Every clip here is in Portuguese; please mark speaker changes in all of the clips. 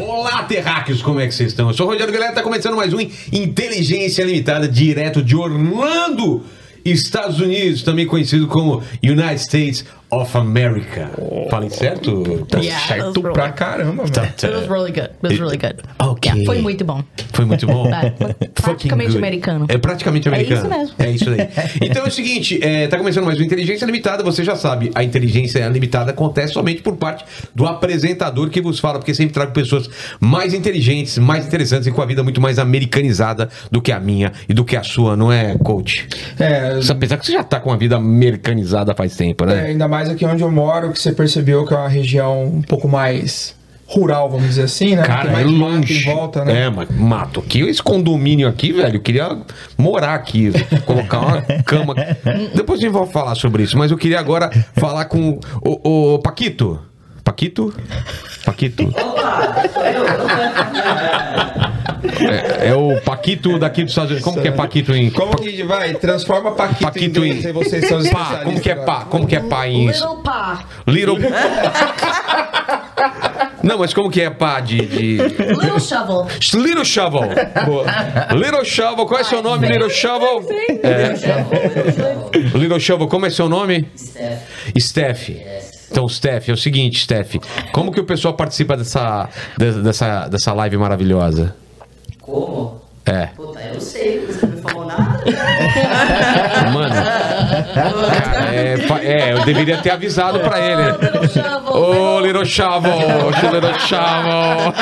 Speaker 1: Olá, terráqueos, como é que vocês estão? Eu sou o Rogério Galera, tá começando mais um Inteligência Limitada, direto de Orlando, Estados Unidos, também conhecido como United States of America. Falei certo?
Speaker 2: Tá
Speaker 3: Yeah,
Speaker 2: certo
Speaker 3: those were
Speaker 2: pra
Speaker 3: like-
Speaker 2: caramba,
Speaker 1: Então.
Speaker 2: velho.
Speaker 3: It was really good. It was really good.
Speaker 1: Ok.
Speaker 3: Yeah, foi muito bom.
Speaker 1: Foi muito bom.
Speaker 3: É, foi praticamente
Speaker 1: Fucking good.
Speaker 3: americano.
Speaker 1: É praticamente americano.
Speaker 3: isso mesmo.
Speaker 1: É isso aí. Então é o seguinte, é, tá começando mais um Inteligência Limitada, você já sabe, a inteligência limitada acontece somente por parte do apresentador que vos fala, porque sempre trago pessoas mais inteligentes, mais interessantes e com a vida muito mais americanizada do que a minha e do que a sua, não é, coach?
Speaker 2: É,
Speaker 1: Você- Apesar que você já tá com a vida americanizada faz tempo,
Speaker 2: é,
Speaker 1: né?
Speaker 2: ainda mais aqui onde eu moro, que você percebeu que é uma região um pouco mais rural, vamos dizer assim, né?
Speaker 1: Cara,
Speaker 2: Tem
Speaker 1: é
Speaker 2: mais mato
Speaker 1: longe.
Speaker 2: Em volta, né?
Speaker 1: É, mas mato aqui, esse condomínio aqui, velho, eu queria morar aqui, velho, colocar uma cama. Depois a gente vai falar sobre isso, mas eu queria agora falar com o, o Paquito. Paquito? Paquito. É, é o Paquito daqui dos Estados Unidos. Como que é Paquito em.
Speaker 2: Como que vai? Transforma Paquito,
Speaker 1: Paquito em.
Speaker 2: inglês, aí Vocês são os
Speaker 1: pá, como que é
Speaker 2: especialistas
Speaker 1: pá? Como que é pá em.
Speaker 3: Little pá.
Speaker 1: Little. Não, mas como que é pá de- de...
Speaker 3: Little shovel.
Speaker 1: Little Shovel. Boa. Little Shovel, qual é seu nome, Little Shovel? É. Little Shovel, como é seu nome? Steph. Então, Steph, é o seguinte, Steph. Como que o pessoal participa dessa, de- dessa, dessa live maravilhosa?
Speaker 4: Como?
Speaker 1: É.
Speaker 4: Puta, eu sei, você não me falou nada.
Speaker 1: Mano. Cara, é, fa- é, eu deveria ter avisado pra ele.
Speaker 3: Little
Speaker 4: Oh,
Speaker 3: shovel.
Speaker 1: Ô, Oh, Little Shovel, Little Shovel.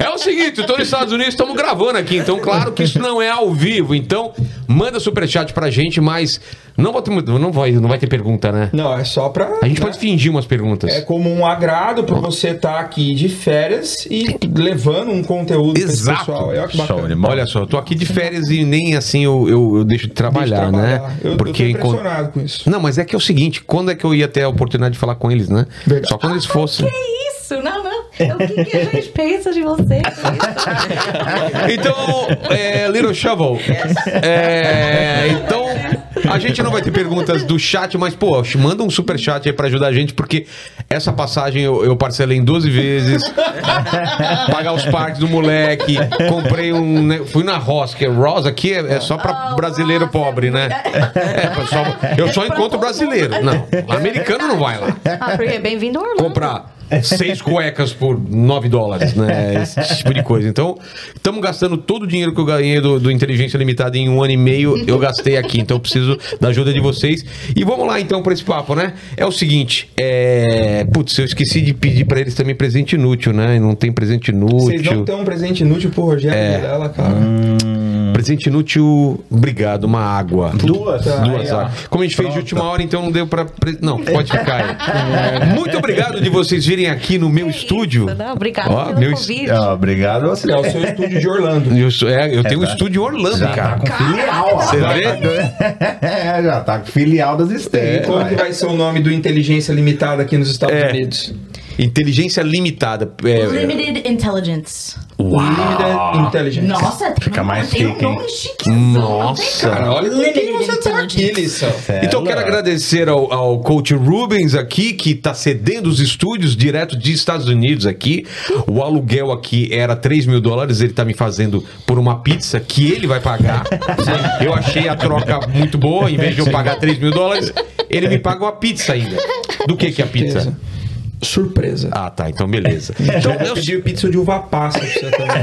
Speaker 1: É o seguinte, eu tô nos Estados Unidos, estamos gravando aqui, então claro que isso não é ao vivo. Então, manda superchat pra gente, mas não, vou ter muito- não, vai, não vai ter pergunta, né?
Speaker 2: Não, é só pra.
Speaker 1: A gente pode fingir umas perguntas.
Speaker 2: É como um agrado pra você estar aqui de férias e levando um conteúdo pra esse pessoal. Olha que bacana.
Speaker 1: Olha só, eu tô aqui de férias e nem assim eu, eu, eu deixo de trabalhar, né?
Speaker 2: Eu,
Speaker 1: Porque
Speaker 2: eu tô
Speaker 1: enquanto-
Speaker 2: impressionado com isso.
Speaker 1: Não, mas é que é o seguinte, quando é que eu ia ter a oportunidade de falar com eles, né?
Speaker 2: Verdade.
Speaker 1: Só quando eles fossem.
Speaker 3: Ah, Que isso? Não, não. É O que, que a gente pensa de você?
Speaker 1: Então, é, Little Shovel. É, então, a gente não vai ter perguntas do chat, mas, pô, manda um super chat aí pra ajudar a gente, porque essa passagem eu, eu parcelei em 12 vezes. pagar os parques do moleque. Comprei um. né, fui na Ross, que é Ross aqui é, é só pra
Speaker 3: Oh,
Speaker 1: brasileiro
Speaker 3: nossa,
Speaker 1: pobre, né? É, pessoal, eu só
Speaker 3: É pra
Speaker 1: encontro
Speaker 3: todo
Speaker 1: brasileiro. Não, americano não vai lá
Speaker 3: Ah, porque bem-vindo a Orlando.
Speaker 1: É comprar seis cuecas por 9 dólares, né? Esse tipo de coisa. Então, estamos gastando todo o dinheiro que eu ganhei do, do Inteligência Limitada em um ano e meio, eu gastei aqui. Então, eu preciso da ajuda de vocês. E vamos lá, então, para esse papo, né? É o seguinte, é... Putz, eu esqueci de pedir para eles também presente inútil, né? E Não tem presente
Speaker 2: Vocês não
Speaker 1: inútil.
Speaker 2: têm um presente inútil pro Rogério
Speaker 1: É.
Speaker 2: Vilela, cara.
Speaker 1: Presente inútil, obrigado, uma água.
Speaker 5: Duas?
Speaker 1: Duas
Speaker 5: Aí, ó.
Speaker 1: águas. Como a gente fez de última hora, então não deu pra. pre- Não, pode ficar
Speaker 5: É.
Speaker 1: aí. Muito obrigado de vocês virem aqui no meu
Speaker 3: Que
Speaker 1: estúdio.
Speaker 3: isso, não, obrigado
Speaker 1: Ó,
Speaker 3: pelo
Speaker 1: meu
Speaker 3: convite.
Speaker 5: Ah, obrigado. Você
Speaker 2: É o seu estúdio de Orlando.
Speaker 1: Eu, sou- é, eu tenho um estúdio em Orlando,
Speaker 5: já
Speaker 1: cara.
Speaker 5: tá com filial. ó.
Speaker 1: Você
Speaker 5: Já
Speaker 1: vê?
Speaker 5: tá com- É, já tá com filial das
Speaker 2: E
Speaker 5: estrelas.
Speaker 2: como que vai ser o nome do Inteligência Limitada aqui nos Estados
Speaker 1: É.
Speaker 2: Unidos?
Speaker 1: Inteligência limitada. É,
Speaker 3: Limited Intelligence.
Speaker 2: Limited Intelligence.
Speaker 3: Nossa,
Speaker 5: Fica mais
Speaker 3: tem
Speaker 5: chique,
Speaker 3: um
Speaker 5: hein?
Speaker 3: nome chiquezão.
Speaker 1: Nossa.
Speaker 2: Cara, olha o que
Speaker 3: Limited
Speaker 2: você tá aqui, lição.
Speaker 1: Então, eu quero agradecer ao, ao coach Rubens aqui, que está cedendo os estúdios direto de Estados Unidos aqui. O aluguel aqui era 3 mil dólares, ele está me fazendo por uma pizza que ele vai pagar. Eu achei a troca muito boa, em vez de eu pagar 3 mil dólares, ele me paga uma pizza ainda. Do que que é a pizza?
Speaker 2: Surpresa.
Speaker 1: Ah, tá, então beleza.
Speaker 2: Então,
Speaker 1: Então,
Speaker 2: eu pedi pizza de uva passa pra você também.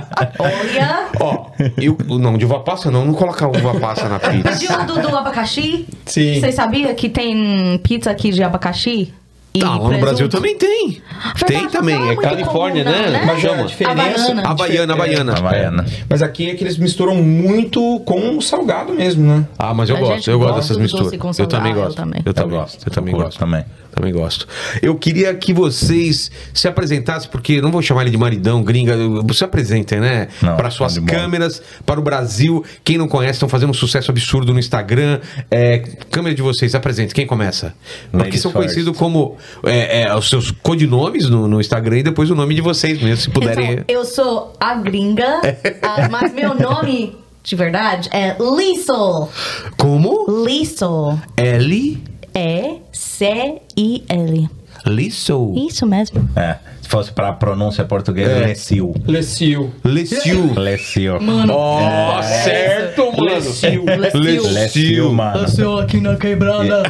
Speaker 3: Olha.
Speaker 1: ó, eu, não, de uva passa não, não coloca uva passa na pizza.
Speaker 3: Viu um do, do abacaxi?
Speaker 2: Sim.
Speaker 3: Vocês sabiam que tem pizza aqui de abacaxi? E
Speaker 1: Tá, lá no
Speaker 3: presunto?
Speaker 1: Brasil também tem. tem
Speaker 3: Verdade, não
Speaker 1: também, é
Speaker 3: muito
Speaker 1: Califórnia,
Speaker 3: comum, não,
Speaker 1: né?
Speaker 3: né?
Speaker 1: Como
Speaker 2: Mas
Speaker 1: chama?
Speaker 2: a diferença...
Speaker 3: Havaiana.
Speaker 1: Havaiana, Havaiana.
Speaker 5: Havaiana.
Speaker 2: Mas aqui é que eles misturam muito com salgado mesmo, né?
Speaker 1: Ah, mas eu
Speaker 3: A
Speaker 1: gosto,
Speaker 3: gente
Speaker 1: eu gosto
Speaker 3: gosta
Speaker 1: dessas
Speaker 3: do doce
Speaker 1: misturas.
Speaker 3: com
Speaker 1: Eu
Speaker 3: salgado
Speaker 1: também gosto.
Speaker 3: também.
Speaker 1: Eu também
Speaker 5: Eu
Speaker 1: gosto.
Speaker 5: gosto,
Speaker 1: Eu também
Speaker 5: eu
Speaker 1: gosto.
Speaker 5: também.
Speaker 1: Também gosto. Eu queria que vocês se apresentassem, porque eu não vou chamar ele de maridão, gringa. eu- Se apresentem, né?
Speaker 5: Não,
Speaker 1: para suas
Speaker 5: tá de boa.
Speaker 1: câmeras, para o Brasil. Quem não conhece, estão fazendo um sucesso absurdo no Instagram. É, câmera de vocês, apresente. Quem começa? Porque
Speaker 5: Ladies
Speaker 1: são
Speaker 5: first.
Speaker 1: conhecidos como é, é, os seus codinomes no, no Instagram e depois o nome de vocês mesmo, se puderem.
Speaker 3: Então, eu sou a gringa, ah, mas meu nome de verdade é Liesel.
Speaker 1: Como?
Speaker 3: Liesel.
Speaker 1: L.
Speaker 3: É C-I-L.
Speaker 1: Lissou.
Speaker 3: Isso mesmo.
Speaker 5: É. Se fosse pra pronúncia portuguesa,
Speaker 1: É.
Speaker 5: Lecil.
Speaker 2: Lecil.
Speaker 1: Leciu.
Speaker 5: Lecil.
Speaker 1: Ó,
Speaker 5: É.
Speaker 1: É. certo, mano.
Speaker 2: Leciu.
Speaker 3: Leciu.
Speaker 5: Lecil, mano.
Speaker 3: Nasceu aqui na quebrada.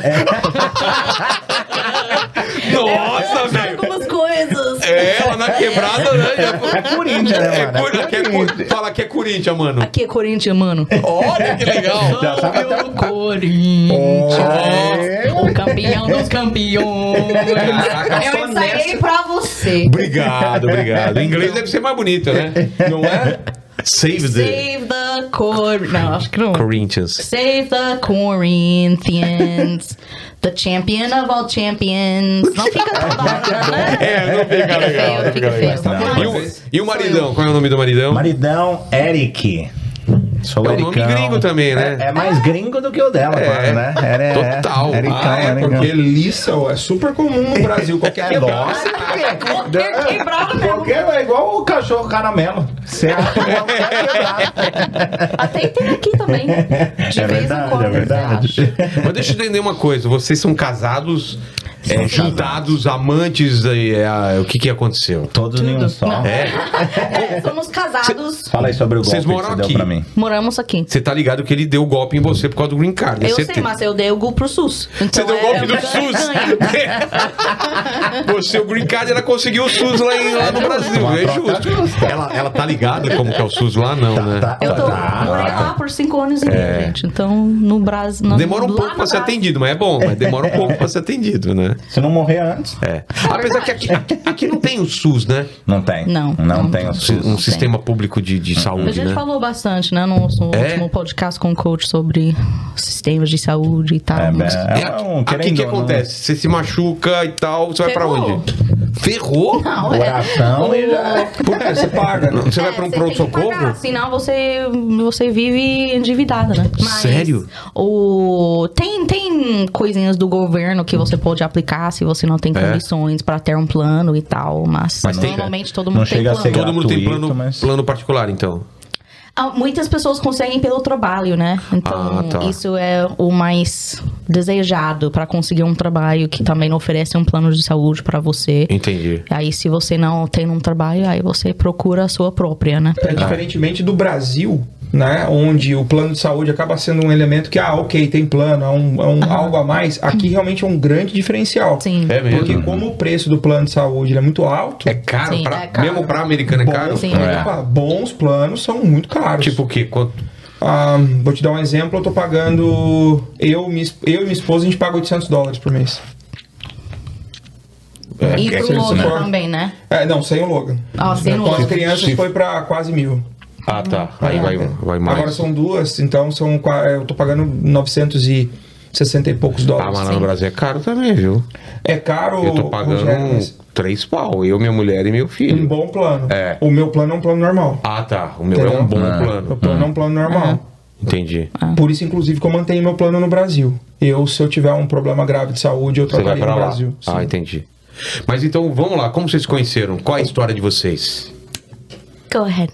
Speaker 5: É.
Speaker 1: Nossa, velho.
Speaker 3: Algumas coisas.
Speaker 1: É, ela na quebrada, né? já-
Speaker 5: É Corinthians, né,
Speaker 1: É,
Speaker 5: mano?
Speaker 1: Cor- que é Cor- Fala que é Corinthians, mano.
Speaker 3: Aqui é Corinthians, mano.
Speaker 1: Olha que legal.
Speaker 5: Já sabe até o-
Speaker 3: Corinthians. O campeão dos campeões.
Speaker 2: Caraca, só
Speaker 3: Eu ensaiei
Speaker 2: nessa.
Speaker 3: pra você.
Speaker 1: Obrigado, obrigado.
Speaker 5: Então.
Speaker 1: Em inglês deve ser mais bonito, né?
Speaker 2: Não é?
Speaker 1: Save the
Speaker 3: Save the Cor... Não, acho que não.
Speaker 1: Corinthians.
Speaker 3: Save the Corinthians. the champion of all champions. Não fica tão bacana, né?
Speaker 1: É, não fica legal. Não fica legal.
Speaker 3: Fica feio.
Speaker 1: E o, e o maridão? Qual é o nome do maridão?
Speaker 5: Maridão Eric. Sou
Speaker 1: É um
Speaker 5: ericão.
Speaker 1: nome gringo também, né?
Speaker 5: É, é mais gringo do que o dela,
Speaker 1: É.
Speaker 5: claro, né? Era, é,
Speaker 1: Total.
Speaker 5: Ericão,
Speaker 2: Ah, é
Speaker 5: Ericão.
Speaker 2: porque Lissel é super comum no Brasil. Qualquer
Speaker 5: É
Speaker 2: quebrada.
Speaker 5: lógico.
Speaker 3: Qualquer quebrado mesmo.
Speaker 5: Porque é igual o cachorro caramelo. Você acha que é um cara quebrado.
Speaker 3: Até tem aqui também. De
Speaker 5: É
Speaker 3: vez em quando.
Speaker 5: verdade, é
Speaker 3: eu acho.
Speaker 5: verdade.
Speaker 1: Mas deixa eu entender uma coisa. Vocês são casados, é, juntados, amantes, é, é, o que que aconteceu?
Speaker 5: Todos nenhum só.
Speaker 1: É,
Speaker 3: É, somos casados.
Speaker 5: Fala aí sobre o golpe
Speaker 1: Vocês
Speaker 5: que
Speaker 1: moram
Speaker 5: você deu
Speaker 1: aqui.
Speaker 5: pra mim.
Speaker 3: Moramos aqui.
Speaker 1: você tá ligado que ele deu golpe em você por causa do green card. né?
Speaker 3: Eu
Speaker 1: Certeza.
Speaker 3: sei, mas eu dei o gol pro SUS.
Speaker 1: Você
Speaker 3: Então
Speaker 1: deu
Speaker 3: é
Speaker 1: golpe do
Speaker 3: uma
Speaker 1: SUS.
Speaker 3: ganha.
Speaker 1: você, o green card, ela conseguiu o SUS lá, em- lá no Brasil.
Speaker 5: Uma
Speaker 1: É
Speaker 5: troca
Speaker 1: justo.
Speaker 5: justa.
Speaker 1: Ela, ela tá ligada como que é o SUS lá? Não, né?
Speaker 5: tá.
Speaker 3: Eu tô
Speaker 5: Tá.
Speaker 3: morei lá por cinco anos e meio, gente. Então, no Brasil. no-
Speaker 1: É. Demora um
Speaker 3: lá
Speaker 1: pouco
Speaker 3: no
Speaker 1: pra ser
Speaker 3: Brasil-
Speaker 1: atendido, mas é bom. Mas demora um pouco pra ser atendido, né?
Speaker 5: Se não morrer antes,
Speaker 1: É. Apesar que aqui, aqui- aqui não tem o SUS, né?
Speaker 5: não tem.
Speaker 3: Não,
Speaker 5: Não,
Speaker 3: não
Speaker 5: tem
Speaker 3: tem.
Speaker 5: o
Speaker 1: Si-
Speaker 5: SUS.
Speaker 1: Um sistema público de, de
Speaker 3: A
Speaker 1: saúde,
Speaker 3: gente
Speaker 1: né?
Speaker 3: falou bastante, né? No nosso
Speaker 1: É?
Speaker 3: último podcast com o coach sobre sistemas de saúde e tal.
Speaker 5: É,
Speaker 3: mas-
Speaker 5: é,
Speaker 1: É,
Speaker 5: é um,
Speaker 1: aqui o
Speaker 5: querendo
Speaker 1: que
Speaker 5: ou não,
Speaker 1: acontece? Você se machuca e tal, você vai pra
Speaker 3: Ferrou.
Speaker 1: onde? Ferrou?
Speaker 3: Não,
Speaker 5: um
Speaker 3: É,
Speaker 5: Coração e já... é.
Speaker 1: Por quê? Você paga. né? Você vai pra um
Speaker 3: você tem que pagar,
Speaker 1: pronto-socorro?
Speaker 3: Senão você, você vive endividada, né?
Speaker 1: Sério?
Speaker 3: O, tem, tem coisinhas do governo que você pode aplicar se você não tem
Speaker 1: É.
Speaker 3: condições pra ter um plano e tal. Mas,
Speaker 1: Mas tem-
Speaker 3: normalmente todo
Speaker 5: não
Speaker 3: mundo tem
Speaker 5: chega a
Speaker 3: plano.
Speaker 5: ser
Speaker 1: Todo mundo tem
Speaker 5: Gratuito,
Speaker 1: plano,
Speaker 5: mas-
Speaker 1: plano particular, então.
Speaker 3: Ah, Muitas pessoas conseguem pelo trabalho, né? Então,
Speaker 1: Ah, tá.
Speaker 3: isso é o mais desejado pra conseguir um trabalho que também oferece um plano de saúde pra você.
Speaker 1: Entendi.
Speaker 3: Aí, se você não tem um trabalho, aí você procura a sua própria, né?
Speaker 2: É diferentemente do Brasil, né? Onde o plano de saúde acaba sendo um elemento que, ah, ok, tem plano, é um, é um algo a mais. Aqui realmente é um grande diferencial.
Speaker 3: Sim.
Speaker 1: É mesmo.
Speaker 2: Porque como o preço do plano de saúde ele é muito alto,
Speaker 1: É caro,
Speaker 3: Sim,
Speaker 1: pra-
Speaker 3: é caro.
Speaker 1: mesmo pra americano é
Speaker 2: bons,
Speaker 1: caro?
Speaker 3: Sim.
Speaker 1: É.
Speaker 2: opa, bons planos são muito caros.
Speaker 1: Tipo o quê? Quanto?
Speaker 2: Ah, vou te dar um exemplo, eu tô pagando. Eu, minha es- eu e minha esposa, a gente paga 800 dólares por mês.
Speaker 3: e
Speaker 1: é
Speaker 3: pro
Speaker 1: isso,
Speaker 3: outro
Speaker 1: né?
Speaker 3: também, né?
Speaker 2: É, não, sem o Logan.
Speaker 3: Ah, sem o
Speaker 2: Com
Speaker 3: Logan.
Speaker 2: as crianças
Speaker 1: Se-
Speaker 2: foi pra quase mil.
Speaker 1: Ah,
Speaker 3: Hum,
Speaker 1: tá. Aí
Speaker 3: é.
Speaker 1: vai, vai mais.
Speaker 2: Agora são duas, então são. qua- Eu tô pagando 960 e poucos
Speaker 1: Ah,
Speaker 2: dólares.
Speaker 1: mas lá no Brasil é caro também, viu?
Speaker 2: É caro.
Speaker 1: Eu tô pagando
Speaker 2: Rogério, mas
Speaker 1: três pau. Eu, minha mulher e meu filho.
Speaker 2: um bom plano.
Speaker 1: É.
Speaker 2: O meu plano é um plano normal.
Speaker 1: Ah, tá. O meu é um
Speaker 2: Entendeu?
Speaker 1: bom
Speaker 5: Ah.
Speaker 2: Meu
Speaker 1: plano. Hum.
Speaker 2: plano é um plano
Speaker 3: Ah,
Speaker 2: normal.
Speaker 1: Entendi.
Speaker 2: Por isso, inclusive, que eu mantenho meu plano no Brasil. Eu, se eu tiver um problema grave de saúde, eu
Speaker 1: Você vai
Speaker 2: trabalho
Speaker 1: pra
Speaker 2: no
Speaker 1: lá.
Speaker 2: Brasil. Sim.
Speaker 1: Ah, entendi. Mas então, vamos lá. Como vocês se conheceram? Qual é a história de vocês?
Speaker 3: Go ahead.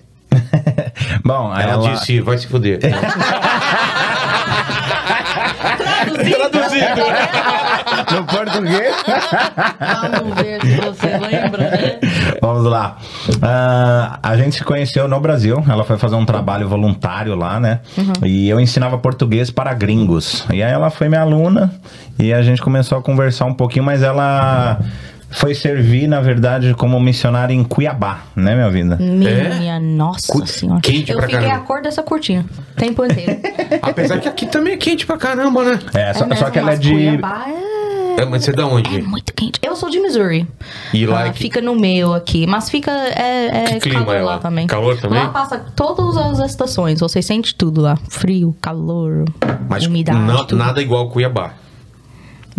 Speaker 5: Bom,
Speaker 1: Ela,
Speaker 5: ela...
Speaker 1: disse, vai se fuder.
Speaker 5: No português...
Speaker 3: Vamos ver se Um você lembra, né?
Speaker 5: Vamos lá. Ah, a gente se conheceu no Brasil. Ela foi fazer um trabalho voluntário lá, né?
Speaker 3: Uhum.
Speaker 5: E eu ensinava português para gringos. E aí ela foi minha aluna e a gente começou a conversar um pouquinho, mas ela foi servir, na verdade, como missionária em Cuiabá, né, minha vida?
Speaker 3: Hum. Minha
Speaker 1: É?
Speaker 3: nossa
Speaker 1: Cu-
Speaker 3: senhora.
Speaker 1: quente
Speaker 3: eu
Speaker 1: pra
Speaker 3: fiquei
Speaker 1: caramba.
Speaker 3: a cor dessa cortina. Tempo inteiro.
Speaker 1: Apesar que aqui também é quente pra caramba, né?
Speaker 5: É, só,
Speaker 3: É
Speaker 5: só
Speaker 3: mesmo,
Speaker 5: que ela é
Speaker 3: mas
Speaker 5: de.
Speaker 3: Cuiabá é...
Speaker 1: É, mas você é da
Speaker 3: é
Speaker 1: onde?
Speaker 3: muito quente. Eu sou de Missouri.
Speaker 1: E lá
Speaker 3: Ah,
Speaker 1: é que-
Speaker 3: fica no meio aqui. Mas fica. É, é
Speaker 1: Que clima
Speaker 3: calor
Speaker 1: é lá?
Speaker 3: lá também.
Speaker 1: Calor também?
Speaker 3: Lá passa todas as estações. Você sente tudo lá: frio, calor,
Speaker 1: Mas
Speaker 3: umidade.
Speaker 1: não-
Speaker 3: tudo.
Speaker 1: nada igual Cuiabá.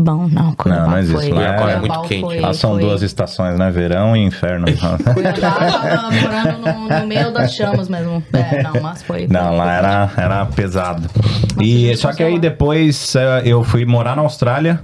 Speaker 3: Bom, não. Cuiabá
Speaker 5: Não, não existe.
Speaker 3: Foi,
Speaker 5: Cuiabá é
Speaker 1: muito
Speaker 3: foi-
Speaker 1: quente.
Speaker 5: Ah, são
Speaker 3: foi- Ah,
Speaker 5: duas estações, né? Verão e inferno.
Speaker 3: Cuiabá tava tá, morando no, no meio das chamas mesmo. É, não, mas foi.
Speaker 5: Não, lá era, era pesado. E só que aí depois eh, eu fui morar na Austrália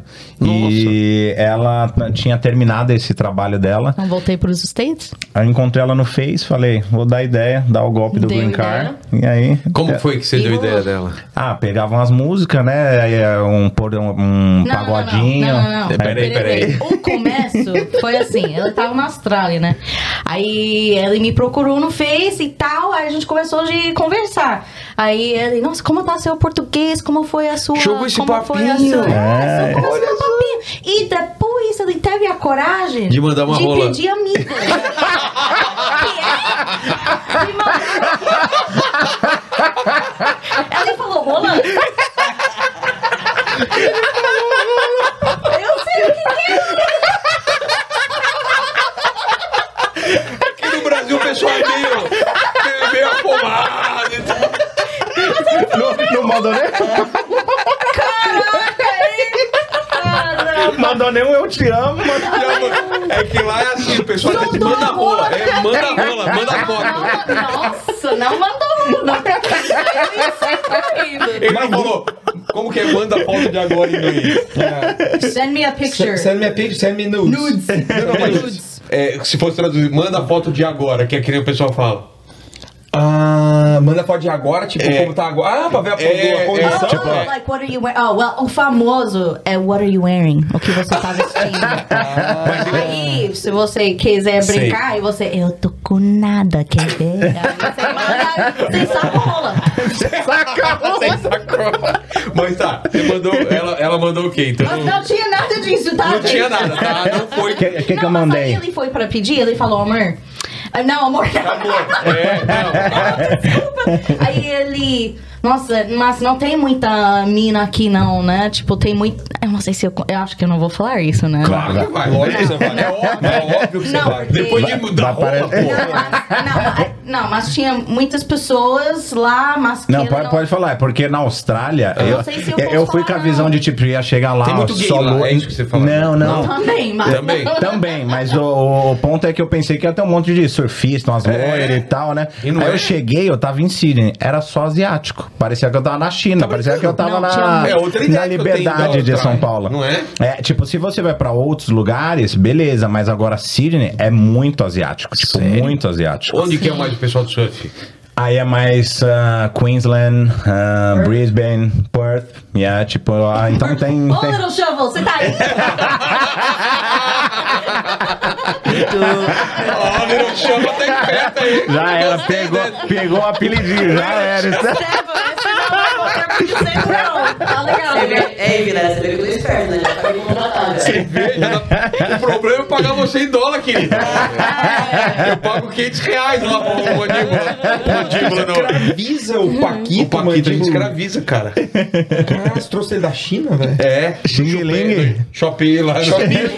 Speaker 5: e ela t- tinha terminado esse trabalho dela.
Speaker 3: Então voltei pros States.
Speaker 5: Aí eu encontrei ela no Face, falei, vou dar ideia, dar o golpe do
Speaker 3: Deu
Speaker 5: Green Card. E aí.
Speaker 1: Como foi que você
Speaker 3: E
Speaker 1: deu
Speaker 3: rolou.
Speaker 1: ideia dela?
Speaker 5: Ah, pegavam as músicas, né? Aí, eh, Um, por- um, um
Speaker 3: Não, não,
Speaker 5: pagode salgadinho.
Speaker 3: Não, não, não.
Speaker 5: Peraí, peraí.
Speaker 3: O começo foi assim, ela tava na Austrália, né? Aí ela me procurou no Face e tal, aí a gente começou de conversar. Aí ela, nossa, como tá seu português? Como foi a sua...
Speaker 1: Jogou esse
Speaker 3: como Foi a
Speaker 1: papinho.
Speaker 3: sua...
Speaker 5: É.
Speaker 3: É, como foi o papinho? E depois ele teve a coragem...
Speaker 1: De mandar uma
Speaker 3: de
Speaker 1: rola.
Speaker 3: pedir amigo. Que é? De mandar... Ela falou, rola... Eu sei o que
Speaker 1: Aqui no Brasil o pessoal é meio, meio, meio afobado e tal.
Speaker 5: Não mandou nem,
Speaker 3: cara.
Speaker 5: mandou nem um eu te amo, mano.
Speaker 1: É que lá é assim, o pessoal até se manda rola. É, manda rola, manda foto.
Speaker 3: Nossa, não mandou. Não tem que sair isso
Speaker 1: Ele não falou. Como que é? Manda foto de agora em inglês.
Speaker 3: ainda. Send me a picture.
Speaker 2: Send me a picture, send me é nudes.
Speaker 3: Nudes.
Speaker 1: Não, não, Então, mas, é, se fosse traduzir, manda foto de agora, que é que nem o pessoal fala.
Speaker 2: Ah, manda foto de agora, tipo,
Speaker 1: É.
Speaker 2: como tá agora. Ah, pra ver a,
Speaker 1: É,
Speaker 2: a
Speaker 1: é,
Speaker 2: condição. Ah,
Speaker 1: tipo,
Speaker 3: Oh, like, what are you wearing? Oh, well, o famoso é what are you wearing? O que você tá vestindo.
Speaker 1: Ah.
Speaker 3: Aí, se você quiser
Speaker 1: Sei.
Speaker 3: brincar, aí você, eu tô com nada, quer ver? Aí você manda, você só rola.
Speaker 1: Mas tá, você mandou, ela, ela mandou o quê? Então
Speaker 3: Mas
Speaker 1: não,
Speaker 3: não tinha nada disso, tá?
Speaker 1: não tinha
Speaker 3: gente?
Speaker 1: nada, tá? Não foi.
Speaker 5: O que, que, que
Speaker 3: Não,
Speaker 5: eu
Speaker 3: mas aí
Speaker 5: mandei?
Speaker 3: Ele foi pra pedir, ele falou, amor. ah, Não, amor, não.
Speaker 1: Amor, é, não.
Speaker 3: Desculpa. Aí ele. Nossa, mas não tem muita mina aqui, não, né? Tipo, tem muito. Eu não sei se eu. Eu acho que eu não vou falar isso, né?
Speaker 1: Claro que vai, lógico que você vai. É óbvio, é óbvio que você
Speaker 3: Não,
Speaker 1: vai.
Speaker 3: porque-
Speaker 1: Depois de mudar a
Speaker 5: Vai- vai
Speaker 1: roupa,
Speaker 5: parecer-
Speaker 1: pô.
Speaker 3: Não, mas, não, mas- não, mas tinha muitas pessoas lá, mas. que
Speaker 5: Não
Speaker 3: ele
Speaker 5: pode, pode falar, é porque na Austrália eu,
Speaker 3: sei se eu
Speaker 5: eu,
Speaker 3: posso
Speaker 5: fui com a
Speaker 3: falar,
Speaker 5: visão
Speaker 3: não.
Speaker 5: de tipo, ia chegar lá,
Speaker 1: Tem muito
Speaker 5: ó,
Speaker 1: gay
Speaker 5: só
Speaker 1: lá,
Speaker 5: lua-
Speaker 1: é isso que você fala.
Speaker 5: Não, não.
Speaker 3: Também, mas.
Speaker 1: Também.
Speaker 5: Também, mas o, o ponto é que eu pensei que ia ter um monte de surfista, umas loiras e tal, né?
Speaker 1: É. E não
Speaker 5: Aí
Speaker 1: é.
Speaker 5: eu cheguei, eu tava em Sydney, era só asiático. Parecia que eu tava na China, parecia que eu tava
Speaker 3: Não,
Speaker 5: na,
Speaker 3: tinha- um
Speaker 1: É outra ideia
Speaker 5: na
Speaker 1: que eu tenho da
Speaker 5: liberdade de
Speaker 1: Austrália,
Speaker 5: São Paulo.
Speaker 1: não é?
Speaker 5: É, tipo, se você vai pra outros lugares, beleza, mas agora Sydney é muito asiático, tipo, muito asiático.
Speaker 1: Onde que é mais o pessoal do surf?
Speaker 5: Aí é mais ah, Queensland, ah, Brisbane, Perth, yeah, tipo, ah, então tem,
Speaker 3: Ô,
Speaker 5: tem-
Speaker 3: Little Shovel, você tá aí?
Speaker 1: Ó, virou chama até que perto aí.
Speaker 5: Já era, pegou, pegou o apelidinho, já era.
Speaker 3: Seven, esse não é qualquer um de sempre, não. Tá legal, né?
Speaker 4: Você vê- É, Vila, você vê que eu tô esperto, né? Já tá me contratando.
Speaker 1: Você vê, já tá- O problema é pagar você em dólar, querido. Eu pago 500 reais lá pro mandíbula. Mandíbula não.
Speaker 2: Escraviza o Paquito,
Speaker 1: O Paquito a gente escraviza, cara.
Speaker 2: Ah, você trouxe ele da China, velho?
Speaker 1: Tipo, É. né?
Speaker 5: Xing-ling.
Speaker 1: Shopping lá. Shopping.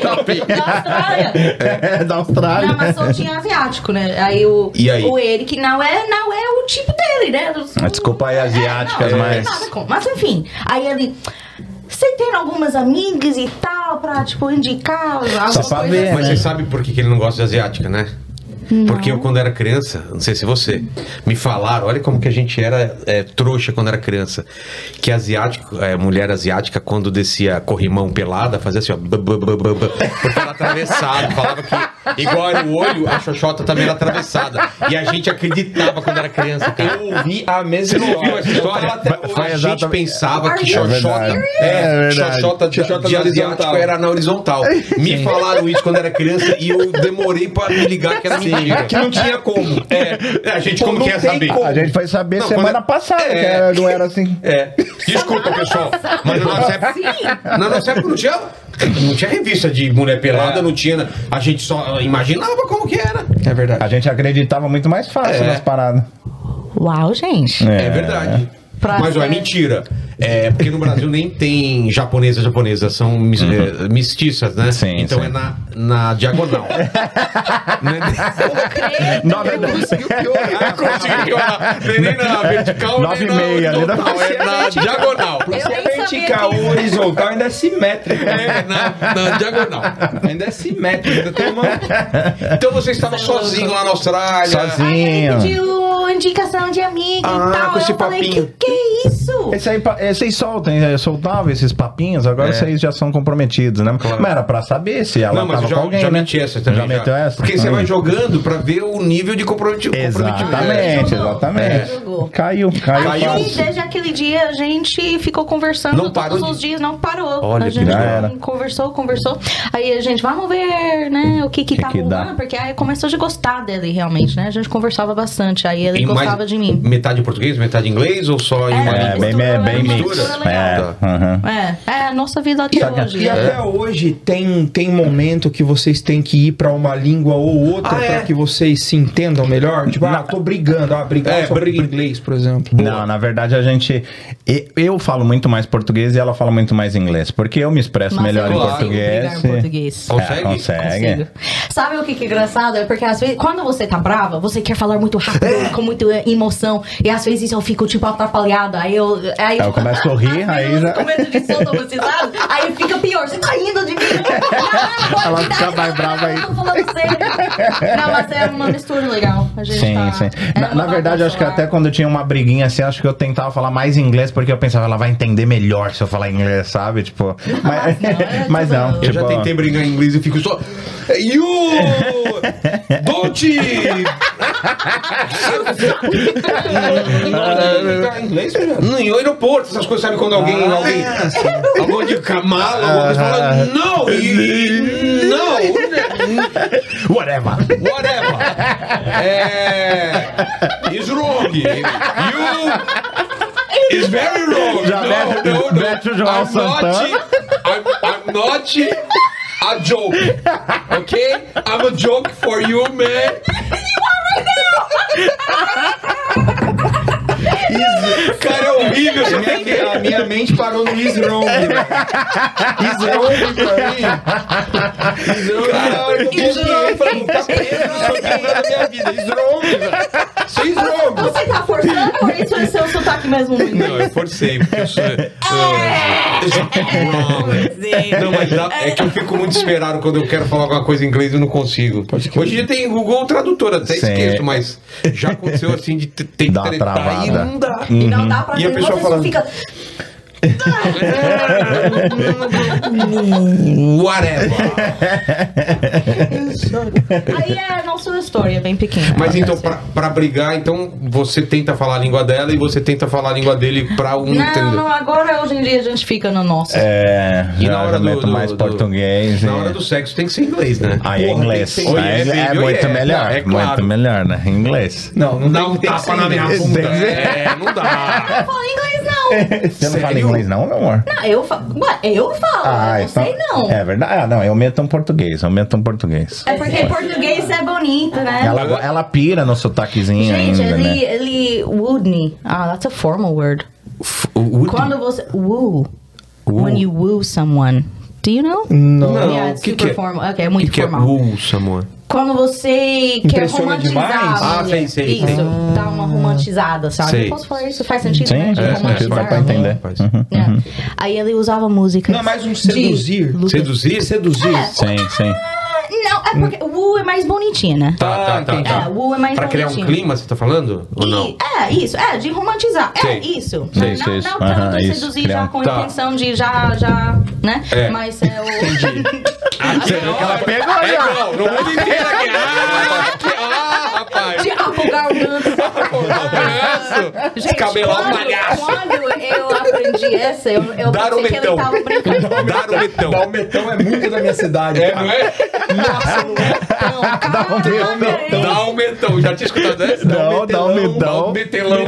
Speaker 3: Da Austrália.
Speaker 5: É, da Austrália.
Speaker 3: Não, mas só tinha asiático, né? Aí o,
Speaker 1: E aí?
Speaker 3: o Eric não é, não é o tipo dele, né? Dos-
Speaker 5: Ah, desculpa aí, asiáticas,
Speaker 3: É, não, não tem
Speaker 5: mas-
Speaker 3: nada com- Mas enfim, aí ele. Você tem algumas amigas e tal pra, tipo, indicar alguma
Speaker 5: Só pra
Speaker 3: coisa
Speaker 5: ver,
Speaker 3: assim?
Speaker 1: Mas
Speaker 5: né?
Speaker 1: você sabe por que que ele não gosta de asiática, né? Porque eu, quando era criança, não sei se você, me falaram, olha como que a gente era é, trouxa quando era criança. Que asiático, é, mulher asiática, quando descia corrimão pelada, fazia assim, ó. bu- bu- bu- bu- bu, porque era atravessado. Falava que, igual era o olho, a xoxota também era atravessada. E a gente acreditava quando era criança, cara.
Speaker 2: Eu ouvi a mesma
Speaker 1: Você ouviu essa história?
Speaker 2: Eu tava até-
Speaker 1: a gente
Speaker 5: exatamente-
Speaker 1: pensava que
Speaker 3: É
Speaker 1: xoxota,
Speaker 5: verdade.
Speaker 1: é,
Speaker 5: É verdade.
Speaker 1: xoxota de,
Speaker 2: Xoxota
Speaker 1: de
Speaker 2: na
Speaker 1: asiático
Speaker 2: horizontal.
Speaker 1: era na horizontal. Me falaram isso quando era criança e eu demorei pra me ligar que era mentira.
Speaker 2: Que não tinha como.
Speaker 1: É, a gente
Speaker 2: Pô,
Speaker 1: como
Speaker 2: não
Speaker 1: quer
Speaker 2: tem
Speaker 1: saber?
Speaker 2: como.
Speaker 5: A gente foi saber
Speaker 1: Não,
Speaker 5: semana
Speaker 1: quando-
Speaker 5: passada
Speaker 1: É.
Speaker 5: que era- não era assim.
Speaker 1: É. Desculpa, pessoal. Mas na nossa
Speaker 3: assim?
Speaker 1: época. Na nossa época não tinha. Não tinha revista de mulher pelada,
Speaker 2: É.
Speaker 1: não tinha. A gente só imaginava como que era.
Speaker 2: É verdade.
Speaker 5: A gente acreditava muito mais fácil
Speaker 1: É.
Speaker 5: nas paradas.
Speaker 3: Uau, gente.
Speaker 1: É verdade.
Speaker 3: Pra
Speaker 1: Mas ó, é
Speaker 3: ser-
Speaker 1: mentira. É, porque no Brasil nem tem japonesa japonesa, são mis- eh, mestiças, né?
Speaker 5: Uhum. Sim,
Speaker 1: então
Speaker 5: sim.
Speaker 1: é na, na diagonal. é
Speaker 5: Na é verdade,
Speaker 1: Conseguiu piorar. Tem é nem na vertical,
Speaker 5: Nove e meia, né?
Speaker 1: nem na horizontal, é na diagonal.
Speaker 3: Eu nem sabia
Speaker 2: Vertical,
Speaker 3: que-
Speaker 2: horizontal, ainda é simétrico.
Speaker 1: É, na, na diagonal.
Speaker 2: Ainda é simétrico. Ainda tem uma...
Speaker 1: Então você estava sozinho lá na Austrália.
Speaker 5: tá Sozinho.
Speaker 3: Aí ele pediu indicação de amiga
Speaker 1: Ah,
Speaker 3: e tal.
Speaker 1: com esse
Speaker 3: eu falei, que,
Speaker 1: papinho.
Speaker 3: que isso?
Speaker 2: Claro.
Speaker 5: Esse aí, pa- é, vocês soltam, é, soltavam esses papinhos, agora
Speaker 1: É.
Speaker 5: vocês já são comprometidos, né? Mas era pra saber se ela
Speaker 1: Não, mas
Speaker 5: tava
Speaker 1: eu já,
Speaker 5: com alguém,
Speaker 1: já
Speaker 5: né?
Speaker 1: meti essa também.
Speaker 5: Já meteu essa?
Speaker 1: Porque você
Speaker 5: Aí.
Speaker 1: vai jogando pra ver o nível de comprometi- comprometimento.
Speaker 5: Exatamente,
Speaker 3: Jogou.
Speaker 5: exatamente.
Speaker 3: né? Jogou.
Speaker 5: Caiu, caiu.
Speaker 1: Caiu.
Speaker 5: fácil.
Speaker 3: Aí, desde aquele dia, a gente ficou conversando
Speaker 1: Não parou
Speaker 3: todos
Speaker 1: de-
Speaker 3: os dias, não parou.
Speaker 1: Olha
Speaker 3: a
Speaker 1: que
Speaker 3: gente
Speaker 5: já era.
Speaker 3: conversou, conversou. Aí a gente, vamos ver, né, o que que,
Speaker 1: É
Speaker 5: Que
Speaker 3: tá
Speaker 5: que dá?
Speaker 3: rolando. Porque aí começou de gostar dele, realmente, né? A gente conversava bastante, aí ele
Speaker 1: E mais-
Speaker 3: gostava de mim.
Speaker 1: Metade em português, metade em inglês ou só em
Speaker 3: É,
Speaker 1: uma
Speaker 5: É,
Speaker 1: língua?
Speaker 5: bem,
Speaker 3: Mistura,
Speaker 5: bem
Speaker 1: né?
Speaker 5: mix.
Speaker 1: Mistura
Speaker 5: É,
Speaker 1: legal.
Speaker 5: aham.
Speaker 3: É, é a nossa vida
Speaker 2: E,
Speaker 3: até hoje.
Speaker 2: e
Speaker 1: É.
Speaker 2: até hoje tem, tem momento que vocês têm que ir pra uma língua ou outra
Speaker 1: Ah, é?
Speaker 2: pra que vocês se entendam melhor? Tipo, ah, tô brigando. Ah, brigar
Speaker 1: É,
Speaker 2: é, sobre
Speaker 1: briga-
Speaker 2: inglês, por exemplo.
Speaker 5: Não, na verdade a gente. e- Eu falo muito mais português e ela fala muito mais inglês. Porque eu me expresso
Speaker 3: Mas
Speaker 5: melhor
Speaker 3: eu
Speaker 5: em
Speaker 1: consigo
Speaker 5: português.
Speaker 3: brigar em português.
Speaker 5: É,
Speaker 1: Consegue?
Speaker 5: consegue.
Speaker 3: Consigo. Sabe o que, que é engraçado? É porque às vezes, quando você tá brava, você quer falar muito rápido, com muita é, emoção. E às vezes eu fico, tipo, atrapalhada. Aí eu. Aí
Speaker 5: Aí eu começo a sorrir, aí
Speaker 3: eu
Speaker 5: já-
Speaker 3: Com medo de ser automatizado, aí fica pior. Você tá rindo de mim. Caralho,
Speaker 5: Ela
Speaker 3: pode
Speaker 5: fica
Speaker 3: dar,
Speaker 5: mais brava aí.
Speaker 3: Eu tô falando sério. Não, mas é uma mistura legal. A gente
Speaker 5: Sim,
Speaker 3: tá-
Speaker 5: sim.
Speaker 3: é
Speaker 5: Na,
Speaker 3: uma
Speaker 5: na verdade,
Speaker 3: bagunça
Speaker 5: acho que
Speaker 3: lá.
Speaker 5: até quando eu tinha uma briguinha assim, acho que eu tentava falar mais inglês porque eu pensava, ela vai entender melhor se eu falar inglês, sabe? Tipo. Mas,
Speaker 3: não, é
Speaker 5: mas
Speaker 3: tudo-
Speaker 5: não.
Speaker 3: Eu
Speaker 1: Eu
Speaker 5: tipo,
Speaker 1: já tentei brigar em inglês e fico só. You! Don't!
Speaker 3: Ah,
Speaker 2: Brigar em inglês, velho?
Speaker 1: No Tá em aeroporto, essas coisas, sabe quando
Speaker 5: Ah,
Speaker 1: alguém. alguém, alguém de camala, alguma coisa fala. Não! e- Não!
Speaker 5: Whatever.
Speaker 1: Whatever! É. Is wrong! You! Is very wrong!
Speaker 5: Já
Speaker 1: no,
Speaker 5: mete-
Speaker 1: no, no.
Speaker 5: mete o João
Speaker 1: I'm not,
Speaker 5: Santana.
Speaker 1: I'm, I'm not a joke! Ok? I'm a joke for you, man! Cara, é horrível isso
Speaker 2: Minha-
Speaker 1: aqui.
Speaker 2: minha- a minha mente parou no is wrong. velho. Is wrong pra mim. Is wrong. Cara, eu tô
Speaker 1: Is wrong.
Speaker 2: bobeando, falei, tá preso, na minha vida. Is wrong, velho. Isso é is wrong.
Speaker 3: Você tá forçando ou isso é seu sotaque mais um?
Speaker 1: Não, eu forcei, porque eu sou. Não, mas dá- é que eu fico muito desesperado quando eu quero falar alguma coisa em inglês e eu não consigo. Hoje em dia tem Google Tradutor, até
Speaker 5: Sim.
Speaker 1: esqueço, mas já aconteceu assim de t- ter que
Speaker 5: Dá uma
Speaker 1: tretar e
Speaker 5: travada.
Speaker 1: não dá.
Speaker 3: E
Speaker 5: Uhum.
Speaker 3: não dá pra
Speaker 1: E a
Speaker 3: ver,
Speaker 1: pessoa
Speaker 3: você só
Speaker 1: falando-
Speaker 3: fica.
Speaker 1: Whatever.
Speaker 3: Aí é a nossa história, bem pequena.
Speaker 1: Mas então, pra, pra brigar, então você tenta falar a língua dela e você tenta falar a língua dele pra um
Speaker 3: Não,
Speaker 1: entender.
Speaker 3: não, agora hoje em dia a gente fica no nosso.
Speaker 5: É.
Speaker 1: E
Speaker 5: já-
Speaker 1: na hora
Speaker 5: já
Speaker 1: do,
Speaker 5: meto
Speaker 1: do-
Speaker 5: mais
Speaker 1: do-
Speaker 5: português.
Speaker 1: Na
Speaker 5: e-
Speaker 1: hora do sexo tem que ser inglês, né?
Speaker 5: Aí é
Speaker 1: Porra,
Speaker 5: inglês.
Speaker 1: tem que
Speaker 5: Aí
Speaker 1: ser
Speaker 5: é,
Speaker 1: inglês,
Speaker 5: é
Speaker 1: baby,
Speaker 5: muito
Speaker 1: é,
Speaker 5: melhor.
Speaker 1: é claro.
Speaker 5: Muito melhor, né? Inglês.
Speaker 2: Não, não
Speaker 1: Dá um
Speaker 2: tem- tem que ser
Speaker 1: tapa na minha
Speaker 2: inglês.
Speaker 1: bunda.
Speaker 5: Tem que ser.
Speaker 1: É, não dá.
Speaker 3: Não fala inglês, não.
Speaker 5: Você não fala
Speaker 1: Sério?
Speaker 5: inglês, não, meu amor?
Speaker 3: Ah, eu falo. Ué, eu falo. eu não
Speaker 5: então-
Speaker 3: sei, não. É,
Speaker 5: É verdade. Ah, não, eu meto um português. Eu meto um português.
Speaker 3: porque português é bonito, né?
Speaker 5: Ela, ela pira no sotaquezinho
Speaker 3: Gente, é
Speaker 5: ainda,
Speaker 3: ele,
Speaker 5: né?
Speaker 3: ele. Woodney. Ah, that's a formal word. Quando você. Woo. When you woo someone. Do you know?
Speaker 2: Não.
Speaker 1: Não,
Speaker 3: Yeah, it's
Speaker 1: que
Speaker 3: super
Speaker 1: que é?
Speaker 3: formal. Ok, é muito
Speaker 1: que
Speaker 3: formal.
Speaker 1: é pulsa, amor?
Speaker 3: Quando você quer
Speaker 2: Impressiona
Speaker 3: romantizar
Speaker 2: demais?
Speaker 3: a
Speaker 1: Ah,
Speaker 3: mulher.
Speaker 1: sei, sei,
Speaker 3: Isso,
Speaker 1: sei.
Speaker 3: dá uma romantizada, sabe?
Speaker 1: Sei.
Speaker 3: Posso falar isso? Faz sentido,
Speaker 5: Sim,
Speaker 3: né? De
Speaker 5: é, faz sentido, dá pra
Speaker 3: romantizar a mulher.
Speaker 5: entender.
Speaker 1: Rapaz.
Speaker 5: Uhum.
Speaker 3: É. Aí ele usava música.
Speaker 1: é
Speaker 2: Não, mais um seduzir.
Speaker 3: É.
Speaker 1: Seduzir?
Speaker 2: Seduzir.
Speaker 5: Sim, sim.
Speaker 3: Não, é porque o Wu é mais bonitinha, né?
Speaker 1: Tá, tá, tá.
Speaker 2: entendi.
Speaker 1: tá.
Speaker 3: É, o U é mais
Speaker 1: pra criar um
Speaker 3: bonitinho.
Speaker 1: clima, você tá falando? Ou
Speaker 3: E-
Speaker 1: não?
Speaker 3: É, isso, é, de romantizar.
Speaker 1: Sei.
Speaker 3: É, isso.
Speaker 5: Sei,
Speaker 3: não,
Speaker 5: sei,
Speaker 3: não,
Speaker 5: sei.
Speaker 3: não tanto
Speaker 5: Aham, isso,
Speaker 3: seduzir
Speaker 5: criar um-
Speaker 3: já com
Speaker 1: Tá.
Speaker 3: intenção de já, já, né?
Speaker 1: É.
Speaker 3: Mas é o.
Speaker 1: Você viu que ela pegou aí, é, não, no mundo inteiro aqui. Ah, que, ah rapaz.
Speaker 3: De afogar o ganso.
Speaker 1: Pô, não conheço. Descabelar o é um palhaço.
Speaker 3: Quando eu aprendi essa, eu, eu
Speaker 1: Dar o
Speaker 3: pensei que ele
Speaker 1: metão.
Speaker 3: tava brincando.
Speaker 1: Dar o metão.
Speaker 2: Palmetão é muito da minha cidade.
Speaker 1: É, não
Speaker 2: cara.
Speaker 1: é?
Speaker 3: assim, né? Não, caralho, hein?
Speaker 1: Dá o metão. Já tinha escutado essa?
Speaker 5: Não, dá um
Speaker 1: Dá o
Speaker 5: medão.
Speaker 1: metelão.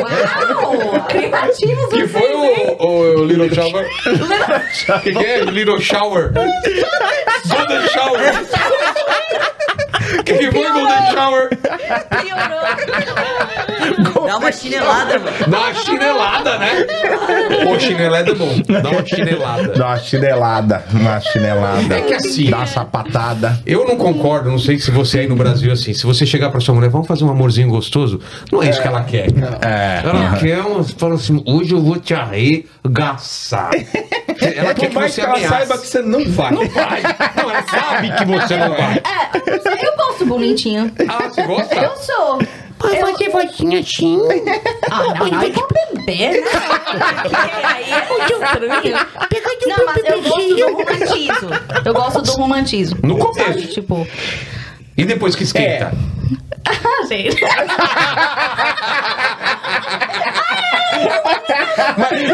Speaker 3: Uau! Criativos
Speaker 1: um Que
Speaker 3: vocês,
Speaker 1: foi
Speaker 3: hein?
Speaker 1: o, o, o Little Shower?
Speaker 3: Lembra-
Speaker 1: que, que é? Little Shower. Golden Shower. que, que foi Golden Shower?
Speaker 3: Piorou.
Speaker 4: Dá uma chinelada, mano.
Speaker 1: Dá uma chinelada, né? Pô, chinelada é bom. Dá uma chinelada.
Speaker 5: Dá uma chinelada. Uma chinelada.
Speaker 1: É que assim-
Speaker 3: né?
Speaker 5: Dá uma sapatada.
Speaker 1: Eu não concordo, não sei se você aí no Brasil assim, se você chegar pra sua mulher, vamos fazer um amorzinho gostoso, não é isso que ela quer.
Speaker 5: É.
Speaker 1: Ela quer, um- fala assim, hoje eu vou te arregaçar. Ela quer
Speaker 2: Por
Speaker 1: que
Speaker 2: mais
Speaker 1: você
Speaker 2: que ela
Speaker 1: ameace.
Speaker 2: saiba que você não vai.
Speaker 1: Vai. Não, ela sabe que você não vai.
Speaker 3: É, eu gosto bonitinho.
Speaker 1: Ah, você
Speaker 3: Eu
Speaker 1: gosta?
Speaker 3: sou. Eu...
Speaker 6: Pode fazer vozinha assim.
Speaker 3: Ah, não, não, não, não, pena. Aí é um tio Não, mas eu gosto do romantismo. Eu gosto do romantismo.
Speaker 1: No começo.
Speaker 3: Sabe, Tipo,
Speaker 1: E depois que esquenta?
Speaker 2: É.
Speaker 3: ah, gente.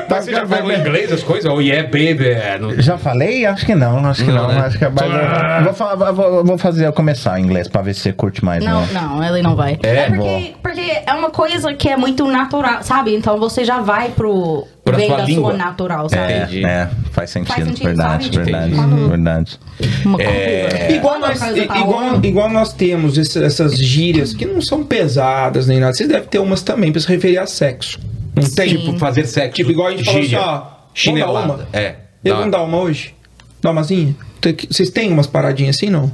Speaker 1: Mas você já falou em inglês as coisas? Oh yeah, baby. é, não-
Speaker 5: Tá Já falei? Acho que não, acho que
Speaker 1: Não,
Speaker 5: não.
Speaker 1: né?
Speaker 5: Acho que é mais-
Speaker 1: Ah.
Speaker 5: vou, falar- vou- vou fazer eu começar em inglês pra ver se você curte mais.
Speaker 3: Não,
Speaker 5: né?
Speaker 3: não, ele não vai.
Speaker 1: É,
Speaker 3: porque, porque é uma coisa que é muito natural, sabe? Então você já vai pro
Speaker 1: Pra
Speaker 3: bem
Speaker 1: sua
Speaker 3: da
Speaker 1: língua.
Speaker 3: sua natural, sabe?
Speaker 5: É,
Speaker 1: Entendi.
Speaker 5: é, faz sentido,
Speaker 3: sentido,
Speaker 5: verdade,
Speaker 3: sabe?
Speaker 5: verdade,
Speaker 3: Entendi.
Speaker 5: verdade.
Speaker 3: Uma
Speaker 1: É.
Speaker 3: coisa.
Speaker 5: É.
Speaker 2: Igual
Speaker 3: Uma
Speaker 2: nós,
Speaker 3: coisa
Speaker 2: i-
Speaker 3: pra
Speaker 2: igual,
Speaker 3: outra.
Speaker 2: igual nós temos esse- essas gírias que não são pesadas nem nada. Vocês devem ter umas também pra se referir a sexo. Não tem?
Speaker 1: Tipo, fazer sexo.
Speaker 2: Tipo, igual a gente falou
Speaker 1: gíria,
Speaker 2: assim, ó, vamos dar
Speaker 1: Chinelada.
Speaker 2: uma?
Speaker 1: É.
Speaker 2: Eu
Speaker 5: Tá.
Speaker 1: dá-
Speaker 2: vou dar uma hoje? Dá umazinha? Tem que- Vocês têm umas paradinhas assim, não?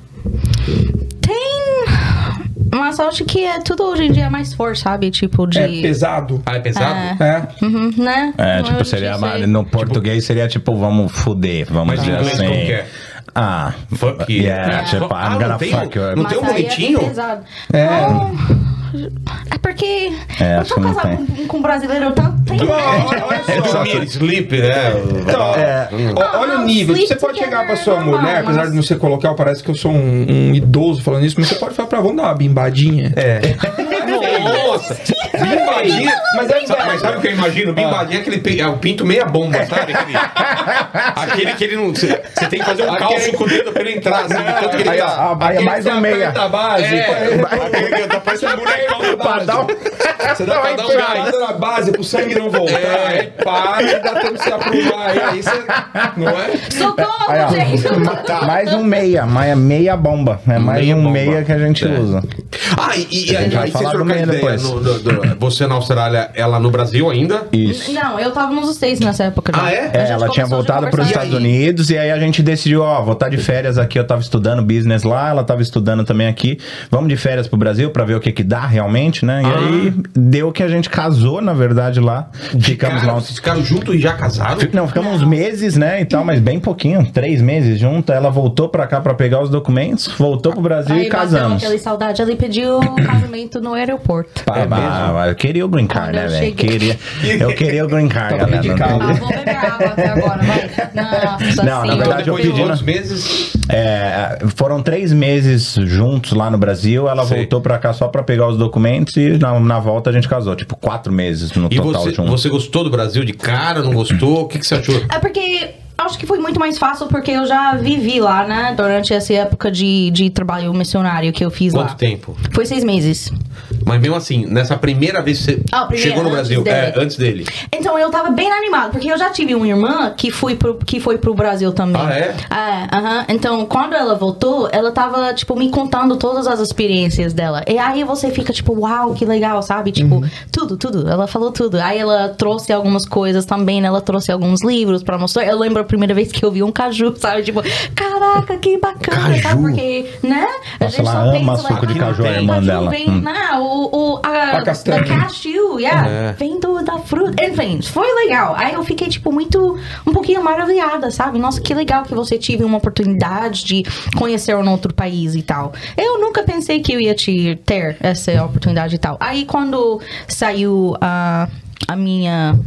Speaker 3: Tem uma sorte que é tudo hoje em dia é mais forte, sabe? Tipo de.
Speaker 2: É pesado?
Speaker 1: Ah, é pesado?
Speaker 3: É.
Speaker 2: É.
Speaker 3: Uhum, né?
Speaker 5: É,
Speaker 3: Não, eu
Speaker 5: tipo,
Speaker 3: não
Speaker 5: seria
Speaker 3: sei.
Speaker 5: mais- no português seria tipo, vamos fuder, vamos
Speaker 1: Mas em
Speaker 5: dizer
Speaker 1: inglês
Speaker 5: assim.
Speaker 1: como que é?
Speaker 5: Ah,
Speaker 1: Fuck you.
Speaker 5: yeah,
Speaker 1: É.
Speaker 5: tipo,
Speaker 1: Ah,
Speaker 5: I'm
Speaker 1: não
Speaker 5: gonna
Speaker 1: tem-
Speaker 5: fuck you.
Speaker 1: não tem um
Speaker 3: Mas aí
Speaker 1: bonitinho?
Speaker 3: É, bem pesado.
Speaker 2: É.
Speaker 3: Não, é porque
Speaker 5: É,
Speaker 3: eu
Speaker 5: acho
Speaker 3: tô
Speaker 5: que não
Speaker 3: casada
Speaker 5: tem.
Speaker 3: com, com um brasileiro há tanto tempo.
Speaker 2: Olha, olha
Speaker 1: É
Speaker 2: só.
Speaker 1: dormir, sleep, né?
Speaker 2: Então,
Speaker 5: Tá. É, Hum.
Speaker 2: ó, olha o nível. Você pode chegar pra sua mulher, apesar de não ser coloquial, parece que eu sou um, um idoso falando isso, mas você pode falar pra ela, vamos dar uma bimbadinha.
Speaker 1: É. Nossa! Bimbadinha!
Speaker 2: Mas é Ah.
Speaker 1: sabe, mas sabe o que eu imagino? Bimbadinha é aquele pe- é o pinto meia bomba, sabe? Aquele, aquele que ele não. Você tem que fazer um calço com o dedo pra ele entrar, assim, de tanto que ele
Speaker 5: Aí,
Speaker 1: tá.
Speaker 5: ó, aí é
Speaker 2: Aquele
Speaker 5: mais
Speaker 2: que
Speaker 5: um meia.
Speaker 2: aperta a base.
Speaker 1: É, tá parecendo um bonecão do
Speaker 5: Pra dar um-
Speaker 2: Você dá
Speaker 3: é
Speaker 1: Vai
Speaker 2: uma
Speaker 1: dar um
Speaker 2: empurrada é na base pro sangue não voltar.
Speaker 1: É.
Speaker 2: Aí para e dá tempo de se aprumar. Aí, aí você. Não é?
Speaker 3: Socorro,
Speaker 5: Aí, ó,
Speaker 3: gente!
Speaker 5: mais um meia, mais meia bomba. É mais
Speaker 1: Meia
Speaker 5: um
Speaker 1: bomba. É.
Speaker 5: meia que a gente usa.
Speaker 1: Ah, e, e, e
Speaker 5: A
Speaker 1: aí,
Speaker 5: gente vai
Speaker 1: aí vocês
Speaker 5: falar do
Speaker 1: trocaram
Speaker 5: meio
Speaker 1: ideia
Speaker 5: depois.
Speaker 1: no- no- do- você na Austrália, ela no Brasil ainda?
Speaker 5: Isso.
Speaker 3: Não, eu tava nos States nessa época. já.
Speaker 1: Ah, é?
Speaker 3: A gente
Speaker 5: É, ela tinha
Speaker 3: começou a
Speaker 5: voltado para os
Speaker 3: conversar
Speaker 5: Estados
Speaker 3: aí.
Speaker 5: Unidos e aí a gente decidiu, ó, vou estar de férias aqui, eu tava estudando business lá, ela tava estudando também aqui. Vamos de férias pro Brasil para ver o que que dá realmente, né? E
Speaker 3: Ah.
Speaker 5: aí deu que a gente casou, na verdade, lá. Ficamos
Speaker 1: Cara,
Speaker 5: lá um
Speaker 1: vocês ficaram juntos e já
Speaker 3: tá
Speaker 1: casaram?
Speaker 5: Não, ficamos uns meses, né, e tal, mas bem pouquinho, três meses junto. Ela voltou pra cá pra pegar os documentos, voltou pro Brasil
Speaker 3: Aí
Speaker 5: e
Speaker 3: bateu
Speaker 5: casamos.
Speaker 3: aquela saudade, ele pediu casamento no aeroporto.
Speaker 5: Pá, pá, eu queria o green card,
Speaker 3: Quando
Speaker 5: né,
Speaker 3: eu
Speaker 5: velho?
Speaker 3: cheguei.
Speaker 5: Queria, eu queria o green card,
Speaker 2: Tava
Speaker 5: galera.
Speaker 2: de
Speaker 5: não
Speaker 3: Ah,
Speaker 5: tem-
Speaker 2: calma.
Speaker 3: vou beber água até agora, vai. Nossa,
Speaker 5: Não, na
Speaker 3: senhora.
Speaker 5: verdade, eu
Speaker 1: Então, depois de
Speaker 5: pedi né? na-
Speaker 1: quantos meses?
Speaker 5: É, foram três meses juntos lá no Brasil. Ela
Speaker 1: Sei.
Speaker 5: voltou pra cá só pra pegar os documentos e na, na volta a gente casou. Tipo, quatro meses no
Speaker 1: E
Speaker 5: total
Speaker 1: você,
Speaker 5: juntos.
Speaker 1: você gostou do Brasil de cara? Não gostou? O que, que você achou?
Speaker 3: É porque acho que foi muito mais fácil porque eu já vivi lá, né? Durante essa época de, de trabalho missionário que eu fiz lá.
Speaker 1: Quanto tempo?
Speaker 3: Foi seis meses.
Speaker 1: Mas mesmo assim, nessa primeira vez que você
Speaker 3: Ah, primeira,
Speaker 1: chegou no
Speaker 3: antes
Speaker 1: Brasil,
Speaker 3: dele.
Speaker 1: é, antes dele.
Speaker 3: Então eu tava bem animada, porque eu já tive uma irmã que, fui pro, que foi pro Brasil também.
Speaker 1: Ah, é?
Speaker 3: É, aham. Então, quando ela voltou, ela tava, tipo, me contando todas as experiências dela. E aí você fica, tipo, uau, que legal, sabe? Tipo,
Speaker 5: Uhum.
Speaker 3: tudo, tudo. Ela falou tudo. Aí ela trouxe algumas coisas também, né? Ela trouxe alguns livros pra mostrar. Eu lembro a primeira vez que eu vi um caju, sabe? Tipo, caraca, que bacana,
Speaker 5: Caju?
Speaker 3: sabe? Porque, né?
Speaker 5: Nossa, ela ama suco de
Speaker 3: ah,
Speaker 5: caju, a
Speaker 3: tem
Speaker 5: irmã
Speaker 3: caju,
Speaker 5: dela.
Speaker 3: Vem,
Speaker 5: Hum.
Speaker 3: né? O, o, a,
Speaker 2: A castanha.
Speaker 3: the cashew, yeah.
Speaker 1: É.
Speaker 3: Vem do, da fruta. Enfim, foi legal. Aí eu fiquei, tipo, muito. Um pouquinho maravilhada, sabe? Nossa, que legal que você tive uma oportunidade de conhecer um outro país e tal. Eu nunca pensei que eu ia te ter essa oportunidade e tal. Aí quando saiu a, a minha.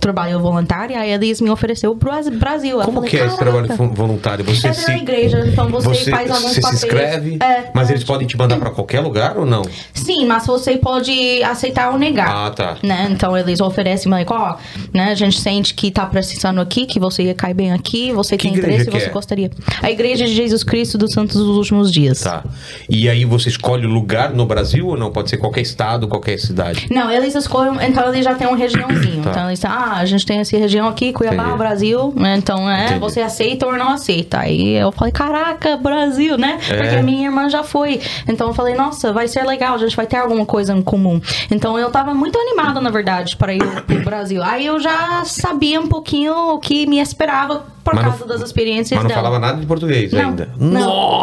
Speaker 3: Trabalho voluntário, aí eles me ofereceu o Bras- Brasil. Eu
Speaker 1: Como
Speaker 3: falei,
Speaker 1: que é esse
Speaker 3: "Caraca."
Speaker 1: trabalho vo- voluntário? Você
Speaker 3: É
Speaker 1: se.
Speaker 3: pela igreja, então você, faz alguns
Speaker 1: você se
Speaker 3: papéis.
Speaker 1: inscreve,
Speaker 3: É.
Speaker 1: mas eles podem te mandar pra qualquer lugar ou não?
Speaker 3: Sim, mas você pode aceitar ou negar.
Speaker 1: Ah, tá.
Speaker 3: Né? Então eles oferecem, mas ó, né? A gente sente que tá precisando aqui, que você ia cair bem aqui, você
Speaker 1: Que
Speaker 3: tem
Speaker 1: igreja
Speaker 3: interesse,
Speaker 1: que
Speaker 3: você
Speaker 1: é?
Speaker 3: gostaria. A Igreja de Jesus Cristo dos Santos dos Últimos Dias.
Speaker 1: Tá. E aí você escolhe o lugar no Brasil ou não? Pode ser qualquer estado, qualquer cidade.
Speaker 3: Não, eles escolhem, então eles já têm um regiãozinho.
Speaker 1: Tá.
Speaker 3: Então eles dizem, ah, a gente tem essa região aqui, Cuiabá,
Speaker 1: Entendi.
Speaker 3: Brasil, né? Então é,
Speaker 1: Entendi.
Speaker 3: você aceita ou não aceita. Aí eu falei, caraca, Brasil, né?
Speaker 1: É.
Speaker 3: Porque a minha irmã já foi. Então eu falei, nossa, vai ser legal, a gente vai ter alguma coisa em comum. Então eu tava muito animada, na verdade, para ir pro Brasil. Aí eu já sabia um pouquinho o que me esperava por
Speaker 1: Mas não-
Speaker 3: causa das experiências
Speaker 1: Mas não
Speaker 3: dela.
Speaker 1: falava nada de português ainda.
Speaker 3: não,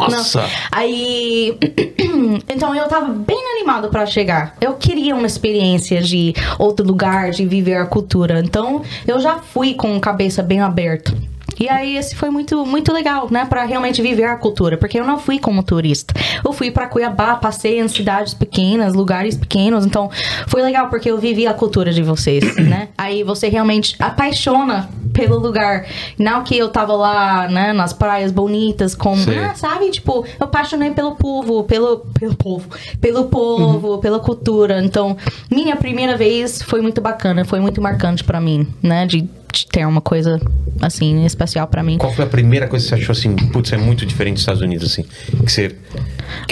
Speaker 1: Nossa!
Speaker 3: não. Aí. então eu tava bem animado pra chegar. Eu queria uma experiência de outro lugar, de viver a cultura. Então eu já fui com a cabeça bem aberta. E aí esse foi muito, muito legal, né? Pra realmente viver a cultura. Porque eu não fui como turista. Eu fui pra Cuiabá, passei em cidades pequenas, lugares pequenos. Então foi legal porque eu vivi a cultura de vocês, né? Aí você realmente apaixona pelo lugar. Não que eu tava lá, né? Nas praias bonitas, como.
Speaker 1: Sei.
Speaker 3: Ah, sabe? Tipo, eu apaixonei pelo povo, pelo, pelo povo, pelo
Speaker 5: Uhum.
Speaker 3: povo, pela cultura. Então, minha primeira vez foi muito bacana, foi muito marcante pra mim, né? De, de ter uma coisa assim especial pra mim.
Speaker 1: Qual foi a primeira coisa que você achou assim, putz, é muito diferente dos Estados Unidos, assim? Que você.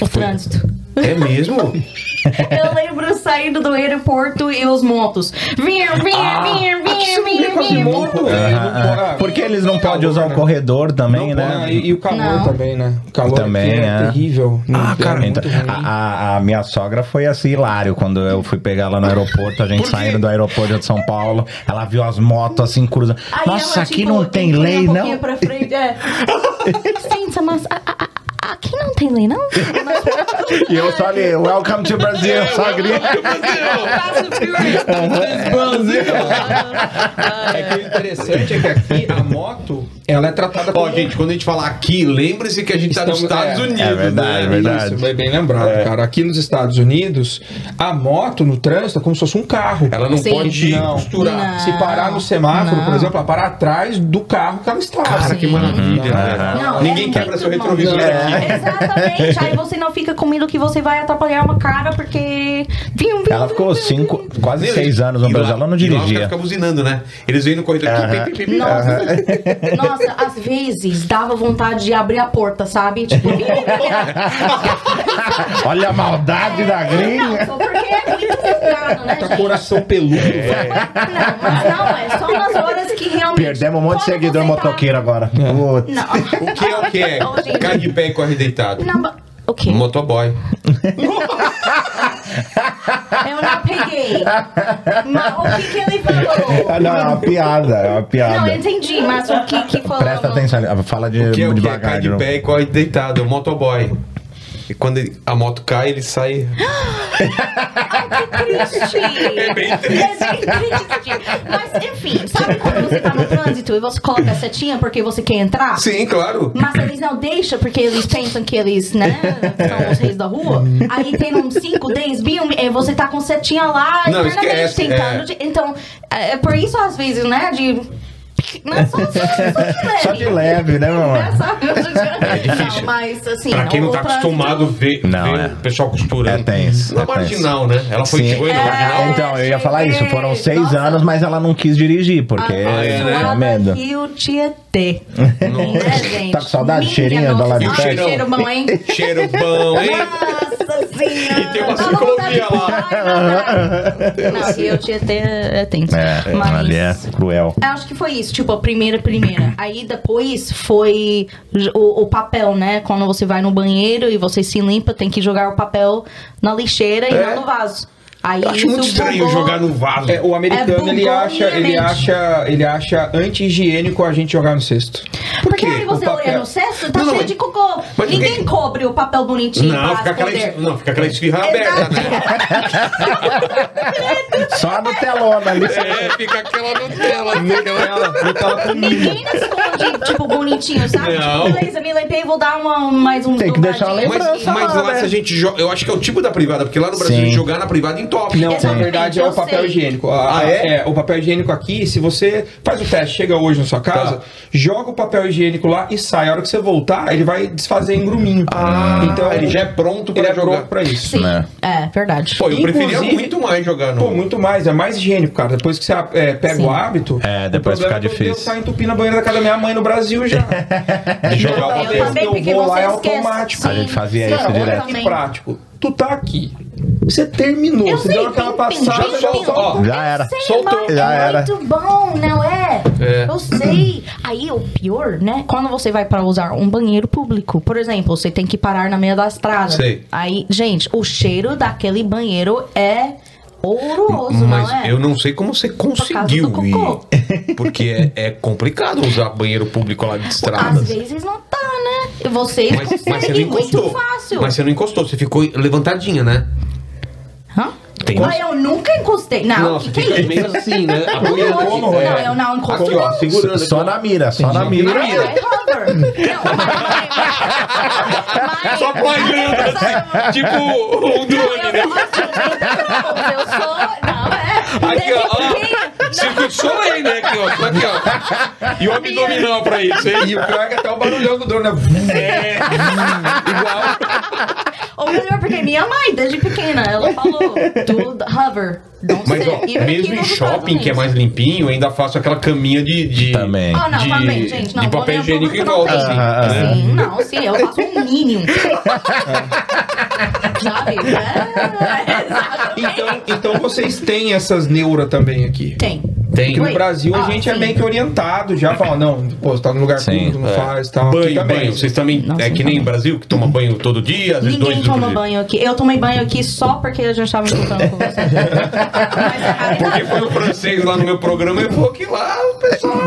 Speaker 3: o trânsito.
Speaker 1: É mesmo?
Speaker 3: Eu lembro saindo do aeroporto e os motos. Vinha, vinha, vinha, vinha, vinha, vinha. é,
Speaker 5: Ah, Porque eles não podem usar o corredor também, né?
Speaker 2: e, e o calor
Speaker 3: Não.
Speaker 2: também, né? O calor
Speaker 5: Também,
Speaker 2: aqui é,
Speaker 5: é.
Speaker 2: terrível. É
Speaker 5: Ah, cara,
Speaker 2: muito
Speaker 5: então,
Speaker 2: ruim.
Speaker 5: a, a- a minha sogra foi assim, hilário, quando eu fui pegar ela no aeroporto, a gente saindo do aeroporto de São Paulo, ela viu as motos assim cruzando.
Speaker 3: Aí
Speaker 5: Nossa,
Speaker 3: ela,
Speaker 5: aqui
Speaker 3: tipo,
Speaker 5: não tem
Speaker 3: empurra
Speaker 5: lei,
Speaker 3: um
Speaker 5: não?
Speaker 3: pouquinho Pra frente, é. Licença, mas a- a- a- aqui não tem lei, não? Mas
Speaker 5: E eu só ali, welcome to Brazil, sogrinha.
Speaker 3: Fast and Furious.
Speaker 2: É que o interessante é que aqui a moto, ela é tratada
Speaker 1: Ó, gente, quando a gente falar aqui, lembre-se que a gente tá nos
Speaker 2: Estamos-
Speaker 1: Estados
Speaker 2: é,
Speaker 1: Unidos.
Speaker 5: é verdade,
Speaker 1: né?
Speaker 5: é verdade.
Speaker 2: Isso, bem, bem lembrado,
Speaker 1: É.
Speaker 2: cara. Aqui nos Estados Unidos, a moto no trânsito é como se fosse um carro.
Speaker 1: Ela não
Speaker 3: Sim.
Speaker 1: pode
Speaker 2: Não.
Speaker 1: costurar.
Speaker 3: Não.
Speaker 2: Se parar no semáforo,
Speaker 3: Não.
Speaker 2: por exemplo, ela parar atrás do carro que ela está.
Speaker 1: Cara, que
Speaker 2: Uhum.
Speaker 1: maravilha.
Speaker 5: Aham.
Speaker 1: né?
Speaker 3: Não,
Speaker 1: Ninguém
Speaker 3: é
Speaker 1: quebra
Speaker 3: muito
Speaker 1: seu
Speaker 3: bom.
Speaker 1: retrovisor
Speaker 3: É.
Speaker 1: aqui.
Speaker 3: Exatamente. Aí você não fica com medo que você vai atrapalhar uma cara, porque. Vim, vim,
Speaker 5: Ela ficou
Speaker 3: vim,
Speaker 5: cinco, quase
Speaker 1: Meu,
Speaker 5: seis
Speaker 1: e-
Speaker 5: anos no
Speaker 1: e
Speaker 5: Brasil,
Speaker 1: lá-
Speaker 5: ela não
Speaker 1: E lá os caras
Speaker 5: dirigia.
Speaker 1: ficam buzinando, né? Eles vêm no corredor aqui, pi, pi, pi, pi.
Speaker 3: Nossa,
Speaker 5: assim.
Speaker 3: nossa, às vezes dava vontade de abrir a porta, sabe? Tipo,
Speaker 5: Olha a maldade da
Speaker 3: não,
Speaker 5: gringa.
Speaker 3: só porque é muito complicado, né,
Speaker 2: Tá
Speaker 3: gente?
Speaker 2: coração peludo,
Speaker 3: É.
Speaker 2: velho.
Speaker 3: Não, mas não, é só nas horas que realmente.
Speaker 5: Perdemos um monte de
Speaker 3: quando
Speaker 5: seguidor
Speaker 3: você tá-
Speaker 5: motoqueiro agora. Putz.
Speaker 3: Não.
Speaker 1: O que é o que é?
Speaker 3: Ô, gente.
Speaker 1: Cai de pé e corre deitado. Um
Speaker 3: Não, mas- o quê?
Speaker 1: Motoboy.
Speaker 3: Eu não peguei. Mas o que, que ele falou?
Speaker 5: Ah, Não, é uma piada, é uma
Speaker 3: Não, eu
Speaker 5: piada.
Speaker 3: entendi, mas o que que falou?
Speaker 5: Presta atenção, fala de,
Speaker 1: O que é o que é?
Speaker 5: devagar.
Speaker 1: Cai de
Speaker 5: Bruno.
Speaker 1: pé e corre deitado. É o motoboy. E quando ele- a moto cai, ele sai.
Speaker 3: triste. É bem triste. Mas, enfim, sabe quando você tá no trânsito e você coloca a setinha porque você quer entrar?
Speaker 1: Sim, claro.
Speaker 3: Mas eles não deixam porque eles pensam que eles, né, são os reis da rua. Aí tem uns 5, 10 mil, eh, você tá com setinha lá,
Speaker 1: Não,
Speaker 3: eternamente
Speaker 1: esquece,
Speaker 3: tentando.
Speaker 1: é.
Speaker 3: de- então, é por isso às vezes, né, de. Não, só, só,
Speaker 5: Só de leve, né, mamãe?
Speaker 3: É difícil. mas assim.
Speaker 1: Pra quem não tá
Speaker 3: o trânsito-
Speaker 1: acostumado a ver,
Speaker 5: Não,
Speaker 1: ver
Speaker 5: é.
Speaker 1: o pessoal costurando.
Speaker 5: É tenso,
Speaker 1: Na
Speaker 5: é tenso.
Speaker 1: marginal, né? Ela foi
Speaker 5: Sim.
Speaker 1: chegou aí na
Speaker 5: É,
Speaker 1: marginal.
Speaker 5: Então, eu ia falar isso. Foram seis
Speaker 3: Nossa.
Speaker 5: anos, mas ela não quis dirigir, porque
Speaker 1: Ah, é, né?
Speaker 5: tinha
Speaker 3: Abençoada
Speaker 5: um medo.
Speaker 3: Rio Tietê.
Speaker 1: Nossa.
Speaker 3: Né, gente?
Speaker 5: Tá com saudade do
Speaker 3: Minha
Speaker 5: cheirinho da
Speaker 3: nossa,
Speaker 5: lave
Speaker 1: E o
Speaker 3: Ai,
Speaker 1: cheirão?
Speaker 3: cheiro bom, hein?
Speaker 1: Cheiro bom, hein?
Speaker 3: É. Nossa senhora.
Speaker 1: E tem uma
Speaker 3: Dá
Speaker 1: ciclovia
Speaker 3: vontade de
Speaker 1: lá.
Speaker 3: parar e nadar. Não, Rio Tietê é tenso.
Speaker 5: É, ali é cruel.
Speaker 3: Eu acho que foi isso, tipo, a primeira, primeira. Aí depois foi j- o, o papel, né? Quando você vai no banheiro e você se limpa, tem que jogar o papel na lixeira e não no vaso. Aí
Speaker 1: É? Eu acho muito
Speaker 3: isso
Speaker 1: estranho
Speaker 3: bugou-
Speaker 1: jogar no vaso.
Speaker 2: É, o americano,
Speaker 3: É
Speaker 2: ele
Speaker 3: bugou
Speaker 2: acha,
Speaker 3: minha
Speaker 2: ele
Speaker 3: mente.
Speaker 2: acha, ele acha anti-higiênico a gente jogar no cesto.
Speaker 3: Porque
Speaker 2: quê?
Speaker 3: aí você
Speaker 2: O
Speaker 3: olha
Speaker 2: papel.
Speaker 3: no cesto, tá
Speaker 1: Não, não,
Speaker 3: cheio
Speaker 1: mas-
Speaker 3: de cocô.
Speaker 1: mas
Speaker 3: Ninguém
Speaker 1: ninguém-
Speaker 3: cobre o papel bonitinho
Speaker 1: Não,
Speaker 3: pra
Speaker 1: fica aquela,
Speaker 3: esconder.
Speaker 1: es- não, fica aquela esfirra aberta, né?
Speaker 5: Só no telona ali.
Speaker 1: É, fica aquela Nutella. né? Aquela...
Speaker 3: Ninguém esconde, tipo, bonitinho, sabe?
Speaker 1: Não.
Speaker 3: Tipo, beleza, me limpei, vou dar uma, mais um...
Speaker 5: Tem que deixar
Speaker 3: dobradinho.
Speaker 5: lembrança.
Speaker 1: Mas,
Speaker 5: Lembrança
Speaker 1: mas
Speaker 5: lá,
Speaker 1: lá,
Speaker 5: né?
Speaker 1: se a gente joga. Eu acho que é o tipo da privada, porque lá no Brasil
Speaker 5: Sim.
Speaker 1: a gente jogar na privada em top.
Speaker 2: Não, na
Speaker 3: Exatamente,
Speaker 2: verdade é
Speaker 3: eu
Speaker 2: o papel
Speaker 3: sei.
Speaker 2: higiênico. A-
Speaker 1: Ah, é?
Speaker 2: o papel higiênico aqui, se você faz o teste, chega hoje na sua casa,
Speaker 1: Tá.
Speaker 2: joga o papel higiênico lá e sai. A hora que você voltar, ele vai desfazer em gruminho.
Speaker 1: então ele já é pronto
Speaker 2: ele
Speaker 1: pra
Speaker 2: é
Speaker 1: jogar.
Speaker 2: pronto pra isso.
Speaker 3: Sim,
Speaker 5: Né?
Speaker 3: é verdade.
Speaker 1: Pô, eu preferia
Speaker 2: Inclusive-
Speaker 1: muito mais jogar no.
Speaker 2: Pô, muito mais, é mais higiênico, cara. Depois que você é, pega
Speaker 3: Sim.
Speaker 2: o hábito.
Speaker 5: É, depois
Speaker 2: o problema
Speaker 5: fica
Speaker 2: é que
Speaker 5: difícil.
Speaker 2: Eu devo estar entupindo a banheira da casa da minha mãe no Brasil já.
Speaker 1: de jogar
Speaker 2: Toda
Speaker 1: o
Speaker 3: Eu
Speaker 2: vez
Speaker 1: papel.
Speaker 3: também,
Speaker 2: que
Speaker 3: porque
Speaker 2: eu vou lá
Speaker 3: você
Speaker 2: é
Speaker 3: esquece.
Speaker 2: automático.
Speaker 5: A gente fazia
Speaker 3: sim,
Speaker 5: isso
Speaker 3: eu
Speaker 5: direto.
Speaker 2: Que
Speaker 3: também.
Speaker 2: prático. Tu tá aqui. Você terminou.
Speaker 3: Eu
Speaker 2: você
Speaker 3: sei,
Speaker 2: deu aquela
Speaker 3: tem-
Speaker 2: passada.
Speaker 3: tem-
Speaker 2: já
Speaker 3: tem-
Speaker 2: só- ó,
Speaker 3: tem-
Speaker 5: Já era.
Speaker 3: Eu sei,
Speaker 1: Soltou.
Speaker 3: mas
Speaker 5: Já
Speaker 3: é
Speaker 5: era.
Speaker 3: muito bom, não é?
Speaker 1: É.
Speaker 3: Eu sei. Aí o pior, né? Quando você vai pra usar um banheiro público, por exemplo, você tem que parar na meia da estrada.
Speaker 1: Sei.
Speaker 3: Aí, gente, o cheiro daquele banheiro é horroroso,
Speaker 1: Mas
Speaker 3: não é?
Speaker 1: eu não sei como você conseguiu
Speaker 3: causa do cocô.
Speaker 1: ir. Porque é, é complicado usar banheiro público lá de estrada.
Speaker 3: Às vezes não tá, né? E Vocês
Speaker 1: Mas, mas você não
Speaker 3: conseguem muito
Speaker 1: encostou.
Speaker 3: fácil.
Speaker 1: Mas você não encostou, você ficou levantadinha, né?
Speaker 3: Hã?
Speaker 1: Tem
Speaker 3: Mas eu nunca encostei. Não, o que, que é
Speaker 6: meio
Speaker 3: isso?
Speaker 6: assim, né?
Speaker 3: Não,
Speaker 6: Apoiando
Speaker 3: eu-
Speaker 6: aqui.
Speaker 1: é.
Speaker 3: não, eu não encosto
Speaker 6: Aqui,
Speaker 3: não.
Speaker 6: ó, segurando. aqui,
Speaker 5: Só
Speaker 6: ó.
Speaker 5: na mira, só na mira.
Speaker 3: É, é hover. Não, mas- mas-
Speaker 1: É Só
Speaker 3: mas-
Speaker 1: planeando, assim, tipo um drone, né?
Speaker 3: Eu gosto de gente, eu sou. Não, é.
Speaker 1: Aqui, ó,
Speaker 3: Desde
Speaker 1: ó. Circo de Soleil, né? Aqui, ó. Aqui, ó. E o abdominal pra isso, hein?
Speaker 2: E o pior é que até o barulhão do drone é...
Speaker 3: pequena- Ou melhor, porque minha mãe, desde pequena, ela falou tudo hover. Não
Speaker 1: Mas,
Speaker 3: sei.
Speaker 1: ó,
Speaker 3: even aqui
Speaker 1: mesmo em
Speaker 3: nos
Speaker 1: shopping,
Speaker 3: Estados
Speaker 1: que é mais limpinho, eu ainda faço aquela caminha de... de-
Speaker 5: Também.
Speaker 3: Ah, não,
Speaker 1: de-
Speaker 3: também, gente. Não,
Speaker 1: de papel
Speaker 3: banheiro
Speaker 1: higiênico
Speaker 3: público
Speaker 1: em volta,
Speaker 3: não tem.
Speaker 5: assim, né?
Speaker 3: Sim, não, sim, eu faço um mínimo. Sabe? É, exatamente.
Speaker 2: então, então vocês têm essas neura também aqui.
Speaker 3: Tem.
Speaker 1: Tem.
Speaker 2: Porque no
Speaker 3: Oi.
Speaker 2: Brasil a
Speaker 3: Ah,
Speaker 2: gente é
Speaker 3: sim.
Speaker 2: meio que orientado já, fala, não, pô, você tá no lugar
Speaker 5: Sim,
Speaker 2: público, não
Speaker 1: é.
Speaker 2: faz, tal. Aqui
Speaker 1: Banho,
Speaker 2: também.
Speaker 1: banho. Vocês também...
Speaker 3: Não,
Speaker 1: é
Speaker 3: sim,
Speaker 1: que nem o Brasil, que toma banho todo dia, às vezes
Speaker 3: Ninguém
Speaker 1: dois...
Speaker 3: toma
Speaker 1: dias.
Speaker 3: banho aqui. Eu tomei banho aqui só porque a gente tava encontrando com você. Mas é
Speaker 1: Porque
Speaker 3: raridade.
Speaker 1: foi o francês lá no meu programa e eu vou que lá o pessoal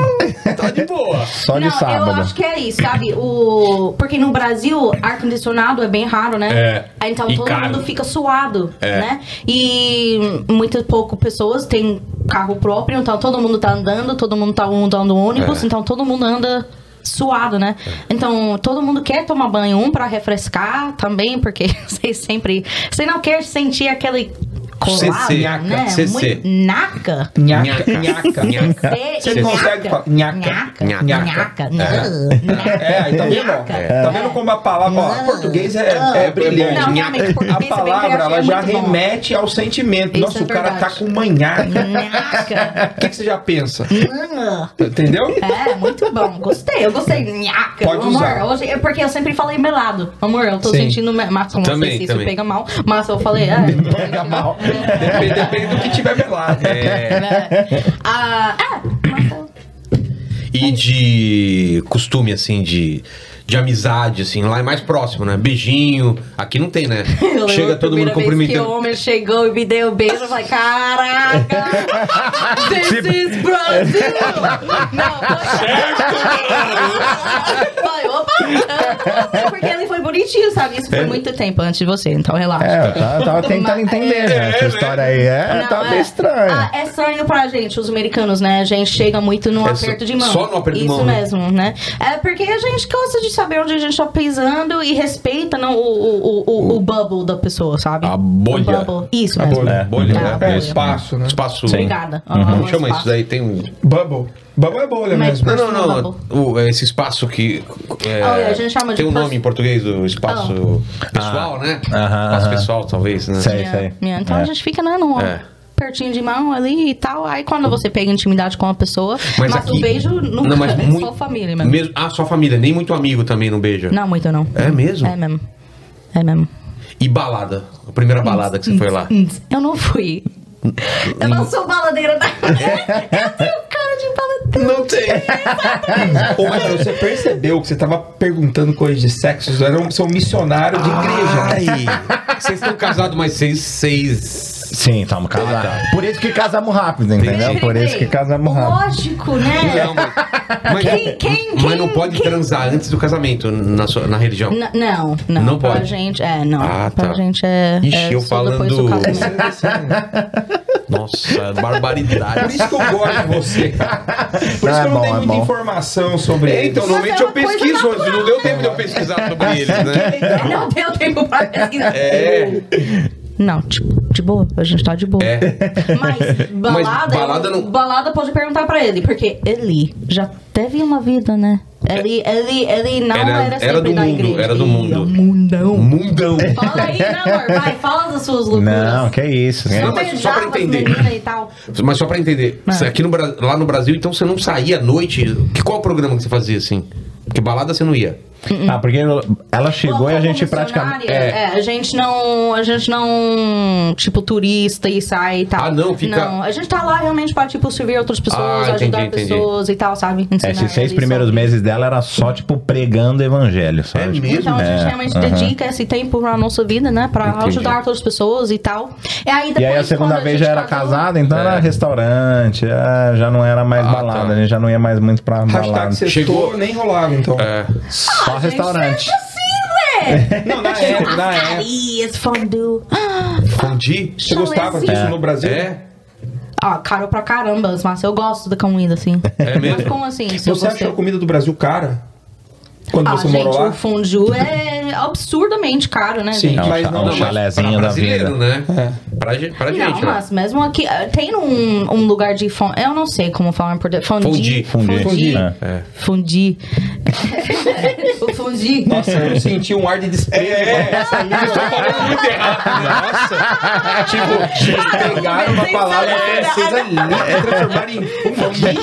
Speaker 1: tá de boa.
Speaker 5: Só de
Speaker 3: não, eu
Speaker 5: sábado.
Speaker 3: acho que é isso, sabe? O... Porque no Brasil, ar-condicionado é bem raro, né?
Speaker 1: É.
Speaker 3: Aí, Então
Speaker 1: E
Speaker 3: todo
Speaker 1: caro.
Speaker 3: mundo fica suado,
Speaker 1: É.
Speaker 3: né? E muito pouco pessoas têm carro próprio, então todo mundo tá andando, todo mundo tá andando
Speaker 1: É.
Speaker 3: ônibus, então todo mundo anda suado, né? Então todo mundo quer tomar banho, um pra refrescar também, porque você sempre. Você não quer sentir aquele. Colado,
Speaker 1: CC,
Speaker 3: né?
Speaker 1: CC.
Speaker 3: Muito naca.
Speaker 2: Nhaca, nhaca, nhaca. Você
Speaker 3: Nhaca.
Speaker 2: consegue falar nhaca,
Speaker 3: Nhaca. Nhaca. Nhaca. Nhaca.
Speaker 2: É, aí tá vendo, ó.
Speaker 3: Nhaca.
Speaker 2: Tá vendo como a palavra, ó,
Speaker 3: Não.
Speaker 2: português é,
Speaker 3: Ah.
Speaker 2: é brilhante.
Speaker 3: Não, realmente, português é
Speaker 2: a
Speaker 3: bem
Speaker 2: palavra,
Speaker 3: criativo,
Speaker 2: ela
Speaker 3: é
Speaker 2: já
Speaker 3: muito bom.
Speaker 2: remete ao sentimento.
Speaker 3: Isso
Speaker 2: Nossa,
Speaker 3: é
Speaker 2: o cara tá
Speaker 3: verdade.
Speaker 2: com manhaca.
Speaker 3: Nhaca.
Speaker 2: O que, que você já pensa?
Speaker 3: Ah.
Speaker 2: Entendeu?
Speaker 3: É, muito bom. Gostei, eu gostei. Nhaca.
Speaker 2: Pode
Speaker 3: amor,
Speaker 2: usar.
Speaker 3: hoje, é porque eu sempre falei melado. Amor, eu tô
Speaker 2: Sim.
Speaker 3: sentindo. me- Mas não
Speaker 1: Também,
Speaker 3: sei se
Speaker 1: também.
Speaker 3: isso pega mal. Mas eu falei. É,
Speaker 5: Pega mal.
Speaker 2: Depende, depende do que tiver melado.
Speaker 1: É,
Speaker 3: é. Ah, é, mas-
Speaker 1: e de costume, assim, de, de amizade, assim, lá é mais próximo, né? Beijinho. Aqui não tem, né?
Speaker 3: Eu lembro
Speaker 1: Chega
Speaker 3: a
Speaker 1: todo mundo
Speaker 3: primeira vez que o
Speaker 1: cumprimentando.
Speaker 3: homem chegou e me deu um beijo, eu falei, caraca! This
Speaker 1: Tipo,
Speaker 3: is Brasil! Não, foi... Falei, opa! eu gostei, Porque ele foi bonitinho, sabe? Isso
Speaker 1: É.
Speaker 3: foi muito tempo antes de você, então relaxa.
Speaker 5: É, eu tava, tava tentando entender né, essa história aí. É,
Speaker 3: Não,
Speaker 5: tá meio estranha.
Speaker 3: Ah, é estranho pra gente, os americanos, né? A gente chega muito no
Speaker 1: É só-
Speaker 3: aperto de mão.
Speaker 1: só no aperto de
Speaker 3: Isso
Speaker 1: mão, né?
Speaker 3: mesmo, né? É porque a gente gosta de saber onde a gente tá pisando e respeita não, o, o, o, o- o bubble da pessoa, sabe?
Speaker 1: A bolha.
Speaker 3: O bubble. Isso
Speaker 2: A
Speaker 3: mesmo.
Speaker 2: bolha.
Speaker 5: É,
Speaker 1: Bolha,
Speaker 3: Ah,
Speaker 1: né?
Speaker 2: É,
Speaker 3: bolha.
Speaker 2: espaço, né?
Speaker 1: Espaço.
Speaker 3: Obrigada.
Speaker 1: Como
Speaker 3: Uhum.
Speaker 1: chama isso daí? Tem um.
Speaker 2: Bubble. Bubble é bolha
Speaker 3: Mas-
Speaker 2: mesmo.
Speaker 1: Não, não, não.
Speaker 3: Bubble.
Speaker 1: O- é esse espaço que. é,
Speaker 3: Ah, a gente chama de Ah.
Speaker 1: tem um
Speaker 3: pers-
Speaker 1: nome em português, o espaço pessoal, né?
Speaker 5: Ah. Aham,
Speaker 1: espaço
Speaker 5: aham.
Speaker 1: pessoal, talvez, né?
Speaker 5: Sei,
Speaker 3: Minha-
Speaker 5: sei.
Speaker 3: minha- Então
Speaker 5: É.
Speaker 3: a gente fica, né, num
Speaker 1: É.
Speaker 3: pertinho de mão ali e tal. Aí quando você pega intimidade com uma pessoa, mas,
Speaker 1: Mas aqui-
Speaker 3: o beijo nunca,
Speaker 1: Não, mas
Speaker 3: né?
Speaker 1: muito-
Speaker 3: Só família mesmo.
Speaker 1: Mesmo- Ah, só família. Nem muito amigo também não beija.
Speaker 3: Não, muito não.
Speaker 1: É mesmo?
Speaker 3: É mesmo. É mesmo.
Speaker 1: E balada? A primeira balada que você foi lá?
Speaker 3: Eu não fui. Eu não sou baladeira da. Eu tenho cara de baladeira.
Speaker 1: Não tem.
Speaker 2: Ô, mas você percebeu que você tava perguntando coisas de sexo? Era um, são missionário de
Speaker 3: Ah,
Speaker 2: igreja.
Speaker 1: Ai, vocês estão casados, mas vocês. vocês...
Speaker 5: Sim, tamo
Speaker 3: tá,
Speaker 5: casados. Por isso que casamos rápido, entendeu?
Speaker 3: Peraí,
Speaker 5: Por isso que
Speaker 3: peraí.
Speaker 1: é
Speaker 5: casamos rápido.
Speaker 3: Lógico, né?
Speaker 1: Não, mas, mas,
Speaker 3: Quem- quem-
Speaker 1: mas não
Speaker 3: quem-
Speaker 1: pode
Speaker 3: quem-
Speaker 1: transar antes do casamento na, sua- na religião.
Speaker 3: N- Não, não.
Speaker 1: Não
Speaker 3: pra
Speaker 1: pode.
Speaker 3: gente, é, não.
Speaker 1: Ah, tá.
Speaker 3: Pra gente é.
Speaker 1: Ixi,
Speaker 3: é
Speaker 1: eu
Speaker 3: só depois do
Speaker 1: falando-
Speaker 3: casamento.
Speaker 1: Nossa,
Speaker 2: Por
Speaker 1: barbaridade.
Speaker 2: isso que eu gosto de você, cara. Por isso que
Speaker 5: Ah,
Speaker 2: eu não
Speaker 5: bom,
Speaker 2: tenho
Speaker 5: é
Speaker 2: muita
Speaker 5: bom.
Speaker 2: informação sobre
Speaker 1: É,
Speaker 2: ele.
Speaker 1: então,
Speaker 3: Mas
Speaker 1: normalmente
Speaker 3: é
Speaker 1: eu
Speaker 3: uma coisa
Speaker 1: pesquiso antes. Não deu tempo de eu pesquisar sobre eles, né?
Speaker 3: É, Não deu tempo pra pesquisar.
Speaker 1: É.
Speaker 3: Não, tipo, de boa. A gente tá de boa. Mas balada.
Speaker 1: Mas balada não-
Speaker 3: balada pode perguntar pra ele, porque ele já teve uma vida, né? Ele, ele, ele não
Speaker 1: É. Era-
Speaker 3: era,
Speaker 1: era
Speaker 3: sempre
Speaker 1: do
Speaker 3: da
Speaker 1: mundo,
Speaker 3: igreja.
Speaker 1: era do
Speaker 3: Ele
Speaker 1: mundo.
Speaker 3: é um mundão.
Speaker 1: Mundão.
Speaker 3: Fala aí, né, amor? Vai, fala das suas loucuras.
Speaker 5: Não, que isso. né?
Speaker 1: Não, mas só pra
Speaker 3: Beijava as
Speaker 1: entender.
Speaker 3: meninas e tal.
Speaker 1: Mas só pra entender,
Speaker 3: Ah.
Speaker 1: você aqui no, Bra- lá no Brasil, então você não saía à noite? Que, qual o programa que você fazia assim? Porque balada você não ia.
Speaker 5: Ah, porque ela chegou e a
Speaker 3: Como
Speaker 5: gente
Speaker 3: missionária,
Speaker 5: praticamente.
Speaker 3: É. a gente não. A gente não. Tipo, turista e sai e tal.
Speaker 1: Ah, não, fica-
Speaker 3: Não, a gente tá lá realmente pra, tipo, servir outras pessoas,
Speaker 1: Ah, entendi,
Speaker 3: ajudar
Speaker 1: entendi.
Speaker 3: pessoas e tal, sabe? Ensinar
Speaker 5: É, Esses seis
Speaker 3: eles
Speaker 5: primeiros
Speaker 3: sobre-
Speaker 5: meses dela era só, tipo, pregando evangelho, sabe?
Speaker 1: É
Speaker 5: Tipo,
Speaker 1: mesmo?
Speaker 3: Então a gente
Speaker 5: É,
Speaker 3: realmente
Speaker 5: aham.
Speaker 3: dedica esse tempo pra nossa vida, né? Pra
Speaker 5: Entendi.
Speaker 3: ajudar outras pessoas e tal. E aí,
Speaker 5: E
Speaker 3: depois,
Speaker 5: aí a segunda
Speaker 3: quando
Speaker 5: vez
Speaker 3: gente
Speaker 5: já era
Speaker 3: casou- É.
Speaker 5: casada, então era restaurante, é, já não era mais
Speaker 1: Ah,
Speaker 5: balada,
Speaker 1: tá.
Speaker 5: a gente já não ia mais muito pra balada.
Speaker 2: Hashtag
Speaker 1: Chegou.
Speaker 2: sextou nem rolava, então.
Speaker 1: É.
Speaker 5: Só
Speaker 3: Ah, gente,
Speaker 5: restaurante.
Speaker 2: Não, na época, na época.
Speaker 3: Ih, esse fondue. Ah,
Speaker 1: entendi.
Speaker 2: Você gostava
Speaker 5: tá
Speaker 3: Chalezinho.
Speaker 2: disso no Brasil?
Speaker 1: É?
Speaker 3: Ah, caro pra caramba, mas eu gosto da comida, assim.
Speaker 1: É mesmo?
Speaker 3: Mas como assim? Se eu
Speaker 2: Você
Speaker 3: gostei?
Speaker 2: achou a comida do Brasil cara? Quando
Speaker 3: Ah,
Speaker 2: você
Speaker 3: gente,
Speaker 2: morou lá?
Speaker 3: o fondue é absurdamente caro, né,
Speaker 2: Sim.
Speaker 3: gente?
Speaker 5: É um,
Speaker 2: Mas
Speaker 5: cha-
Speaker 2: não,
Speaker 5: um
Speaker 2: mas
Speaker 5: chalézinho da vida. É,
Speaker 1: brasileiro, né? Pra, gen- pra gente,
Speaker 3: Não,
Speaker 1: né?
Speaker 3: mas mesmo aqui. eh, Tem um, um lugar de fondue. Eu não sei como falar em português.
Speaker 1: Fondue.
Speaker 3: Fondue.
Speaker 5: Fundi.
Speaker 3: Fondue.
Speaker 5: É.
Speaker 1: É.
Speaker 3: Fondue. O fondue.
Speaker 2: Nossa, eu senti um ar de desprezo. Nossa! Tipo, eles pegaram uma
Speaker 3: Sem
Speaker 2: palavra
Speaker 3: salário.
Speaker 2: francesa linda e transformaram é em fundi.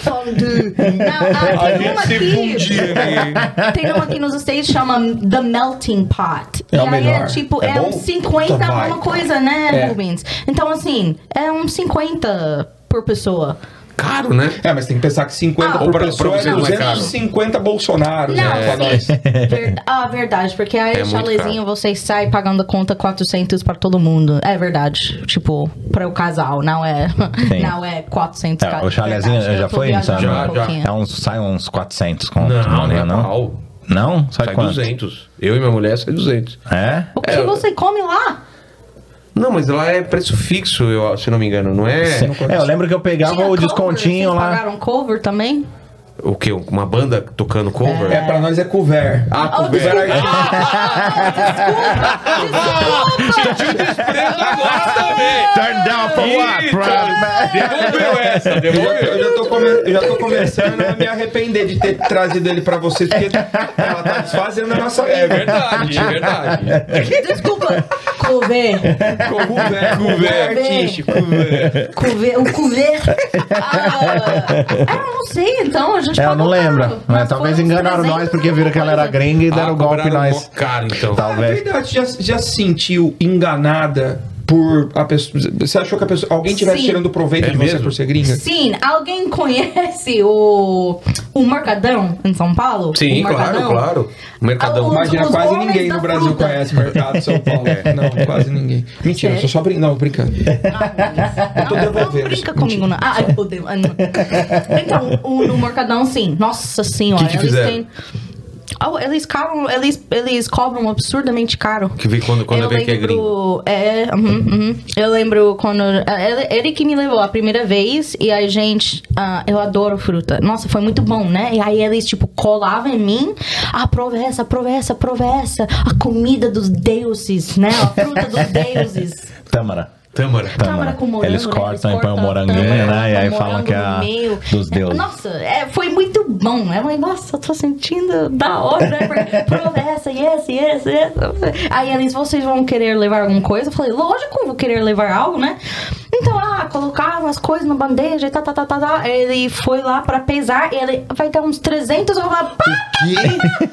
Speaker 3: Fondue. Não, ah, tem uma aqui.
Speaker 2: né?
Speaker 3: Tem uma aqui nos States que chama The Melting Pot. e
Speaker 2: É o
Speaker 3: aí é
Speaker 2: melhor.
Speaker 3: tipo,
Speaker 2: É
Speaker 3: é,
Speaker 2: bom?
Speaker 3: uns 50
Speaker 2: Então vai.
Speaker 3: alguma coisa, né,
Speaker 2: É.
Speaker 3: Rubens? Então, assim, é uns 50 por pessoa.
Speaker 1: Caro, né?
Speaker 2: É, mas tem que pensar que 50
Speaker 3: Ah,
Speaker 2: por
Speaker 1: pra- pra
Speaker 2: pessoa é
Speaker 1: vocês não é caro.
Speaker 2: 250 Bolsonaro,
Speaker 3: Não,
Speaker 2: né? Pra
Speaker 3: sim.
Speaker 2: nós.
Speaker 3: Ver- Ah, verdade, porque aí
Speaker 1: É muito
Speaker 3: chalezinho você sai pagando conta 400 pra todo mundo. É verdade. Tipo, para o casal, não é,
Speaker 5: Sim.
Speaker 3: não é 400
Speaker 5: É,
Speaker 3: ca-
Speaker 5: o chalezinho
Speaker 3: verdade,
Speaker 5: já
Speaker 3: eu tô
Speaker 5: foi?
Speaker 3: viajando
Speaker 5: sabe?
Speaker 1: Já,
Speaker 3: um
Speaker 1: já.
Speaker 3: pouquinho.
Speaker 5: É uns, sai uns 400 conto.
Speaker 1: Não,
Speaker 5: né?
Speaker 1: né? Pau.
Speaker 5: Não? Sai,
Speaker 1: Sai
Speaker 5: quanto?
Speaker 1: 200. Eu e minha mulher sai 200.
Speaker 5: É?
Speaker 3: O que
Speaker 1: É,
Speaker 3: você come lá?
Speaker 1: Não, mas lá é preço fixo, eu- se não me engano, não é?
Speaker 5: É, eu lembro que eu pegava
Speaker 3: Tinha
Speaker 5: o
Speaker 3: cover?
Speaker 5: descontinho
Speaker 3: Vocês
Speaker 5: lá.
Speaker 3: pagaram cover também?
Speaker 1: O quê? Uma banda tocando cover?
Speaker 2: É, pra nós é couvert. é
Speaker 1: Ah,
Speaker 3: Oh,
Speaker 1: cover.
Speaker 3: desculpa.
Speaker 2: Couvert.
Speaker 5: Turn down for what,
Speaker 1: Devolveu essa,
Speaker 2: Eu já, eu já tô come- eu já tô começando a me arrepender de ter trazido ele pra vocês, porque ela tá desfazendo a nossa
Speaker 1: É verdade, é verdade.
Speaker 3: Desculpa. Cover.
Speaker 2: Couvert, couvert, artístico. couvert.
Speaker 3: Cover. O cover. Ah, eu não sei, então. A gente
Speaker 5: É, eu
Speaker 3: pagou
Speaker 5: não
Speaker 3: caro,
Speaker 5: lembro.
Speaker 3: mas
Speaker 5: Mas talvez
Speaker 3: foi uns
Speaker 5: enganaram
Speaker 3: 300
Speaker 5: nós porque viram que ela era
Speaker 3: alguma coisa.
Speaker 5: gringa e deram
Speaker 1: Ah,
Speaker 5: o golpe em
Speaker 1: cobraram
Speaker 5: nós.
Speaker 1: mó caro, então.
Speaker 2: Ah, é
Speaker 5: Talvez.
Speaker 2: verdade, já, já se sentiu enganada por a pessoa. Você achou que a pessoa, alguém estivesse
Speaker 3: Sim.
Speaker 2: tirando proveito
Speaker 1: É
Speaker 2: de você
Speaker 1: mesmo?
Speaker 2: por ser gringa?
Speaker 3: Sim, alguém conhece o, o Mercadão em São Paulo?
Speaker 1: Sim,
Speaker 3: o
Speaker 1: claro,
Speaker 3: Mercadão?
Speaker 1: claro. Mercadão.
Speaker 3: Ah, o-
Speaker 2: Imagina,
Speaker 3: Os
Speaker 2: quase
Speaker 3: homens
Speaker 2: ninguém
Speaker 3: da
Speaker 2: no Brasil
Speaker 3: fruta. É.
Speaker 2: conhece o mercado de São Paulo. Não, quase ninguém. Mentira, eu sou só brincando. Não, brincando.
Speaker 3: Não, não,
Speaker 2: devolvendo.
Speaker 3: brinca comigo, não. Ah, ai, meu Deus. Ah, não. Então, o, no Mercadão, sim. Nossa senhora.
Speaker 1: Que que
Speaker 3: eles
Speaker 1: fizeram?
Speaker 3: têm... Oh, eles, cobram, eles, eles cobram absurdamente caro.
Speaker 1: Que vi quando, quando eu, vi que é gringo.
Speaker 3: lembro, é, uhum, uhum. eu lembro quando é, ele, ele que me levou a primeira vez e a gente, ah, eu adoro fruta. Nossa, foi muito bom, né? E aí eles tipo colavam em mim, ah, prova essa, prova essa, prova essa, a comida dos deuses, né? A fruta dos deuses.
Speaker 5: Tâmara.
Speaker 1: Tâmara.
Speaker 3: Câmara com morango,
Speaker 5: Eles
Speaker 3: né?
Speaker 5: cortam e põem o
Speaker 3: cortam
Speaker 5: moranguinho,
Speaker 3: tâmara,
Speaker 5: né? E aí
Speaker 3: põem
Speaker 5: falam
Speaker 3: morango
Speaker 5: que é a
Speaker 3: no meio.
Speaker 5: dos deuses.
Speaker 3: Nossa, é, foi muito bom. Eu falei, nossa, eu tô sentindo da hora, né? Porque Prova essa, yes, yes, yes. Aí eles, vocês vão querer levar alguma coisa? Eu falei, lógico, eu vou querer levar algo, né? Então, ah, colocaram as coisas na bandeja e tá, tá, tá, tá, tá. Ele foi lá pra pesar e ele vai dar uns 300. Eu falei, pá,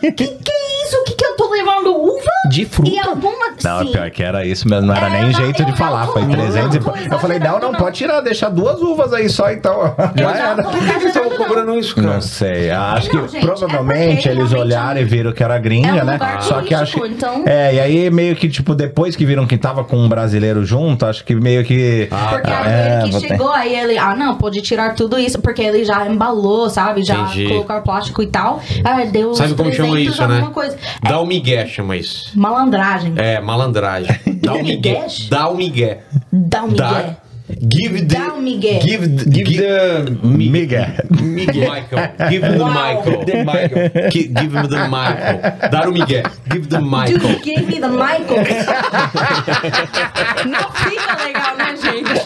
Speaker 3: que que é isso? O que que eu tô levando? Uva?
Speaker 2: De
Speaker 3: E alguma...
Speaker 5: Não, é
Speaker 3: Sim.
Speaker 5: pior que era isso mesmo, não era
Speaker 3: É, não,
Speaker 5: nem jeito
Speaker 3: eu
Speaker 5: de
Speaker 3: não
Speaker 5: falar, foi
Speaker 3: vou,
Speaker 5: 300 e
Speaker 3: não,
Speaker 5: pouco. Eu
Speaker 3: não,
Speaker 5: falei,
Speaker 3: não,
Speaker 5: não, não
Speaker 3: não.
Speaker 5: pode tirar, deixa duas uvas aí só, então. ó. Já
Speaker 3: não
Speaker 5: era.
Speaker 1: Por
Speaker 3: vou
Speaker 1: que que
Speaker 2: Então,
Speaker 1: eles estavam cobrando isso, cara?
Speaker 5: Não sei, Ah, acho
Speaker 3: Não,
Speaker 5: que
Speaker 3: gente, é
Speaker 5: provavelmente
Speaker 3: porque
Speaker 5: eles
Speaker 3: realmente
Speaker 5: olharam
Speaker 3: é um-
Speaker 5: e viram que era gringa,
Speaker 3: é um
Speaker 5: né?
Speaker 3: lugar
Speaker 5: Só que acho
Speaker 3: turístico,
Speaker 5: que.
Speaker 3: então-
Speaker 5: É, e aí meio que, tipo, depois que viram que tava com um brasileiro junto, acho que meio que.
Speaker 3: Porque
Speaker 1: tá.
Speaker 5: Ah,
Speaker 3: aí
Speaker 5: é,
Speaker 3: ele que
Speaker 5: vou ter-
Speaker 3: chegou, aí ele, ah, não, pode tirar tudo isso, porque ele já embalou, sabe? Já
Speaker 1: Entendi.
Speaker 3: colocar plástico e tal. Ah, deu
Speaker 1: Sabe
Speaker 3: uns
Speaker 1: como chama
Speaker 3: 300
Speaker 1: isso, né?
Speaker 3: alguma coisa.
Speaker 1: Dá o migué, chama isso.
Speaker 3: Malandragem.
Speaker 1: É, malandragem. Dá o migué.
Speaker 3: Migué?
Speaker 1: Dá o migué.
Speaker 3: Dá um migué.
Speaker 1: Dá. Give the.
Speaker 3: Dá o migué.
Speaker 1: Give the.
Speaker 2: Give the.
Speaker 5: Miga.
Speaker 1: Miguel. Michael. Give the
Speaker 3: Uau.
Speaker 1: Michael. Ki- Give me the Michael. Dar o Miguel. Give the
Speaker 3: Dude, you
Speaker 1: Michael.
Speaker 3: gave me the Michael. Não fica legal, né, gente?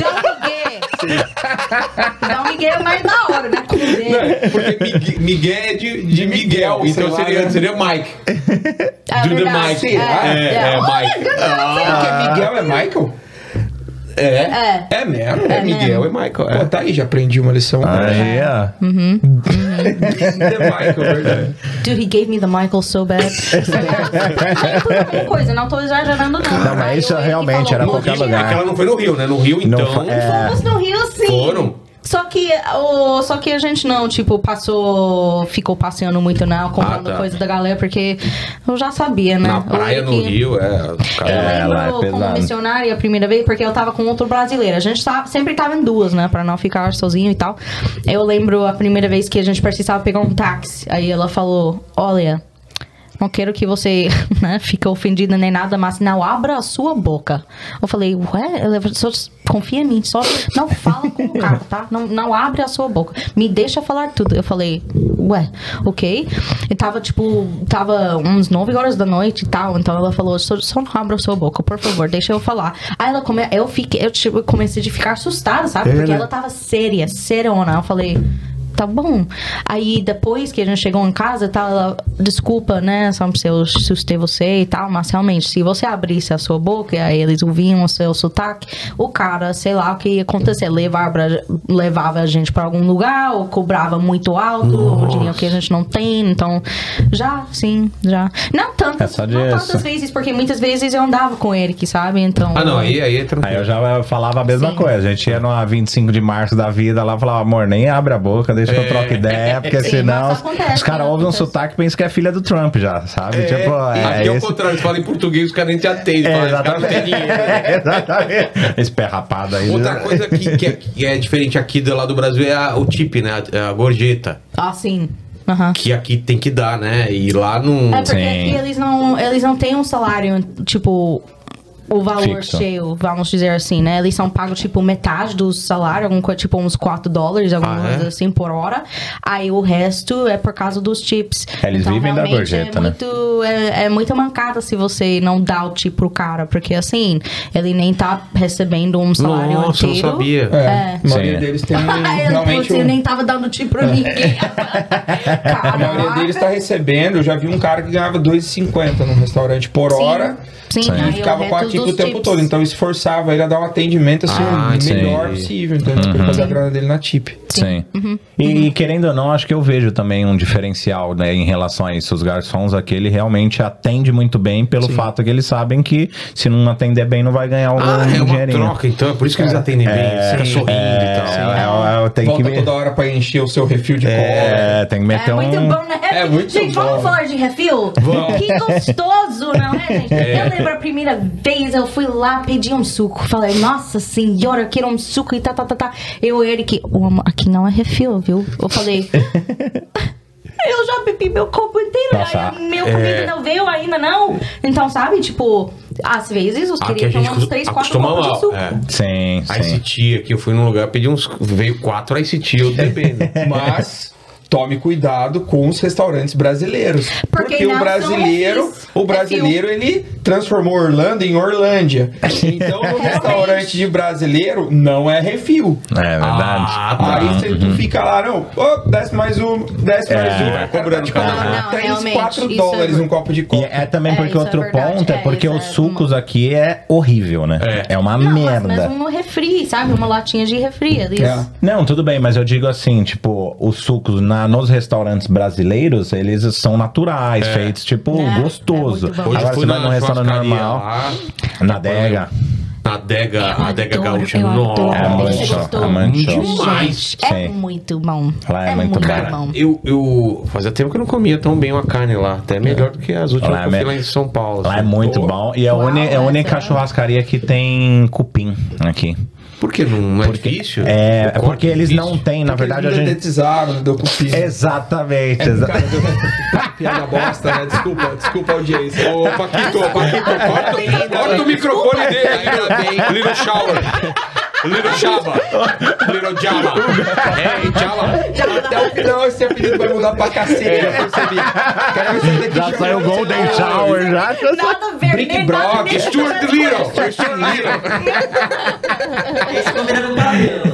Speaker 3: Dá um migué. Dá um migué é mais da hora, né? Comer.
Speaker 1: Porque Migue- Miguel é de, de Miguel,
Speaker 2: Sei
Speaker 1: então
Speaker 2: lá,
Speaker 1: seria,
Speaker 2: né?
Speaker 1: seria Mike.
Speaker 3: É
Speaker 1: Do the
Speaker 3: verdade.
Speaker 1: Mike.
Speaker 3: É,
Speaker 1: É,
Speaker 3: é.
Speaker 1: é,
Speaker 3: Olha,
Speaker 1: Mike.
Speaker 2: Porque Miguel é Michael?
Speaker 1: É.
Speaker 3: É.
Speaker 2: É mesmo?
Speaker 1: É Miguel e Michael.
Speaker 2: Pô,
Speaker 1: É.
Speaker 2: tá aí, já aprendi uma lição.
Speaker 5: Aí,
Speaker 3: É.
Speaker 5: ó.
Speaker 2: The Michael, verdade.
Speaker 3: Dude, he gave me the Michael so bad. Foi alguma coisa, não tô exagerando, não.
Speaker 5: Não, mas
Speaker 3: Aí
Speaker 5: isso
Speaker 3: eu- ele
Speaker 5: realmente
Speaker 3: falou,
Speaker 5: era
Speaker 3: "Não,
Speaker 5: qualquer
Speaker 3: gente,
Speaker 5: lugar.
Speaker 1: É que ela não foi no Rio, né? No Rio,
Speaker 5: Não
Speaker 1: então.
Speaker 5: foi- é.
Speaker 3: Fomos no Rio, sim.
Speaker 1: Foram?
Speaker 3: Só que, o, só que a gente não, tipo, passou. Ficou passeando muito, não, comprando
Speaker 1: Ah, tá.
Speaker 3: coisa da galera, porque eu já sabia, né?
Speaker 1: Na
Speaker 3: O
Speaker 1: praia, no
Speaker 3: Eric-
Speaker 1: Rio, é.
Speaker 3: Eu
Speaker 1: cara,
Speaker 5: É, lá é
Speaker 3: lembro como
Speaker 5: pesado.
Speaker 3: missionária a primeira vez, porque eu tava com outro brasileiro. A gente tá, sempre tava em duas, né? Pra não ficar sozinho e tal. Eu lembro a primeira vez que a gente precisava pegar um táxi. Aí ela falou: Olha, não quero que você né, fique ofendida nem nada, mas não abra a sua boca. Eu falei, ué, ela só confia em mim, só não fala com o cara, tá? Não, não abre a sua boca. Me deixa falar tudo. Eu falei, ué, ok. E tava tipo, tava uns 9 horas da noite e tal, então ela falou, só, só não abra a sua boca, por favor, deixa eu falar. Aí ela come, eu fiquei, eu tipo, comecei a ficar assustada, sabe? Porque
Speaker 5: Ela-
Speaker 3: ela tava séria, serona. Eu falei, tá bom. Aí depois que a gente chegou em casa, tá, ela, desculpa, né, sabe, se eu assustei você e tal, mas realmente, se você abrisse a sua boca, e aí eles ouviam o seu sotaque, o cara, sei lá o que ia acontecer, levava, pra- levava a gente pra algum lugar, ou cobrava muito alto, o dinheiro que a gente não tem, então, já, sim, já. Não
Speaker 5: É
Speaker 3: tantas,
Speaker 5: só
Speaker 3: não
Speaker 5: disso.
Speaker 3: tantas vezes, porque muitas vezes eu andava com ele, que sabe, então...
Speaker 1: Ah, não, aí, aí é
Speaker 5: Aí
Speaker 1: tranquilo.
Speaker 5: eu já falava a mesma
Speaker 3: Sim.
Speaker 5: coisa. A gente ia no 25 de março da vida lá, falava, amor, nem abre a boca, deixa que eu
Speaker 1: É.
Speaker 5: troco ideia, porque
Speaker 3: Sim,
Speaker 5: senão
Speaker 3: mas acontece,
Speaker 5: os caras
Speaker 3: né?
Speaker 5: ouvem um
Speaker 3: Acontece.
Speaker 5: sotaque e pensam que é filha do Trump já, sabe? tipo,
Speaker 1: Aqui é o
Speaker 5: esse-
Speaker 1: contrário, fala em português, os caras nem te atendem.
Speaker 5: É,
Speaker 1: fala, "Esse cara não tem
Speaker 5: exatamente.
Speaker 1: dinheiro,
Speaker 5: É, exatamente. Esse pé rapado aí. né?
Speaker 1: Outra coisa que, que é, que é diferente aqui do lado do Brasil é a- o tip, né? A, a gorjeta.
Speaker 3: Ah, sim, aham.
Speaker 1: Que aqui tem que dar, né? E lá não.
Speaker 3: É porque
Speaker 5: Sim.
Speaker 3: aqui eles não, eles não têm um salário, tipo, o valor
Speaker 5: Fixo.
Speaker 3: cheio, vamos dizer assim, né? Eles são pagos, tipo, metade do salário, alguma coisa, tipo, uns 4 dólares, alguma
Speaker 1: Ah, é?
Speaker 3: coisa assim, por hora. Aí o resto é por causa dos chips.
Speaker 5: É, eles vivem da
Speaker 3: realmente,
Speaker 5: gorjeta,
Speaker 3: é
Speaker 5: né?
Speaker 3: Muito, é, é muito mancada se você não dá o chip pro cara, porque assim, ele nem tá recebendo um salário
Speaker 1: Nossa, eu não
Speaker 3: inteiro.
Speaker 1: sabia.
Speaker 2: É, a maioria
Speaker 5: Sim.
Speaker 2: deles tem realmente
Speaker 3: Você
Speaker 2: um-
Speaker 3: nem tava dando chip pra ninguém.
Speaker 2: A maioria deles tá recebendo. Eu já vi um cara que ganhava 2,50 num restaurante por hora.
Speaker 3: Sim, né?
Speaker 5: Sim.
Speaker 3: sim.
Speaker 2: E ficava com a
Speaker 3: aqui
Speaker 2: equipe o tempo todo. Então isso forçava ele a dar um atendimento assim,
Speaker 1: Ah,
Speaker 2: o melhor
Speaker 1: entendi.
Speaker 2: possível, entendeu?
Speaker 5: Uhum.
Speaker 2: Pra fazer a grana dele na tip.
Speaker 5: Sim.
Speaker 3: Uhum.
Speaker 5: E, e querendo ou não, acho que eu vejo também um diferencial né, em relação a isso. Os garçons aqui, ele realmente atende muito bem pelo fato que eles sabem que se não atender bem, não vai ganhar o
Speaker 1: Ah, é uma
Speaker 5: dinheirinho.
Speaker 1: troca, então. É por isso que eles atendem bem. Eles ficam sorrindo e
Speaker 5: É,
Speaker 1: tal.
Speaker 5: é, é, é, tem que
Speaker 2: Volta
Speaker 5: me-
Speaker 2: toda hora pra encher o seu refil de cola.
Speaker 5: É, tem que meter
Speaker 3: É
Speaker 1: então
Speaker 5: um.
Speaker 3: muito bom, né?
Speaker 2: É muito
Speaker 3: gente,
Speaker 2: bom.
Speaker 3: vamos falar de refil?
Speaker 1: Vamos.
Speaker 3: Que gostoso, não é, gente? Eu lembro a primeira vez, eu fui lá, pedi um suco. Falei, nossa senhora, eu quero um suco e tá, tá, tá, tá. Eu e ele que, "Ô, amor, aqui não é refil, viu? Eu falei... Eu já bebi meu copo
Speaker 1: Tá,
Speaker 3: inteiro,
Speaker 5: Nossa,
Speaker 3: aí meu comigo
Speaker 1: É.
Speaker 3: não veio ainda, não. Então, sabe, tipo, às vezes os
Speaker 1: Aqui Ah, a
Speaker 3: queriam
Speaker 1: gente
Speaker 3: tomar uns 3, 4
Speaker 1: acostuma
Speaker 3: copos de
Speaker 1: mal.
Speaker 3: suco.
Speaker 1: É.
Speaker 5: Sim,
Speaker 1: A
Speaker 5: sim.
Speaker 1: ICT aqui, eu fui num lugar, pedi uns. Veio quatro ICT, eu bebendo.
Speaker 2: Mas. Tome cuidado com os restaurantes brasileiros.
Speaker 3: Porque não
Speaker 2: o
Speaker 3: são É
Speaker 2: brasileiro,
Speaker 3: refis,
Speaker 2: o brasileiro, ele transformou Orlando em Orlândia. Então, o restaurante de brasileiro não é refil.
Speaker 5: É verdade.
Speaker 1: Ah, tá.
Speaker 2: Aí você
Speaker 5: uhum.
Speaker 2: tu fica lá, não, ó, desce mais um, desce
Speaker 5: É.
Speaker 2: mais um, vai cobrando
Speaker 1: Não,
Speaker 3: não,
Speaker 2: 3,
Speaker 3: realmente,
Speaker 2: 4
Speaker 3: isso
Speaker 2: dólares
Speaker 3: é-
Speaker 2: um copo de
Speaker 5: E
Speaker 2: coca.
Speaker 5: é também
Speaker 3: É,
Speaker 5: porque
Speaker 3: isso é
Speaker 5: outro
Speaker 3: verdade.
Speaker 5: ponto é
Speaker 3: É,
Speaker 5: porque
Speaker 3: isso
Speaker 5: os
Speaker 3: é
Speaker 5: sucos aqui é horrível, né? É, uma
Speaker 3: Não, mas
Speaker 5: merda.
Speaker 3: mesmo no refri, sabe? Uma latinha de refri, eles...
Speaker 2: É.
Speaker 5: Não, tudo bem, mas eu digo assim, tipo, os sucos na, nos restaurantes brasileiros, eles são naturais, feitos, tipo,
Speaker 3: É,
Speaker 5: gostoso.
Speaker 3: é muito bom.
Speaker 1: Hoje
Speaker 5: Agora
Speaker 1: fui
Speaker 5: você vai
Speaker 1: na
Speaker 5: num restaurante
Speaker 1: churrascaria
Speaker 5: normal,
Speaker 1: lá,
Speaker 5: na adega.
Speaker 1: na adega,
Speaker 3: Eu
Speaker 1: a adega
Speaker 3: adoro, um
Speaker 1: gaúcha.
Speaker 3: eu
Speaker 1: Nossa.
Speaker 5: É
Speaker 3: adoro.
Speaker 5: muito
Speaker 3: Você
Speaker 5: show,
Speaker 3: gostou?
Speaker 5: é muito show.
Speaker 1: Demais.
Speaker 3: Gente, é
Speaker 5: Sim.
Speaker 3: muito bom.
Speaker 5: Lá é muito bom.
Speaker 1: Cara,
Speaker 3: bom.
Speaker 1: eu, eu fazia tempo que eu não comia tão bem uma carne lá. Até melhor do que as últimas
Speaker 5: É. Lá
Speaker 1: que eu
Speaker 5: é
Speaker 1: fui
Speaker 5: me-
Speaker 1: lá em São Paulo.
Speaker 5: Lá é
Speaker 1: assim.
Speaker 5: muito
Speaker 1: Pô,
Speaker 5: bom. E é a
Speaker 3: Uau,
Speaker 5: uni- é a
Speaker 3: é
Speaker 5: única
Speaker 3: sério?
Speaker 5: churrascaria que tem cupim aqui.
Speaker 1: Por que não é difícil?
Speaker 5: É,
Speaker 1: O corte
Speaker 5: porque
Speaker 1: é
Speaker 5: eles não
Speaker 1: difícil.
Speaker 5: têm, na
Speaker 2: Porque
Speaker 5: verdade, a
Speaker 2: eles
Speaker 5: gente... É.
Speaker 2: Dedetizaram, deu cupim.
Speaker 1: É,
Speaker 5: Exatamente, exatamente.
Speaker 2: Piada bosta, né? Desculpa, desculpa a audiência.
Speaker 1: Ô, Paquito, Paquito, corta, o- corta o microfone dele. Ainda bem. Little Shower. Little Java. Little Java. É, Java.
Speaker 4: tá
Speaker 2: Até o final esse apelido vai mudar pra cacete, já percebi. Quero ver se daqui
Speaker 5: É. Já
Speaker 2: chama-
Speaker 5: saiu o Golden Shower, já.
Speaker 3: Nada a ver,
Speaker 2: Brick
Speaker 3: nem
Speaker 2: Brock,
Speaker 3: nada a ver.
Speaker 1: Stuart Little. Stuart Little.
Speaker 4: Esse combinado com cabelo.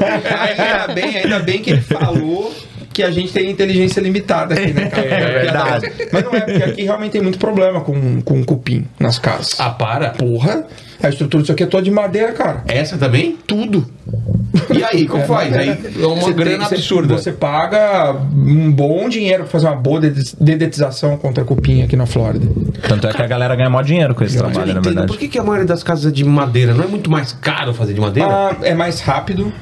Speaker 2: Ainda bem, ainda bem que ele falou que a gente tem inteligência limitada aqui, né, cara?
Speaker 5: É verdade.
Speaker 2: Mas não é, porque aqui realmente tem muito problema com, com cupim nas casas.
Speaker 1: Ah, para.
Speaker 2: Porra, a estrutura disso aqui é toda de madeira, cara.
Speaker 1: Essa também? Tudo. E aí, como faz? Aí é uma
Speaker 2: Você tem-
Speaker 1: grana
Speaker 2: você-
Speaker 1: absurda.
Speaker 2: Você paga um bom dinheiro pra fazer uma boa dede- dedetização contra cupim aqui na Flórida.
Speaker 5: Tanto é que a galera ganha mó dinheiro com esse
Speaker 1: Mas eu
Speaker 5: trabalho, na
Speaker 1: não entendo,
Speaker 5: verdade.
Speaker 1: Por que, que a maioria das casas é de madeira? Não é muito mais caro fazer de madeira?
Speaker 2: Ah, é mais rápido.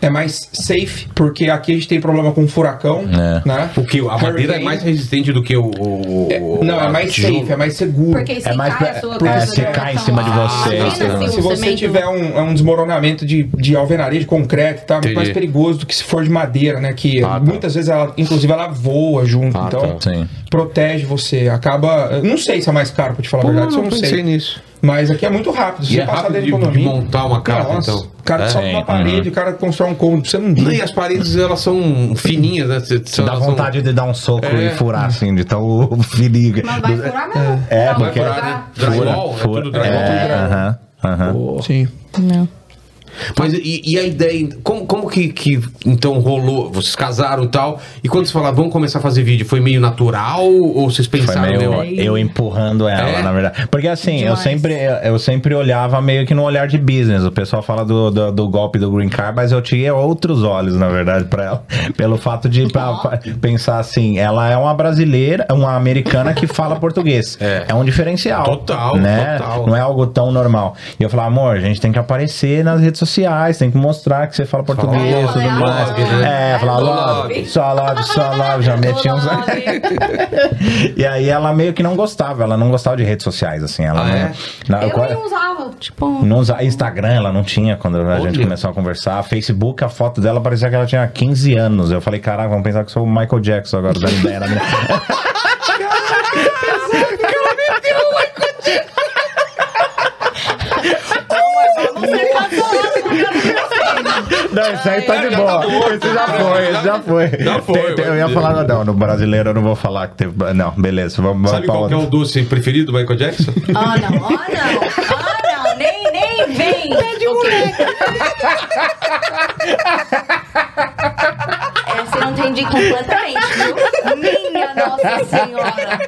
Speaker 2: é mais safe, porque aqui a gente tem problema com furacão,
Speaker 5: É.
Speaker 2: né?
Speaker 1: Porque a madeira é
Speaker 2: Hurricane.
Speaker 1: mais resistente do que o. o- o-
Speaker 2: Não, é
Speaker 1: a
Speaker 2: mais
Speaker 1: tijolo.
Speaker 2: safe, é mais seguro.
Speaker 3: Porque se
Speaker 5: É mais
Speaker 3: cai
Speaker 5: pra-
Speaker 3: a sua
Speaker 5: é,
Speaker 2: é,
Speaker 3: casa.
Speaker 2: se
Speaker 3: né?
Speaker 5: cai em cima de você,
Speaker 3: Imagina
Speaker 5: né?
Speaker 3: se
Speaker 2: Se
Speaker 3: um
Speaker 2: você
Speaker 3: cimento-
Speaker 2: tiver um, um desmoronamento de, de alvenaria de concreto, tá muito
Speaker 1: Entendi.
Speaker 2: mais perigoso do que se for de madeira, né? Que
Speaker 1: Ah, tá.
Speaker 2: muitas vezes ela, inclusive, ela voa junto.
Speaker 1: Ah,
Speaker 2: então,
Speaker 5: tá. Sim.
Speaker 2: protege você. Acaba. eu Não sei se é mais caro, pra te falar
Speaker 1: Pô,
Speaker 2: a verdade, isso
Speaker 1: não
Speaker 2: eu não
Speaker 1: pensei
Speaker 2: sei.
Speaker 1: nisso.
Speaker 2: Mas aqui é muito rápido. Se
Speaker 1: E
Speaker 2: você
Speaker 1: é
Speaker 2: passar
Speaker 1: rápido
Speaker 2: dentro do
Speaker 1: de- de
Speaker 2: condomínio-
Speaker 1: montar uma casa, então.
Speaker 2: O cara
Speaker 1: É,
Speaker 2: sobe uma
Speaker 5: uhum.
Speaker 2: parede, o cara constrói um cômodo. Você não
Speaker 1: Não, e as paredes, elas são fininhas, né? Cê- cê-
Speaker 5: Dá
Speaker 1: elas são-
Speaker 5: vontade de dar um soco
Speaker 1: É.
Speaker 5: e furar assim, de tal perigo.
Speaker 3: Mas vai furar mesmo.
Speaker 5: É,
Speaker 3: Não,
Speaker 5: porque-
Speaker 3: vai
Speaker 1: Vai furar,
Speaker 3: furar.
Speaker 1: né? Drywall, é
Speaker 5: Fura-
Speaker 1: tudo drywall. tudo
Speaker 5: É,
Speaker 1: drywall.
Speaker 5: aham, aham.
Speaker 2: Sim.
Speaker 3: Não.
Speaker 1: Mas e, e a ideia, como, como que, que então rolou? Vocês casaram e tal, e quando vocês falaram, vamos começar a fazer vídeo, foi meio natural ou vocês
Speaker 5: Foi
Speaker 1: pensaram?
Speaker 5: meio
Speaker 1: "Não,
Speaker 5: eu empurrando ela,
Speaker 1: É?
Speaker 5: na verdade. Porque assim,
Speaker 3: Demais.
Speaker 5: eu sempre eu, eu sempre olhava meio que num olhar de business. O pessoal fala do, do, do golpe do green card, mas eu tinha outros olhos, na verdade, pra ela. Pelo fato de pra- pra pensar assim, ela é uma brasileira, uma americana que fala português.
Speaker 1: É.
Speaker 5: um diferencial.
Speaker 1: Total,
Speaker 5: né?
Speaker 1: total.
Speaker 5: Não é algo tão normal. E eu falava, amor, a gente tem que aparecer nas redes sociais, tem que mostrar que você fala português,
Speaker 1: love,
Speaker 5: tudo
Speaker 1: né?
Speaker 5: mais.
Speaker 1: Love.
Speaker 5: É, falar
Speaker 1: Love.
Speaker 5: love, só love, só love, já meti uns... E aí ela meio que não gostava, ela não gostava de redes sociais, assim. Ela
Speaker 1: Ah,
Speaker 5: não,
Speaker 1: é?
Speaker 5: na-
Speaker 3: Eu
Speaker 5: qual-
Speaker 3: nem usava. Tipo.
Speaker 5: não usava- Instagram ela não tinha quando a
Speaker 1: Olha.
Speaker 5: gente começou a conversar. Facebook, a foto dela parecia que ela tinha 15 anos. Eu falei, caraca, vamos pensar que eu sou o Michael Jackson agora, né?" dando ideia na minha.
Speaker 3: tá
Speaker 5: Não, isso aí tá de boa. Esse já foi, esse já foi.
Speaker 1: Já foi,
Speaker 5: Tem- tem- eu ia
Speaker 1: mas-
Speaker 5: falar, não, no brasileiro eu não vou falar que teve. Não, beleza, vamos,
Speaker 1: Sabe
Speaker 5: vamos
Speaker 1: qual
Speaker 5: pra
Speaker 1: que é
Speaker 5: outra.
Speaker 1: o doce preferido do Michael Jackson?
Speaker 3: Ah, não, ah, não. Ah, não. Nem, nem vem. É, você não entendi completamente, viu? Minha Nossa Senhora.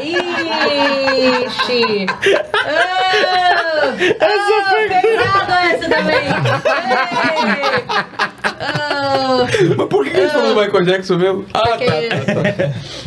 Speaker 3: Ixi. Ah, ah, pesada essa também. Ei. Ah,
Speaker 1: Mas por que a gente falou do Michael Jackson mesmo? Ah,
Speaker 3: porque-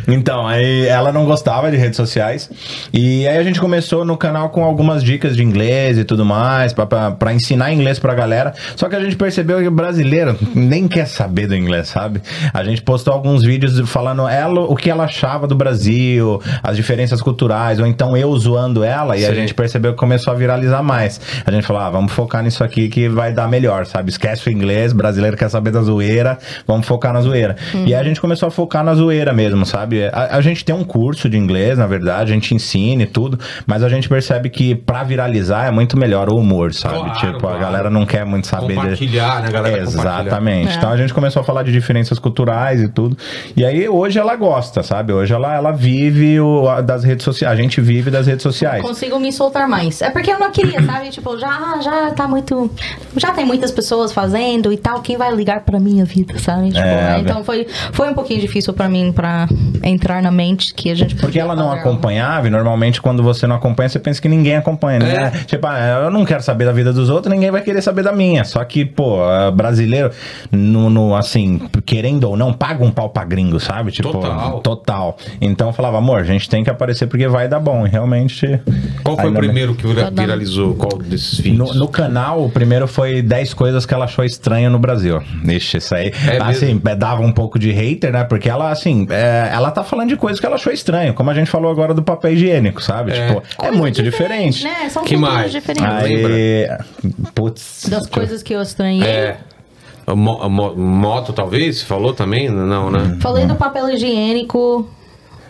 Speaker 5: Então, aí ela não gostava de redes sociais. E aí a gente começou no canal com algumas dicas de inglês e tudo mais, pra- pra pra ensinar inglês pra galera. Só que a gente percebeu que o brasileiro nem quer saber do inglês, sabe? A gente postou alguns vídeos falando ela, o que ela achava do Brasil, as diferenças culturais, ou então eu zoando ela, e a
Speaker 1: Sim.
Speaker 5: gente percebeu que começou a viralizar mais. A gente falou, ah, vamos focar nisso aqui que vai dar melhor, sabe? Esquece o inglês, brasileiro quer saber da zoeira, vamos focar na zoeira. E aí a gente começou a focar na zoeira mesmo, sabe? A, a gente tem um curso de inglês, na verdade, a gente ensina e tudo, mas a gente percebe que pra viralizar é muito melhor o humor, sabe?
Speaker 1: Claro,
Speaker 5: tipo,
Speaker 1: claro.
Speaker 5: a galera não quer muito saber...
Speaker 1: Compartilhar, né, a galera?
Speaker 5: Exatamente.
Speaker 1: compartilhar.
Speaker 5: Exatamente.
Speaker 3: É.
Speaker 5: Então a gente começou a falar de diferenças culturais e tudo. E aí hoje ela gosta, sabe? Hoje ela, ela vive o, a- das redes sociais. A gente vive das redes sociais.
Speaker 3: Consigo me soltar mais. É porque eu não queria, sabe? Tipo, já, já tá muito. Já tem muitas pessoas fazendo e tal. Quem vai ligar pra minha vida, sabe? Tipo,
Speaker 5: É,
Speaker 3: né? Então foi, foi um pouquinho difícil pra mim pra entrar na mente que a gente
Speaker 5: Porque
Speaker 3: podia
Speaker 5: ela não
Speaker 3: fazer
Speaker 5: acompanhava, e normalmente quando você não acompanha, você pensa que ninguém acompanha, né? Tipo, ah, eu não quero saber da vida dos outros, ninguém vai querer saber da minha. Só que, pô, ah, brasileiro, no, no, assim, querendo ou não, paga um pau pra gringo, sabe? Tipo,
Speaker 1: Total.
Speaker 5: total. Então eu falava, amor, a gente tem que aparecer porque vai dar bom. E realmente.
Speaker 1: Qual foi
Speaker 5: ainda
Speaker 1: o
Speaker 5: bem.
Speaker 1: primeiro que vira- viralizou? Qual desses
Speaker 5: No,
Speaker 1: vídeos?
Speaker 5: no canal, o primeiro foi 10 coisas que ela achou estranha no Brasil. Ixi, isso aí.
Speaker 1: É
Speaker 5: assim, dava um pouco de hater, né? Porque ela, assim, é, ela tá falando de coisas que ela achou estranho, como a gente falou agora do papel higiênico, sabe? Tipo, é
Speaker 3: algo.
Speaker 5: muito
Speaker 3: Diferente,
Speaker 5: diferente.
Speaker 3: Né? São
Speaker 1: Que
Speaker 3: culturas
Speaker 1: mais?
Speaker 3: diferentes.
Speaker 5: Aí. Putz. tipo,
Speaker 3: Das coisas que eu estranhei.
Speaker 1: É. A mo- a mo- moto, talvez? Você Falou também? Não, né?
Speaker 3: Falei do papel higiênico.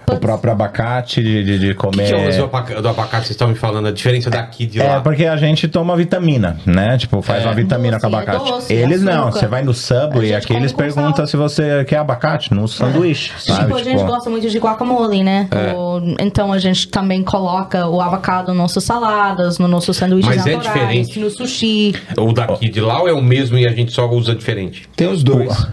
Speaker 5: O próprio abacate de, de, de
Speaker 1: O que,
Speaker 5: comer.
Speaker 1: que é o lance do abaca- do abacate? Vocês estão me falando a diferença daqui e de
Speaker 5: É,
Speaker 1: lá.
Speaker 5: porque a gente toma vitamina, né? Tipo, faz uma vitamina com
Speaker 3: Doce, é
Speaker 5: abacate.
Speaker 3: doce,
Speaker 5: eles não,
Speaker 3: açúcar.
Speaker 5: você vai no Subway,
Speaker 3: A gente
Speaker 5: aqui eles
Speaker 3: come com
Speaker 5: perguntam
Speaker 3: sal. É.
Speaker 5: se você quer abacate no sanduíche, sabe?
Speaker 3: tipo, a gente gosta muito de guacamole, né?
Speaker 1: É.
Speaker 3: O- então a gente também coloca o avocado nas nossas saladas, no nosso sanduíche
Speaker 1: Mas é
Speaker 3: naturais,
Speaker 1: diferente.
Speaker 3: no sushi.
Speaker 1: Ou daqui e de lá ou é o mesmo e a gente só usa diferente?
Speaker 2: Tem os dois.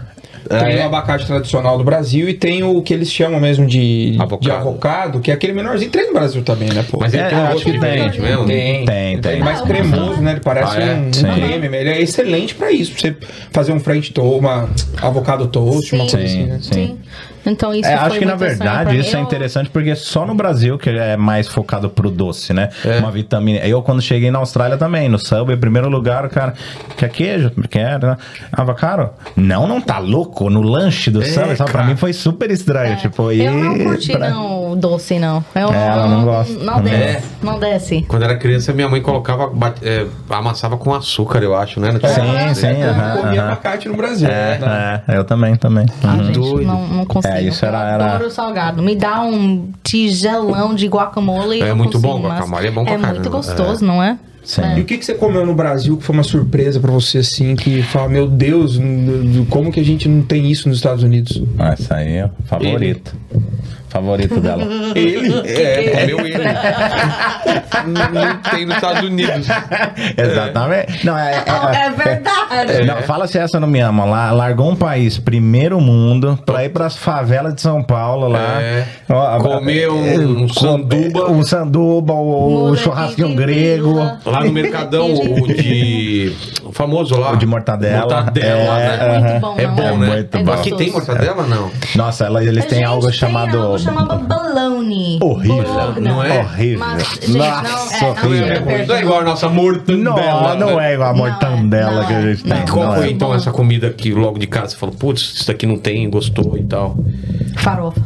Speaker 2: Tem
Speaker 1: é?
Speaker 2: o abacate tradicional do Brasil e tem o que eles chamam mesmo de
Speaker 1: Avocado.
Speaker 2: de avocado que é aquele menorzinho. Tem no Brasil também, né, pô?
Speaker 1: Mas ele
Speaker 5: É,
Speaker 1: tem um
Speaker 5: acho
Speaker 1: gosto
Speaker 5: que
Speaker 1: diferente
Speaker 5: tem.
Speaker 1: mesmo?
Speaker 2: Tem,
Speaker 5: Tem, tem.
Speaker 2: Ele é mais
Speaker 3: Ah,
Speaker 2: cremoso, né? Ele parece
Speaker 1: Ah, é?
Speaker 2: um, um
Speaker 5: Sim.
Speaker 2: creme. Ele é excelente pra isso. Pra você fazer um French toast, uma avocado toast, uma
Speaker 3: Sim.
Speaker 2: coisa assim, né?
Speaker 5: Sim.
Speaker 3: Então isso
Speaker 5: É,
Speaker 3: foi
Speaker 5: acho que na
Speaker 3: muito assim
Speaker 5: verdade
Speaker 3: pra mim.
Speaker 5: isso é
Speaker 3: Eu-
Speaker 5: interessante porque só no Brasil que é mais focado pro doce, né?
Speaker 1: É.
Speaker 5: Uma vitamina. Eu quando cheguei na Austrália também, no Subway, primeiro lugar, o cara, quer queijo? Quer? né? Tava caro? Não, não tá louco no lanche do Subway, sabe? Pra
Speaker 1: É, cara.
Speaker 5: mim foi super estranho, tipo,
Speaker 3: É. Eu não curti,
Speaker 5: "Eita".
Speaker 3: não, o doce, não. Eu
Speaker 5: É, ela não gosta.
Speaker 3: Não desce, não desce.
Speaker 1: Quando era criança, minha mãe colocava, bate- é, amassava com açúcar, eu acho, né? Não tinha
Speaker 5: Sim,
Speaker 1: nada.
Speaker 5: sim,
Speaker 2: Eu
Speaker 5: aham,
Speaker 2: comia
Speaker 5: aham.
Speaker 2: abacate no Brasil.
Speaker 5: É,
Speaker 2: né?
Speaker 5: é, eu também, também.
Speaker 3: A
Speaker 5: Uhum.
Speaker 3: Ah, gente
Speaker 1: Doido.
Speaker 3: não, não consigo.
Speaker 5: É, isso era-
Speaker 3: Eu
Speaker 5: era-
Speaker 3: adoro salgado. Me dá um tigelão de guacamole.
Speaker 1: É
Speaker 3: eu
Speaker 1: muito
Speaker 3: consigo,
Speaker 1: bom,
Speaker 3: mas
Speaker 1: guacamole é bom pra
Speaker 3: É
Speaker 1: caramba,
Speaker 3: muito gostoso, não é?
Speaker 5: Sim.
Speaker 2: E o que, que você comeu no Brasil que foi uma surpresa pra você, assim, que fala, meu Deus, n- n- como que a gente não tem isso nos Estados Unidos?
Speaker 5: Ah, Essa aí é o favorito. Favorito dela.
Speaker 2: Ele?
Speaker 1: É, comeu ele. não, não tem nos Estados Unidos.
Speaker 5: Exatamente. Não, é, é- é-
Speaker 3: verdade.
Speaker 5: Não, fala se essa não me ama. Lá, largou um país, primeiro mundo, pra ir pras favelas de São Paulo lá.
Speaker 1: É.
Speaker 5: Ó, é,
Speaker 1: Comer um- um
Speaker 5: com-
Speaker 1: sanduba.
Speaker 5: Um sanduba, o, o
Speaker 3: Moleque
Speaker 5: churrasquinho
Speaker 3: de
Speaker 5: grego.
Speaker 3: vila.
Speaker 1: Lá no Mercadão, o de. O famoso lá.
Speaker 5: O de mortadela.
Speaker 1: Mortadela,
Speaker 5: É,
Speaker 1: né?
Speaker 3: Muito bom,
Speaker 1: É
Speaker 3: não
Speaker 1: bom,
Speaker 5: é
Speaker 1: né?
Speaker 5: muito bom.
Speaker 1: Aqui tem mortadela, não?
Speaker 5: Nossa, ela- eles têm
Speaker 3: Gente,
Speaker 5: algo
Speaker 3: tem
Speaker 5: chamado. Hum.
Speaker 3: algo chamado baloney.
Speaker 5: Horrível.
Speaker 3: Bologna.
Speaker 1: Não é?
Speaker 5: Horrível.
Speaker 3: Mas, gente,
Speaker 5: Nossa,
Speaker 3: não, é, não
Speaker 5: horrível.
Speaker 3: é
Speaker 1: Não é igual a nossa
Speaker 5: Não,
Speaker 1: mortadela. né?
Speaker 5: não é igual a
Speaker 3: Não é,
Speaker 5: mortandela
Speaker 3: não
Speaker 5: que a gente
Speaker 3: é,
Speaker 5: tem.
Speaker 3: não.
Speaker 1: Qual
Speaker 5: não é.
Speaker 1: foi então essa comida que logo de casa você falou, putz, isso daqui não tem, gostou e tal?
Speaker 3: Farofa.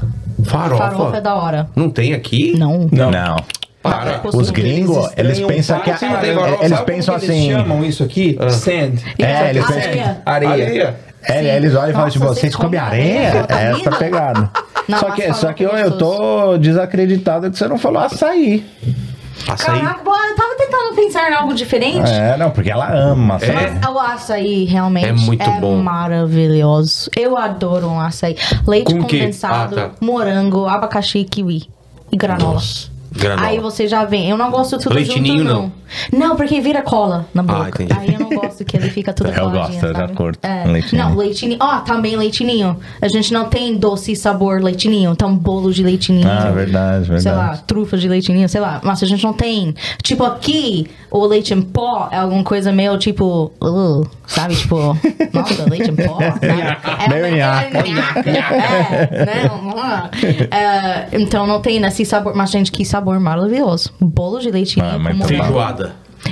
Speaker 1: Farofa?
Speaker 3: Farofa é da hora.
Speaker 1: Não tem aqui?
Speaker 3: Não.
Speaker 5: Não.
Speaker 1: Para.
Speaker 3: Não.
Speaker 5: Os gringos, eles
Speaker 3: um
Speaker 2: Estranham
Speaker 5: pensam
Speaker 2: pra
Speaker 5: que. é
Speaker 2: caralho.
Speaker 1: tem
Speaker 2: Sabe
Speaker 1: varofa.
Speaker 5: Eles
Speaker 2: como
Speaker 5: pensam
Speaker 2: que
Speaker 5: assim.
Speaker 2: Eles chamam isso aqui? Sand.
Speaker 5: É, eles pensam que.
Speaker 3: Areia.
Speaker 2: Areia.
Speaker 5: É, eles olham e
Speaker 3: Ah,
Speaker 5: falam,
Speaker 3: Nossa,
Speaker 5: tipo, vocês
Speaker 3: vocês
Speaker 5: comem
Speaker 3: comem
Speaker 5: areia?
Speaker 3: areia?
Speaker 5: É essa pegada.
Speaker 3: Não,
Speaker 5: só
Speaker 3: mas
Speaker 5: que,
Speaker 3: farofa
Speaker 5: só que
Speaker 3: é
Speaker 5: eu, eu tô desacreditado que você não falou açaí.
Speaker 1: Açaí?
Speaker 3: Caraca, bora, eu tava tentando pensar em algo diferente.
Speaker 5: É, não, porque ela ama açaí.
Speaker 3: Mas é o açaí realmente
Speaker 1: É muito bom.
Speaker 3: maravilhoso. Eu adoro um açaí. Leite
Speaker 1: Com o quê?
Speaker 3: condensado,
Speaker 1: Ah, tá.
Speaker 3: morango, abacaxi, kiwi e granola.
Speaker 1: Nossa, granola.
Speaker 3: Aí você já vem. Eu não gosto tudo
Speaker 1: Leite
Speaker 3: junto,
Speaker 1: ninho,
Speaker 3: não. não. porque vira cola na boca.
Speaker 1: entendi.
Speaker 3: Aí eu não gosto que ele fica tudo
Speaker 5: Ah, É, Eu
Speaker 3: coladinho,
Speaker 5: gosto, eu já
Speaker 3: sabe?
Speaker 5: curto
Speaker 3: É.
Speaker 5: leite
Speaker 3: Não,
Speaker 5: ninho.
Speaker 3: leitinho. Ó, também leitinho. A gente não tem doce e sabor leitinho. Então, bolo de leitinho.
Speaker 5: Ah, verdade, verdade.
Speaker 3: Sei lá, trufa de leitinho, sei lá. Mas a gente não tem. Tipo, aqui, o leite em pó é alguma coisa meio tipo. "Ugh", sabe? Tipo, nossa, leite em pó. sabe? É,
Speaker 5: Meio nhaca.
Speaker 3: é, é, né? É, então não tem esse sabor. Mas, gente, que sabor maravilhoso. Bolo de leite
Speaker 5: Ah,
Speaker 3: ninho
Speaker 5: mas
Speaker 3: com
Speaker 5: tá
Speaker 3: morango.
Speaker 1: Feijoada.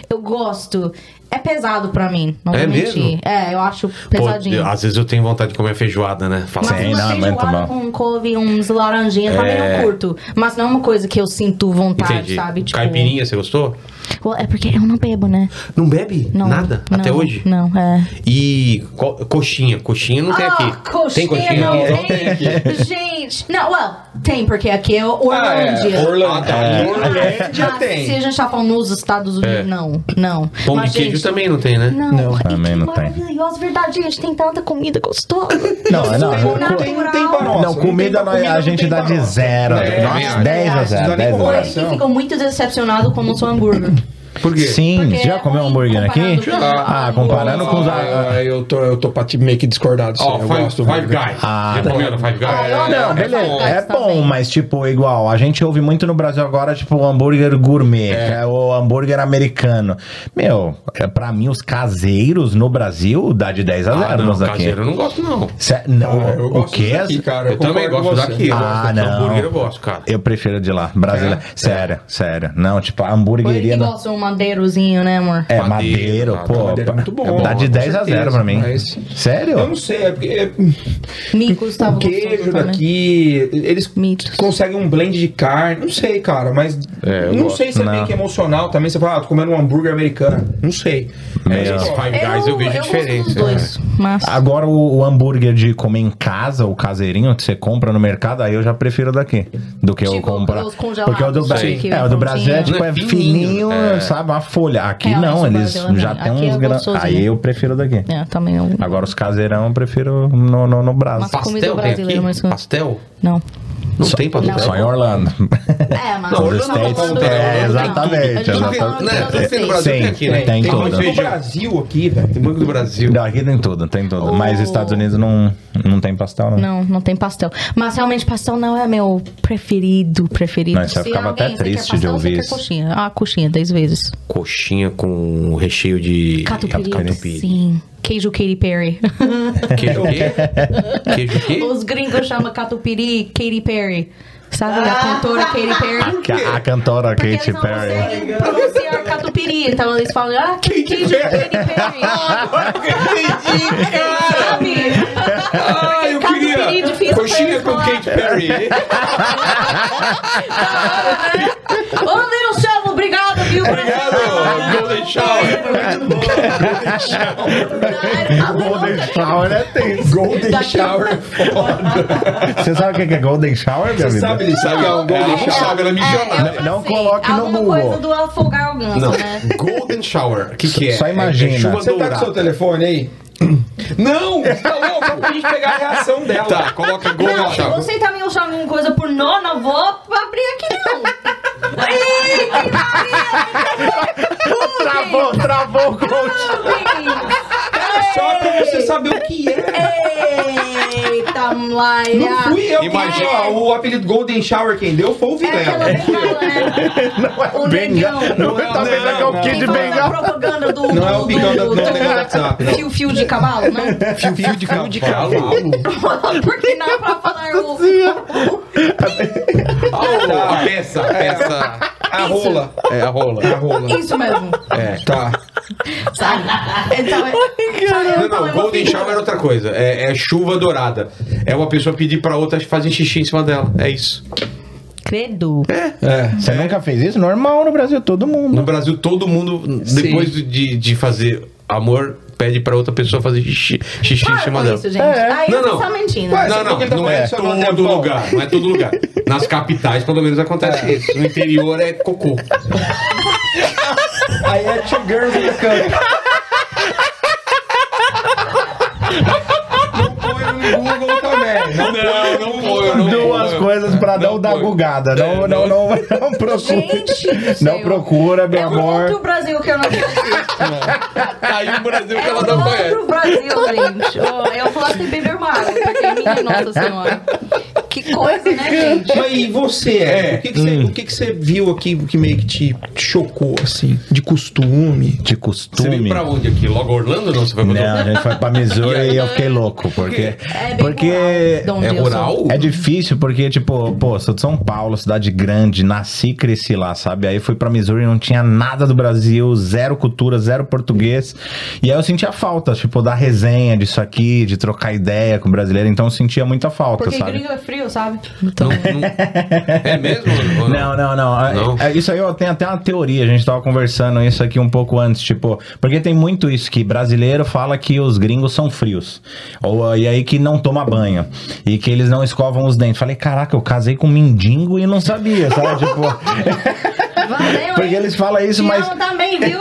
Speaker 3: Eu gosto. É pesado pra mim, não
Speaker 1: É
Speaker 3: vou mentir.
Speaker 1: mesmo?
Speaker 3: É, eu acho
Speaker 1: Pô,
Speaker 3: pesadinho.
Speaker 1: eu- às vezes eu tenho vontade de comer feijoada, né? Fala
Speaker 3: Mas
Speaker 1: assim,
Speaker 5: Sim,
Speaker 3: uma
Speaker 5: não, é muito
Speaker 3: feijoada
Speaker 5: bom.
Speaker 3: com couve, uns laranjinhas, também não curto. Mas não é uma coisa que eu sinto vontade,
Speaker 1: entendi.
Speaker 3: sabe? Tipo,
Speaker 1: Caipirinha, você gostou?
Speaker 3: Well, é porque eu não bebo, né?
Speaker 1: Não bebe
Speaker 3: Não,
Speaker 1: nada
Speaker 3: não,
Speaker 1: até hoje?
Speaker 3: Não, é.
Speaker 1: E co- coxinha. Coxinha não tem
Speaker 3: Ah,
Speaker 1: aqui. tem
Speaker 3: coxinha
Speaker 1: coxinha
Speaker 3: não
Speaker 1: aqui? Ah,
Speaker 3: tem. Gente. Não, well, tem, porque aqui é Orlândia.
Speaker 1: Orlando.
Speaker 2: É.
Speaker 1: Orlando.
Speaker 2: Orlândia
Speaker 3: Mas
Speaker 2: tem.
Speaker 3: Se a gente tá falando nos Estados Unidos,
Speaker 1: É.
Speaker 3: não, não.
Speaker 1: Pão
Speaker 3: Mas,
Speaker 1: de queijo
Speaker 3: gente,
Speaker 1: também não tem, né?
Speaker 3: Não,
Speaker 2: Não.
Speaker 3: E que
Speaker 5: Também não tem.
Speaker 3: maravilhosa, verdade, gente. Tem tanta comida gostosa.
Speaker 5: Não, é não.
Speaker 2: Não tem, não tem pra nós.
Speaker 5: não, comida, nós- a
Speaker 2: não
Speaker 5: gente
Speaker 2: tem
Speaker 5: dá
Speaker 2: pra
Speaker 5: de
Speaker 2: nós.
Speaker 5: zero.
Speaker 2: É,
Speaker 5: Nossa,
Speaker 1: é
Speaker 5: 10 a
Speaker 3: verdade.
Speaker 2: Não dá nem
Speaker 5: 0. 10
Speaker 2: com
Speaker 5: a
Speaker 3: Porém,
Speaker 5: 0.
Speaker 2: Coração.
Speaker 3: ficam muito decepcionado com o nosso hambúrguer.
Speaker 1: Por quê?
Speaker 5: Sim,
Speaker 3: Porque
Speaker 5: você já
Speaker 3: é
Speaker 5: comeu
Speaker 3: ruim
Speaker 5: hambúrguer aqui?
Speaker 3: comparado com-
Speaker 5: Ah, comparando com os.
Speaker 2: Ah, eu tô, eu tô pra ti meio que discordado. assim,
Speaker 1: Ó,
Speaker 2: eu
Speaker 1: Five,
Speaker 2: gosto.
Speaker 1: Five Guys.
Speaker 5: Ah,
Speaker 1: Já
Speaker 5: tá.
Speaker 1: comeram Five Guys?
Speaker 3: Ah, eu adoro
Speaker 5: Não,
Speaker 3: Five
Speaker 5: beleza,
Speaker 3: Guys
Speaker 5: é bom,
Speaker 3: também.
Speaker 5: mas tipo, igual, a gente ouve muito no Brasil agora, tipo, o hambúrguer gourmet, que é o hambúrguer americano. Meu, é, pra mim, os caseiros no Brasil dá de 10 a 0
Speaker 1: Ah,
Speaker 5: nos
Speaker 1: não,
Speaker 5: daqui.
Speaker 1: caseiro eu não gosto, não.
Speaker 5: Cé- não,
Speaker 2: Ah, eu
Speaker 5: o
Speaker 2: gosto
Speaker 5: quê?
Speaker 2: daqui, cara.
Speaker 1: Eu, também
Speaker 2: concordo
Speaker 1: gosto
Speaker 2: com você.
Speaker 1: daqui. Eu
Speaker 5: Ah,
Speaker 1: gosto
Speaker 5: não.
Speaker 1: daqui. Hambúrguer eu gosto, cara.
Speaker 5: Eu prefiro de lá, brasileiro.
Speaker 1: É,
Speaker 5: Sério, sério. Não, tipo, a hamburgueria.
Speaker 3: que
Speaker 5: não-
Speaker 3: gosta de um madeirozinho, né, amor?
Speaker 5: É, madeiro,
Speaker 1: Madeiro,
Speaker 5: pô.
Speaker 1: tá,
Speaker 2: madeiro é muito bom,
Speaker 5: Dá de
Speaker 2: com
Speaker 5: 10 a
Speaker 2: certeza,
Speaker 5: 0 pra mim.
Speaker 2: mas-
Speaker 5: Sério?
Speaker 2: Eu não sei, é porque é-
Speaker 3: Micos tava
Speaker 2: o queijo
Speaker 3: gostoso também.
Speaker 2: daqui, eles
Speaker 3: Mitos.
Speaker 2: conseguem um blend de carne, não sei, cara, mas
Speaker 1: É, eu
Speaker 2: não
Speaker 1: gosto.
Speaker 2: sei se é meio
Speaker 5: Não.
Speaker 2: que emocional também, você fala, ah, tô comendo um hambúrguer americano, não sei.
Speaker 5: Meu.
Speaker 2: gente,
Speaker 1: Esse
Speaker 2: ó,
Speaker 1: Five Guys eu, vejo diferente.
Speaker 3: Gosto dos dois, mas
Speaker 5: Agora o, o hambúrguer de comer em casa, o caseirinho que você compra no mercado, aí eu já prefiro daqui do que eu
Speaker 3: Tipo,
Speaker 5: comprar.
Speaker 3: os congelados,
Speaker 5: Porque o do,
Speaker 1: sim,
Speaker 5: Brasil
Speaker 3: que
Speaker 5: é, o do
Speaker 3: prontinho.
Speaker 5: Brasil é, tipo,
Speaker 1: Não é
Speaker 5: é
Speaker 1: fininho,
Speaker 5: fininho,
Speaker 1: é.
Speaker 5: sabe? Uma folha. Aqui
Speaker 3: É,
Speaker 5: não,
Speaker 3: esse
Speaker 5: eles
Speaker 3: Brasil é
Speaker 5: já
Speaker 3: bom.
Speaker 5: tem
Speaker 3: Aqui
Speaker 5: uns
Speaker 3: é
Speaker 5: grandes.
Speaker 3: gostoso,
Speaker 5: Aí
Speaker 3: né?
Speaker 5: eu prefiro daqui.
Speaker 3: é, também eu...
Speaker 5: Agora os caseirão eu prefiro no, no, no braço.
Speaker 3: Mas- comida
Speaker 1: Pastel tem
Speaker 3: brasileira, é
Speaker 1: aqui?
Speaker 3: mas-
Speaker 1: Pastel?
Speaker 3: Não.
Speaker 1: Não tem pastel.
Speaker 5: Só em Orlando.
Speaker 3: É, mas...
Speaker 1: Não,
Speaker 3: eu
Speaker 1: Orlando
Speaker 3: tô
Speaker 1: não
Speaker 3: falando-
Speaker 1: conta, né?
Speaker 3: Não,
Speaker 1: É,
Speaker 5: exatamente,
Speaker 3: eu tô
Speaker 1: Tudo
Speaker 5: exatamente. é,
Speaker 1: tem,
Speaker 3: falando
Speaker 1: né?
Speaker 3: dos
Speaker 1: Tudo tem no Brasil
Speaker 5: Sim,
Speaker 1: tem aqui, né?
Speaker 5: tem
Speaker 1: Banco
Speaker 5: tudo.
Speaker 1: do
Speaker 2: no
Speaker 1: Brasil.
Speaker 2: Brasil aqui, velho.
Speaker 1: Tem Banco do Brasil.
Speaker 5: Aqui tem tudo, tem tudo. Mas
Speaker 3: O-
Speaker 5: Estados Unidos não, não tem pastel, não.
Speaker 3: Não, não tem pastel. Mas realmente pastel não é meu preferido, preferido.
Speaker 5: Não, isso eu ficava até
Speaker 3: alguém- você quer
Speaker 5: triste de
Speaker 3: pastel ou
Speaker 5: ouvir
Speaker 3: você quer
Speaker 5: isso.
Speaker 3: coxinha? Ah, coxinha, dez vezes.
Speaker 1: Coxinha com recheio de
Speaker 3: Catupiry,
Speaker 5: catupiry.
Speaker 3: sim. queijo Katy Perry.
Speaker 1: Queijo o quê? Queijo o quê?
Speaker 3: Os gringos chamam catupiry Katy Perry. Sabe a cantora Katy Perry?
Speaker 5: A, a cantora
Speaker 3: Porque
Speaker 5: Katy
Speaker 3: eles não
Speaker 5: Perry.
Speaker 3: conseguem pronunciar catupiry. Então eles falam, ah, que queijo Katy
Speaker 5: Ah,
Speaker 3: Perry. Sabe?
Speaker 1: Ah, eu
Speaker 3: Catupiry
Speaker 1: queria
Speaker 3: difícil pra
Speaker 1: coxinha
Speaker 3: eles
Speaker 1: com
Speaker 3: falar.
Speaker 1: Katy Perry.
Speaker 3: Ô, Little Chavo, obrigado, viu?
Speaker 1: Obrigado,
Speaker 2: um
Speaker 1: Golden Shower.
Speaker 3: um É,
Speaker 5: Golden
Speaker 3: Obrigado.
Speaker 5: Shower é tenso.
Speaker 2: Golden
Speaker 3: Daqui-
Speaker 2: Shower.
Speaker 5: Você sabe o que que é Golden Shower, minha
Speaker 2: Você
Speaker 5: vida?
Speaker 2: sabe, ele sabe.
Speaker 1: Não, Golden
Speaker 2: Ela não
Speaker 1: Shower, ela é
Speaker 2: um
Speaker 1: missionária.
Speaker 5: Não coloque no
Speaker 3: assim, Alguma
Speaker 5: Google.
Speaker 3: coisa do afogar o ganso,
Speaker 1: Não,
Speaker 3: né?
Speaker 1: Golden Shower. O que, que é?
Speaker 5: Só imagina.
Speaker 1: É chuva
Speaker 2: Você tá com
Speaker 1: dourada.
Speaker 2: seu telefone aí? Não! Tá louco? Pra gente pegar a reação dela.
Speaker 1: Tá, coloca Golden
Speaker 3: Não, se
Speaker 1: Shower.
Speaker 3: você tá me achando alguma coisa por nó, não vou abrir aqui, não.
Speaker 5: Travou, travou o coach.
Speaker 2: É só pra você saber o que é.
Speaker 3: Eita, Maia.
Speaker 2: Não fui eu
Speaker 1: Imagina.
Speaker 2: que ó, o apelido Golden Shower quem deu foi o
Speaker 3: É
Speaker 2: Vilela.
Speaker 3: aquela bengala, né?
Speaker 5: Não é
Speaker 3: O
Speaker 5: Benga.
Speaker 3: negão.
Speaker 5: Não é
Speaker 1: Não,
Speaker 5: talvez é que é
Speaker 1: não.
Speaker 5: o Kid
Speaker 3: Quem faz a
Speaker 5: Benga.
Speaker 3: propaganda do...
Speaker 2: Não é o
Speaker 3: do-
Speaker 2: bigão da-
Speaker 3: do-
Speaker 2: do negão do
Speaker 3: do-
Speaker 2: WhatsApp, não.
Speaker 3: Fio-fio de cavalo, não?
Speaker 1: Fio, fio de cabo de cavalo.
Speaker 3: Porque não é pra falar o...
Speaker 1: Ah,
Speaker 2: Tá,
Speaker 1: A peça, a peça.
Speaker 2: A Ah, rola.
Speaker 1: É a rola.
Speaker 2: A rola.
Speaker 3: Isso mesmo,
Speaker 1: É.
Speaker 2: Tá.
Speaker 3: sabe? Então, é...
Speaker 1: Não, não,
Speaker 3: assim,
Speaker 1: Golden Shower é outra coisa. É, é chuva dourada. É uma pessoa pedir pra outra fazer xixi em cima dela. É isso.
Speaker 3: Credo.
Speaker 2: É.
Speaker 5: Você nunca fez isso? Normal no Brasil, todo
Speaker 1: No
Speaker 5: mundo.
Speaker 1: Brasil, todo mundo,
Speaker 2: Sim.
Speaker 1: depois de, de fazer amor, pede pra outra pessoa fazer xixi, xixi em
Speaker 3: Para
Speaker 1: cima
Speaker 3: com
Speaker 1: dela.
Speaker 3: isso, gente.
Speaker 5: É.
Speaker 3: Aí
Speaker 1: Não,
Speaker 3: você
Speaker 1: não.
Speaker 3: tá mentindo.
Speaker 2: Ué,
Speaker 1: Não,
Speaker 2: Sabe por
Speaker 1: não,
Speaker 2: que ele tá
Speaker 1: não
Speaker 2: falando
Speaker 1: é
Speaker 2: isso agora, né,
Speaker 1: todo
Speaker 2: Paulo?
Speaker 1: lugar. Não é todo lugar. Nas capitais, pelo menos, acontece isso. No interior é cocô.
Speaker 2: Aí é Two Girls in the Cup. Não põe no Google também. Não
Speaker 1: Não, não foi. Não
Speaker 5: Duas coisas pra não, dar
Speaker 1: foi.
Speaker 5: bugada. Não, não, não, não, procura.
Speaker 3: Gente do céu.
Speaker 5: Não procura, meu
Speaker 3: É um outro
Speaker 5: amor.
Speaker 3: Brasil que eu não conheço.
Speaker 1: Aí o Brasil que
Speaker 3: É
Speaker 1: ela
Speaker 3: um
Speaker 1: não conhece.
Speaker 3: outro Brasil, gente. Ó, eu posso beber uma água, porque é minha nossa senhora. Que coisa, né, gente?
Speaker 2: Mas e você,
Speaker 1: É.
Speaker 2: é. o, que que você o que que você viu aqui que meio que te chocou, assim? De costume?
Speaker 1: Você
Speaker 5: De
Speaker 1: veio
Speaker 5: costume.
Speaker 1: pra onde aqui? Logo Orlando ou não? Você foi pra
Speaker 5: Não, a
Speaker 1: outro-
Speaker 5: gente foi pra Missouri e eu fiquei louco, porque.
Speaker 3: É bem
Speaker 5: Porque.
Speaker 3: rural, de onde
Speaker 1: É
Speaker 3: eu sou.
Speaker 1: rural?
Speaker 5: É difícil porque, tipo, pô, sou de São Paulo, cidade grande, nasci e cresci lá, sabe? Aí fui pra Missouri e não tinha nada do Brasil, zero cultura, zero português. E aí eu sentia falta, tipo, da resenha disso aqui, de trocar ideia com o brasileiro. Então eu sentia muita falta,
Speaker 3: Porque
Speaker 5: sabe?
Speaker 3: gringo é frio, sabe?
Speaker 1: Não, não- É mesmo? ou
Speaker 5: Não, não, não. É-
Speaker 1: Não?
Speaker 5: é- isso aí eu tenho até uma teoria, a gente tava conversando isso aqui um pouco antes, tipo, porque tem muito isso que brasileiro fala que os gringos são frios. Ou ah, e aí que não toma banho. E que eles não escovam os dentes. Falei, caraca, eu casei com um mendigo e não sabia, sabe? tipo,
Speaker 3: Valeu,
Speaker 5: porque
Speaker 3: hein?
Speaker 5: eles falam isso,
Speaker 3: Te
Speaker 5: mas.
Speaker 3: amo também, viu?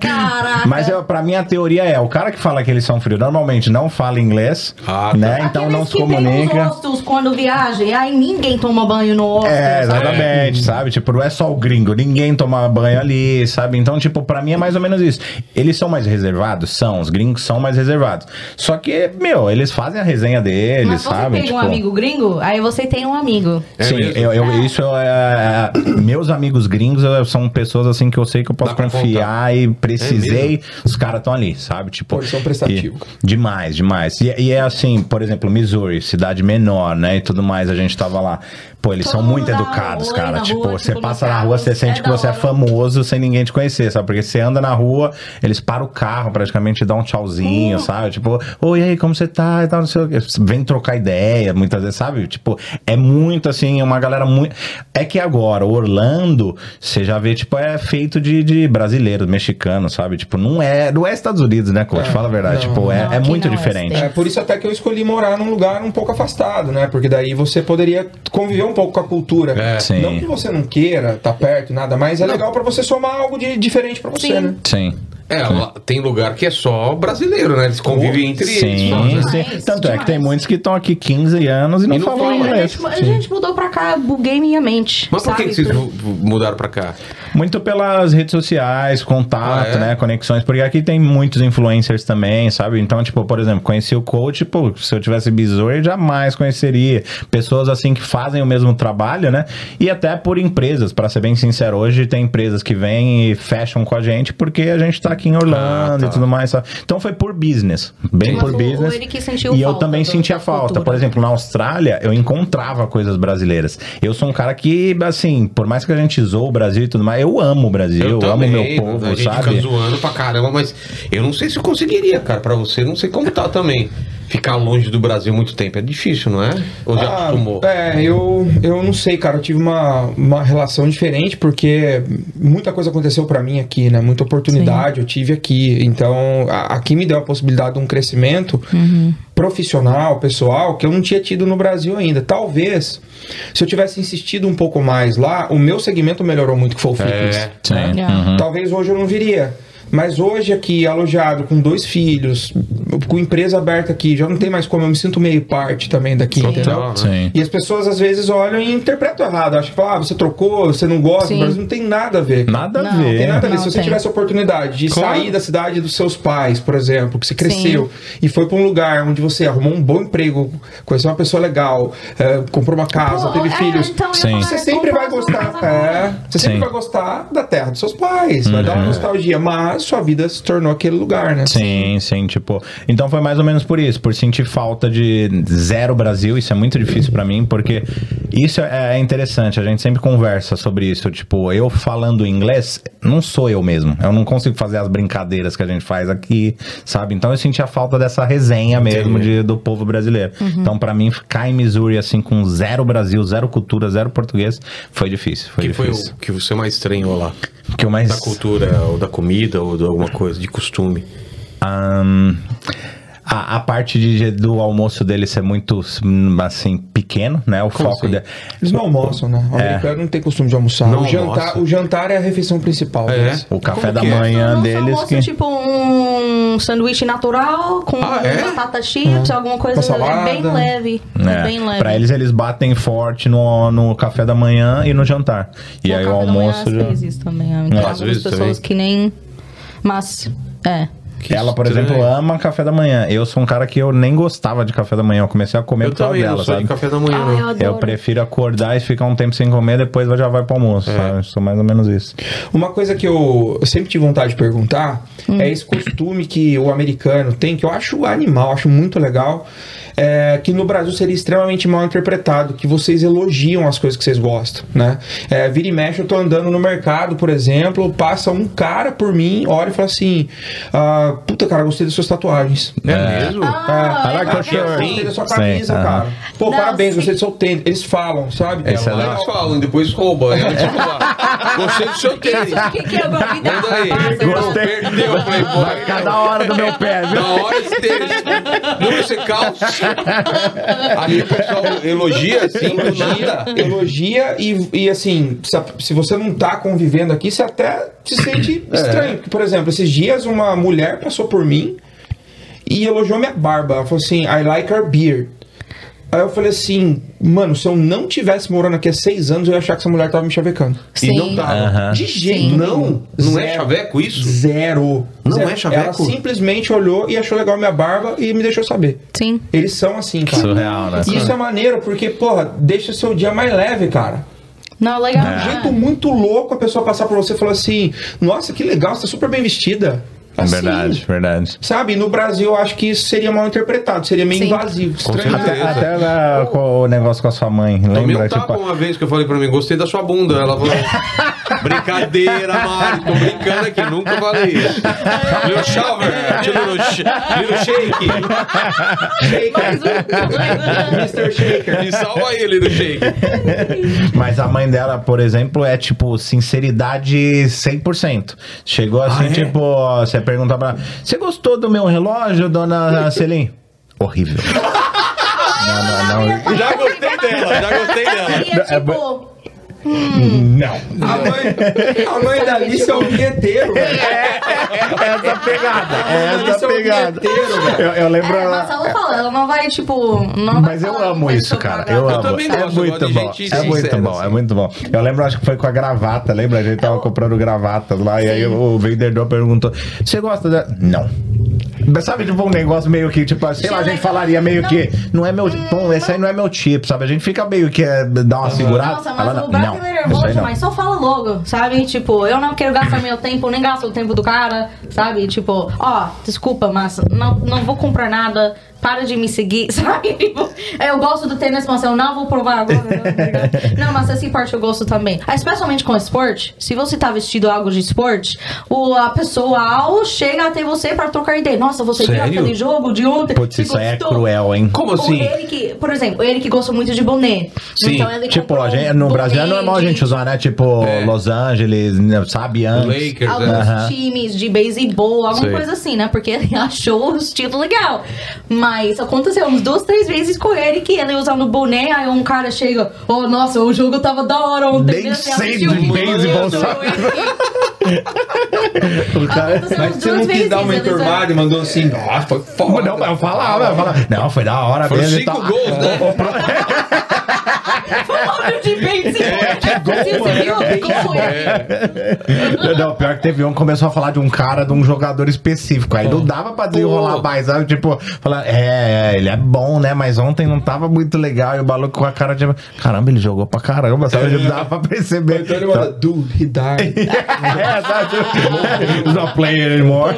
Speaker 3: Caraca.
Speaker 5: Mas eu, pra mim a teoria é, o cara que fala que eles são frios normalmente não fala inglês,
Speaker 1: Ah, tá.
Speaker 5: né? Então não
Speaker 3: Aqueles
Speaker 5: se
Speaker 3: que pegam
Speaker 5: comunica.
Speaker 3: os hostels quando viajam, e aí ninguém toma banho no hostel. sabe?
Speaker 5: É, exatamente, sabe? Tipo, não é só o gringo, ninguém toma banho ali, sabe? Então, tipo, pra mim é mais ou menos isso. Eles são mais reservados? São, os gringos são mais reservados. Só que, meu, eles fazem a resenha deles,
Speaker 3: Mas você
Speaker 5: sabe? Tipo,
Speaker 3: pega um amigo gringo, aí você tem um amigo.
Speaker 1: É
Speaker 5: Sim,
Speaker 1: mesmo?
Speaker 5: eu, eu- isso é. Meus amigos gringos eh, são pessoas assim que eu sei que eu posso
Speaker 1: Dá pra
Speaker 5: confiar e
Speaker 1: É
Speaker 5: precisei. os caras estão ali, sabe? Tipo.
Speaker 2: Pô, eles são prestativos.
Speaker 5: e- demais, demais. E, e é assim, por exemplo, Missouri, cidade menor, né? E tudo mais, a gente tava lá. Pô, eles
Speaker 3: Todo
Speaker 5: são muito
Speaker 3: mundo dá
Speaker 5: educados,
Speaker 3: oi
Speaker 5: cara.
Speaker 3: na
Speaker 5: Tipo,
Speaker 3: rua,
Speaker 5: você
Speaker 3: tipo,
Speaker 5: passa
Speaker 3: no
Speaker 5: na rua,
Speaker 3: carro,
Speaker 5: você sente
Speaker 3: é
Speaker 5: que
Speaker 3: da
Speaker 5: você é
Speaker 3: hora.
Speaker 5: famoso sem ninguém te conhecer, sabe? Porque você anda na rua, eles param o carro praticamente e dão um
Speaker 3: Hum.
Speaker 5: tchauzinho, sabe? Tipo, oi, e aí, como você tá? E tal, não sei o quê. Vem trocar ideia, muitas vezes, sabe? Tipo, é muito assim, é uma galera muito. É que agora, Orlando, você já vê, tipo, é feito de, de brasileiro, mexicano, sabe? Tipo, não é. Não é Estados Unidos, né, Coach? Fala a verdade. tipo, é,
Speaker 3: Não,
Speaker 5: é
Speaker 3: aqui
Speaker 5: muito
Speaker 3: não é
Speaker 5: diferente.
Speaker 2: É, por isso até que eu escolhi morar num lugar um pouco afastado, né? Porque daí você poderia conviver um pouco com a cultura.
Speaker 1: É.
Speaker 5: Sim.
Speaker 2: Não que você não queira tá perto, nada, mas é legal pra você somar algo de diferente pra você,
Speaker 3: Sim.
Speaker 2: né?
Speaker 5: Sim.
Speaker 1: É, lá- tem lugar que é só brasileiro, né? Eles convivem entre eles. só,
Speaker 5: Sim,
Speaker 1: né?
Speaker 5: sim.
Speaker 3: Demais,
Speaker 5: Tanto é que tem
Speaker 3: demais.
Speaker 5: muitos que estão aqui 15 anos e não,
Speaker 1: E não
Speaker 5: falam
Speaker 1: fala.
Speaker 3: A
Speaker 5: inglês.
Speaker 3: gente, a gente mudou pra cá, buguei minha mente.
Speaker 1: Mas por que,
Speaker 3: sabe?
Speaker 1: que vocês mu- mudaram pra cá?
Speaker 5: Muito pelas redes sociais, contato,
Speaker 1: Ah, é?
Speaker 5: né? Conexões. Porque aqui tem muitos influencers também, sabe? Então, tipo, por exemplo, conheci o coach, pô, se eu tivesse besouro, eu jamais conheceria. Pessoas assim que fazem o mesmo trabalho, né? E até por empresas, pra ser bem sincero, hoje tem empresas que vêm e fecham com a gente porque a gente tá aqui aqui em Orlando
Speaker 1: Ah, tá.
Speaker 5: e tudo mais. sabe? Então foi por business, bem
Speaker 3: Mas
Speaker 5: por
Speaker 3: o- o
Speaker 5: business.
Speaker 3: Eric sentiu
Speaker 5: e eu
Speaker 3: falta
Speaker 5: também
Speaker 3: do-
Speaker 5: sentia
Speaker 3: da
Speaker 5: falta.
Speaker 3: cultura.
Speaker 5: Por exemplo, na Austrália, eu encontrava coisas brasileiras. Eu sou um cara que, assim, por mais que a gente zoe o Brasil e tudo mais, eu amo o Brasil, eu, amo
Speaker 1: também,
Speaker 5: meu povo,
Speaker 1: a gente
Speaker 5: sabe?
Speaker 1: Fica zoando pra caramba, mas eu não sei se eu conseguiria, cara. Pra você, não sei como tá também. Ficar longe do Brasil muito tempo é difícil, não é? Ou já
Speaker 2: Ah,
Speaker 1: acostumou?
Speaker 2: É, eu, eu não sei, cara. Eu tive uma, uma relação diferente, porque muita coisa aconteceu pra mim aqui, né? Muita oportunidade eu tive aqui. Então, a- aqui me deu a possibilidade de um crescimento profissional, pessoal, que eu não tinha tido no Brasil ainda. Talvez, se eu tivesse insistido um pouco mais lá, o meu segmento melhorou muito, que
Speaker 1: É.
Speaker 2: foi o fitness.
Speaker 5: Sim.
Speaker 3: Yeah.
Speaker 1: Hum.
Speaker 5: Uhum.
Speaker 2: Talvez hoje eu não viria. Mas hoje aqui, alojado, com dois filhos, com empresa aberta aqui, já não tem mais como, eu me sinto meio parte também daqui, entendeu?
Speaker 1: né?
Speaker 5: então. Sim.
Speaker 2: E as pessoas às vezes olham e interpretam errado. Acham que falam, ah, você trocou, você não gosta,
Speaker 3: Sim.
Speaker 2: mas não tem nada a ver.
Speaker 5: Nada
Speaker 3: Não,
Speaker 5: a
Speaker 2: Não tem
Speaker 5: ver.
Speaker 2: nada a ver.
Speaker 3: Não,
Speaker 2: Se você
Speaker 3: tem.
Speaker 2: tivesse a oportunidade de
Speaker 1: Claro.
Speaker 2: sair da cidade dos seus pais, por exemplo, que você cresceu e foi pra um lugar onde você arrumou um bom emprego, conheceu uma pessoa legal, eh, comprou uma
Speaker 5: ah,
Speaker 2: casa,
Speaker 3: Pô,
Speaker 2: teve
Speaker 3: é,
Speaker 2: filhos.
Speaker 3: então eu ia
Speaker 5: Sim.
Speaker 3: falar,
Speaker 2: Você sempre vai
Speaker 3: comprar uma
Speaker 2: gostar,
Speaker 3: casa
Speaker 2: é, você sempre
Speaker 5: Sim.
Speaker 2: vai gostar da terra dos seus pais, vai
Speaker 1: Uhum.
Speaker 2: dar uma nostalgia, mas sua vida se tornou aquele lugar, né?
Speaker 5: Sim, sim, tipo. Então foi mais ou menos por isso, por sentir falta de zero Brasil. Isso é muito difícil pra mim, porque isso é é interessante. A gente sempre conversa sobre isso. Tipo, eu falando inglês, não sou eu mesmo. Eu não consigo fazer as brincadeiras que a gente faz aqui, sabe? Então eu senti a falta dessa resenha mesmo de, do povo brasileiro. Então pra mim ficar em Missouri assim com zero Brasil, zero cultura, zero português, foi difícil. Foi
Speaker 1: Que foi
Speaker 5: é difícil.
Speaker 1: o que você mais estranhou lá?
Speaker 5: Que eu mais
Speaker 1: Da cultura, ou da comida, ou de alguma coisa, de costume.
Speaker 5: Ahn, a, a parte de- do almoço dele ser muito hum, assim pequeno, né? O foco
Speaker 1: assim?
Speaker 5: dele.
Speaker 2: Eles não almoçam, né? O americano não tem costume de almoçar.
Speaker 1: É. Não
Speaker 2: o, jantar,
Speaker 1: almoça.
Speaker 2: o jantar é a refeição principal.
Speaker 1: É?
Speaker 2: deles.
Speaker 5: O café da
Speaker 1: que é?
Speaker 5: manhã
Speaker 3: Nosso
Speaker 5: deles
Speaker 3: almoço,
Speaker 5: que.
Speaker 3: Então, tipo um sanduíche natural com
Speaker 1: Ah, é?
Speaker 3: batata chips, alguma coisa é
Speaker 2: Uma salada.
Speaker 3: bem leve. é
Speaker 5: né?
Speaker 3: bem leve.
Speaker 5: Pra eles, eles batem forte no, no café da manhã e no jantar. E
Speaker 3: No
Speaker 5: aí o
Speaker 3: café da
Speaker 5: almoço.
Speaker 3: manhã,
Speaker 5: já-
Speaker 3: às vezes também. Então,
Speaker 1: às
Speaker 3: algumas
Speaker 1: vezes
Speaker 3: pessoas
Speaker 1: também.
Speaker 3: que nem. Mas, é.
Speaker 1: Que
Speaker 5: ela, por
Speaker 1: estranho.
Speaker 5: exemplo, ama café da manhã. Eu sou um cara que eu nem gostava de café da manhã. Eu comecei a comer
Speaker 1: Eu
Speaker 5: por causa
Speaker 1: também não
Speaker 5: É dela,
Speaker 1: sou
Speaker 5: sabe?
Speaker 1: de café da manhã, né? não.
Speaker 5: Eu prefiro acordar e ficar um tempo sem comer, depois já vai pro almoço,
Speaker 1: É.
Speaker 5: sabe? Sou mais ou menos isso.
Speaker 2: Uma coisa que eu eu sempre tive vontade de perguntar
Speaker 3: Hum.
Speaker 2: é esse costume que o americano tem, que eu acho animal, acho muito legal, é, que no Brasil seria extremamente mal interpretado, que vocês elogiam as coisas que vocês gostam, né? É, vira e mexe, eu tô andando no mercado, por exemplo, passa um cara por mim, olha e fala assim, ah, puta cara, gostei das suas tatuagens.
Speaker 1: É, mesmo?
Speaker 3: Ah,
Speaker 5: I like
Speaker 3: é
Speaker 5: your
Speaker 1: shirt.
Speaker 3: legal.
Speaker 2: Gostei da sua
Speaker 5: Sim,
Speaker 2: camisa,
Speaker 5: aham.
Speaker 2: cara. Pô,
Speaker 3: Não,
Speaker 2: parabéns,
Speaker 3: sim.
Speaker 2: gostei do seu tênis. Eles falam, sabe?
Speaker 5: Esse é
Speaker 2: Legal.
Speaker 1: Eles falam, depois roubam. Eles roubam. "Ah, Gostei do seu tênis.
Speaker 3: Isso aqui que é uma vida
Speaker 1: Manda aí.
Speaker 3: passa,
Speaker 1: Não,
Speaker 5: Gostei.
Speaker 1: Perdeu,
Speaker 5: Vai
Speaker 1: Playboy.
Speaker 5: ficar da hora do meu pé, viu?
Speaker 1: Da hora esse tênis. Não, você calça. Aí o pessoal elogia assim, do nada.
Speaker 2: elogia e, e assim, se, a- se você não tá convivendo aqui, você até se sente
Speaker 1: É.
Speaker 2: estranho. Porque, Por exemplo, esses dias uma mulher passou por mim e elogiou minha barba. Ela falou assim, I like her beard. Aí eu falei assim, mano, se eu não tivesse morando aqui há seis anos, eu ia achar que essa mulher tava me chavecando.
Speaker 1: E
Speaker 3: Sim.
Speaker 1: não tava.
Speaker 5: Aham.
Speaker 2: De jeito
Speaker 3: Sim.
Speaker 2: nenhum.
Speaker 1: Não é
Speaker 2: Zero.
Speaker 1: chaveco isso?
Speaker 2: Zero.
Speaker 1: Não
Speaker 2: Zero.
Speaker 1: é chaveco?
Speaker 2: Ela simplesmente olhou e achou legal minha barba e me deixou saber.
Speaker 3: Sim.
Speaker 2: Eles são assim, cara.
Speaker 5: Surreal, né?
Speaker 2: Isso é maneiro, porque, porra, deixa seu dia mais leve, cara.
Speaker 3: Não,
Speaker 5: É.
Speaker 3: legal. né?
Speaker 2: Um jeito muito louco a pessoa passar por você e falar assim: Nossa, que legal, você tá super bem vestida. Assim,
Speaker 5: É Verdade, verdade.
Speaker 2: Sabe? No Brasil, eu acho que isso seria mal interpretado, seria meio
Speaker 3: Sim.
Speaker 2: invasivo. Estranho.
Speaker 1: certeza.
Speaker 5: Até,
Speaker 2: né?
Speaker 5: até na- com o negócio com a sua mãe,
Speaker 1: Tomei um
Speaker 5: lembra?
Speaker 1: tapa
Speaker 5: Tipo,
Speaker 1: uma vez que eu falei pra mim, gostei da sua bunda. Ela falou, brincadeira, Mari, tô brincando aqui, nunca falei isso. Little shower, little, sh little shake.
Speaker 3: Mais um.
Speaker 2: Mr. Shaker.
Speaker 1: Me salva aí, little shake.
Speaker 5: mas a mãe dela, por exemplo, é tipo sinceridade 100%. Chegou
Speaker 2: Ah,
Speaker 5: assim,
Speaker 2: é?
Speaker 5: tipo, ó, você perguntar pra ela, você gostou do meu relógio, dona Celim? Horrível. não, não, não.
Speaker 1: Já gostei dela, já gostei dela.
Speaker 3: E é tipo.
Speaker 5: Não.
Speaker 2: A mãe, a mãe da Alice é um vinheteiro, velho.
Speaker 5: É essa pegada. É
Speaker 2: Mano, isso
Speaker 5: essa
Speaker 2: é um
Speaker 5: pegada.
Speaker 2: vinheteiro, velho.
Speaker 5: Eu, eu lembro
Speaker 3: É, mas
Speaker 5: ela.
Speaker 3: ela fala, ela não vai, tipo. Não
Speaker 5: Mas
Speaker 3: vai
Speaker 5: eu
Speaker 3: falar
Speaker 5: amo
Speaker 3: mais
Speaker 5: isso,
Speaker 3: sobre
Speaker 5: cara.
Speaker 3: nada.
Speaker 5: Eu
Speaker 1: Eu
Speaker 5: amo.
Speaker 1: também
Speaker 5: é
Speaker 1: gosto, eu
Speaker 5: muito
Speaker 1: gosto de
Speaker 5: bom.
Speaker 1: gente
Speaker 5: É muito
Speaker 1: sincera,
Speaker 5: bom, é
Speaker 1: assim.
Speaker 5: muito bom. Eu lembro, acho que foi com a gravata, lembra? A gente tava comprando gravatas lá e aí o vendedor perguntou: Você gosta da. Não. Mas sabe, tipo, um negócio meio que, tipo, sei lá, a gente falaria meio
Speaker 3: Não. Hum,
Speaker 5: que. Não é meu. Bom, esse aí não é meu tipo, sabe? A gente fica meio que é, dá uma segurada.
Speaker 3: Nossa, mas
Speaker 5: Ela não-
Speaker 3: o brasileiro é
Speaker 5: não, isso aí
Speaker 3: nervoso,
Speaker 5: não.
Speaker 3: mas só fala logo, sabe? Tipo, eu não quero gastar meu tempo, nem gasto o tempo do cara, sabe? Tipo, ó, desculpa, mas não, não vou comprar nada, para de me seguir, sabe? Tipo, eu gosto do tênis, mas eu não vou provar agora. não, obrigado. Não, mas essa parte eu gosto também. Ah, Especialmente com esporte, se você tá vestido algo de esporte, o a pessoal chega até você pra trocar ideia. Nossa, você viu
Speaker 1: Sério?
Speaker 3: aquele jogo de ontem?
Speaker 5: Putz,
Speaker 3: Você
Speaker 5: isso aí é
Speaker 3: gostou?
Speaker 5: cruel, hein?
Speaker 1: Como
Speaker 3: Ou
Speaker 1: assim?
Speaker 3: ele que, por exemplo, ele que gosta muito de boné.
Speaker 1: Sim.
Speaker 3: Então ele
Speaker 5: Tipo,
Speaker 3: comprou
Speaker 5: a gente,
Speaker 3: um
Speaker 5: no
Speaker 3: boné
Speaker 5: Brasil é normal a
Speaker 3: de
Speaker 5: gente usar, né? Tipo,
Speaker 1: É.
Speaker 5: Los Angeles, né, sabe? Antes.
Speaker 1: Lakers,
Speaker 3: Alguns
Speaker 1: né?
Speaker 5: Aham.
Speaker 3: times de beisebol, alguma
Speaker 1: Sei.
Speaker 3: coisa assim, né? Porque ele achou o estilo legal. Mas aconteceu umas duas, três vezes com ele que ele usando boné, aí um cara chega, oh, nossa, o jogo tava da hora ontem.
Speaker 5: Nem
Speaker 3: né?
Speaker 5: sei
Speaker 3: assistiu né?"
Speaker 5: de
Speaker 3: muito."
Speaker 5: beisebol, sabe? O cara-
Speaker 3: Aconteceu
Speaker 2: Mas
Speaker 3: umas
Speaker 2: você não
Speaker 3: duas
Speaker 2: quis dar uma
Speaker 3: vezes, eles-
Speaker 2: enturmada e mandou assim, nossa, foi
Speaker 5: Pô,
Speaker 2: foda.
Speaker 5: Não, mas eu falava, eu falava. Não, foi da hora
Speaker 1: Foram
Speaker 5: mesmo e
Speaker 1: cinco
Speaker 5: tal.
Speaker 1: gols, né?
Speaker 3: Falando de beisebol.
Speaker 5: É,
Speaker 3: tipo,
Speaker 5: né?
Speaker 3: Você viu? Gol, é.
Speaker 5: Não, pior que teve um que começou a falar de um cara, de um jogador específico. Aí não dava pra desenrolar
Speaker 1: Pô.
Speaker 5: mais, sabe? Tipo, falar, é, é, ele é bom, né? Mas ontem não tava muito legal. E o maluco com a cara de. Caramba, ele jogou pra caramba, sabe? Ele dava pra perceber.
Speaker 2: Então ele manda, dude, he died.
Speaker 5: é, sabe? Tipo, He's not playing anymore.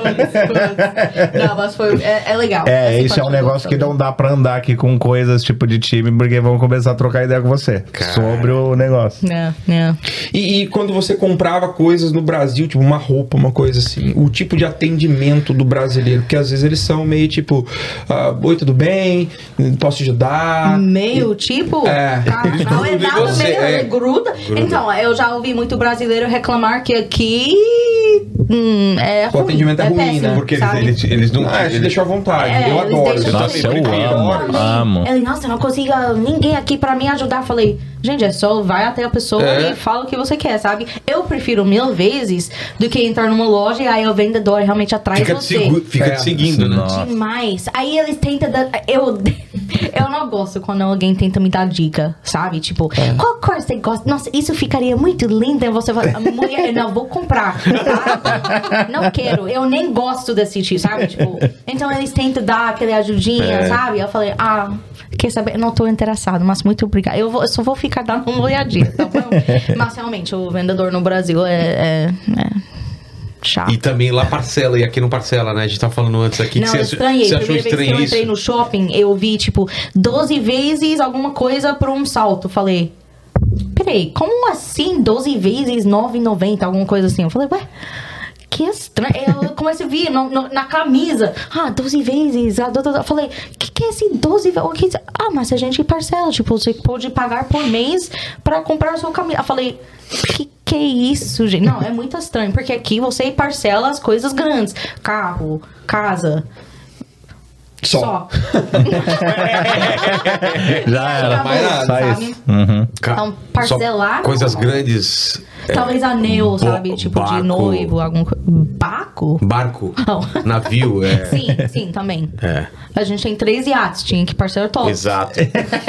Speaker 3: Não, mas foi. É, é legal.
Speaker 5: É,
Speaker 3: Essa
Speaker 5: esse é um
Speaker 3: parte eu gosto.
Speaker 5: negócio que não dá pra andar aqui com coisas tipo de time, porque vão começar a trocar ideia com você sobre o negócio.
Speaker 3: Não, não.
Speaker 2: E, e quando você comprava coisas no Brasil, tipo uma roupa, uma coisa assim, o tipo de atendimento do brasileiro, porque às vezes eles são meio tipo, ah, oi, tudo bem? Posso te ajudar?
Speaker 3: Meio tipo,
Speaker 2: É.
Speaker 3: carnal é
Speaker 1: Gruda em
Speaker 3: nada
Speaker 1: você,
Speaker 3: meio
Speaker 1: é.
Speaker 3: gruda. Então, eu já ouvi muito brasileiro reclamar que aqui hum, é
Speaker 2: O atendimento é ruim, né?
Speaker 3: péssimo,
Speaker 1: Porque eles,
Speaker 3: sabe?
Speaker 1: eles, eles não.
Speaker 2: Ah, te
Speaker 1: eles-
Speaker 2: deixou à vontade.
Speaker 3: É,
Speaker 2: eu
Speaker 3: eles
Speaker 2: adoro.
Speaker 3: deixam
Speaker 5: Nossa,
Speaker 3: você
Speaker 5: eu
Speaker 3: brincar.
Speaker 5: amo,
Speaker 3: Também.
Speaker 5: amo.
Speaker 3: Ele, nossa, eu não consigo ninguém aqui pra me ajudar. Falei, gente, é só vai até a pessoa
Speaker 1: É.
Speaker 3: e fala o que você quer, sabe? Eu prefiro mil vezes do que entrar numa loja e aí o vendedor realmente atrás de
Speaker 1: Fica, te,
Speaker 3: você
Speaker 1: segu- fica te
Speaker 2: É.
Speaker 1: seguindo, né?
Speaker 5: Nossa.
Speaker 3: demais. Aí eles tentam dar. Eu, eu não gosto quando alguém tenta me dar dica, sabe? Tipo, qual cor você gosta? Nossa, isso ficaria muito lindo. E você fala, mulher, eu não vou comprar. tá? não quero. Eu nem gosto desse tipo, sabe? Tipo, então eles tentam dar aquele ajudinha, sabe? Eu falei, ah. Quer saber? Eu Não tô interessado, mas muito obrigada. Eu, vou- eu só vou ficar dando uma olhadinha, tá bom? mas realmente, o vendedor no Brasil é, é, é chato.
Speaker 1: E também lá parcela, e aqui não parcela, né? A gente tá falando antes aqui
Speaker 3: Ah. não,
Speaker 1: que
Speaker 3: eu
Speaker 1: você,
Speaker 3: estranhei.
Speaker 1: você achou
Speaker 3: A Primeira vez que
Speaker 1: estranho
Speaker 3: eu
Speaker 1: isso.
Speaker 3: entrei no shopping, eu vi, tipo, 12 vezes alguma coisa por um salto. Falei, peraí, como assim 12 vezes 9,90? Alguma coisa assim. Eu falei, ué. Que estranho. Eu comecei a ver no- no- na camisa. Ah, 12 vezes. Ah, do- do- do. Eu falei, que que é esse 12 vezes? O que isso? Ah, mas a gente parcela. Tipo, você pode pagar por mês pra comprar a sua camisa. Eu falei, que que é isso, gente? Não, é muito estranho. Porque aqui você parcela as coisas grandes. Carro, casa,
Speaker 2: Só.
Speaker 5: Já era,
Speaker 1: mais nada.
Speaker 3: Tá
Speaker 5: Só
Speaker 3: sabe?
Speaker 5: isso. Uhum.
Speaker 1: Ca-
Speaker 3: Então,
Speaker 1: só
Speaker 3: parcelar-
Speaker 1: Coisas grandes. É.
Speaker 3: Talvez anel, sabe? tipo
Speaker 1: baco.
Speaker 3: de noivo, algum co- baco?
Speaker 1: Barco,
Speaker 3: Não.
Speaker 1: navio, é.
Speaker 3: Sim, sim, também.
Speaker 1: É.
Speaker 3: A gente tem três iates, tinha que parceiro todos.
Speaker 1: Exato.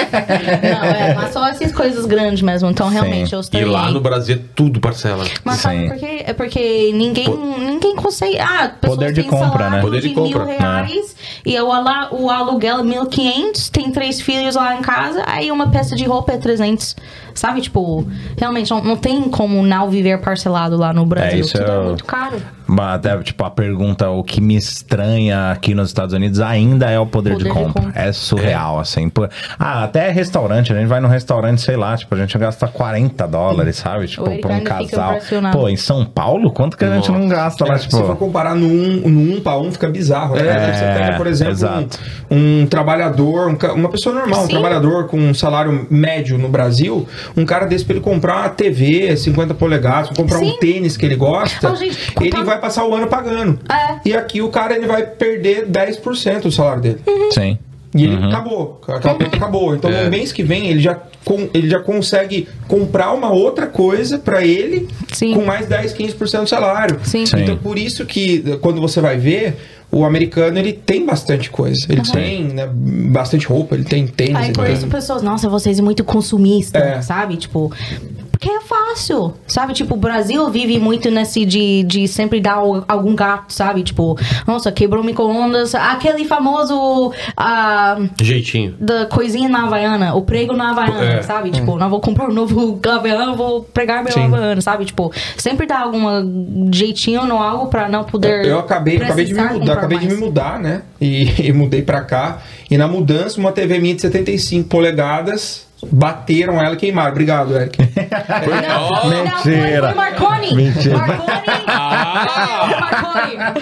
Speaker 3: Não, é, mas só essas coisas grandes mesmo. Então, realmente, eu
Speaker 1: E
Speaker 3: estranhei.
Speaker 1: lá no Brasil é tudo parcela.
Speaker 3: Mas sabe
Speaker 5: Sim.
Speaker 3: por quê? É porque ninguém, ninguém consegue. Ah, pessoas
Speaker 5: Poder de
Speaker 3: têm
Speaker 5: compra,
Speaker 3: salário
Speaker 5: né?
Speaker 1: Poder de
Speaker 3: de
Speaker 1: compra.
Speaker 3: mil reais e o, ala, o aluguel é 1.500, tem três filhos lá em casa, aí uma peça de roupa é 300. Sabe? Tipo, realmente não, não tem como não viver parcelado lá no Brasil.
Speaker 5: isso
Speaker 3: Tudo é
Speaker 5: é o-
Speaker 3: muito caro.
Speaker 5: Mas até, tipo, a pergunta, o que me estranha aqui nos Estados Unidos ainda é o poder,
Speaker 3: Poder
Speaker 5: de,
Speaker 3: de
Speaker 5: compra.
Speaker 3: compra.
Speaker 5: É surreal, assim. Pô, Ah, até restaurante, a gente vai num restaurante, sei lá, tipo, a gente gasta 40 dólares, sabe? Tipo,
Speaker 3: Eric
Speaker 5: pra um
Speaker 3: ainda fica
Speaker 5: casal.
Speaker 3: impressionado.
Speaker 5: Pô, em São Paulo, quanto que a gente não gasta lá,
Speaker 2: É, se for
Speaker 5: tipo.
Speaker 2: comparar no um, no um para um, fica bizarro, né?
Speaker 5: É,
Speaker 2: você pega, por exemplo,
Speaker 5: exato.
Speaker 2: um, um trabalhador, um ca- uma pessoa normal, um
Speaker 3: Sim.
Speaker 2: trabalhador com um salário médio no Brasil, um cara desse pra ele comprar uma TV 50 polegadas, comprar
Speaker 3: Sim.
Speaker 2: um tênis que ele gosta,
Speaker 3: Ó, gente,
Speaker 2: ele
Speaker 3: comprar-
Speaker 2: vai passar o ano pagando.
Speaker 3: É.
Speaker 2: E aqui o cara ele vai perder 10% do salário dele.
Speaker 5: Sim.
Speaker 2: E ele acabou, aquela conta acabou. Então
Speaker 1: É.
Speaker 2: no mês que vem ele já, com- ele já consegue comprar uma outra coisa pra ele
Speaker 3: Sim.
Speaker 2: com mais 10, 15% do salário.
Speaker 3: Sim.
Speaker 5: Sim.
Speaker 2: Então por isso que quando você vai ver, o americano ele tem bastante coisa. Ele
Speaker 3: Uhum.
Speaker 2: tem né, bastante roupa, ele tem tênis.
Speaker 3: Aí
Speaker 2: ele
Speaker 3: por
Speaker 2: tem-
Speaker 3: isso pessoas, nossa, vocês são muito consumistas,
Speaker 2: É.
Speaker 3: sabe? Tipo, por que porque é fácil, sabe? Tipo, o Brasil vive muito nesse de, de sempre dar o- algum gato, sabe? Tipo, nossa, quebrou micro-ondas. Aquele famoso ah,
Speaker 1: Jeitinho.
Speaker 3: da coisinha na Havaiana, o prego na Havaiana,
Speaker 1: É.
Speaker 3: sabe? Tipo, não vou comprar um novo Havaiana, vou pregar meu
Speaker 2: Sim.
Speaker 3: Havaiana, sabe? Tipo, sempre dá algum jeitinho ou algo pra não poder.
Speaker 2: É, Eu acabei, acabei, de, me
Speaker 3: precisar
Speaker 2: mudar,
Speaker 3: comprar
Speaker 2: acabei de me
Speaker 3: mais.
Speaker 2: mudar, né? E, e mudei pra cá. E na mudança, uma TV minha de 75 polegadas bateram ela e queimaram. Obrigado, Eric.
Speaker 3: Não,
Speaker 1: Oh,
Speaker 3: não, foi-
Speaker 5: mentira.
Speaker 3: Foi Marconi.
Speaker 5: Mentira.
Speaker 3: Marconi.
Speaker 1: Ah.
Speaker 3: É, Marconi.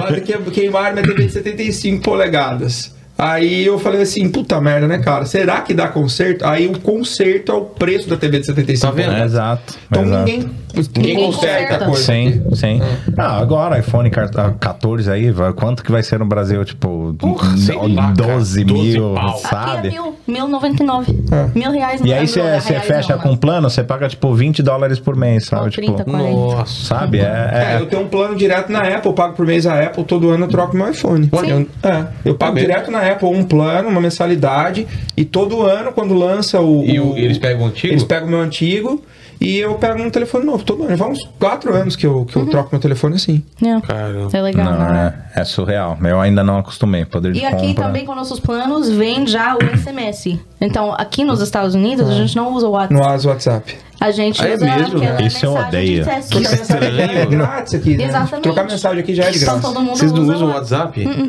Speaker 2: Mas que- queimaram minha TV de 75 polegadas. Aí eu falei assim, puta merda, né, cara? Será que dá conserto? Aí o conserto é o preço da TV de 75
Speaker 1: Tá vendo?
Speaker 5: É,
Speaker 2: polegadas.
Speaker 5: Exato.
Speaker 2: Então
Speaker 5: exato.
Speaker 2: ninguém, ninguém
Speaker 3: Ninguém
Speaker 2: conserta a
Speaker 3: conserta.
Speaker 2: coisa.
Speaker 5: Sim, sim. Ah, agora iPhone 14 aí, vai- quanto que vai ser no Brasil? Tipo,
Speaker 1: Porra, sei lá, cara.
Speaker 5: 12 mil,
Speaker 1: 12 pau.
Speaker 5: sabe? Ah.
Speaker 3: Aqui é mil, mil noventa e nove. Mil reais.
Speaker 5: E
Speaker 3: não é mil, é
Speaker 5: aí você
Speaker 3: reais
Speaker 5: fecha
Speaker 3: não,
Speaker 5: com
Speaker 3: né?
Speaker 5: plano, você paga tipo 20 dólares por mês,
Speaker 3: Ou
Speaker 5: sabe?
Speaker 3: 30,
Speaker 5: tipo,
Speaker 3: 40.
Speaker 1: Nossa.
Speaker 5: sabe? É,
Speaker 2: É,
Speaker 5: é-
Speaker 2: eu tenho um plano direto na Apple, eu pago por mês a Apple, todo ano eu troco meu iPhone.
Speaker 3: Sim.
Speaker 2: Eu, é, eu pago
Speaker 1: mesmo?
Speaker 2: direto na Apple um plano, uma mensalidade, e todo ano, quando lança o.
Speaker 1: E o- eles pegam o antigo?
Speaker 2: Eles pegam o meu antigo e eu pego um telefone novo. Todo ano. Faz uns 4 anos que eu, que eu troco meu telefone assim.
Speaker 3: Não.
Speaker 1: Caramba.
Speaker 3: É legal,
Speaker 5: não,
Speaker 3: né?
Speaker 5: é, é surreal. Eu ainda não acostumei. Poder de
Speaker 3: E aqui
Speaker 5: compra.
Speaker 3: também com nossos planos vem já o SMS. Então, aqui nos Estados Unidos, a gente não usa o
Speaker 2: No
Speaker 3: WhatsApp.
Speaker 2: as WhatsApp.
Speaker 3: A gente
Speaker 1: Ah, é
Speaker 3: usa
Speaker 1: mesmo?
Speaker 3: aquela
Speaker 5: Ah. Isso eu
Speaker 3: mensagem
Speaker 5: odeio.
Speaker 3: de texto.
Speaker 1: Que
Speaker 2: Trocar mensagem aqui já é
Speaker 1: estranho.
Speaker 2: grátis aqui. Né?
Speaker 3: Exatamente.
Speaker 2: Trocar mensagem aqui já é de
Speaker 3: Então,
Speaker 2: graça.
Speaker 3: todo mundo
Speaker 1: Vocês não
Speaker 3: usa Hum,
Speaker 1: usam o WhatsApp?
Speaker 3: Então,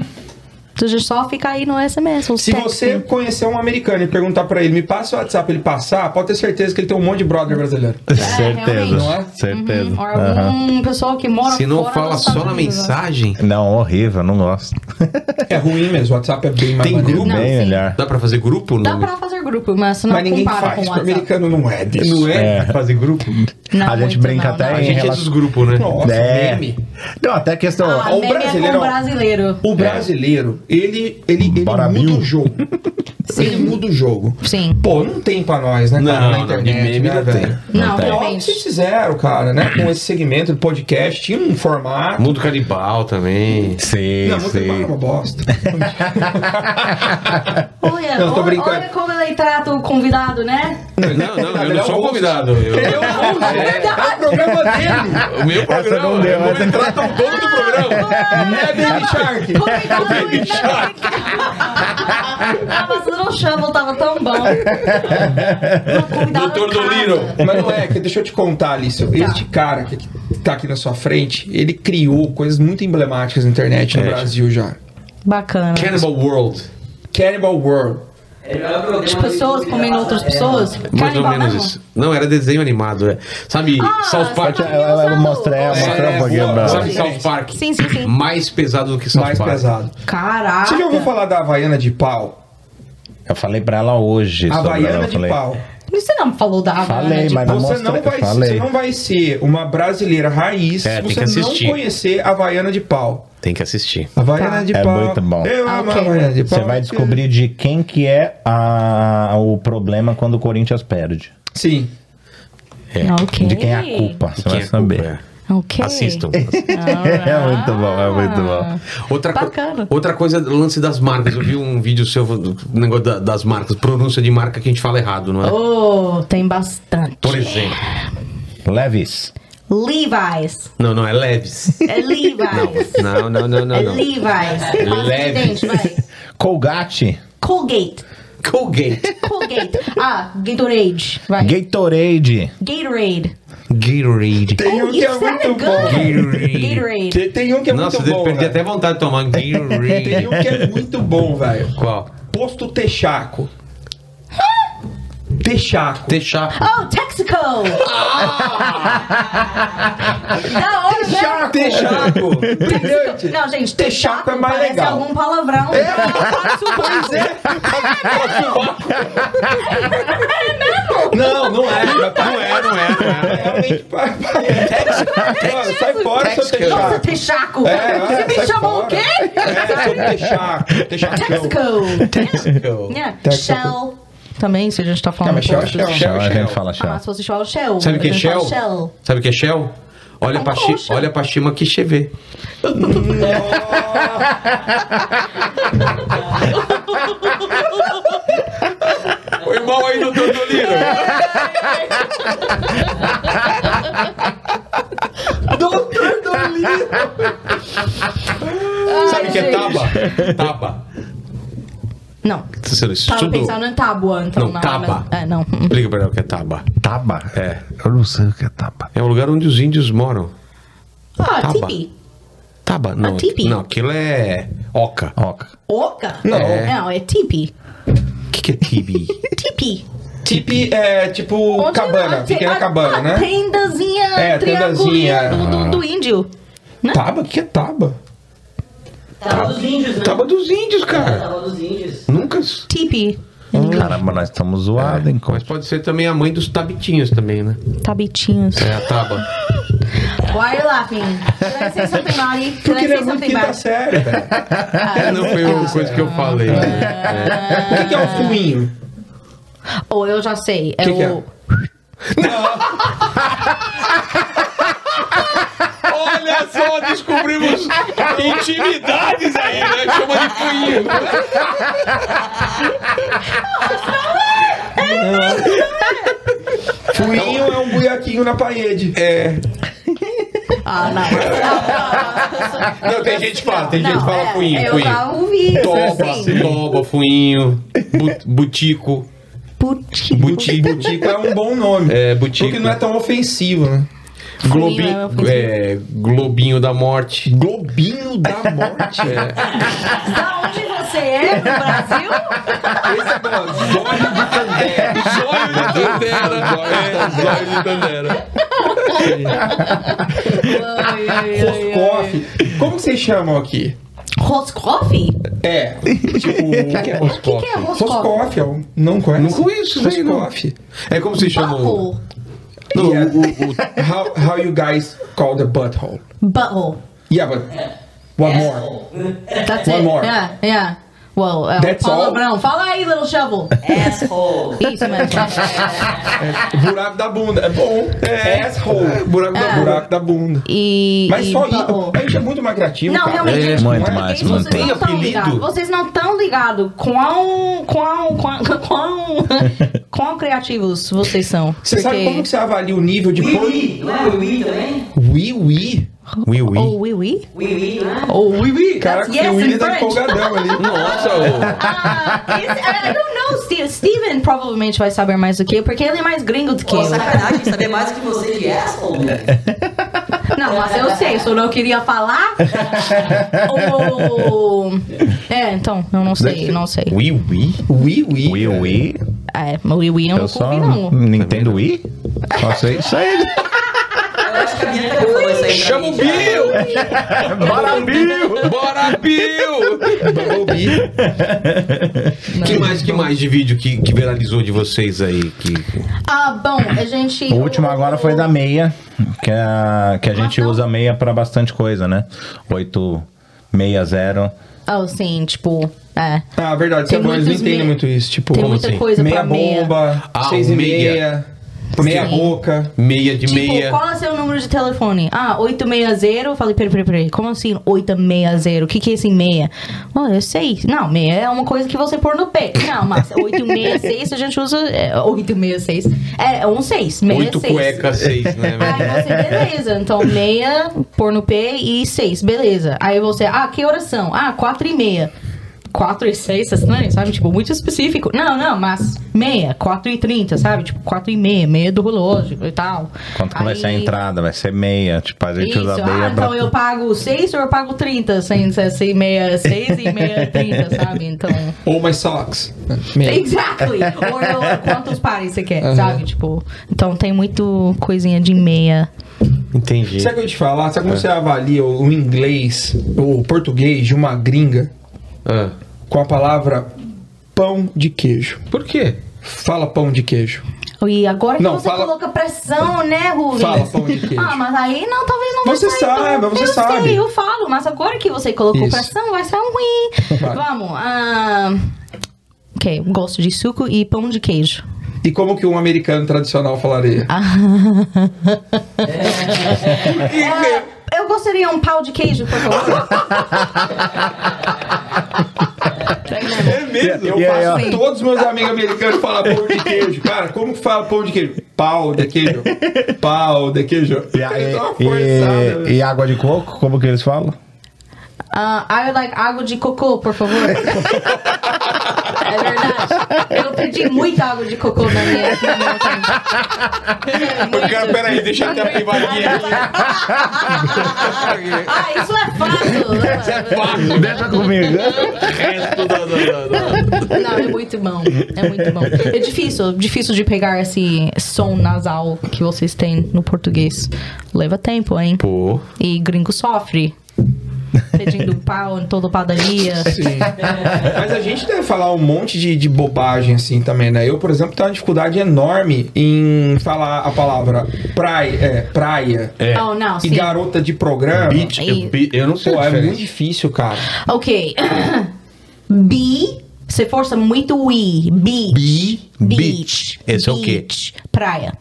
Speaker 3: A gente só fica aí no SMS. ou
Speaker 2: Se
Speaker 3: texting.
Speaker 2: você conhecer um americano e perguntar pra ele, me passa o WhatsApp, ele passar, pode ter certeza que ele tem um monte de brother brasileiro.
Speaker 5: certeza.
Speaker 3: é, realmente.
Speaker 2: Não é?
Speaker 5: Certeza.
Speaker 3: Uhum, Ou
Speaker 5: Aham.
Speaker 3: algum pessoal que mora
Speaker 1: Se não
Speaker 3: hum. fora
Speaker 1: fala
Speaker 3: dos
Speaker 1: só
Speaker 3: Estados
Speaker 1: na
Speaker 3: Unidos, né?
Speaker 1: mensagem,
Speaker 5: Não, horrível, não gosto.
Speaker 2: É ruim mesmo, o WhatsApp é bem mais
Speaker 1: Tem
Speaker 2: maneiro.
Speaker 1: grupo?
Speaker 3: Não,
Speaker 5: Bem
Speaker 3: sim.
Speaker 5: melhor.
Speaker 1: dá pra fazer grupo?
Speaker 3: Dá
Speaker 1: Não?
Speaker 3: pra fazer grupo, mas não
Speaker 2: Mas ninguém
Speaker 3: compara
Speaker 2: faz,
Speaker 3: com o
Speaker 2: porque o
Speaker 3: WhatsApp.
Speaker 2: americano não é disso.
Speaker 1: Não é,
Speaker 5: É.
Speaker 1: fazer grupo?
Speaker 3: Não,
Speaker 5: A gente
Speaker 3: muito
Speaker 5: brinca
Speaker 3: não,
Speaker 5: até
Speaker 3: não.
Speaker 1: A
Speaker 5: em
Speaker 1: gente é
Speaker 5: relação-
Speaker 1: dos grupos, né?
Speaker 2: Nossa,
Speaker 5: é.
Speaker 2: meme.
Speaker 5: Não, até a questão.
Speaker 3: Ah,
Speaker 2: o
Speaker 3: meme
Speaker 2: brasileiro,
Speaker 3: É
Speaker 2: ó.
Speaker 3: com o brasileiro.
Speaker 1: É.
Speaker 2: O brasileiro, ele, ele, ele
Speaker 5: Bora,
Speaker 2: muda
Speaker 5: Bill.
Speaker 2: o jogo. Ele muda o jogo.
Speaker 3: Sim.
Speaker 2: Pô, não tem pra nós, né, cara,
Speaker 1: Não,
Speaker 2: na
Speaker 1: não,
Speaker 2: internet,
Speaker 1: de meme
Speaker 2: né,
Speaker 1: não
Speaker 2: velho?
Speaker 1: tem.
Speaker 3: Não,
Speaker 5: tem.
Speaker 2: Olha o que
Speaker 3: realmente.
Speaker 2: vocês fizeram, cara, né? Com esse segmento de podcast, tinha um formato.
Speaker 1: Mundo canibal também.
Speaker 5: Sim,
Speaker 2: Não, muito é
Speaker 5: sim.
Speaker 2: uma bosta.
Speaker 3: Olha,
Speaker 2: Não, tô
Speaker 3: olha,
Speaker 2: brincando.
Speaker 3: olha como ele trata o convidado, né?
Speaker 1: Não, não, eu
Speaker 2: Ele é
Speaker 1: não
Speaker 2: o
Speaker 1: sou um
Speaker 2: host.
Speaker 1: convidado. eu-
Speaker 2: Ele é o host, é, é o programa dele.
Speaker 1: O meu programa.
Speaker 5: não deu,
Speaker 1: eu vou
Speaker 5: essa-
Speaker 1: me tratar o dono
Speaker 3: Ah,
Speaker 1: do programa.
Speaker 2: É Baby Shark.
Speaker 3: Convidado ele não. Ah, mas não chama, tava tão bom. Não, convidado
Speaker 1: Doutor
Speaker 3: casa.
Speaker 1: Doliro.
Speaker 2: Mas não é, que deixa eu te contar, Alício. Este cara que tá aqui na sua frente, ele criou coisas muito emblemáticas na internet no
Speaker 1: É.
Speaker 2: Brasil já.
Speaker 3: Bacana.
Speaker 1: Cannibal World.
Speaker 2: Cannibal World.
Speaker 4: É
Speaker 3: As pessoas comendo
Speaker 5: é.
Speaker 3: outras pessoas.
Speaker 1: Mais ou
Speaker 3: Canibal
Speaker 1: menos
Speaker 3: mesmo.
Speaker 1: isso. Não, era desenho animado. É. Sabe,
Speaker 3: Ah,
Speaker 1: South Park.
Speaker 3: sabe-
Speaker 5: Ela, ela mostra, ela
Speaker 2: É,
Speaker 5: mostra um pouquinho
Speaker 2: boa,
Speaker 5: pra
Speaker 1: Sabe
Speaker 2: boa.
Speaker 1: South Park?
Speaker 3: Sim, sim, sim.
Speaker 5: Hum.
Speaker 1: Mais pesado do que South
Speaker 2: Mais
Speaker 1: Park.
Speaker 2: pesado.
Speaker 3: Caraca.
Speaker 2: Você já ouviu falar da Havaiana de pau?
Speaker 5: Eu falei pra ela hoje. sobre ela,
Speaker 2: Havaiana
Speaker 5: eu
Speaker 2: de
Speaker 5: falei,
Speaker 2: pau.
Speaker 3: Você não falou da Havana,
Speaker 5: Falei,
Speaker 3: de
Speaker 5: mas não
Speaker 2: Você
Speaker 5: mostrei.
Speaker 2: não, vai,
Speaker 5: eu falei.
Speaker 2: você não vai ser uma brasileira raiz
Speaker 1: É,
Speaker 2: se
Speaker 1: tem que
Speaker 2: você não
Speaker 1: assistir.
Speaker 2: conhecer a Havaiana de pau.
Speaker 1: Tem que assistir.
Speaker 2: Havaiana
Speaker 3: Tá.
Speaker 2: de
Speaker 5: É
Speaker 2: pau.
Speaker 5: muito bom.
Speaker 2: Eu
Speaker 3: Ah,
Speaker 2: amo
Speaker 3: ok.
Speaker 2: a Havaiana de pau. é
Speaker 5: Você vai descobrir de quem que é a- o problema quando o Corinthians perde.
Speaker 2: Sim.
Speaker 3: Ok.
Speaker 5: De quem é a culpa, você vai
Speaker 1: Quem é
Speaker 5: saber.
Speaker 1: culpa, é.
Speaker 3: tipo, Ok.
Speaker 1: Assistam.
Speaker 5: É muito bom, é muito bom.
Speaker 3: Ah.
Speaker 1: Outra, co-
Speaker 3: Bacana.
Speaker 1: outra coisa, lance das marcas. Eu vi um vídeo seu, do negócio da- das marcas, pronúncia de marca que a gente fala errado, não é?
Speaker 3: Oh, tem bastante.
Speaker 1: Por exemplo.
Speaker 5: é. Levis.
Speaker 3: Levi's.
Speaker 1: Não, não, é Leves.
Speaker 3: É Levi's.
Speaker 1: Não, não, não, não,
Speaker 3: É
Speaker 1: não.
Speaker 3: Levi's.
Speaker 1: Levi's.
Speaker 3: Levi's. vai.
Speaker 5: Colgate.
Speaker 3: Colgate.
Speaker 1: Colgate.
Speaker 3: Colgate. Ah, Gatorade. Vai.
Speaker 5: Gatorade.
Speaker 3: Gatorade.
Speaker 1: Gatorade.
Speaker 2: Tem um que é
Speaker 3: isso é
Speaker 2: muito
Speaker 3: legal.
Speaker 2: bom.
Speaker 3: Gatorade.
Speaker 2: Tem- Tem um que é
Speaker 1: Nossa, eu
Speaker 2: muito
Speaker 1: devo
Speaker 2: bom.
Speaker 1: perder
Speaker 2: velho.
Speaker 1: até vontade de tomar um
Speaker 2: Tem
Speaker 1: Gatorade.
Speaker 2: um que é muito bom, velho.
Speaker 1: Qual?
Speaker 2: Posto Texaco. Texaco.
Speaker 1: Deixar.
Speaker 3: Oh, Texaco. Da hora mesmo.
Speaker 2: Texaco. Brilhante.
Speaker 3: Não, gente,
Speaker 2: Texaco
Speaker 3: Texaco
Speaker 2: é mais
Speaker 3: parece
Speaker 2: legal.
Speaker 3: algum palavrão. É,
Speaker 2: Pois é. Não, não é.
Speaker 1: Não é, não é, não é.
Speaker 2: Realmente parece. Olha, Sai fora, seu
Speaker 1: Texaco.
Speaker 3: Nossa,
Speaker 2: Texaco.
Speaker 3: Texaco.
Speaker 2: É,
Speaker 3: Você me
Speaker 2: sai
Speaker 3: chamou o
Speaker 2: fora.
Speaker 3: quê?
Speaker 2: É, seu Texaco. Texaco.
Speaker 3: Texaco.
Speaker 1: Texaco.
Speaker 3: Yeah.
Speaker 2: Texaco.
Speaker 3: É, Shell. Também, se a gente tá falando.
Speaker 2: Não, mas Shell,
Speaker 3: coisas-
Speaker 2: Shell,
Speaker 5: Shell, a
Speaker 2: Shell.
Speaker 5: gente fala
Speaker 3: Ah,
Speaker 5: Shell.
Speaker 3: mas se você fala Shell. Um
Speaker 1: Sabe o que é
Speaker 3: a gente fala
Speaker 1: Shell? Sabe o que é Shell? Olha pra, chi,
Speaker 3: Poxa.
Speaker 1: olha pra Shima que chevê. o irmão aí do Dandolino.
Speaker 4: Doutor Dolino.
Speaker 1: Sabe o que é
Speaker 3: gente.
Speaker 1: taba? Taba.
Speaker 3: Não.
Speaker 1: Você não
Speaker 3: Tava
Speaker 1: estudou?
Speaker 3: pensando em tábua. Então,
Speaker 1: Não, taba.
Speaker 3: É, não.
Speaker 1: Liga pra ela o que é taba.
Speaker 5: Taba? É. Eu não sei o que é taba.
Speaker 1: É um lugar onde os índios moram.
Speaker 3: Ah,
Speaker 1: Taba.
Speaker 3: tipi.
Speaker 1: Taba? Tá Não,
Speaker 3: Ah, tipi.
Speaker 1: não aquilo é oca.
Speaker 5: Oca.
Speaker 3: Oca?
Speaker 2: Não.
Speaker 3: É. Não, é tipi.
Speaker 1: O que, que é tibi?
Speaker 3: Tipi.
Speaker 2: Tipi é tipo
Speaker 3: Onde
Speaker 2: cabana,
Speaker 3: a-
Speaker 2: pequena
Speaker 3: a-
Speaker 2: cabana,
Speaker 3: a
Speaker 2: né?
Speaker 3: Tendazinha,
Speaker 2: É,
Speaker 3: triangulinho
Speaker 2: tendazinha. Ah.
Speaker 3: do, do, do índio. né?
Speaker 2: Taba? O que é taba?
Speaker 4: Tava dos índios, né?
Speaker 1: Taba dos índios, cara.
Speaker 4: Tava dos índios.
Speaker 1: Nunca.
Speaker 3: Tipi.
Speaker 5: Caramba, nós estamos zoados, hein,
Speaker 1: Mas
Speaker 5: coach?
Speaker 1: pode ser também a mãe dos tabitinhos também, né?
Speaker 3: Tabitinhos.
Speaker 1: É a taba.
Speaker 3: Why are you laughing? Did I say something naughty? Did
Speaker 2: Porque
Speaker 3: I
Speaker 2: ele é
Speaker 3: say
Speaker 2: muito
Speaker 3: something
Speaker 2: quinta
Speaker 3: bad?
Speaker 2: série, cara.
Speaker 1: É, não foi uma coisa que eu falei. né? É.
Speaker 2: O que que é o
Speaker 3: Ah.
Speaker 2: fuinho?
Speaker 3: Ou eu já sei. É
Speaker 2: Que que é?
Speaker 3: o.
Speaker 1: Olha só, descobrimos intimidades aí, né? Chama de punho.
Speaker 2: Fuinho é um buiaquinho na parede.
Speaker 1: É.
Speaker 3: Ah, não.
Speaker 1: Não, tem gente que fala, tem gente
Speaker 3: Não,
Speaker 1: que fala
Speaker 3: é,
Speaker 1: punho,
Speaker 3: eu
Speaker 1: punho.
Speaker 3: já ouvi.
Speaker 1: Toba,
Speaker 3: assim.
Speaker 1: toba, fuinho, bu- butico,
Speaker 3: Puti-
Speaker 1: butico,
Speaker 2: Butico é um bom nome.
Speaker 1: É, butico.
Speaker 2: Porque não é tão ofensivo, né?
Speaker 1: globi,
Speaker 3: Fuinho é uma coisa-
Speaker 1: é, globinho da morte.
Speaker 2: Globinho da morte.
Speaker 1: É.
Speaker 3: Da onde você é, no Brasil?
Speaker 2: Esse é bom. Zóio de Tandera.
Speaker 1: Zóio de Tandera. É, zóio de Tandera.
Speaker 3: Ai, ai, ai, ai.
Speaker 2: Roscoff. Como que vocês chamam aqui?
Speaker 3: Roscoff? O
Speaker 2: É. Tipo, o que é Roscoff?
Speaker 3: que, que é Roscoff?
Speaker 2: Roscoff, é um- não conhece?
Speaker 1: Não conheço, velho, não.
Speaker 2: Roscoff.
Speaker 1: É como se chama o...
Speaker 3: Butthole.
Speaker 1: Não,
Speaker 2: Yeah.
Speaker 1: o- o- o-
Speaker 2: How, how you guys call the butthole?
Speaker 3: Butthole.
Speaker 2: Yeah, but
Speaker 1: Tá
Speaker 2: one more.
Speaker 3: oh, That's
Speaker 2: One
Speaker 3: it.
Speaker 2: more.
Speaker 3: Yeah, yeah. Well, é um
Speaker 2: That's all?
Speaker 3: palavrão. Fala aí, Little Shovel.
Speaker 4: Asshole.
Speaker 3: Isso mesmo.
Speaker 2: Buraco da bunda. É bom. É asshole. Buraco, da,
Speaker 3: Ah.
Speaker 2: buraco da bunda.
Speaker 3: E.
Speaker 2: Mas
Speaker 3: e
Speaker 2: só isso.
Speaker 3: butthole.
Speaker 2: A gente é muito mais criativo,
Speaker 3: Não,
Speaker 2: cara.
Speaker 3: realmente,
Speaker 1: É,
Speaker 3: gente,
Speaker 5: muito
Speaker 3: porque
Speaker 5: mais,
Speaker 3: vocês
Speaker 5: mano.
Speaker 3: não
Speaker 1: Tem
Speaker 3: tão
Speaker 1: apelido?
Speaker 3: ligados. Vocês não estão ligados quão, quão, quão, quão, quão criativos vocês são.
Speaker 2: Você sabe como que você avalia o nível de... Por...
Speaker 4: Wiwi, não é Wiwi também?
Speaker 2: Wii Wii?
Speaker 1: Wii Wii.
Speaker 3: Oh, oui, oui?
Speaker 4: Wiwi, não é?
Speaker 3: Oh, oui, oui.
Speaker 2: Caraca,
Speaker 3: That's yes
Speaker 2: o Willy
Speaker 3: in
Speaker 2: tá
Speaker 3: French.
Speaker 2: empolgadão ali.
Speaker 1: Nossa, o...
Speaker 3: Ah, esse- I don't know, Steve. Steven provavelmente vai saber mais do que eu, porque ele é mais gringo do que
Speaker 4: Pô,
Speaker 3: eu.
Speaker 4: sacanagem saber mais que você de asshole. né?
Speaker 3: Não, mas eu sei, se eu não queria falar. o- É, então, eu não sei, não sei.
Speaker 5: Wii Wii?
Speaker 2: Wii Wii?
Speaker 5: Wii Wii?
Speaker 3: É, o oui, oui, eu
Speaker 5: Eu
Speaker 3: não
Speaker 5: só.
Speaker 3: confio, não.
Speaker 5: Nintendo Wii? Só sei isso
Speaker 4: Eu
Speaker 5: aí.
Speaker 4: acho que a Bianca que falou isso aí. pra
Speaker 1: Chama
Speaker 4: mim,
Speaker 1: o
Speaker 4: já.
Speaker 1: Bill!
Speaker 5: Bora, Bill!
Speaker 1: Bora, Bill! Que mais, que mais de vídeo que, que viralizou de vocês aí? Que...
Speaker 3: Ah, bom, a gente.
Speaker 5: O último agora foi da meia, que é a, que a gente
Speaker 3: não.
Speaker 5: usa a meia pra bastante coisa, né? 860.
Speaker 3: Oh, sim, tipo. É.
Speaker 2: Ah, verdade.
Speaker 3: Tem
Speaker 2: Sabe, eles não
Speaker 3: muitos
Speaker 2: entendem
Speaker 3: me-
Speaker 2: muito isso. Tipo,
Speaker 3: Tem
Speaker 1: Como
Speaker 3: muita
Speaker 1: assim?
Speaker 3: coisa
Speaker 2: meia
Speaker 3: pra meia.
Speaker 2: bomba,
Speaker 1: Ah,
Speaker 2: seis e
Speaker 1: meia.
Speaker 2: meia, meia boca.
Speaker 1: Meia de
Speaker 3: Tipo,
Speaker 1: meia.
Speaker 3: qual é o seu número de telefone? Ah, 860. Eu falei, peraí, peraí, peraí. Como assim 860? O que, que é esse meia? Ah, eu sei. Não, meia é uma coisa que você pôr no pé. Não, mas 866 a gente usa. É, 866. É, é um 6. meia
Speaker 1: Oito
Speaker 3: seis.
Speaker 1: cueca, seis, né?
Speaker 3: Aí você, beleza. Então, meia, pôr no P e seis, beleza. Aí você, ah, que horas são? Ah, quatro e meia. Quatro e seis, assim, né? sabe? Tipo, muito específico. Não, não, mas meia, quatro e trinta, sabe? Tipo, quatro e meia, meia do relógio e tal.
Speaker 5: Quanto que vai
Speaker 3: Aí-
Speaker 5: ser a entrada? Vai ser meia. Tipo, a gente
Speaker 3: Isso,
Speaker 5: usa a meia
Speaker 3: ah,
Speaker 5: pra.
Speaker 3: então eu pago seis ou eu pago trinta, sem ser assim, meia, seis e meia, trinta, sabe? Então...
Speaker 2: Ou my socks.
Speaker 5: É.
Speaker 2: Meia.
Speaker 3: Exactly! Ou eu- quantos pares você quer, sabe? Tipo, então tem muito coisinha de meia.
Speaker 1: Entendi.
Speaker 2: Sabe o que eu te falar? Sabe como
Speaker 1: É.
Speaker 2: você avalia o o inglês ou o português de uma gringa
Speaker 1: Ah,
Speaker 2: com a palavra pão de queijo?
Speaker 1: Por quê?
Speaker 2: Fala pão de queijo.
Speaker 3: E agora que
Speaker 2: Não,
Speaker 3: você
Speaker 2: fala-
Speaker 3: coloca pressão, né, Rubens?
Speaker 2: Fala pão de queijo.
Speaker 3: Ah, mas aí não, talvez não vai
Speaker 2: Você
Speaker 3: sair
Speaker 2: sabe,
Speaker 3: tão-
Speaker 2: você
Speaker 3: eu
Speaker 2: sabe.
Speaker 3: Sei, eu falo, mas agora que você colocou
Speaker 2: Isso.
Speaker 3: pressão, vai ser ruim.
Speaker 2: Vai.
Speaker 3: Vamos. ah, Ok, gosto de suco e pão de queijo.
Speaker 2: E como que um americano tradicional falaria?
Speaker 3: Ah, eu gostaria um pau de queijo, por favor.
Speaker 2: É mesmo? Eu
Speaker 5: E aí,
Speaker 2: faço
Speaker 3: ó.
Speaker 2: todos os meus amigos americanos falar pão de queijo. Cara, como que fala pão de queijo? Pau de queijo. Pau de queijo.
Speaker 5: E, a-
Speaker 2: Eles dão uma
Speaker 5: e-
Speaker 2: forçada, né?
Speaker 5: e
Speaker 2: velho.
Speaker 5: água de coco, como que eles falam?
Speaker 3: Ah, I would like água de cocô, por favor. é verdade. Eu pedi muita água de cocô na minha. Na minha
Speaker 2: Eu quero- peraí, deixa eu ter a privadinha aqui.
Speaker 3: ah, isso é
Speaker 2: é
Speaker 3: fato.
Speaker 5: Deixa comigo.
Speaker 3: Não, é muito bom. É muito bom. É difícil, difícil de pegar esse som nasal que vocês têm no português. Leva tempo, hein?
Speaker 1: Pô.
Speaker 3: E gringo sofre. Pedindo pau em toda padaria.
Speaker 2: Sim. Mas a gente deve falar um monte de, de bobagem assim também, né? Eu, por exemplo, tenho uma dificuldade enorme em falar a palavra praia. É, praia.
Speaker 1: É.
Speaker 3: Oh, não,
Speaker 2: E
Speaker 3: sim.
Speaker 2: garota de programa.
Speaker 1: Beach,
Speaker 3: Aí.
Speaker 1: eu, bi- eu não né? sei.
Speaker 2: Pô,
Speaker 1: a
Speaker 2: é muito
Speaker 1: diferença.
Speaker 2: difícil, cara.
Speaker 3: Ok. Bi. Você força muito o I. Bi.
Speaker 1: Bi- beach.
Speaker 3: Beach.
Speaker 1: Esse é o quê?
Speaker 3: Beach. Praia.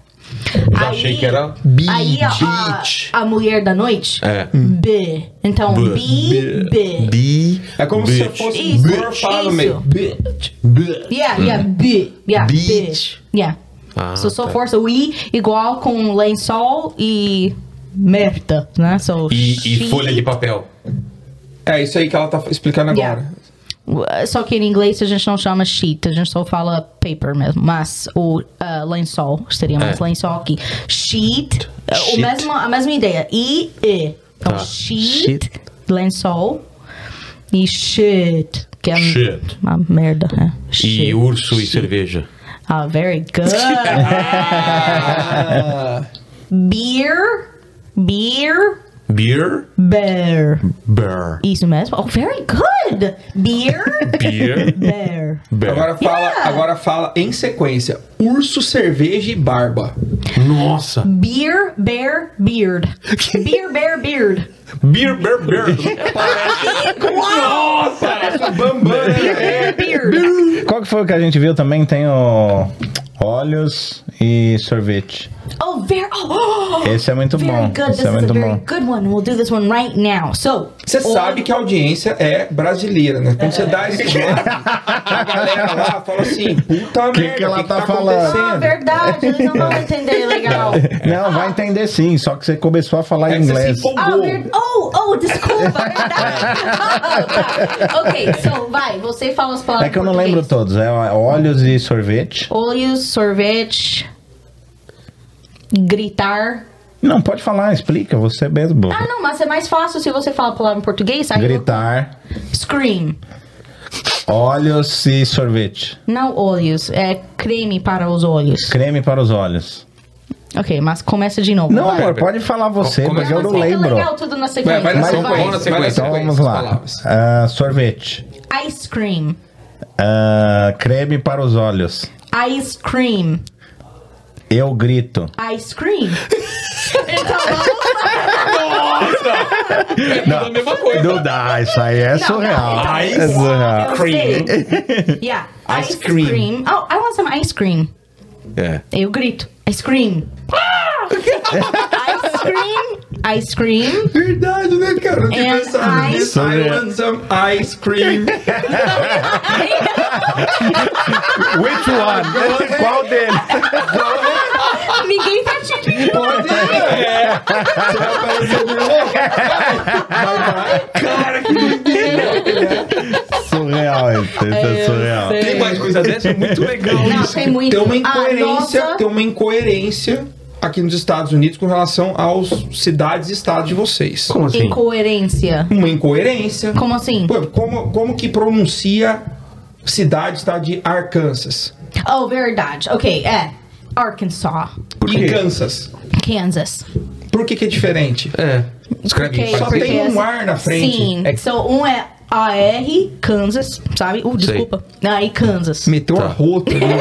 Speaker 1: Já achei que era
Speaker 3: Aí a, a,
Speaker 1: beach.
Speaker 3: a mulher da noite.
Speaker 1: É.
Speaker 3: B. Então,
Speaker 1: B.
Speaker 3: bi, bi.
Speaker 1: Bi-
Speaker 2: É como
Speaker 1: beach.
Speaker 2: se eu fosse
Speaker 3: Isso,
Speaker 2: encorpado
Speaker 3: isso.
Speaker 2: meio.
Speaker 1: Beach. Beach.
Speaker 3: Yeah, yeah, bi. Yeah,
Speaker 1: Hum. Beach.
Speaker 3: bi. Yeah.
Speaker 1: Ah,
Speaker 3: so, só
Speaker 1: tá.
Speaker 3: força o I igual com lençol e merda, né? So,
Speaker 1: E, e
Speaker 3: she-
Speaker 1: folha de papel.
Speaker 2: É isso aí que ela tá explicando agora.
Speaker 3: Yeah. Só que em inglês a gente não chama sheet, a gente só fala paper mesmo. Mas o ah, lençol, seria mais
Speaker 1: É.
Speaker 3: lençol aqui. Sheet, ah, o
Speaker 1: Sheet.
Speaker 3: mesmo, a mesma ideia. I, E. Então,
Speaker 1: Tá.
Speaker 3: sheet,
Speaker 1: Sheet.
Speaker 3: lençol e shit, que é
Speaker 1: Shit.
Speaker 3: uma merda. né?
Speaker 1: E
Speaker 3: Shit.
Speaker 1: urso e cerveja.
Speaker 3: Ah, very good. beer, beer,
Speaker 1: Beer.
Speaker 3: bear.
Speaker 1: Bear.
Speaker 3: Isso mesmo. Oh, very good. Beer,
Speaker 1: Beer.
Speaker 3: bear.
Speaker 1: Bear.
Speaker 2: Agora fala,
Speaker 3: Yeah.
Speaker 2: agora fala em sequência. Urso, cerveja e barba.
Speaker 1: Nossa.
Speaker 3: Beer, bear, beard. Beer, bear, beard.
Speaker 1: Beer, beer, beer.
Speaker 2: Nossa! Bambam!
Speaker 3: Beer, beard.
Speaker 5: Qual que foi o que a gente viu também? Tem o olhos e sorvete.
Speaker 3: Oh, very. Oh, oh,
Speaker 5: Esse é muito
Speaker 3: very
Speaker 5: bom.
Speaker 3: good. This
Speaker 5: Esse
Speaker 3: is
Speaker 5: é
Speaker 3: a
Speaker 5: muito
Speaker 3: very
Speaker 5: bom.
Speaker 3: good one. We'll do this one right now. So,
Speaker 2: Você sabe que a audiência é brasileira, né? Quando você
Speaker 3: É.
Speaker 2: dá esse nome, a galera lá fala assim, puta merda,
Speaker 5: que ela
Speaker 2: o
Speaker 5: tá falando?
Speaker 2: acontecendo?
Speaker 3: Ah, verdade. Eles não vão entender legal.
Speaker 5: Não, vai entender sim, só que você começou a falar
Speaker 2: É que você
Speaker 5: inglês.
Speaker 2: se empolgou.
Speaker 3: Ah, ver... Oh, oh, desculpa, verdade. ok, so, vai, você fala as palavras.
Speaker 5: É que eu não
Speaker 3: em
Speaker 5: lembro
Speaker 3: português.
Speaker 5: todos. É olhos e sorvete.
Speaker 3: Olhos, sorvete, gritar.
Speaker 5: Não, pode falar, explica, você mesmo.
Speaker 3: Ah, não, mas é mais fácil se você fala a palavra em português. Aí eu-
Speaker 5: Gritar,
Speaker 3: Scream.
Speaker 5: olhos e sorvete.
Speaker 3: Não olhos, é creme para os olhos.
Speaker 5: Creme para os olhos.
Speaker 3: Ok, mas começa de novo.
Speaker 5: Não,
Speaker 3: vai.
Speaker 5: amor, pode falar você,
Speaker 1: Como é
Speaker 5: porque
Speaker 1: que
Speaker 5: eu
Speaker 3: Mas
Speaker 5: não
Speaker 3: fica
Speaker 5: lembro.
Speaker 3: legal tudo na
Speaker 2: Vai,
Speaker 3: sequência.
Speaker 2: vai na
Speaker 3: vai.
Speaker 2: sequência, vai na
Speaker 5: Então
Speaker 2: sequência.
Speaker 5: vamos
Speaker 2: as
Speaker 5: lá.
Speaker 2: palavras.
Speaker 5: Ah, sorvete.
Speaker 3: Ice cream.
Speaker 5: Ah, creme para os olhos.
Speaker 3: Ice cream.
Speaker 5: Eu grito.
Speaker 3: Ice cream. então vamos lá.
Speaker 1: É a mesma coisa.
Speaker 5: Não dá, isso aí é surreal.
Speaker 3: não, então,
Speaker 1: Ice
Speaker 5: é surreal.
Speaker 3: Eu sei. então, Yeah.
Speaker 1: Ice cream.
Speaker 3: Oh, I want some ice cream.
Speaker 1: É.
Speaker 3: Eu grito. Ice cream. ice cream. Ice cream.
Speaker 2: Verdade, né, cara? Eu tinha
Speaker 3: And
Speaker 2: pensado nisso.
Speaker 5: ice-
Speaker 2: I want some ice cream.
Speaker 5: Which one? é Qual deles?
Speaker 3: Ninguém tá te ligando.
Speaker 2: É. Cara, que doideira!
Speaker 5: surreal, isso, isso é surreal.
Speaker 1: Tem mais coisa dessa? É muito legal
Speaker 3: Não,
Speaker 1: isso.
Speaker 3: tem muito.
Speaker 2: Tem uma
Speaker 3: A
Speaker 2: incoerência,
Speaker 3: nossa-
Speaker 2: tem uma incoerência aqui nos Estados Unidos com relação aos cidades e estados de vocês.
Speaker 1: Como assim?
Speaker 3: Incoerência.
Speaker 2: Uma incoerência.
Speaker 3: Como assim?
Speaker 2: Pô, como, como que pronuncia cidade estado de Arkansas?
Speaker 3: Oh, verdade. Ok, é. Arkansas.
Speaker 2: E Kansas.
Speaker 3: Kansas.
Speaker 2: Por que, que é diferente?
Speaker 1: É. Escreve
Speaker 3: Ok,
Speaker 1: aí.
Speaker 2: Só
Speaker 1: faz aí.
Speaker 2: tem um ar na frente.
Speaker 3: Sim.
Speaker 2: É-
Speaker 3: So, um é AR, Kansas, sabe? Uh, desculpa. Aí, Kansas.
Speaker 2: Meteu
Speaker 1: tá.
Speaker 2: a rota. né?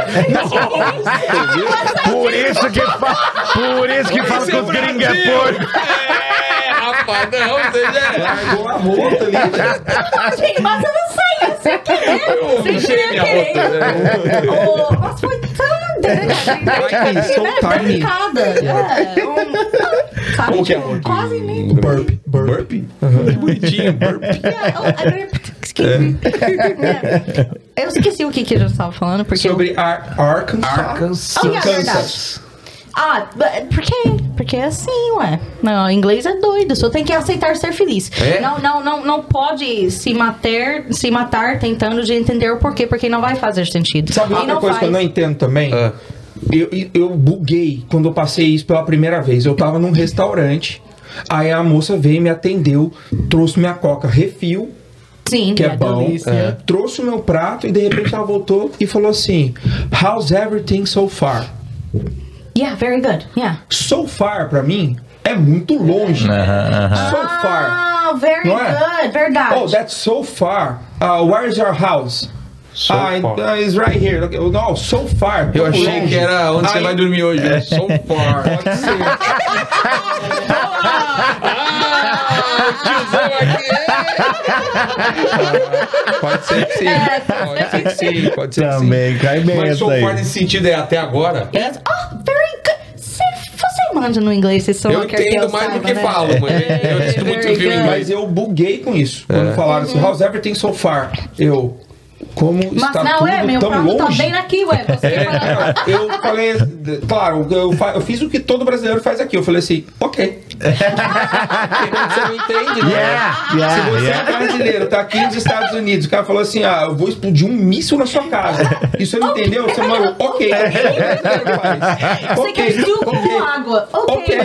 Speaker 5: Por isso que fala, por isso que fala que os gringos é porco.
Speaker 1: É, rapaz, não, é. seja.
Speaker 2: Largou a rota ali. né,
Speaker 3: Gente, mas
Speaker 1: né?
Speaker 3: né?
Speaker 2: né?
Speaker 3: eu não sei, eu sei que é. Sem querer, querer. Oh, mas foi tão
Speaker 2: Vai que
Speaker 3: Né?
Speaker 2: soltar ali.
Speaker 3: Barricada. É, um- sabe,
Speaker 2: Como que é,
Speaker 3: tipo,
Speaker 2: amor?
Speaker 3: Quase nem. oh,
Speaker 2: Burp. Burp.
Speaker 1: Burp? Que bonitinho, burp.
Speaker 3: É. Eu esqueci o que, que eu estava falando, porque.
Speaker 2: Sobre Ar Arkansas.
Speaker 1: Arkansas.
Speaker 3: Olha, é
Speaker 2: Kansas.
Speaker 3: Ah, but- por quê? Porque é assim, ué. Não, inglês é doido, só tem que aceitar ser feliz.
Speaker 1: É?
Speaker 3: Não, não, não, não pode se matar, se matar tentando de entender o porquê, porque não vai fazer sentido.
Speaker 2: Sabe
Speaker 3: E
Speaker 2: outra
Speaker 3: não
Speaker 2: coisa que eu não entendo também?
Speaker 1: Ah.
Speaker 2: Eu, eu buguei quando eu passei isso pela primeira vez. Eu tava num restaurante, aí a moça veio, me atendeu, trouxe minha coca refil,
Speaker 3: Sim,
Speaker 2: que é,
Speaker 3: é
Speaker 2: bom,
Speaker 3: delícia.
Speaker 2: é, trouxe o meu prato e de repente ela voltou e falou assim: How's everything so far?
Speaker 3: Yeah, very good. Yeah.
Speaker 2: So far, pra mim, é muito longe. So far.
Speaker 3: Ah, very
Speaker 2: Não é?
Speaker 3: good, verdade.
Speaker 2: Oh, that's so far. Uh, where's your house?
Speaker 1: So
Speaker 2: ah,
Speaker 1: far.
Speaker 2: uh, it's right here. Okay,
Speaker 1: oh,
Speaker 2: No, so far.
Speaker 1: Eu achei que era onde você
Speaker 2: Ai.
Speaker 1: vai dormir hoje. né? So far.
Speaker 2: Pode ser.
Speaker 3: Ah,
Speaker 1: Pode ser que sim.
Speaker 3: É,
Speaker 1: Pode ser que sim. Pode ser que sim.
Speaker 5: Também, cai bem
Speaker 1: Mas
Speaker 5: essa
Speaker 1: so far
Speaker 5: aí.
Speaker 1: nesse sentido é até agora.
Speaker 3: Yes. Oh, very good. Cê- você manda no inglês, vocês são
Speaker 1: Eu
Speaker 3: quer que
Speaker 1: entendo mais do
Speaker 3: saiba,
Speaker 1: que
Speaker 3: né?
Speaker 1: falo, mas eu assisto muito É.
Speaker 3: very
Speaker 1: filme em
Speaker 3: good.
Speaker 1: inglês.
Speaker 2: Mas eu buguei com isso. Quando falaram assim, how's everything so far? Eu, como
Speaker 3: Mas
Speaker 2: está
Speaker 3: não
Speaker 2: Tá tudo
Speaker 3: é, meu
Speaker 2: tão
Speaker 3: prato
Speaker 2: longe?
Speaker 3: tá bem aqui, ué. Você que fala-
Speaker 2: É, Eu falei, claro, eu, fa- eu fiz o que todo brasileiro faz aqui. Eu falei assim, ok. você não entende, né?
Speaker 5: Yeah, yeah,
Speaker 2: Se você
Speaker 5: yeah.
Speaker 2: é brasileiro, tá aqui nos Estados Unidos, o cara falou assim: ah, eu vou explodir um míssil na sua casa. E você não entendeu? Você mano, ok.
Speaker 3: Você quer é suco com água. Ok.
Speaker 2: Ok.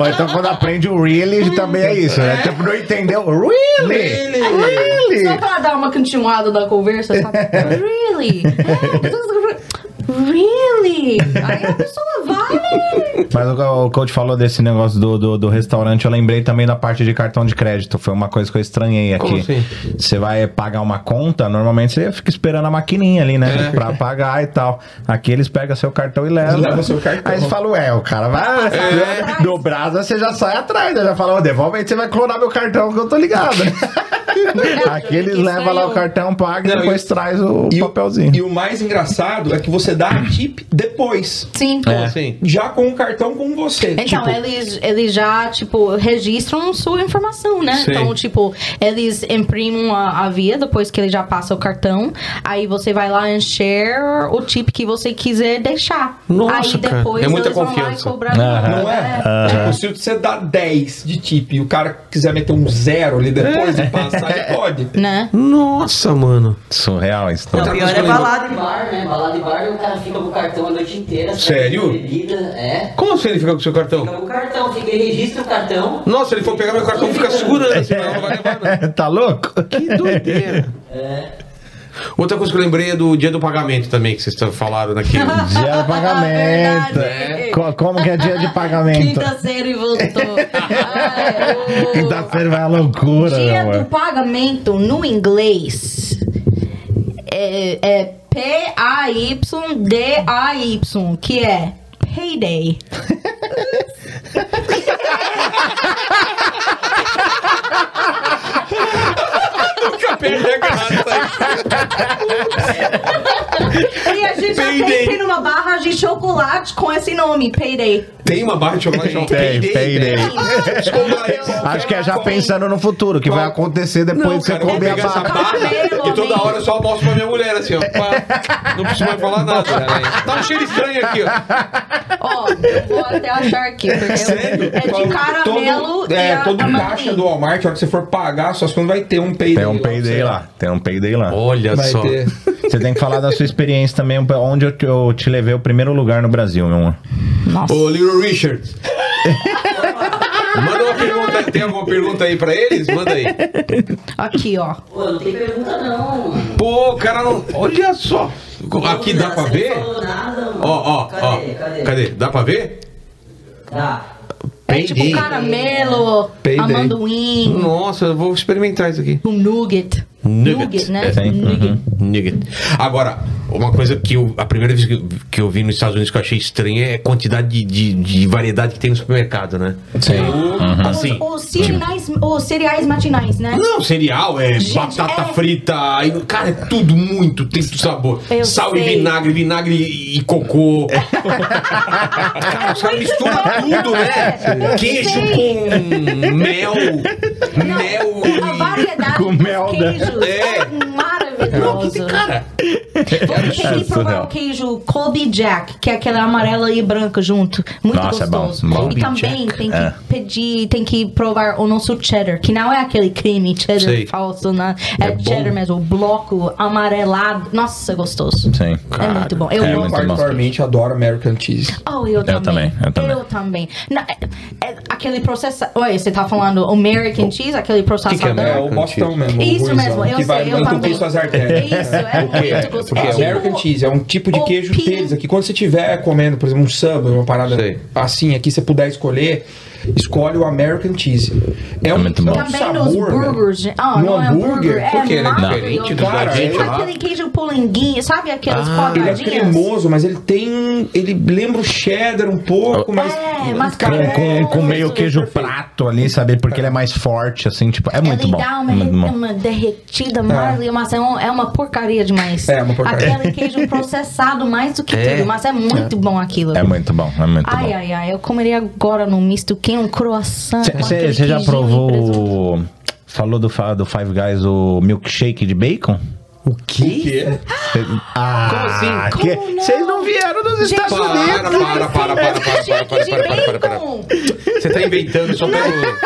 Speaker 5: Ou então quando aprende o really também é isso, né? Tipo, não entendeu? Really?
Speaker 3: Só
Speaker 5: Really?
Speaker 3: pra dar uma continuada da conversa, sabe? Really? É, Really? Aí a pessoa vai.
Speaker 5: Mas o que o coach falou desse negócio do, do, do restaurante, eu lembrei também da parte de cartão de crédito. Foi uma coisa que eu estranhei aqui.
Speaker 1: Como assim?
Speaker 5: Você vai pagar uma conta, normalmente você fica esperando a maquininha ali, né? Pra pagar e tal. Aqui eles pegam seu cartão e levam.
Speaker 2: Leva seu cartão.
Speaker 5: Aí você fala, ué, o cara vai
Speaker 3: É.
Speaker 5: do Brasa, você já sai atrás, né? Já fala, ô, devolve aí, você vai clonar meu cartão que eu tô ligado. Aqui eles
Speaker 3: Isso
Speaker 5: levam lá
Speaker 3: aí, é um
Speaker 5: o cartão, pagam e
Speaker 2: Não,
Speaker 5: depois
Speaker 2: e-
Speaker 5: traz o
Speaker 2: E o-
Speaker 5: papelzinho.
Speaker 2: E o mais engraçado é que você dá a tip depois.
Speaker 5: É.
Speaker 3: Sim.
Speaker 1: Como assim?
Speaker 2: Já com o cartão com você.
Speaker 3: Então,
Speaker 2: Tipo,
Speaker 3: eles, eles já, tipo, registram sua informação, né?
Speaker 1: Sim.
Speaker 3: Então, tipo, eles imprimem a, a via depois que ele já passa o cartão. Aí você vai lá encher o chip que você quiser deixar.
Speaker 1: Nossa,
Speaker 3: aí
Speaker 1: cara,
Speaker 3: depois
Speaker 1: é muita
Speaker 3: eles vão lá e
Speaker 1: confiança.
Speaker 3: cobram.
Speaker 2: Não é? Tipo, se você dá 10 de tip e o cara quiser meter um zero ali depois e passar, ele pode.
Speaker 3: Né?
Speaker 1: Nossa, mano.
Speaker 5: Surreal isso.
Speaker 4: Não,
Speaker 5: tudo.
Speaker 1: Outra
Speaker 4: pior
Speaker 1: coisa
Speaker 4: é
Speaker 1: que eu lembro.
Speaker 4: balada e bar, né? Balada e bar, o cara fica com o cartão a noite inteira. sai
Speaker 1: Sério?
Speaker 4: com Bebida, é.
Speaker 1: Como assim ele fica com o seu cartão?
Speaker 4: Fica com o cartão, fica, ele registra o cartão.
Speaker 1: Nossa, se ele for pegar meu cartão, fica segurando. Assim, não, não vai levar, não.
Speaker 5: tá louco?
Speaker 1: Que doideira. Outra coisa que eu lembrei é do dia do pagamento também, que vocês falaram daqui.
Speaker 5: Dia de pagamento.
Speaker 3: É Verdade.
Speaker 5: É. Co- Como que é dia de pagamento?
Speaker 3: Quinta-feira e voltou. Ai, o-
Speaker 5: Quinta-feira vai à loucura,
Speaker 3: Dia
Speaker 5: né,
Speaker 3: do
Speaker 5: mano?
Speaker 3: pagamento no inglês é, é P-A-Y-D-A-Y, que é payday.
Speaker 1: tá
Speaker 3: E a gente já
Speaker 1: Payday.
Speaker 3: tem aqui numa barra de chocolate com esse nome, payday.
Speaker 1: Tem uma barra de chocolate chamada
Speaker 5: Tem, payday.
Speaker 1: Desculpa,
Speaker 5: Acho que é já
Speaker 1: Qual-
Speaker 5: pensando no futuro, que vai acontecer depois
Speaker 1: Não,
Speaker 5: que você
Speaker 1: cara, eu vou
Speaker 5: comer a
Speaker 1: pegar essa
Speaker 5: barra.
Speaker 1: barra
Speaker 3: Cabelo,
Speaker 1: e toda
Speaker 3: amigo.
Speaker 1: hora eu só mostro pra minha mulher assim, ó. pá, Não preciso mais falar nada. Tá um cheiro estranho aqui, ó.
Speaker 3: Ó, eu vou até achar aqui, porque
Speaker 2: Sério?
Speaker 3: é de caramelo
Speaker 2: todo,
Speaker 3: e
Speaker 2: É,
Speaker 3: a-
Speaker 2: todo
Speaker 3: a
Speaker 2: caixa
Speaker 3: maçã.
Speaker 2: do Walmart, a hora que você for pagar, suas contas vai ter um payday.
Speaker 5: Tem um
Speaker 2: lá,
Speaker 5: payday
Speaker 2: sei
Speaker 5: lá, tem um payday lá.
Speaker 1: Olha
Speaker 2: Vai
Speaker 1: só.
Speaker 2: ter.
Speaker 5: Você tem que falar da sua experiência também, um onde eu te, eu te levei o primeiro lugar no Brasil, meu amor.
Speaker 3: Nossa.
Speaker 1: Ô, Little Richard. Manda uma pergunta aí. Tem alguma pergunta aí pra eles? Manda aí.
Speaker 3: Aqui, ó.
Speaker 4: Pô, não tem pergunta não, mano.
Speaker 1: Pô, o cara não. Olha só. Aqui dá pra
Speaker 4: Você
Speaker 1: ver?
Speaker 4: Não falou nada, mano.
Speaker 1: Ó, ó,
Speaker 4: cadê,
Speaker 1: ó.
Speaker 4: Cadê?
Speaker 1: Cadê? Dá pra ver?
Speaker 4: Tá.
Speaker 3: É tipo caramelo,
Speaker 2: Payday.
Speaker 3: amendoim,
Speaker 1: Nossa, eu vou experimentar isso aqui.
Speaker 3: um nugget.
Speaker 1: Nugget.
Speaker 3: Nugget,
Speaker 1: É.
Speaker 3: né?
Speaker 5: É, Sim.
Speaker 3: Nugget.
Speaker 1: Uhum. Nugget. Agora, uma coisa que eu, a primeira vez que eu, que eu vi nos Estados Unidos que eu achei estranha é a quantidade de, de, de variedade que tem no supermercado, né?
Speaker 2: Sim.
Speaker 5: Uhum.
Speaker 3: Uhum.
Speaker 1: Eu, assim,
Speaker 3: Os, os cereais, os cereais matinais, né?
Speaker 5: Ah,
Speaker 1: Não, cereal, é batata
Speaker 3: é-
Speaker 1: frita, aí, cara, é tudo muito, tem muito sabor.
Speaker 3: Eu
Speaker 1: Sal e
Speaker 3: sei. É
Speaker 1: vinagre, vinagre e e cocô. cara, os caras misturam tudo,
Speaker 3: É.
Speaker 1: né? Queijo com mel, mel
Speaker 3: A
Speaker 1: e...
Speaker 3: É, variedade
Speaker 5: Com
Speaker 3: dos
Speaker 5: melda.
Speaker 3: queijos
Speaker 1: É.
Speaker 3: é, maravilhoso.
Speaker 1: Cara,
Speaker 3: Você tem que provar
Speaker 5: É surreal.
Speaker 3: o queijo Colby Jack, que é aquela amarela e branca junto. Muito
Speaker 5: Nossa, é bom.
Speaker 3: gostoso.
Speaker 5: Bom.
Speaker 3: E
Speaker 5: Colby
Speaker 3: também
Speaker 5: Jack,
Speaker 3: tem que
Speaker 5: é.
Speaker 3: pedir, tem que provar o nosso cheddar, que não é aquele creme cheddar
Speaker 1: Sei.
Speaker 3: falso, né? É,
Speaker 1: É bom.
Speaker 3: cheddar mesmo, o bloco amarelado. Nossa, é gostoso.
Speaker 5: Sim.
Speaker 3: é muito bom. Eu
Speaker 5: é
Speaker 3: amo.
Speaker 5: muito bom.
Speaker 2: particularmente adoro American Cheese.
Speaker 3: Oh, eu,
Speaker 5: também,
Speaker 3: também.
Speaker 5: eu também.
Speaker 3: também. Na- é- é aquele processo. Ué, você tá falando American cheese, aquele processador.
Speaker 1: American
Speaker 2: É, o bostão mesmo. o
Speaker 3: Isso
Speaker 2: ruizão,
Speaker 3: mesmo, eu
Speaker 2: que vai
Speaker 3: sei, eu
Speaker 2: entupir
Speaker 3: também.
Speaker 2: suas artérias.
Speaker 3: Isso, é muito gostoso.
Speaker 2: Porque
Speaker 3: É tipo-
Speaker 2: American Cheese é um tipo de
Speaker 3: o
Speaker 2: queijo
Speaker 3: pin-
Speaker 2: deles aqui. Quando você estiver comendo, por exemplo, um samba, uma parada
Speaker 1: Sei.
Speaker 2: assim aqui, você puder escolher, escolhe o American Cheese. É um
Speaker 5: muito bom.
Speaker 2: é um
Speaker 3: Também nos
Speaker 2: sabor,
Speaker 3: burgers.
Speaker 2: velho.
Speaker 3: Ah,
Speaker 2: no
Speaker 3: não é
Speaker 2: hambúrguer,
Speaker 3: hambúrguer,
Speaker 2: porque ele é
Speaker 3: maravilhoso.
Speaker 1: diferente do
Speaker 2: da gente ah.
Speaker 3: Tipo
Speaker 2: lá.
Speaker 3: aquele queijo polenguinho, sabe aquelas
Speaker 5: Ah,
Speaker 2: Ele é
Speaker 3: quadradinhas?
Speaker 2: cremoso, mas ele tem. Ele lembra o cheddar um pouco, mas.
Speaker 3: É, mas
Speaker 2: cara,
Speaker 5: Ah, Com, com, com
Speaker 2: é
Speaker 5: meio queijo
Speaker 2: perfeito.
Speaker 5: prato ali, sabe? Porque ele é mais forte, assim, tipo, é muito
Speaker 3: Ele
Speaker 5: bom.
Speaker 3: dá uma,
Speaker 5: Muito bom.
Speaker 3: uma derretida maravilhosa, mas é, um- é uma porcaria demais.
Speaker 2: É, uma porcaria.
Speaker 3: Aquele queijo processado mais do que
Speaker 1: É.
Speaker 3: tudo, mas é muito bom aquilo.
Speaker 5: É muito bom, é muito
Speaker 3: ai,
Speaker 5: bom.
Speaker 3: ai, ai, eu comeria agora num misto quente, um croissant. com aquele
Speaker 5: Você já
Speaker 3: queijinho e presunto.
Speaker 5: provou. o- Falou do, fa- do Five Guys o milkshake de bacon?
Speaker 1: o quê?
Speaker 2: É,
Speaker 5: Cê- Ah,
Speaker 1: assim?
Speaker 5: que-
Speaker 3: Como não?
Speaker 5: Vocês não vieram dos
Speaker 3: Gente,
Speaker 5: Estados
Speaker 1: Para,
Speaker 5: Unidos.
Speaker 1: para, para, para, para, para, para, para, para, para, para, para.
Speaker 3: Bacon!
Speaker 1: Você tá inventando só pelo...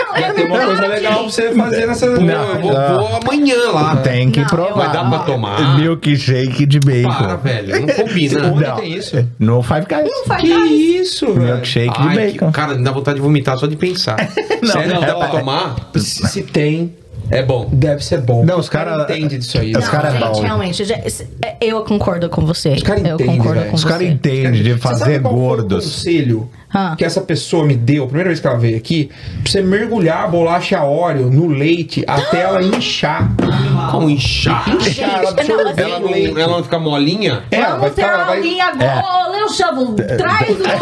Speaker 2: Mas tem
Speaker 3: é
Speaker 2: uma coisa legal pra você fazer nessa.
Speaker 1: Não, eu vou, vou amanhã lá.
Speaker 5: Tem que
Speaker 3: Não,
Speaker 5: provar.
Speaker 1: Mas dá pra tomar?
Speaker 5: Milkshake de bacon.
Speaker 1: Para, velho, não combina.
Speaker 2: Onde
Speaker 5: Não.
Speaker 2: tem isso?
Speaker 5: No Five Guys.
Speaker 2: Que isso,
Speaker 5: é
Speaker 2: velho?
Speaker 5: Milkshake de
Speaker 1: Ai, que-
Speaker 5: bacon.
Speaker 1: cara, me dá vontade de vomitar só de pensar.
Speaker 5: Não,
Speaker 1: Sério, não dá
Speaker 5: é
Speaker 1: pra
Speaker 5: bom.
Speaker 1: tomar?
Speaker 2: Se, se tem,
Speaker 1: É bom.
Speaker 2: deve ser bom.
Speaker 5: Não, os
Speaker 2: O cara
Speaker 5: cara-
Speaker 2: entende disso aí.
Speaker 5: Os
Speaker 2: né?
Speaker 3: Não,
Speaker 5: cara é
Speaker 3: gente,
Speaker 5: bom.
Speaker 3: realmente, já- esse- é, eu concordo com você. Os
Speaker 2: cara
Speaker 3: eu
Speaker 2: entende,
Speaker 3: concordo
Speaker 2: velho.
Speaker 3: com
Speaker 5: Os
Speaker 3: você.
Speaker 5: caras entendem de
Speaker 2: assim? Você sabe
Speaker 5: fazer
Speaker 2: qual foi O
Speaker 5: gordos.
Speaker 2: conselho
Speaker 3: Ah.
Speaker 2: que essa pessoa me deu, a primeira vez que ela veio aqui, pra você mergulhar a bolacha Oreo no leite até ela inchar.
Speaker 1: Como inchar?
Speaker 2: Inchar, ela
Speaker 3: Não, assim,
Speaker 2: absorver
Speaker 1: Ela
Speaker 2: o
Speaker 1: não,
Speaker 2: leite.
Speaker 1: ela não fica molinha?
Speaker 2: É, ela vai
Speaker 3: Vamos ter
Speaker 2: ficar. ela vai-
Speaker 3: aulinha agora, eu chamo. um. Traz o Oreo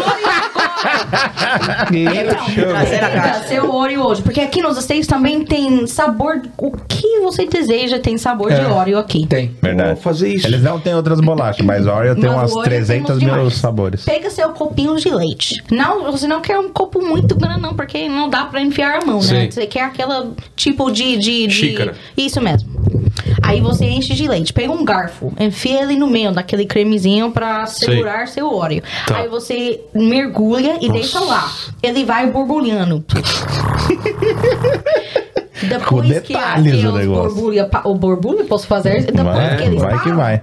Speaker 3: agora.
Speaker 2: Então,
Speaker 3: Trazer a caixa. Seu Oreo hoje. Porque aqui nos States também tem sabor. O que você deseja tem sabor de
Speaker 2: É.
Speaker 3: Oreo aqui.
Speaker 2: Tem.
Speaker 5: Verdade.
Speaker 1: Vou fazer isso.
Speaker 5: Eles não têm outras bolachas, mas Oreo tem
Speaker 3: Mas
Speaker 5: umas
Speaker 3: o Oreo
Speaker 5: 300
Speaker 3: temos
Speaker 5: mil
Speaker 3: demais.
Speaker 5: sabores.
Speaker 3: Pega seu copinho de leite. Não, você não quer um copo muito grande, não, porque não dá pra enfiar a mão,
Speaker 1: Sim.
Speaker 3: né? Você quer aquela tipo de, de, de-
Speaker 1: Xícara.
Speaker 3: Isso mesmo. Aí você enche de leite, pega um garfo, enfia ele no meio daquele cremezinho pra segurar seu óleo.
Speaker 1: Tá.
Speaker 3: Aí você mergulha e deixa lá. Ele vai borbulhando. Depois que,
Speaker 5: detalhes
Speaker 3: que
Speaker 5: o
Speaker 3: os
Speaker 5: negócio.
Speaker 3: borbulha, pa- o borbulho posso fazer? Depois que
Speaker 5: Vai,
Speaker 3: eles
Speaker 5: vai que
Speaker 3: param,
Speaker 5: vai.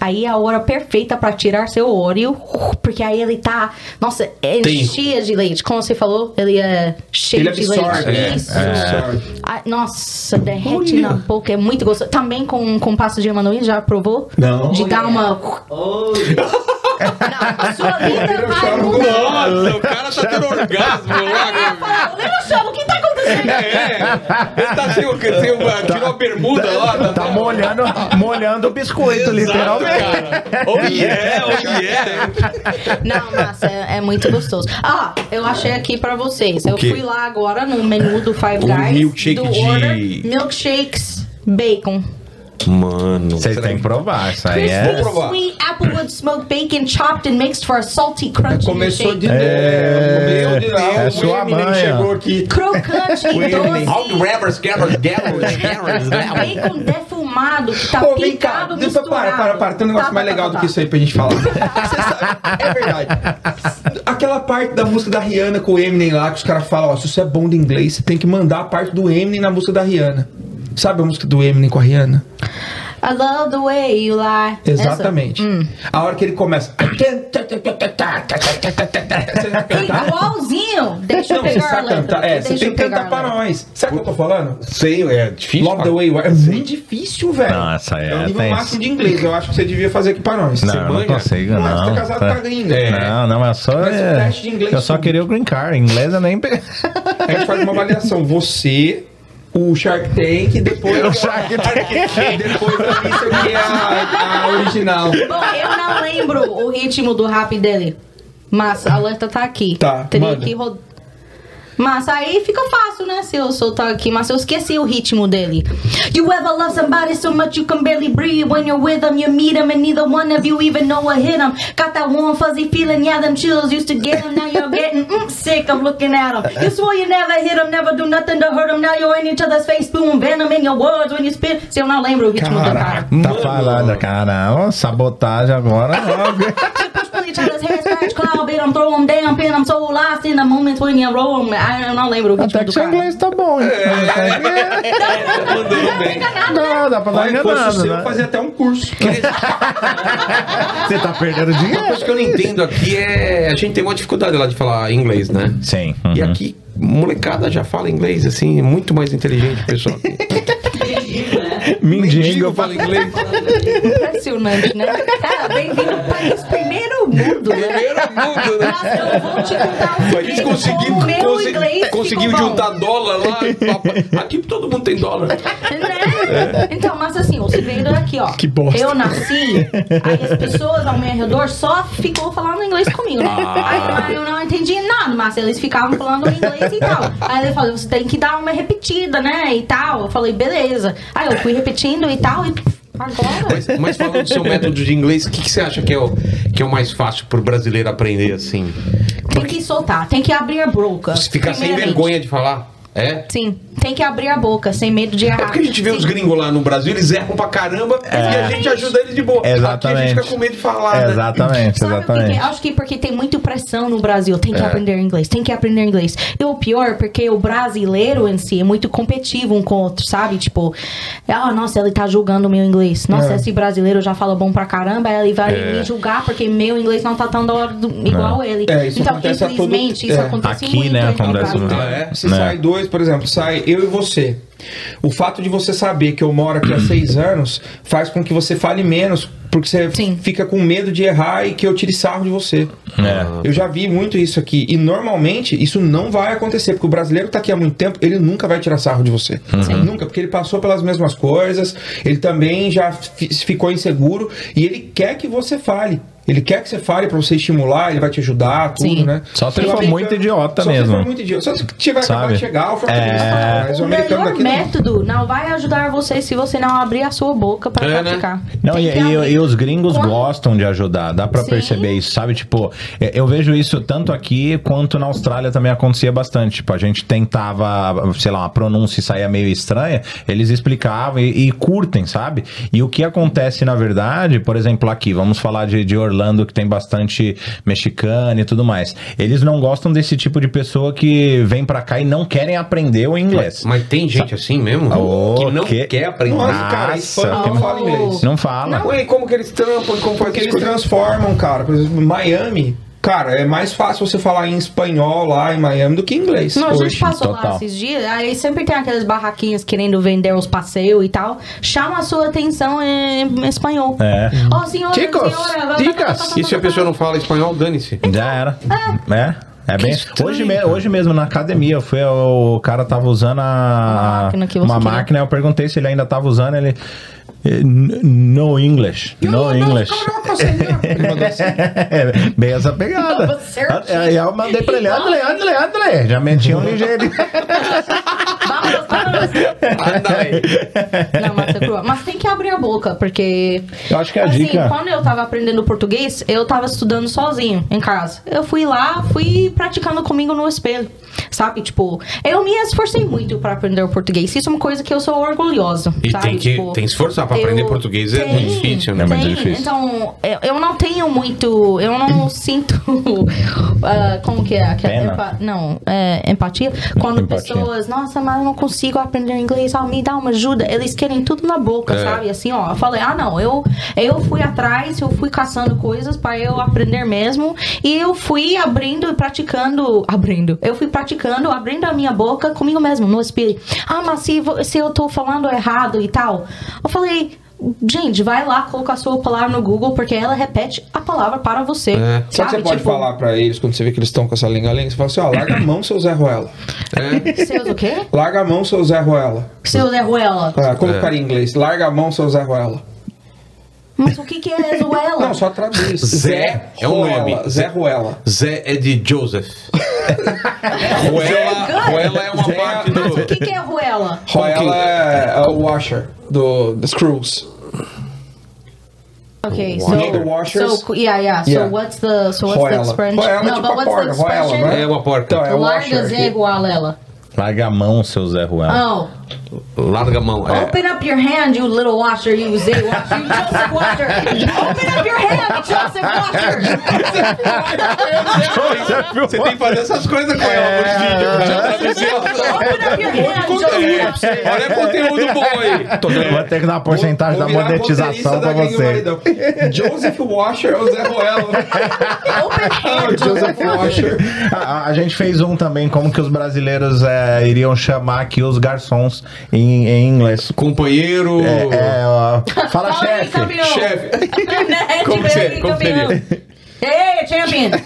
Speaker 3: Aí é a hora perfeita pra tirar seu óleo, porque aí ele tá, nossa, ele
Speaker 1: Tem.
Speaker 3: cheia de leite. Como você falou, ele é cheio
Speaker 2: Ele
Speaker 3: de
Speaker 2: absorve.
Speaker 3: leite.
Speaker 2: né?
Speaker 3: Isso.
Speaker 2: Absorve.
Speaker 3: Ai, nossa, derrete na boca, é muito gostoso. Também com, com pasta de amendoim, já provou?
Speaker 2: Não.
Speaker 3: De dar uma. Não, sua vida vai mudar.
Speaker 1: Nossa, o cara tá tendo orgasmo lá. cara.
Speaker 3: Eu não chamo, o que tá acontecendo?
Speaker 1: É, ele tá sem o... Sem o tirou a bermuda lá.
Speaker 5: Tá molhando, molhando o biscoito,
Speaker 1: Exato,
Speaker 5: literalmente.
Speaker 1: cara. Oh yeah, oh yeah.
Speaker 3: Não, massa, é, é muito gostoso. Ah, eu achei aqui pra vocês. Eu
Speaker 1: quê?
Speaker 3: fui lá agora no menu do Five
Speaker 1: Um
Speaker 3: Guys.
Speaker 1: milkshake
Speaker 3: do
Speaker 1: de-
Speaker 3: Order, milkshakes, bacon.
Speaker 1: Mano.
Speaker 5: Vocês têm que provar, isso aí
Speaker 3: Crispy
Speaker 5: é.
Speaker 1: Vou provar.
Speaker 3: sweet applewood smoked bacon chopped and mixed for a salty crunchy
Speaker 2: Começou de
Speaker 3: milkshake.
Speaker 2: novo.
Speaker 5: É,
Speaker 2: Meu Deus,
Speaker 5: é
Speaker 2: o
Speaker 5: sua
Speaker 2: Eminem
Speaker 5: mãe, ó.
Speaker 2: chegou aqui.
Speaker 3: Crocante e
Speaker 2: Eminem.
Speaker 3: doce. É um
Speaker 1: All the Então, rappers, gabbers, gabbers, gabbers, gabbers.
Speaker 3: Bacon defumado que tá
Speaker 2: Pô, vem cá,
Speaker 3: picado,
Speaker 2: deixa,
Speaker 3: misturado.
Speaker 2: para, para, para. Tem um negócio
Speaker 3: Tá,
Speaker 2: mais
Speaker 3: tá,
Speaker 2: legal
Speaker 3: tá,
Speaker 2: do
Speaker 3: tá.
Speaker 2: que isso aí pra gente falar. Você sabe, é verdade. Aquela parte da música da Rihanna com o Eminem lá, que os caras falam, ó, se você é bom de inglês, você tem que mandar a parte do Eminem na música da Rihanna. Sabe a música do Eminem com a Rihanna?
Speaker 3: tá. I love the way you lie.
Speaker 2: Exatamente.
Speaker 3: Essa. Hum.
Speaker 2: A hora que ele começa. Você vai cantar?
Speaker 3: Igualzinho. Deixa
Speaker 2: Não,
Speaker 3: eu
Speaker 2: você
Speaker 3: pegar a
Speaker 2: sabe
Speaker 3: letra.
Speaker 2: cantar. É, você
Speaker 3: Deixa
Speaker 2: tem
Speaker 3: eu
Speaker 2: que
Speaker 3: pegar
Speaker 2: cantar
Speaker 3: a
Speaker 2: pra
Speaker 3: letra.
Speaker 2: nós. Sabe o que eu tô falando?
Speaker 1: Sei, é difícil.
Speaker 2: Love the way you are. É muito difícil, velho.
Speaker 5: Nossa, é,
Speaker 2: É o nível
Speaker 5: tem-
Speaker 2: máximo de inglês. Eu acho que você devia fazer aqui pra nós.
Speaker 5: Não,
Speaker 2: Você
Speaker 5: eu não
Speaker 1: manja?
Speaker 5: consigo,
Speaker 2: Ah,
Speaker 5: não.
Speaker 2: você tá casado
Speaker 5: Tá-
Speaker 2: com a gringa.
Speaker 5: Não, não, é só.
Speaker 2: Mas o
Speaker 5: é-
Speaker 2: teste de inglês
Speaker 5: eu só
Speaker 2: tudo.
Speaker 5: queria o green card. Inglês eu nem. pe-
Speaker 2: Aí a gente faz uma avaliação. Você, o Shark Tank e depois.
Speaker 5: O Shark Tank.
Speaker 2: E depois eu vi isso aqui é a, a original.
Speaker 3: Bom, eu não lembro o ritmo do rap dele. Mas a letra tá aqui.
Speaker 2: Tá,
Speaker 3: Teria
Speaker 2: manda.
Speaker 3: que rodar. Mas aí fica fácil, né? Se eu soltar aqui, mas eu esqueci o ritmo dele. You ever love somebody so much you can barely breathe when you're with them, you meet them, and neither one of you even know what hit them. Got that warm fuzzy feeling, yeah, them chills used to get them, now you're getting mm, sick of looking at them. You swore you never hit them, never do nothing to hurt them, now you're in each other's face, boom, venom in your words when you spit. Se eu não lembro o ritmo do cara.
Speaker 5: Caraca, tá falando, cara. Ó, sabotagem agora.
Speaker 3: push pull each other's hair, scratch, claw, beat 'em, throw 'em down, pin 'em, so lost in the moments when you roll 'em. Ah, eu não lembro o ritmo
Speaker 5: Até que
Speaker 3: do
Speaker 5: seu
Speaker 3: cara.
Speaker 5: inglês tá bom. hein?
Speaker 2: Mandando bem.
Speaker 5: Não, dá pra dar
Speaker 2: Olha, se
Speaker 5: enganado,
Speaker 2: fosse o seu,
Speaker 5: né?
Speaker 2: eu fazia até um curso.
Speaker 5: Você tá perdendo dinheiro.
Speaker 1: Uma coisa que eu não entendo aqui é. A gente tem uma dificuldade lá de falar inglês, né?
Speaker 5: Sim.
Speaker 1: E
Speaker 5: uhum.
Speaker 1: aqui, molecada já fala inglês, assim, muito mais inteligente, pessoal.
Speaker 4: Mendigo, né?
Speaker 5: uhum. Mendigo, eu falo
Speaker 1: inglês.
Speaker 3: Impressionante, né? Cara, bem-vindo ao país primeiro mundo, né?
Speaker 1: Primeiro mundo, né?
Speaker 3: Nossa, eu vou te contar um
Speaker 1: A gente
Speaker 3: segredo,
Speaker 1: conseguiu,
Speaker 3: como o meu
Speaker 1: conse-
Speaker 3: inglês
Speaker 1: conseguiu
Speaker 3: ficou bom.
Speaker 1: juntar dólar lá. Aqui todo mundo tem dólar.
Speaker 3: Né? Então, mas assim, o segredo é aqui, ó.
Speaker 2: Que bosta.
Speaker 3: Eu nasci, aí as pessoas ao meu redor só ficou falando inglês comigo, né?
Speaker 1: Ah.
Speaker 3: Aí mas eu não entendi nada, mas eles ficavam falando inglês e tal. Aí ele falou, você tem que dar uma repetida, né? E tal. Eu falei, beleza. Aí eu fui repetindo e tal, e agora.
Speaker 1: Mas, mas falando do seu método de inglês, o que, que você acha que é, o, que é o mais fácil pro brasileiro aprender assim?
Speaker 3: Tem que soltar, tem que abrir a boca.
Speaker 1: Se ficar sem
Speaker 3: primeiramente.
Speaker 1: vergonha de falar? É?
Speaker 3: Sim, tem que abrir a boca, sem medo de errar.
Speaker 1: É porque a gente vê
Speaker 3: Sim.
Speaker 1: os gringos lá no Brasil, eles erram pra caramba e a gente ajuda eles de boa. Aqui a
Speaker 5: Exatamente.
Speaker 1: gente fica com medo de falar. né?
Speaker 5: Exatamente,
Speaker 3: Sabe o que que
Speaker 5: exatamente.
Speaker 3: é? Acho que porque tem muita pressão no Brasil. Tem que aprender inglês, tem que aprender inglês. E o pior, porque o brasileiro em si é muito competitivo um com o outro, sabe? Tipo, ah, nossa, ele tá julgando o meu inglês. Nossa,
Speaker 2: É.
Speaker 3: esse brasileiro já fala bom pra caramba, ele vai me julgar porque meu inglês não tá tão da hora do- igual ele.
Speaker 2: É, isso
Speaker 3: então,
Speaker 2: acontece a todo-
Speaker 3: infelizmente, isso
Speaker 2: é.
Speaker 3: acontece
Speaker 5: Aqui,
Speaker 3: muito.
Speaker 5: né,
Speaker 3: no
Speaker 5: acontece
Speaker 3: Brasil.
Speaker 5: muito.
Speaker 1: Ah, é?
Speaker 2: Se
Speaker 5: Né?
Speaker 2: sai dois, por exemplo, sai eu e você. O fato de você saber que eu moro aqui há seis
Speaker 5: Uhum.
Speaker 2: anos faz com que você fale menos, porque você
Speaker 3: Sim.
Speaker 2: fica com medo de errar e que eu tire sarro de você.
Speaker 5: É.
Speaker 2: Eu já vi muito isso aqui. E normalmente isso não vai acontecer, porque o brasileiro tá aqui há muito tempo, ele nunca vai tirar sarro de você.
Speaker 5: Uhum.
Speaker 2: Nunca, porque ele passou pelas mesmas coisas, ele também já fi- ficou inseguro e ele quer que você fale. Ele quer que você fale pra você estimular, ele vai te ajudar, tudo,
Speaker 3: Sim.
Speaker 2: né?
Speaker 5: Só se ele
Speaker 2: Só
Speaker 5: for
Speaker 2: fica-
Speaker 5: muito idiota
Speaker 2: só se
Speaker 5: mesmo.
Speaker 2: for muito idiota. Só se tiver acabado
Speaker 5: Sabe?
Speaker 2: de chegar, o
Speaker 5: É.
Speaker 2: francês fala, mas o
Speaker 3: O
Speaker 2: americano
Speaker 3: melhor
Speaker 2: daqui não.
Speaker 3: método não vai ajudar você se você não abrir a sua boca pra
Speaker 1: É, né?
Speaker 3: praticar.
Speaker 5: Não,
Speaker 3: Tem
Speaker 5: e,
Speaker 3: que
Speaker 5: e-
Speaker 3: abrir.
Speaker 5: e os gringos
Speaker 3: Quando-
Speaker 5: gostam de ajudar, dá pra
Speaker 3: Sim.
Speaker 5: perceber isso, sabe? Tipo, é, eu vejo isso tanto aqui quanto na Austrália também acontecia bastante. Tipo, a gente tentava, sei lá, uma pronúncia e saía meio estranha, eles explicavam e, e curtem, sabe? E o que acontece na verdade, por exemplo, aqui, vamos falar de, de Orlando, que tem bastante mexicano e tudo mais. Eles não gostam desse tipo de pessoa que vem pra cá e não querem aprender o inglês.
Speaker 1: Mas tem gente assim mesmo
Speaker 5: Oh,
Speaker 1: que não
Speaker 5: que-
Speaker 1: quer aprender.
Speaker 2: Nossa, cara, hispano
Speaker 5: Nossa,
Speaker 2: não
Speaker 5: que-
Speaker 2: fala inglês.
Speaker 5: Não fala.
Speaker 1: Ué, e como que eles trampam? Como faz
Speaker 2: Porque eles
Speaker 1: isso?
Speaker 2: transformam, cara. Por exemplo, Miami, cara, é mais fácil você falar em espanhol lá em Miami do que em inglês.
Speaker 3: Não, a
Speaker 2: hoje.
Speaker 3: gente passou
Speaker 5: total.
Speaker 3: lá esses dias, aí sempre tem aquelas barraquinhas querendo vender os passeios e tal. Chama a sua atenção em, em espanhol.
Speaker 5: É.
Speaker 3: Ó, senhora,
Speaker 5: Chicos,
Speaker 3: senhora, vai-
Speaker 5: dicas.
Speaker 1: E se a pessoa não fala espanhol, dane-se.
Speaker 5: Já era. É. É bem. Hoje, me- hoje mesmo na academia, eu fui, o cara tava usando
Speaker 3: Uma
Speaker 5: a
Speaker 3: máquina que você
Speaker 5: uma
Speaker 3: queria.
Speaker 5: máquina, eu perguntei se ele ainda tava usando, ele eh, n- no English, no English. É, Bem essa pegada. Ah,
Speaker 3: Tava certo.
Speaker 5: Aí eu mandei pra ele, André, André, André. Já meti um ligeirinho.
Speaker 3: Vamos, vamos. Não, mas, é cruel. Mas tem que abrir a boca, porque.
Speaker 5: Eu acho que é a
Speaker 3: assim,
Speaker 5: dica-
Speaker 3: Quando eu tava aprendendo português, eu tava estudando sozinho em casa. Eu fui lá, fui praticando comigo no espelho. Sabe? Tipo, eu me esforcei muito pra aprender o português. Isso é uma coisa que eu sou orgulhosa.
Speaker 1: E
Speaker 3: sabe?
Speaker 1: tem que-
Speaker 3: Tipo,
Speaker 1: tem que esforçar Ah, pra aprender português, é muito difícil, né?
Speaker 5: É muito
Speaker 3: tem.
Speaker 5: difícil.
Speaker 3: Então, eu, eu não tenho muito. Eu não sinto. ah, como que é? Aquela
Speaker 5: Pena.
Speaker 3: empa- não, é, empatia. Quando
Speaker 5: Empatia.
Speaker 3: pessoas, nossa, mas eu não consigo aprender inglês, ah, me dá uma ajuda. Eles querem tudo na boca,
Speaker 1: É.
Speaker 3: sabe? Assim, ó. Eu falei, ah, não, eu, eu fui atrás, eu fui caçando coisas pra eu aprender mesmo. E eu fui abrindo e praticando. Abrindo. Eu fui praticando, abrindo a minha boca comigo mesmo, no espelho. Ah, mas se, vo- se eu tô falando errado e tal. Eu falei. gente, vai lá, coloca a sua palavra no Google, porque ela repete a palavra para você.
Speaker 1: É.
Speaker 2: Só que você pode
Speaker 3: Tipo,
Speaker 2: falar pra eles quando você vê que eles estão com essa lenga-lenga? Você fala assim, ó, larga a mão, seu Zé Ruela.
Speaker 1: É.
Speaker 3: Seus o quê?
Speaker 2: Larga a mão, seu Zé Ruela.
Speaker 3: Seu Zé Ruela.
Speaker 2: Ah,
Speaker 5: É.
Speaker 2: como ficaria em inglês? Larga a mão, seu Zé Ruela.
Speaker 3: Mas o que, que é Zuela?
Speaker 2: Não, só traduz.
Speaker 1: Zé é um
Speaker 2: Ruela.
Speaker 1: nome.
Speaker 2: Zé Ruela.
Speaker 1: Zé é de Joseph.
Speaker 5: É,
Speaker 1: Ruela, Ruela é uma
Speaker 2: Zé-
Speaker 1: parte do.
Speaker 3: O que, que é Ruela?
Speaker 2: Ruela é, é o washer do The Screws.
Speaker 1: Washer.
Speaker 3: Okay,
Speaker 2: You know the
Speaker 3: so,
Speaker 2: washers?
Speaker 3: so yeah, yeah. So
Speaker 2: Yeah.
Speaker 3: what's the so what's the
Speaker 2: Roela.
Speaker 3: expression?
Speaker 2: Roela
Speaker 3: no,
Speaker 2: tipo
Speaker 3: but
Speaker 2: a
Speaker 3: what's
Speaker 2: porca,
Speaker 3: the
Speaker 2: roela,
Speaker 3: expression?
Speaker 2: né?
Speaker 1: É uma
Speaker 2: Então,
Speaker 1: porca.
Speaker 2: é o
Speaker 3: Larga
Speaker 2: washer.
Speaker 3: Zé
Speaker 2: aqui.
Speaker 3: igual ela.
Speaker 5: Larga a mão, seu Zé Ruela.
Speaker 3: Oh,
Speaker 1: Larga a mão. É.
Speaker 3: open up your hand, you little washer, you Zé washer, you Joseph washer. open up your hand, Joseph washer.
Speaker 1: Você tem que fazer essas coisas com ela nos vídeos. Já traduziu.
Speaker 3: open up your hand, Joseph washer.
Speaker 1: É. Olha conteúdo bom aí.
Speaker 5: Tô dando- Vou ter que dar uma porcentagem
Speaker 2: Vou
Speaker 5: da
Speaker 2: virar
Speaker 5: monetização
Speaker 2: roteirista
Speaker 5: pra
Speaker 2: da Gangue
Speaker 5: você.
Speaker 2: Maridão. Joseph Washer é o Zé Ruela.
Speaker 3: Open hand,
Speaker 2: Oh, Joseph
Speaker 3: Joseph washer.
Speaker 2: Washer.
Speaker 5: A, a gente fez um também, como que os brasileiros é, iriam chamar aqui os garçons em, em inglês.
Speaker 1: Companheiro.
Speaker 5: É, é, ó, fala
Speaker 3: Fala aí,
Speaker 5: chefe.
Speaker 3: campeão.
Speaker 1: Chefe.
Speaker 3: Né?
Speaker 1: Como
Speaker 3: Tipo,
Speaker 1: seria?
Speaker 3: aí,
Speaker 1: Como
Speaker 3: campeão. E aí, champion?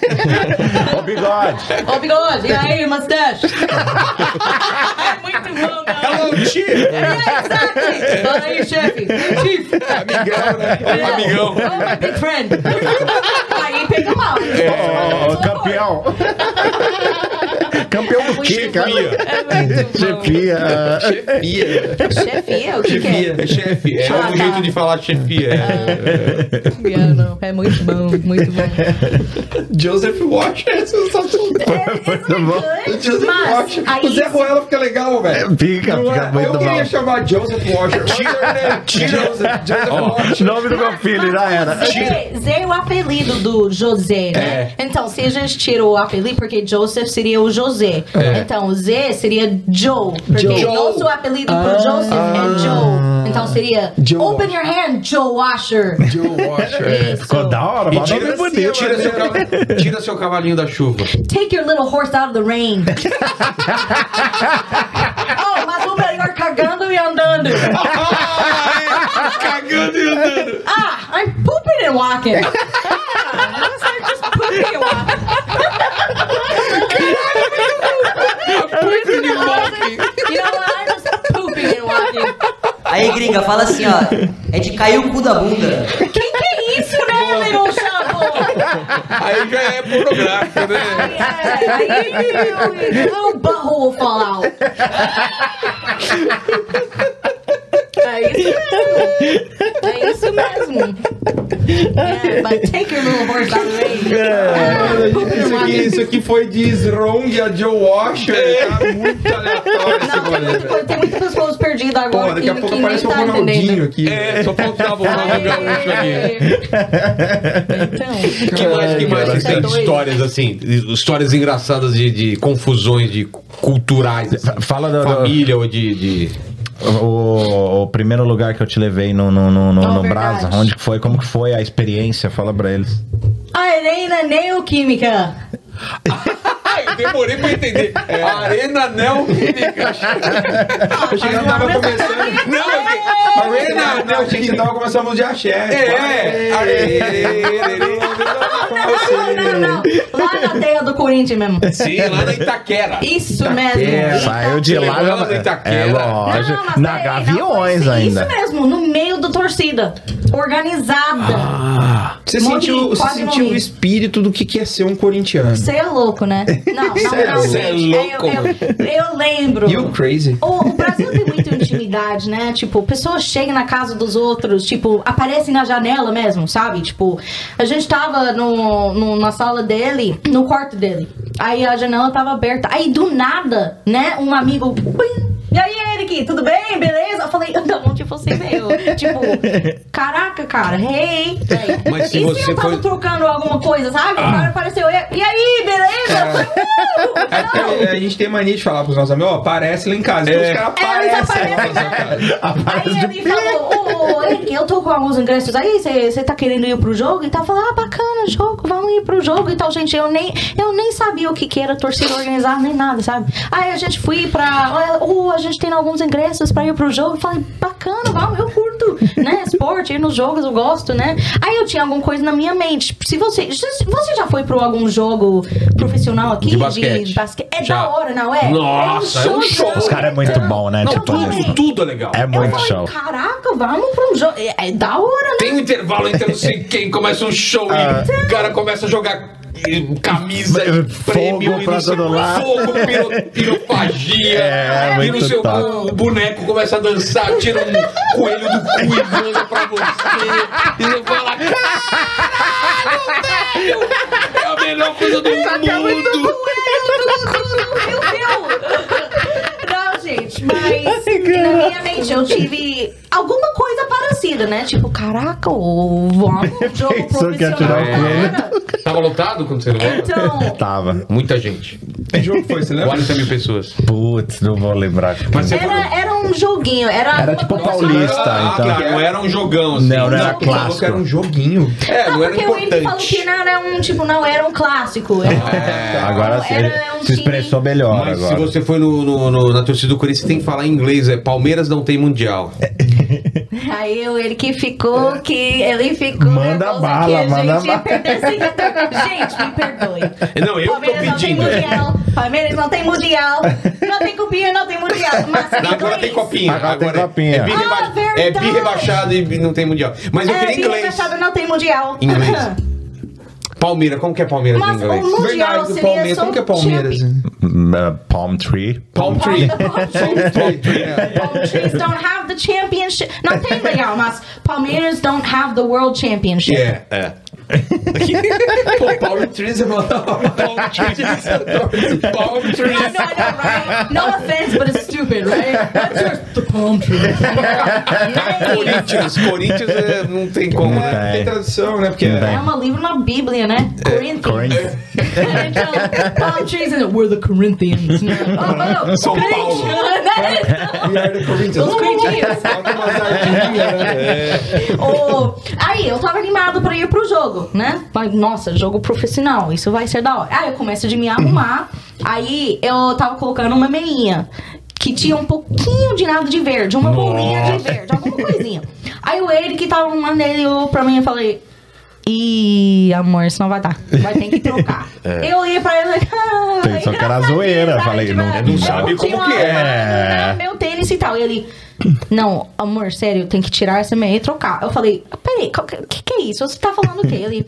Speaker 5: Ô bigode.
Speaker 3: Ô, bigode, e aí, mustache? é muito bom, cara.
Speaker 1: Hello, Chief.
Speaker 3: Exactly. É, Fala aí, chefe. Chief.
Speaker 1: Amigão, né? É um amigão.
Speaker 3: Oh, my big friend. Aí pega mal.
Speaker 5: É, Ô, ô, campeão. campeão do quê, cara?
Speaker 1: Chefia.
Speaker 5: Chefia.
Speaker 1: Chefia.
Speaker 3: Chefia, o que, que é?
Speaker 1: É chefe. É
Speaker 3: Ah,
Speaker 1: um
Speaker 3: tá.
Speaker 1: jeito de falar chefia. É.
Speaker 3: Não, é muito bom, muito bom.
Speaker 2: Joseph Washer é sensacional. é
Speaker 5: Muito bom.
Speaker 2: Joseph Washer.
Speaker 3: Mas, aí,
Speaker 2: O Zé Ruela fica legal, velho.
Speaker 5: Fica,
Speaker 2: Não
Speaker 5: fica
Speaker 2: é?
Speaker 5: muito
Speaker 2: eu
Speaker 5: bom.
Speaker 2: queria chamar Joseph Washer. né? Tira, tira. Joseph, Joseph Washer.
Speaker 5: Nome do é meu filho, já era.
Speaker 3: Zé, Zé é o apelido do José, né? Então, se a gente tirou o apelido, porque Joseph seria o José. Então, Zé seria Joe. Porque
Speaker 2: Joe.
Speaker 3: nosso apelido pro Joseph é Joe. Então, seria
Speaker 2: Joe.
Speaker 3: Open your hand, Joe Washer.
Speaker 2: Joe Washer.
Speaker 3: Isso.
Speaker 5: Ficou da hora,
Speaker 1: E
Speaker 5: mó
Speaker 1: tira,
Speaker 5: nome bonito. né?
Speaker 1: tira, seu, cava- tira seu cavalinho da chuva.
Speaker 3: Take your little horse out of the rain. oh, mas o melhor cagando e andando.
Speaker 1: Ah, é. Cagando e andando.
Speaker 3: Ah, I'm pooping and walking. Ah, I was like, just pooping and walking. Pooping and walking. You know what? I'm just pooping and walking.
Speaker 6: Aí, gringa, fala assim, ó. É de cair o cu da bunda.
Speaker 3: Que que é isso, né, Little Shovel?
Speaker 1: Aí já é pornográfico, né?
Speaker 3: Aí, Little butthole fall out. É isso mesmo. É isso mesmo. Yeah, but take your little horse out of the way. Ah, pooping and
Speaker 2: Isso aqui,
Speaker 3: walking.
Speaker 2: isso aqui foi de Strong a Joe Washer. Tá muito aleatório esse
Speaker 3: Não, tem muita
Speaker 2: rolê, velho.
Speaker 3: coisa, tem muitas pessoas perdidas agora
Speaker 2: Pô, daqui a
Speaker 3: que,
Speaker 2: pouco
Speaker 3: que nem
Speaker 2: aparece o
Speaker 3: tá
Speaker 2: Ronaldinho
Speaker 3: entendendo.
Speaker 2: aqui.
Speaker 1: É, só faltava o Ronaldo Gaúcho aqui.
Speaker 3: Aê. Então,
Speaker 1: Que mais, que mais
Speaker 3: cara,
Speaker 1: que
Speaker 3: isso é
Speaker 1: tem de
Speaker 3: doido.
Speaker 1: histórias assim? de- Histórias engraçadas de, de confusões de culturais. assim,
Speaker 5: Fala da- da-
Speaker 1: família ou de. de-
Speaker 5: O, o primeiro lugar que eu te levei no, no, no, no,
Speaker 3: Ah,
Speaker 5: no
Speaker 3: verdade.
Speaker 5: Brasa, onde que foi? Como que foi a experiência? Fala pra eles.
Speaker 3: Arena Neoquímica.
Speaker 1: Ah, eu demorei pra entender. Arena Neoquímica.
Speaker 2: Eu achei que ela tava começando.
Speaker 1: Não, é eu fiquei-
Speaker 2: Arena, não, eu achei que você tava começando a música de axé. tipo,
Speaker 1: É,
Speaker 3: Não, Ah, não, não. Lá na terra do Corinthians mesmo.
Speaker 1: Sim, lá na Itaquera.
Speaker 3: Isso mesmo.
Speaker 1: Itaquera.
Speaker 5: Saiu de
Speaker 1: Ele
Speaker 5: lá
Speaker 1: foi lá no
Speaker 5: já. É
Speaker 1: Itaquera.
Speaker 5: lógico.
Speaker 3: Não, mas
Speaker 5: Na
Speaker 3: peraí, não,
Speaker 5: Gaviões
Speaker 3: isso-
Speaker 5: ainda.
Speaker 3: Isso mesmo, no meio da torcida. Organizada.
Speaker 2: Você
Speaker 3: Morri,
Speaker 2: sentiu, você
Speaker 3: quase
Speaker 2: sentiu
Speaker 3: morri.
Speaker 2: o espírito do que que é ser um corintiano.
Speaker 3: Você é louco, né? Não, não,
Speaker 1: Cê é
Speaker 3: não.
Speaker 1: cê é
Speaker 3: gente,
Speaker 1: louco.
Speaker 3: Eu, eu, eu lembro.
Speaker 2: You crazy.
Speaker 3: O, o Brasil tem muita intimidade, né? Tipo, pessoas chegam na casa dos outros, tipo, aparecem na janela mesmo, sabe? Tipo, a gente tava no, no- na sala dele, no quarto dele. Aí a janela tava aberta. Aí do nada, né? Um amigo. "Uim, E aí, Eric, tudo bem? Beleza? Eu falei, da onde você veio? tipo, caraca, cara, hey. Aí,
Speaker 1: Mas se
Speaker 3: e
Speaker 1: você
Speaker 3: se eu tava
Speaker 1: foi-
Speaker 3: trocando alguma coisa, sabe? O cara apareceu, e e aí, beleza?
Speaker 2: É porque a gente tem mania de falar pros nossos amigos, ó, aparece lá em casa. Então os caras
Speaker 3: É, eles
Speaker 2: aparecem.
Speaker 3: aparecem, né?
Speaker 5: Aparece
Speaker 3: Aí
Speaker 5: de
Speaker 3: ele falou, ô, ô, Eric, eu tô com alguns ingressos aí, você tá querendo ir pro jogo? E tal, eu falei, ah, bacana, jogo, vamos ir pro jogo e tal, gente. Eu nem, eu nem sabia o que, que era torcida organizada, nem nada, sabe? Aí a gente foi pra. Ô, a gente tem alguns ingressos pra ir pro jogo. Eu falei, bacana, vamos, eu curto curto, né? Esporte, ir nos jogos, eu gosto, né? Aí eu tinha alguma coisa na minha mente. Tipo, Se você, se você já foi para algum jogo profissional aqui?
Speaker 1: De basquete.
Speaker 3: basque- É
Speaker 1: Já.
Speaker 3: da hora, não é?
Speaker 1: Nossa, é um show.
Speaker 5: Os caras é muito
Speaker 3: um
Speaker 5: bom, né?
Speaker 1: Não,
Speaker 5: tipo,
Speaker 1: tudo, tudo é legal.
Speaker 5: é
Speaker 3: Eu
Speaker 5: muito
Speaker 3: falei,
Speaker 5: show.
Speaker 3: caraca, vamos pra um jogo. É, é da hora, né?
Speaker 1: Tem um intervalo entre não
Speaker 5: É.
Speaker 1: sei quem, começa um show
Speaker 5: Ah.
Speaker 1: e o cara começa a jogar eh, camisa, e
Speaker 5: Fogo
Speaker 1: prêmio e
Speaker 5: pra
Speaker 1: não sei
Speaker 5: todo
Speaker 1: o que,
Speaker 5: lado.
Speaker 1: fogo, piro, pirofagia,
Speaker 5: É,
Speaker 1: e não
Speaker 5: muito
Speaker 1: sei o
Speaker 5: top.
Speaker 1: que, o boneco começa a dançar, tira um coelho do cu e manda pra você, e você fala, caralho, velho, é a melhor coisa do
Speaker 5: é
Speaker 1: mundo.
Speaker 3: Meu Deus! Não, gente, mas na minha mente eu tive alguma coisa parecida, né? Tipo, caraca, ô, vamos um jogo
Speaker 5: Pensou que ia
Speaker 3: profissional.
Speaker 5: tirar
Speaker 1: o
Speaker 3: cara.
Speaker 1: Tava lotado quando você não volta?
Speaker 3: Então,
Speaker 5: Tava.
Speaker 1: Muita gente,
Speaker 2: Que jogo foi, você lembra?
Speaker 1: 40 mil pessoas.
Speaker 5: Putz, não vou lembrar.
Speaker 1: Mas você
Speaker 3: era, era um joguinho, era.
Speaker 5: Era
Speaker 3: uma
Speaker 5: tipo
Speaker 3: coisa-
Speaker 5: paulista.
Speaker 1: Ah,
Speaker 5: então.
Speaker 1: tá, não era um jogão assim.
Speaker 5: Não, não era
Speaker 1: Sabe?
Speaker 2: Ele falou que era um joguinho.
Speaker 1: É,
Speaker 3: Não,
Speaker 1: não era
Speaker 3: porque o William falou que
Speaker 1: importante.
Speaker 3: não era um, tipo, não, era um clássico.
Speaker 5: É, agora
Speaker 3: Não,
Speaker 5: você
Speaker 3: era um
Speaker 5: se expressou melhor
Speaker 1: Mas
Speaker 5: agora.
Speaker 1: se você for no, no- no- na torcida do Corinthians, tem que falar em inglês. É Palmeiras não tem mundial.
Speaker 3: Aí Tá eu, ele que ficou, que ele ficou.
Speaker 5: É. Manda
Speaker 3: nervoso
Speaker 5: bala,
Speaker 3: que a
Speaker 5: manda
Speaker 3: gente
Speaker 5: bala.
Speaker 3: pertencia a torcida. Gente, me perdoe.
Speaker 1: Não, eu tô
Speaker 3: Palmeiras
Speaker 1: pedindo. né?
Speaker 3: Não tem mundial, Palmeiras não tem mundial. Não tem copinha, não tem mundial. Mas em
Speaker 1: Não, agora
Speaker 3: inglês-
Speaker 1: tem copinha.
Speaker 5: Agora tem
Speaker 1: é-
Speaker 5: copinha.
Speaker 1: É, bi
Speaker 3: Ah,
Speaker 1: reba- é
Speaker 3: verdade.
Speaker 1: bi rebaixado e bi- não tem mundial. Mas eu
Speaker 3: É,
Speaker 1: queria
Speaker 3: Bia
Speaker 1: inglês.
Speaker 3: Machado não tem mundial.
Speaker 1: Inglês. Palmeiras, como que é Palmeiras em
Speaker 3: Mas o
Speaker 1: inglês?
Speaker 3: mundial
Speaker 2: Verdade, do
Speaker 3: seria
Speaker 2: Palmeiras.
Speaker 3: só
Speaker 2: Como que é
Speaker 3: um
Speaker 2: Palmeiras?
Speaker 3: champi-
Speaker 5: Uh, Palm Tree.
Speaker 1: Palm tree. Palm tree. é.
Speaker 3: Palmeiras don't have the championship. Não tem mundial, mas Palmeiras don't have the world championship.
Speaker 1: É, é. Pô, Palm trees é uma Palm trees. Palm
Speaker 3: I
Speaker 1: trees.
Speaker 3: know, I know, right? No offense, but it's stupid, right? That's just the Né? palm tree. Nice.
Speaker 1: Corinthians, Corinthians é- não tem como, né?
Speaker 5: É.
Speaker 2: Tem tradução, né? Porque
Speaker 5: Não tem.
Speaker 3: É uma livro na Bíblia, né?
Speaker 1: É,
Speaker 3: Corinthians.
Speaker 5: Corinthians.
Speaker 3: Então, palm trees and we're the Corinthians. né? Oh, oh,
Speaker 1: São Paulo.
Speaker 3: Corinthians.
Speaker 2: We are the Corinthians.
Speaker 3: Os Corinthians.
Speaker 2: Algumas ardinhas, né?
Speaker 3: Ô, Aí, eu tava animado pra ir pro jogo, né? Falei, Nossa, jogo profissional, isso vai ser da hora. Aí eu começo de me arrumar, aí eu tava colocando uma meinha. Que tinha um pouquinho de nada de verde, uma bolinha de verde, alguma coisinha. Aí o Eric que tava arrumando ele olhou pra mim e falei. Ih, amor, isso não vai dar. Vai ter que trocar. Eu ia pra ele. Ah,
Speaker 5: Pensou que era
Speaker 3: engraçadinho,
Speaker 5: zoeira,
Speaker 3: vai,
Speaker 5: falei,
Speaker 3: vai.
Speaker 5: não-
Speaker 1: não sabe
Speaker 3: Eu
Speaker 1: como
Speaker 3: tinha
Speaker 1: que é.
Speaker 3: uma- ah, meu tênis e tal. E ele, não, amor, sério, tem que tirar essa meia e trocar. Eu falei, peraí, o que, que que é isso? Você tá falando o quê? Ele,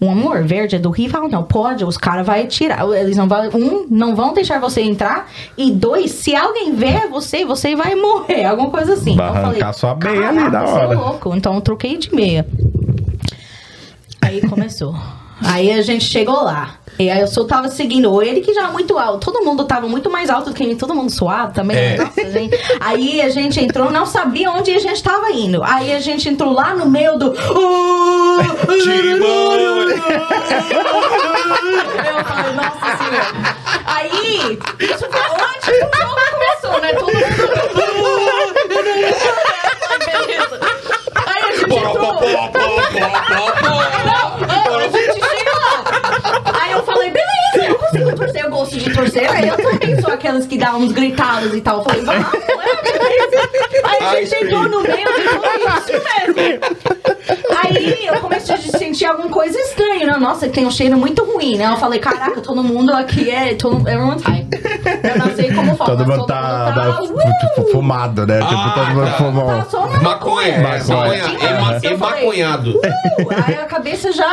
Speaker 3: o amor verde é do rival, não pode, os caras vão tirar. Eles não vão, um, não vão deixar você entrar. E dois, se alguém ver você, você vai morrer, alguma coisa assim.
Speaker 5: Vai
Speaker 3: Eu falei,
Speaker 5: arrancar sua meia ali,
Speaker 3: "Caraca,
Speaker 5: da
Speaker 3: você é
Speaker 5: hora."
Speaker 3: louco. Então eu troquei de meia. Aí começou. Aí a gente chegou lá. E aí eu só tava seguindo ele, que já era muito alto. Todo mundo tava muito mais alto do que mim, todo mundo suado também.
Speaker 1: É.
Speaker 3: Nossa, gente. Aí a gente entrou, não sabia onde a gente tava indo. Aí a gente entrou lá no meio do.
Speaker 1: Timão!
Speaker 3: Eu falei, nossa senhora. Aí, isso foi antes que o jogo começou, né? Todo mundo. Aí a gente
Speaker 1: Pó, pó,
Speaker 3: entrou.
Speaker 1: pó, pó, pó, pó, pó.
Speaker 3: Não, a gente chegou lá. Aí eu falei, beleza, eu consigo torcer, eu gosto de torcer. Aí eu também sou aquelas que dá uns gritados e tal. Eu falei, vamos, é, beleza. Aí a gente
Speaker 1: Ice
Speaker 3: entrou no meio de tudo isso mesmo. Aí eu comecei a sentir alguma coisa estranha, né? Nossa, tem um cheiro muito ruim, né? Eu falei, caraca, todo mundo aqui é. Todo, everyone high. Eu não sei como fala.
Speaker 5: Todo
Speaker 3: mas
Speaker 5: mundo tá,
Speaker 3: mundo
Speaker 5: tá
Speaker 3: uh!
Speaker 5: fu- fumado, né? tipo, todo mundo
Speaker 1: tá.
Speaker 5: fumou.
Speaker 3: Tá só na
Speaker 1: Maconha, é, maconha, é, ma-
Speaker 3: Isso,
Speaker 1: é
Speaker 3: eu falei,
Speaker 1: maconhado.
Speaker 3: Uh, aí a cabeça já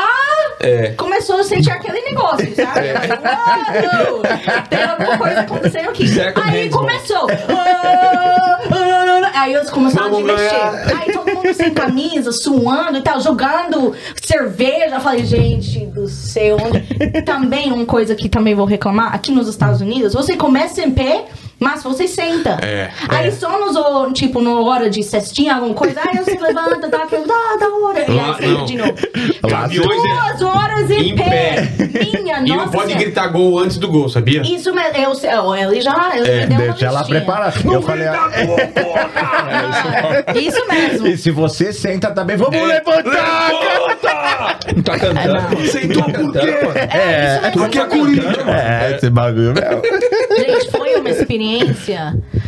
Speaker 1: É.
Speaker 3: começou a sentir aquele negócio, sabe? Mano, tem alguma coisa acontecendo aqui.
Speaker 1: é
Speaker 2: Second
Speaker 3: aí
Speaker 2: hand,
Speaker 3: começou. Ah, ah, ah, Aí eles começaram a
Speaker 1: Vamos
Speaker 3: mexer.
Speaker 1: ganhar.
Speaker 3: Aí todo mundo sem camisa, suando e tal, jogando cerveja. Eu falei, gente do céu. onde- Também uma coisa que também vou reclamar, aqui nos Estados Unidos, você começa em pé. Mas você senta.
Speaker 1: É,
Speaker 3: aí só nos, oh, tipo, na hora de cestinha, alguma coisa, aí você levanta, dá aquele, dá, da hora. E aí
Speaker 1: Lá,
Speaker 3: senta
Speaker 1: não.
Speaker 3: de novo.
Speaker 5: Lá
Speaker 1: Gaviões é-
Speaker 3: Duas horas em,
Speaker 1: Em
Speaker 3: pé. Minha
Speaker 1: E
Speaker 3: nossa.
Speaker 1: não pode
Speaker 3: senhora.
Speaker 1: gritar gol antes do gol, sabia?
Speaker 3: Isso mesmo. Eu, sei- ó, ele já. Ele me deu uma
Speaker 5: É, Deixa ela né?
Speaker 3: listinha.
Speaker 5: preparar. Eu falei, ah,
Speaker 3: Ah, isso mesmo.
Speaker 5: e se você senta também, vamos levantar!
Speaker 2: Tá
Speaker 1: Ah,
Speaker 2: cantando.
Speaker 1: Sentou por quê?
Speaker 5: É,
Speaker 1: Aqui é Corinthians.
Speaker 5: é, esse bagulho. meu.
Speaker 3: Gente, foi uma experiência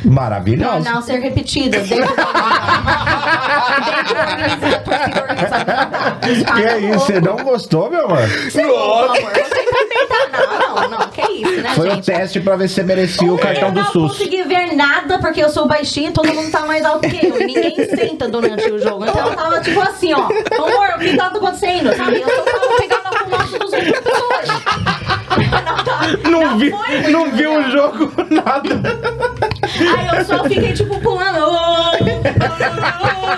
Speaker 5: Maravilhosa.
Speaker 3: Não, não ser repetida. Dentro da dentro da organização, torcida organizada, não dá. Os
Speaker 5: Que é
Speaker 3: caras
Speaker 5: isso, você
Speaker 3: loucos.
Speaker 5: não gostou, meu mano?
Speaker 3: Você é louco, amor. Você também tá- Não, não, não. Que isso, né,
Speaker 5: Foi o
Speaker 3: gente?
Speaker 5: teste pra ver se você merecia o cartão do
Speaker 3: Eu não
Speaker 5: SUS.
Speaker 3: consegui ver nada porque eu sou baixinha e todo mundo tá mais alto que eu. E ninguém senta durante o jogo. Então eu tava tipo assim, ó. Amor, o que tá acontecendo? Sabe? Eu tô tava pegando a fumaça dos outros pessoas. Não, tá-
Speaker 5: Não vi,
Speaker 3: foi muito
Speaker 5: não vi
Speaker 3: legal.
Speaker 5: o jogo, nada.
Speaker 3: Aí eu só fiquei tipo pulando. Ô, ô,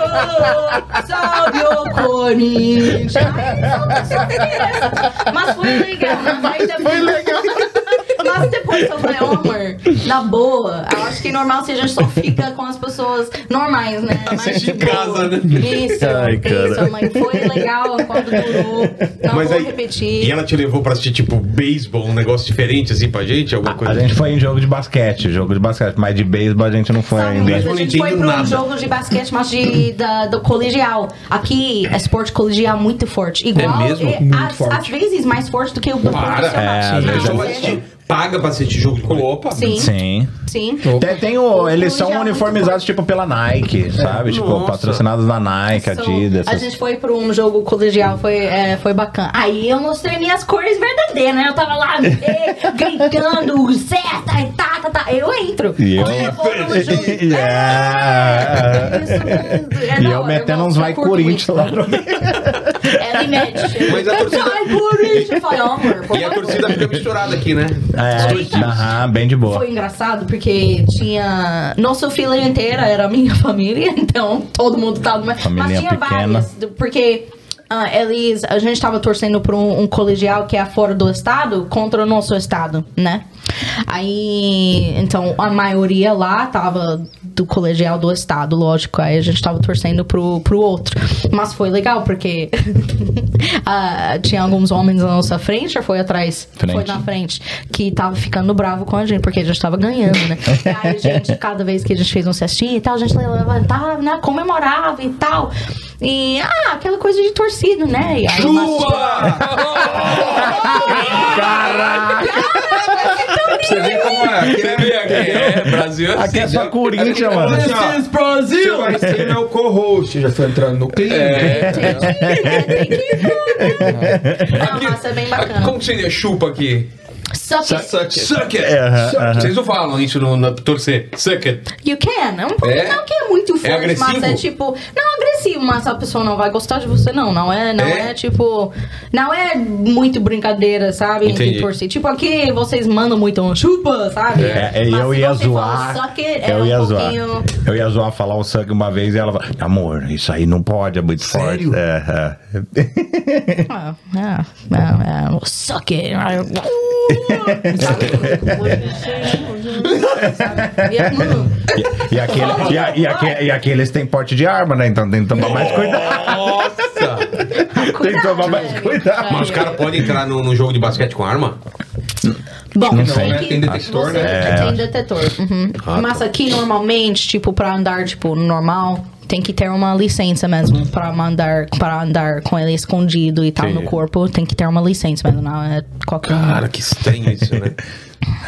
Speaker 3: ô, Salve o Corinthians! Aí só- só tem essa. Mas foi legal, mas aí depois.
Speaker 5: Foi legal.
Speaker 3: Mas depois eu falei, ô amor, na boa, eu acho que é normal se a gente só fica com as pessoas normais, né?
Speaker 1: Você
Speaker 3: de
Speaker 1: em Tá casa,
Speaker 3: boa.
Speaker 1: né?
Speaker 3: Isso,
Speaker 5: Ai, cara.
Speaker 3: isso, mãe. Foi legal quando durou. Não
Speaker 1: Mas
Speaker 3: vou
Speaker 1: aí-
Speaker 3: repetir.
Speaker 1: E ela te levou pra assistir, tipo, beisebol, um negócio diferente, assim, pra gente? Alguma coisa
Speaker 5: A gente foi em jogo de basquete, jogo de basquete, mas de beisebol a gente não foi
Speaker 3: Sabe, um
Speaker 5: ainda.
Speaker 3: mas
Speaker 1: Eu
Speaker 3: a
Speaker 1: não
Speaker 3: gente foi
Speaker 1: entendo
Speaker 3: para
Speaker 1: nada.
Speaker 3: um jogo de basquete, mas de, da, do colegial. Aqui é esporte colegial muito forte. Igual
Speaker 1: É mesmo?
Speaker 3: e
Speaker 2: Muito
Speaker 3: às,
Speaker 2: forte.
Speaker 3: às vezes mais forte do que o
Speaker 1: Para,
Speaker 3: profissional.
Speaker 5: é,
Speaker 3: Sim,
Speaker 5: às
Speaker 1: A
Speaker 5: vezes
Speaker 1: pessoa
Speaker 5: é.
Speaker 1: vai assistir, Né, paga pra assistir jogo de colegial. Opa!
Speaker 3: Sim, sim.
Speaker 5: Sim.
Speaker 2: Opa.
Speaker 5: Até tem o. Eles são
Speaker 3: Hoje é assim? muito
Speaker 5: uniformizados, tipo, pela Nike, sabe? Tipo,
Speaker 1: Nossa.
Speaker 5: patrocinados da Nike,
Speaker 3: So,
Speaker 5: Adidas.
Speaker 3: a
Speaker 5: essas-
Speaker 3: gente foi pra um jogo colegial, foi, é, foi bacana. Aí eu mostrei minhas cores verdadeiras, né? Eu tava lá eh, gritando, certa, e tá, tá, tá. Eu entro.
Speaker 5: E eu-
Speaker 3: Quando vou
Speaker 5: É.
Speaker 3: num jogo-
Speaker 5: Yeah.
Speaker 3: Isso tudo. É
Speaker 5: E
Speaker 3: da
Speaker 5: eu
Speaker 3: hora,
Speaker 5: metendo
Speaker 3: gosto,
Speaker 5: uns
Speaker 3: eu
Speaker 5: vai
Speaker 3: curto
Speaker 5: Corinthians
Speaker 3: muito.
Speaker 5: lá no meio.
Speaker 3: Ela mete.
Speaker 1: Mas a torcida-
Speaker 3: Vai, Corinthians! Eu falei, ó, amor, por
Speaker 1: E a
Speaker 3: favor.
Speaker 1: torcida fica misturada aqui, né?
Speaker 5: É, aham, bem de boa.
Speaker 3: Foi engraçado porque tinha. Nossa filha inteira era minha família, então todo mundo tava. Mas
Speaker 5: Família
Speaker 3: tinha
Speaker 5: pequena.
Speaker 3: várias. do- Porque. ah, eles, a gente tava torcendo pra um, um colegial que é fora do estado contra o nosso estado, né? Aí, então, a maioria lá tava do colegial do estado, lógico. Aí a gente tava torcendo pro, pro outro. Mas foi legal, porque ah, tinha alguns homens na nossa frente, ou foi atrás? Foi
Speaker 5: Frente.
Speaker 3: na frente, que tava ficando bravo com a gente, porque a gente tava ganhando, né? E aí, a gente, cada vez que a gente fez um cestinho e tal, a gente levantava, né? Comemorava e tal. E, ah, aquela coisa de torcida, né? E aí, mas-
Speaker 5: Caraca!
Speaker 2: Você vê como é.
Speaker 1: Você vê aqui, é, Brasil
Speaker 5: Aqui é só Corinthians, mano.
Speaker 2: Olha
Speaker 5: Assim,
Speaker 2: só, Ah, assim, Você
Speaker 1: Brasil!
Speaker 2: vai ser meu co-host, já foi entrando no clima.
Speaker 1: É.
Speaker 3: Tem que ir, né? Tem que ir, né? Não, mas é bem bacana.
Speaker 1: Como que seria chupa aqui?
Speaker 3: Só que
Speaker 1: Suck it! Suck it!
Speaker 5: É, aham,
Speaker 1: Suck it.
Speaker 5: aham.
Speaker 1: Vocês não falam isso no, no torcer. Suck it!
Speaker 3: You can. É um pouco
Speaker 1: É?
Speaker 3: não que é muito forte, mas
Speaker 1: agressivo?
Speaker 3: é tipo. Não agressivo, mas a pessoa não vai gostar de você, não. Não é, não
Speaker 1: É?
Speaker 3: é, tipo. Não é muito brincadeira, sabe?
Speaker 1: Entendi.
Speaker 3: De torcer. Tipo, aqui vocês mandam muito um chupa, sabe?
Speaker 5: É,
Speaker 3: Mas
Speaker 5: eu
Speaker 3: se
Speaker 5: ia
Speaker 3: você
Speaker 5: zoar.
Speaker 3: fala, Só que é
Speaker 5: eu
Speaker 3: um
Speaker 5: ia zoar.
Speaker 3: pouquinho.
Speaker 5: Eu ia zoar falar o sangue uma vez e ela falou: Amor, isso aí não pode, é muito forte. É,
Speaker 3: Ah, ah, ah, ah, suck it. Ah, eu- Sabe? E é, mano,
Speaker 5: é. E, aquele, e, a- e aque- e aqueles têm porte de arma, né? Então tem que tomar mais cuidado.
Speaker 1: Nossa!
Speaker 5: Tem que tomar mais
Speaker 3: velho.
Speaker 5: cuidado.
Speaker 1: Mas os caras podem entrar num num jogo de basquete com arma?
Speaker 3: Bom,
Speaker 5: Não sei.
Speaker 3: é
Speaker 2: né?
Speaker 3: que é.
Speaker 2: Tem detector,
Speaker 3: você
Speaker 5: né?
Speaker 3: Tem detetor. uhum. Mas aqui, normalmente, tipo, pra andar, tipo, normal, tem que ter uma licença mesmo pra mandar, pra andar com ele escondido e tal
Speaker 5: Entendi.
Speaker 3: no corpo. Tem que ter uma licença mesmo, não é qualquer...
Speaker 1: Cara, que estranho isso, né?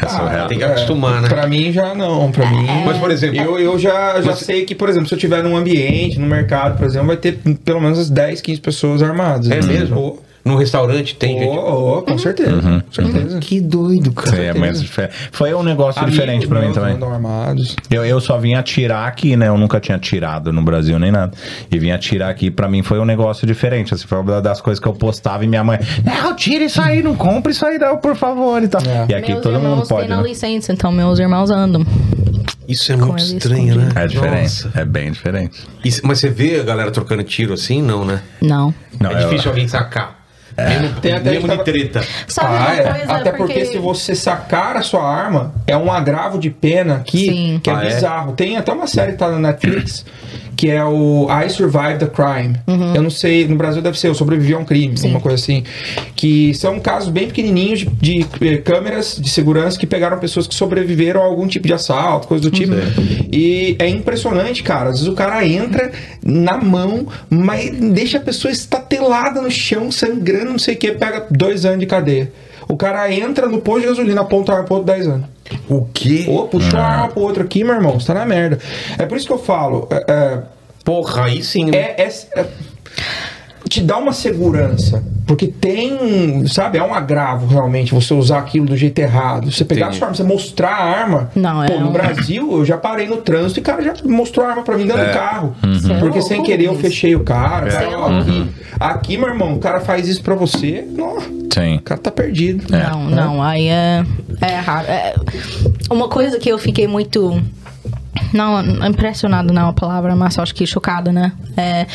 Speaker 5: Ah,
Speaker 1: tem que acostumar, né?
Speaker 2: É,
Speaker 1: É.
Speaker 2: Pra mim já não, pra mim.
Speaker 1: Mas, por exemplo,
Speaker 2: Eu, eu já, já
Speaker 1: Mas-
Speaker 2: sei que, por exemplo, se eu tiver num ambiente, no mercado, por exemplo, vai ter pelo menos as 10, 15 pessoas armadas.
Speaker 1: é mesmo? No restaurante tem
Speaker 2: Oh,
Speaker 1: gente.
Speaker 2: oh, com certeza.
Speaker 5: Uhum.
Speaker 2: Com certeza. Que doido, cara.
Speaker 5: É, mas difer- foi um negócio diferente pra mim também.
Speaker 2: Andam armados.
Speaker 5: Eu, eu só vim atirar aqui, né? Eu nunca tinha atirado no Brasil nem nada. E vim atirar aqui, pra mim foi um negócio diferente. Assim, foi uma das coisas que eu postava e minha mãe, não, tira isso aí, não compra isso aí, não, por favor. E, tal.
Speaker 2: É.
Speaker 5: e aqui
Speaker 3: meus
Speaker 5: todo
Speaker 3: irmãos
Speaker 5: mundo pode.
Speaker 3: têm a
Speaker 5: Né?
Speaker 3: licença, então meus irmãos andam.
Speaker 1: Isso é
Speaker 3: Com
Speaker 1: muito
Speaker 3: ele
Speaker 1: estranho, né?
Speaker 3: escondido.
Speaker 5: É diferente.
Speaker 1: Nossa.
Speaker 5: É bem diferente.
Speaker 1: Isso- mas você vê a galera trocando tiro assim? Não, né?
Speaker 3: Não.
Speaker 5: Não,
Speaker 1: é
Speaker 5: eu-
Speaker 1: difícil alguém sacar. Mesmo,
Speaker 2: Tem até
Speaker 1: mesmo
Speaker 2: que
Speaker 1: de
Speaker 2: tava-
Speaker 1: treta.
Speaker 3: Sabe
Speaker 2: Ah,
Speaker 3: uma
Speaker 2: é.
Speaker 3: coisa?
Speaker 2: Até porque... se você sacar a sua arma, é um agravo de pena aqui
Speaker 3: Sim.
Speaker 2: que é
Speaker 1: Ah, é?
Speaker 2: bizarro. Tem até uma série que tá na Netflix que é o I Survived the Crime. Eu não sei, no Brasil deve ser Eu Sobrevivi a um Crime, uma coisa assim. Que são casos bem pequenininhos de, de, eh, câmeras de segurança que pegaram pessoas que sobreviveram a algum tipo de assalto, coisa do tipo. E é impressionante, cara. Às vezes o cara entra na mão, mas deixa a pessoa estatelada no chão, sangrando, não sei o que, pega dois anos de cadeia. O cara entra no posto de gasolina, aponta a arma pro outro 10 anos.
Speaker 1: O quê?
Speaker 2: Ô, puxou uma arma pro outro aqui, meu irmão, você tá na merda. É por isso que eu falo, é,
Speaker 1: Porra, aí sim.
Speaker 2: é,
Speaker 1: né?
Speaker 2: é- é- é- te dá uma segurança, porque tem, sabe, é um agravo realmente você usar aquilo do jeito errado. Você pegar
Speaker 1: Entendi.
Speaker 2: a sua arma, você mostrar a arma.
Speaker 3: Não, é
Speaker 2: Pô, no
Speaker 3: um-
Speaker 2: Brasil, eu já parei no trânsito e o cara já mostrou a arma pra mim dentro do carro.
Speaker 3: Isso é
Speaker 2: Porque
Speaker 3: louco,
Speaker 2: sem querer eu
Speaker 3: isso.
Speaker 2: fechei o cara.
Speaker 3: Isso é
Speaker 2: tal,
Speaker 3: louco.
Speaker 2: aqui, aqui, meu irmão, o cara faz isso pra você, nó, o
Speaker 5: Sim.
Speaker 2: cara tá perdido.
Speaker 5: É.
Speaker 3: Não, não, aí é, é errado. É- uma coisa que eu fiquei muito. Não, impressionado não é uma palavra, mas acho que chocada, né? É,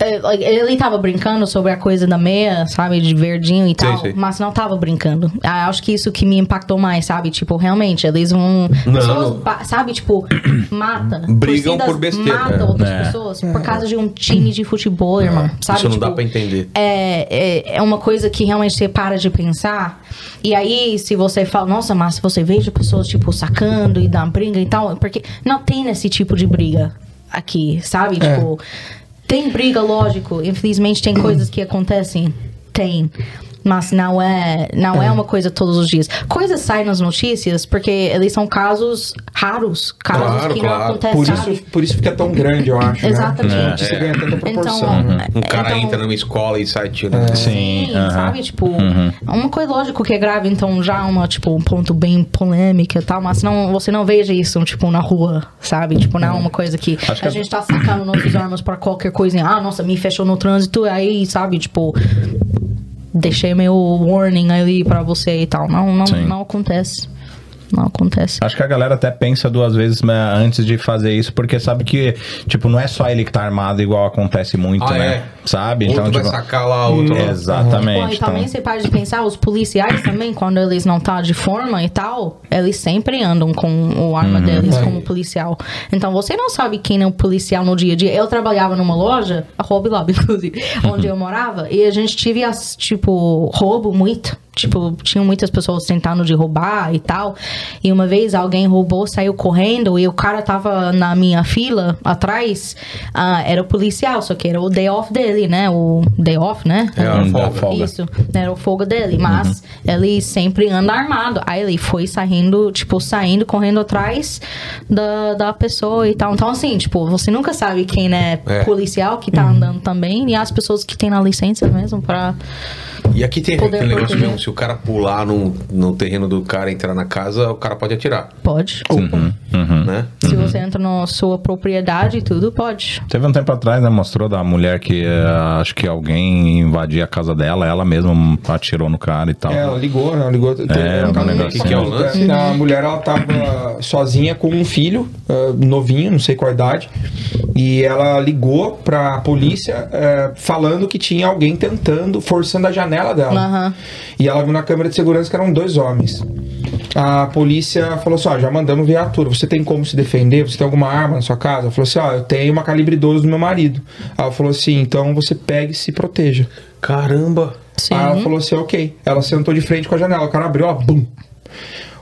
Speaker 3: é, like, ele tava brincando sobre a coisa da meia, sabe, de verdinho e tal,
Speaker 1: sim.
Speaker 3: mas não tava brincando. Ah, Acho que isso que me impactou mais, sabe? Tipo, realmente, eles vão.
Speaker 1: Não.
Speaker 3: pessoas ba- sabe, tipo, mata.
Speaker 1: Brigam
Speaker 3: torcidas
Speaker 1: por besteira,
Speaker 3: Matam
Speaker 1: é.
Speaker 3: outras
Speaker 5: É.
Speaker 3: pessoas por causa de um time de futebol, irmão. Sabe?
Speaker 1: Isso não dá
Speaker 3: Tipo,
Speaker 1: pra entender.
Speaker 3: é, é, é uma coisa que realmente você para de pensar. E aí, se você fala, nossa, mas se você veja pessoas, tipo, sacando e dá uma briga e tal, é porque não tem esse tipo de briga aqui, sabe?
Speaker 2: É.
Speaker 3: Tipo, tem briga, lógico. Infelizmente, tem coisas que acontecem. Tem. Mas não é, não é. uma coisa todos os dias. Coisas saem nas notícias porque eles são casos raros. Casos
Speaker 1: Claro,
Speaker 3: que
Speaker 1: claro.
Speaker 3: não acontecem.
Speaker 2: Por
Speaker 3: É, sabe?
Speaker 2: isso, por isso fica tão grande, eu acho. né?
Speaker 3: Exatamente.
Speaker 2: A notícia
Speaker 1: É.
Speaker 2: ganha tanta proporção.
Speaker 3: Então,
Speaker 2: né?
Speaker 1: Um cara
Speaker 3: então-
Speaker 1: entra numa escola e sai tirando.
Speaker 5: Sim.
Speaker 3: Sim,
Speaker 5: aham. Uhum.
Speaker 3: sabe? Tipo, uma coisa lógico que é grave, então já é uma, tipo, um ponto bem polêmica e tal, mas não, você não veja isso, tipo, na rua, sabe? Tipo, não é uma coisa que
Speaker 5: Acho que
Speaker 3: a
Speaker 5: é-
Speaker 3: gente tá sacando nossas armas pra qualquer coisa. Ah, nossa, me fechou no trânsito, aí, sabe? Tipo, deixei meu warning ali pra você e tal. Não, não,
Speaker 5: Sim.
Speaker 3: não acontece. Não acontece.
Speaker 5: Acho que a galera até pensa duas vezes né, antes de fazer isso, porque sabe que, tipo, não é só ele que tá armado, igual acontece muito,
Speaker 1: Ah,
Speaker 5: né?
Speaker 1: é?
Speaker 5: Sabe?
Speaker 1: Outro vai
Speaker 5: tipo,
Speaker 1: sacar lá, outro lá.
Speaker 5: Exatamente.
Speaker 3: Bom, Uhum. e também
Speaker 5: então-
Speaker 3: você para de pensar, os policiais também, quando eles não tá de forma e tal, eles sempre andam com o arma deles como policial. Então você não sabe quem é o policial no dia a dia. Eu trabalhava numa loja, a Hobby Lobby, inclusive, onde eu morava, e a gente tive, as, tipo, roubo muito. Tipo, tinham muitas pessoas tentando de roubar e tal. E uma vez alguém roubou, saiu correndo e o cara tava na minha fila atrás. Ah, era o policial, só que era o day off dele, né? O day off, né?
Speaker 1: É, a
Speaker 5: Hum, dá
Speaker 1: folga.
Speaker 5: folga.
Speaker 3: Isso, né, era o fogo dele, mas ele sempre anda armado. Aí ele foi saindo, tipo, saindo, correndo atrás da, da pessoa e tal. Então, assim, tipo, você nunca sabe quem é,
Speaker 1: É.
Speaker 3: policial que tá andando também e as pessoas que têm a licença mesmo pra.
Speaker 1: E aqui tem
Speaker 3: Poder
Speaker 1: aquele negócio
Speaker 3: proteger.
Speaker 1: mesmo, se o cara pular no, no terreno do cara e entrar na casa, o cara pode atirar,
Speaker 3: Pode.
Speaker 1: né?
Speaker 3: Se você entra na sua propriedade e tudo, pode.
Speaker 5: Teve um tempo atrás, né? Mostrou da mulher que eh, acho que alguém invadia a casa dela, ela mesma atirou no cara e tal.
Speaker 2: É, Ela ligou, né? Ela ligou.
Speaker 5: É, um negócio
Speaker 1: que é o lance.
Speaker 2: A mulher, ela tava sozinha com um filho, ah, novinho, não sei qual idade, e ela ligou pra polícia ah, falando que tinha alguém tentando, forçando a janela dela.
Speaker 3: Aham.
Speaker 2: E ela viu na câmera de segurança que eram dois homens. A polícia falou assim: ó, já mandamos viatura. Você tem como se defender? Você tem alguma arma na sua casa? Ela falou assim: ó, eu tenho uma calibre 12 do meu marido. Ela falou assim: então você pega e se proteja.
Speaker 1: Caramba!
Speaker 3: Sim.
Speaker 2: Aí ela falou assim, ok. Ela sentou de frente com a janela, o cara abriu, ó, bum.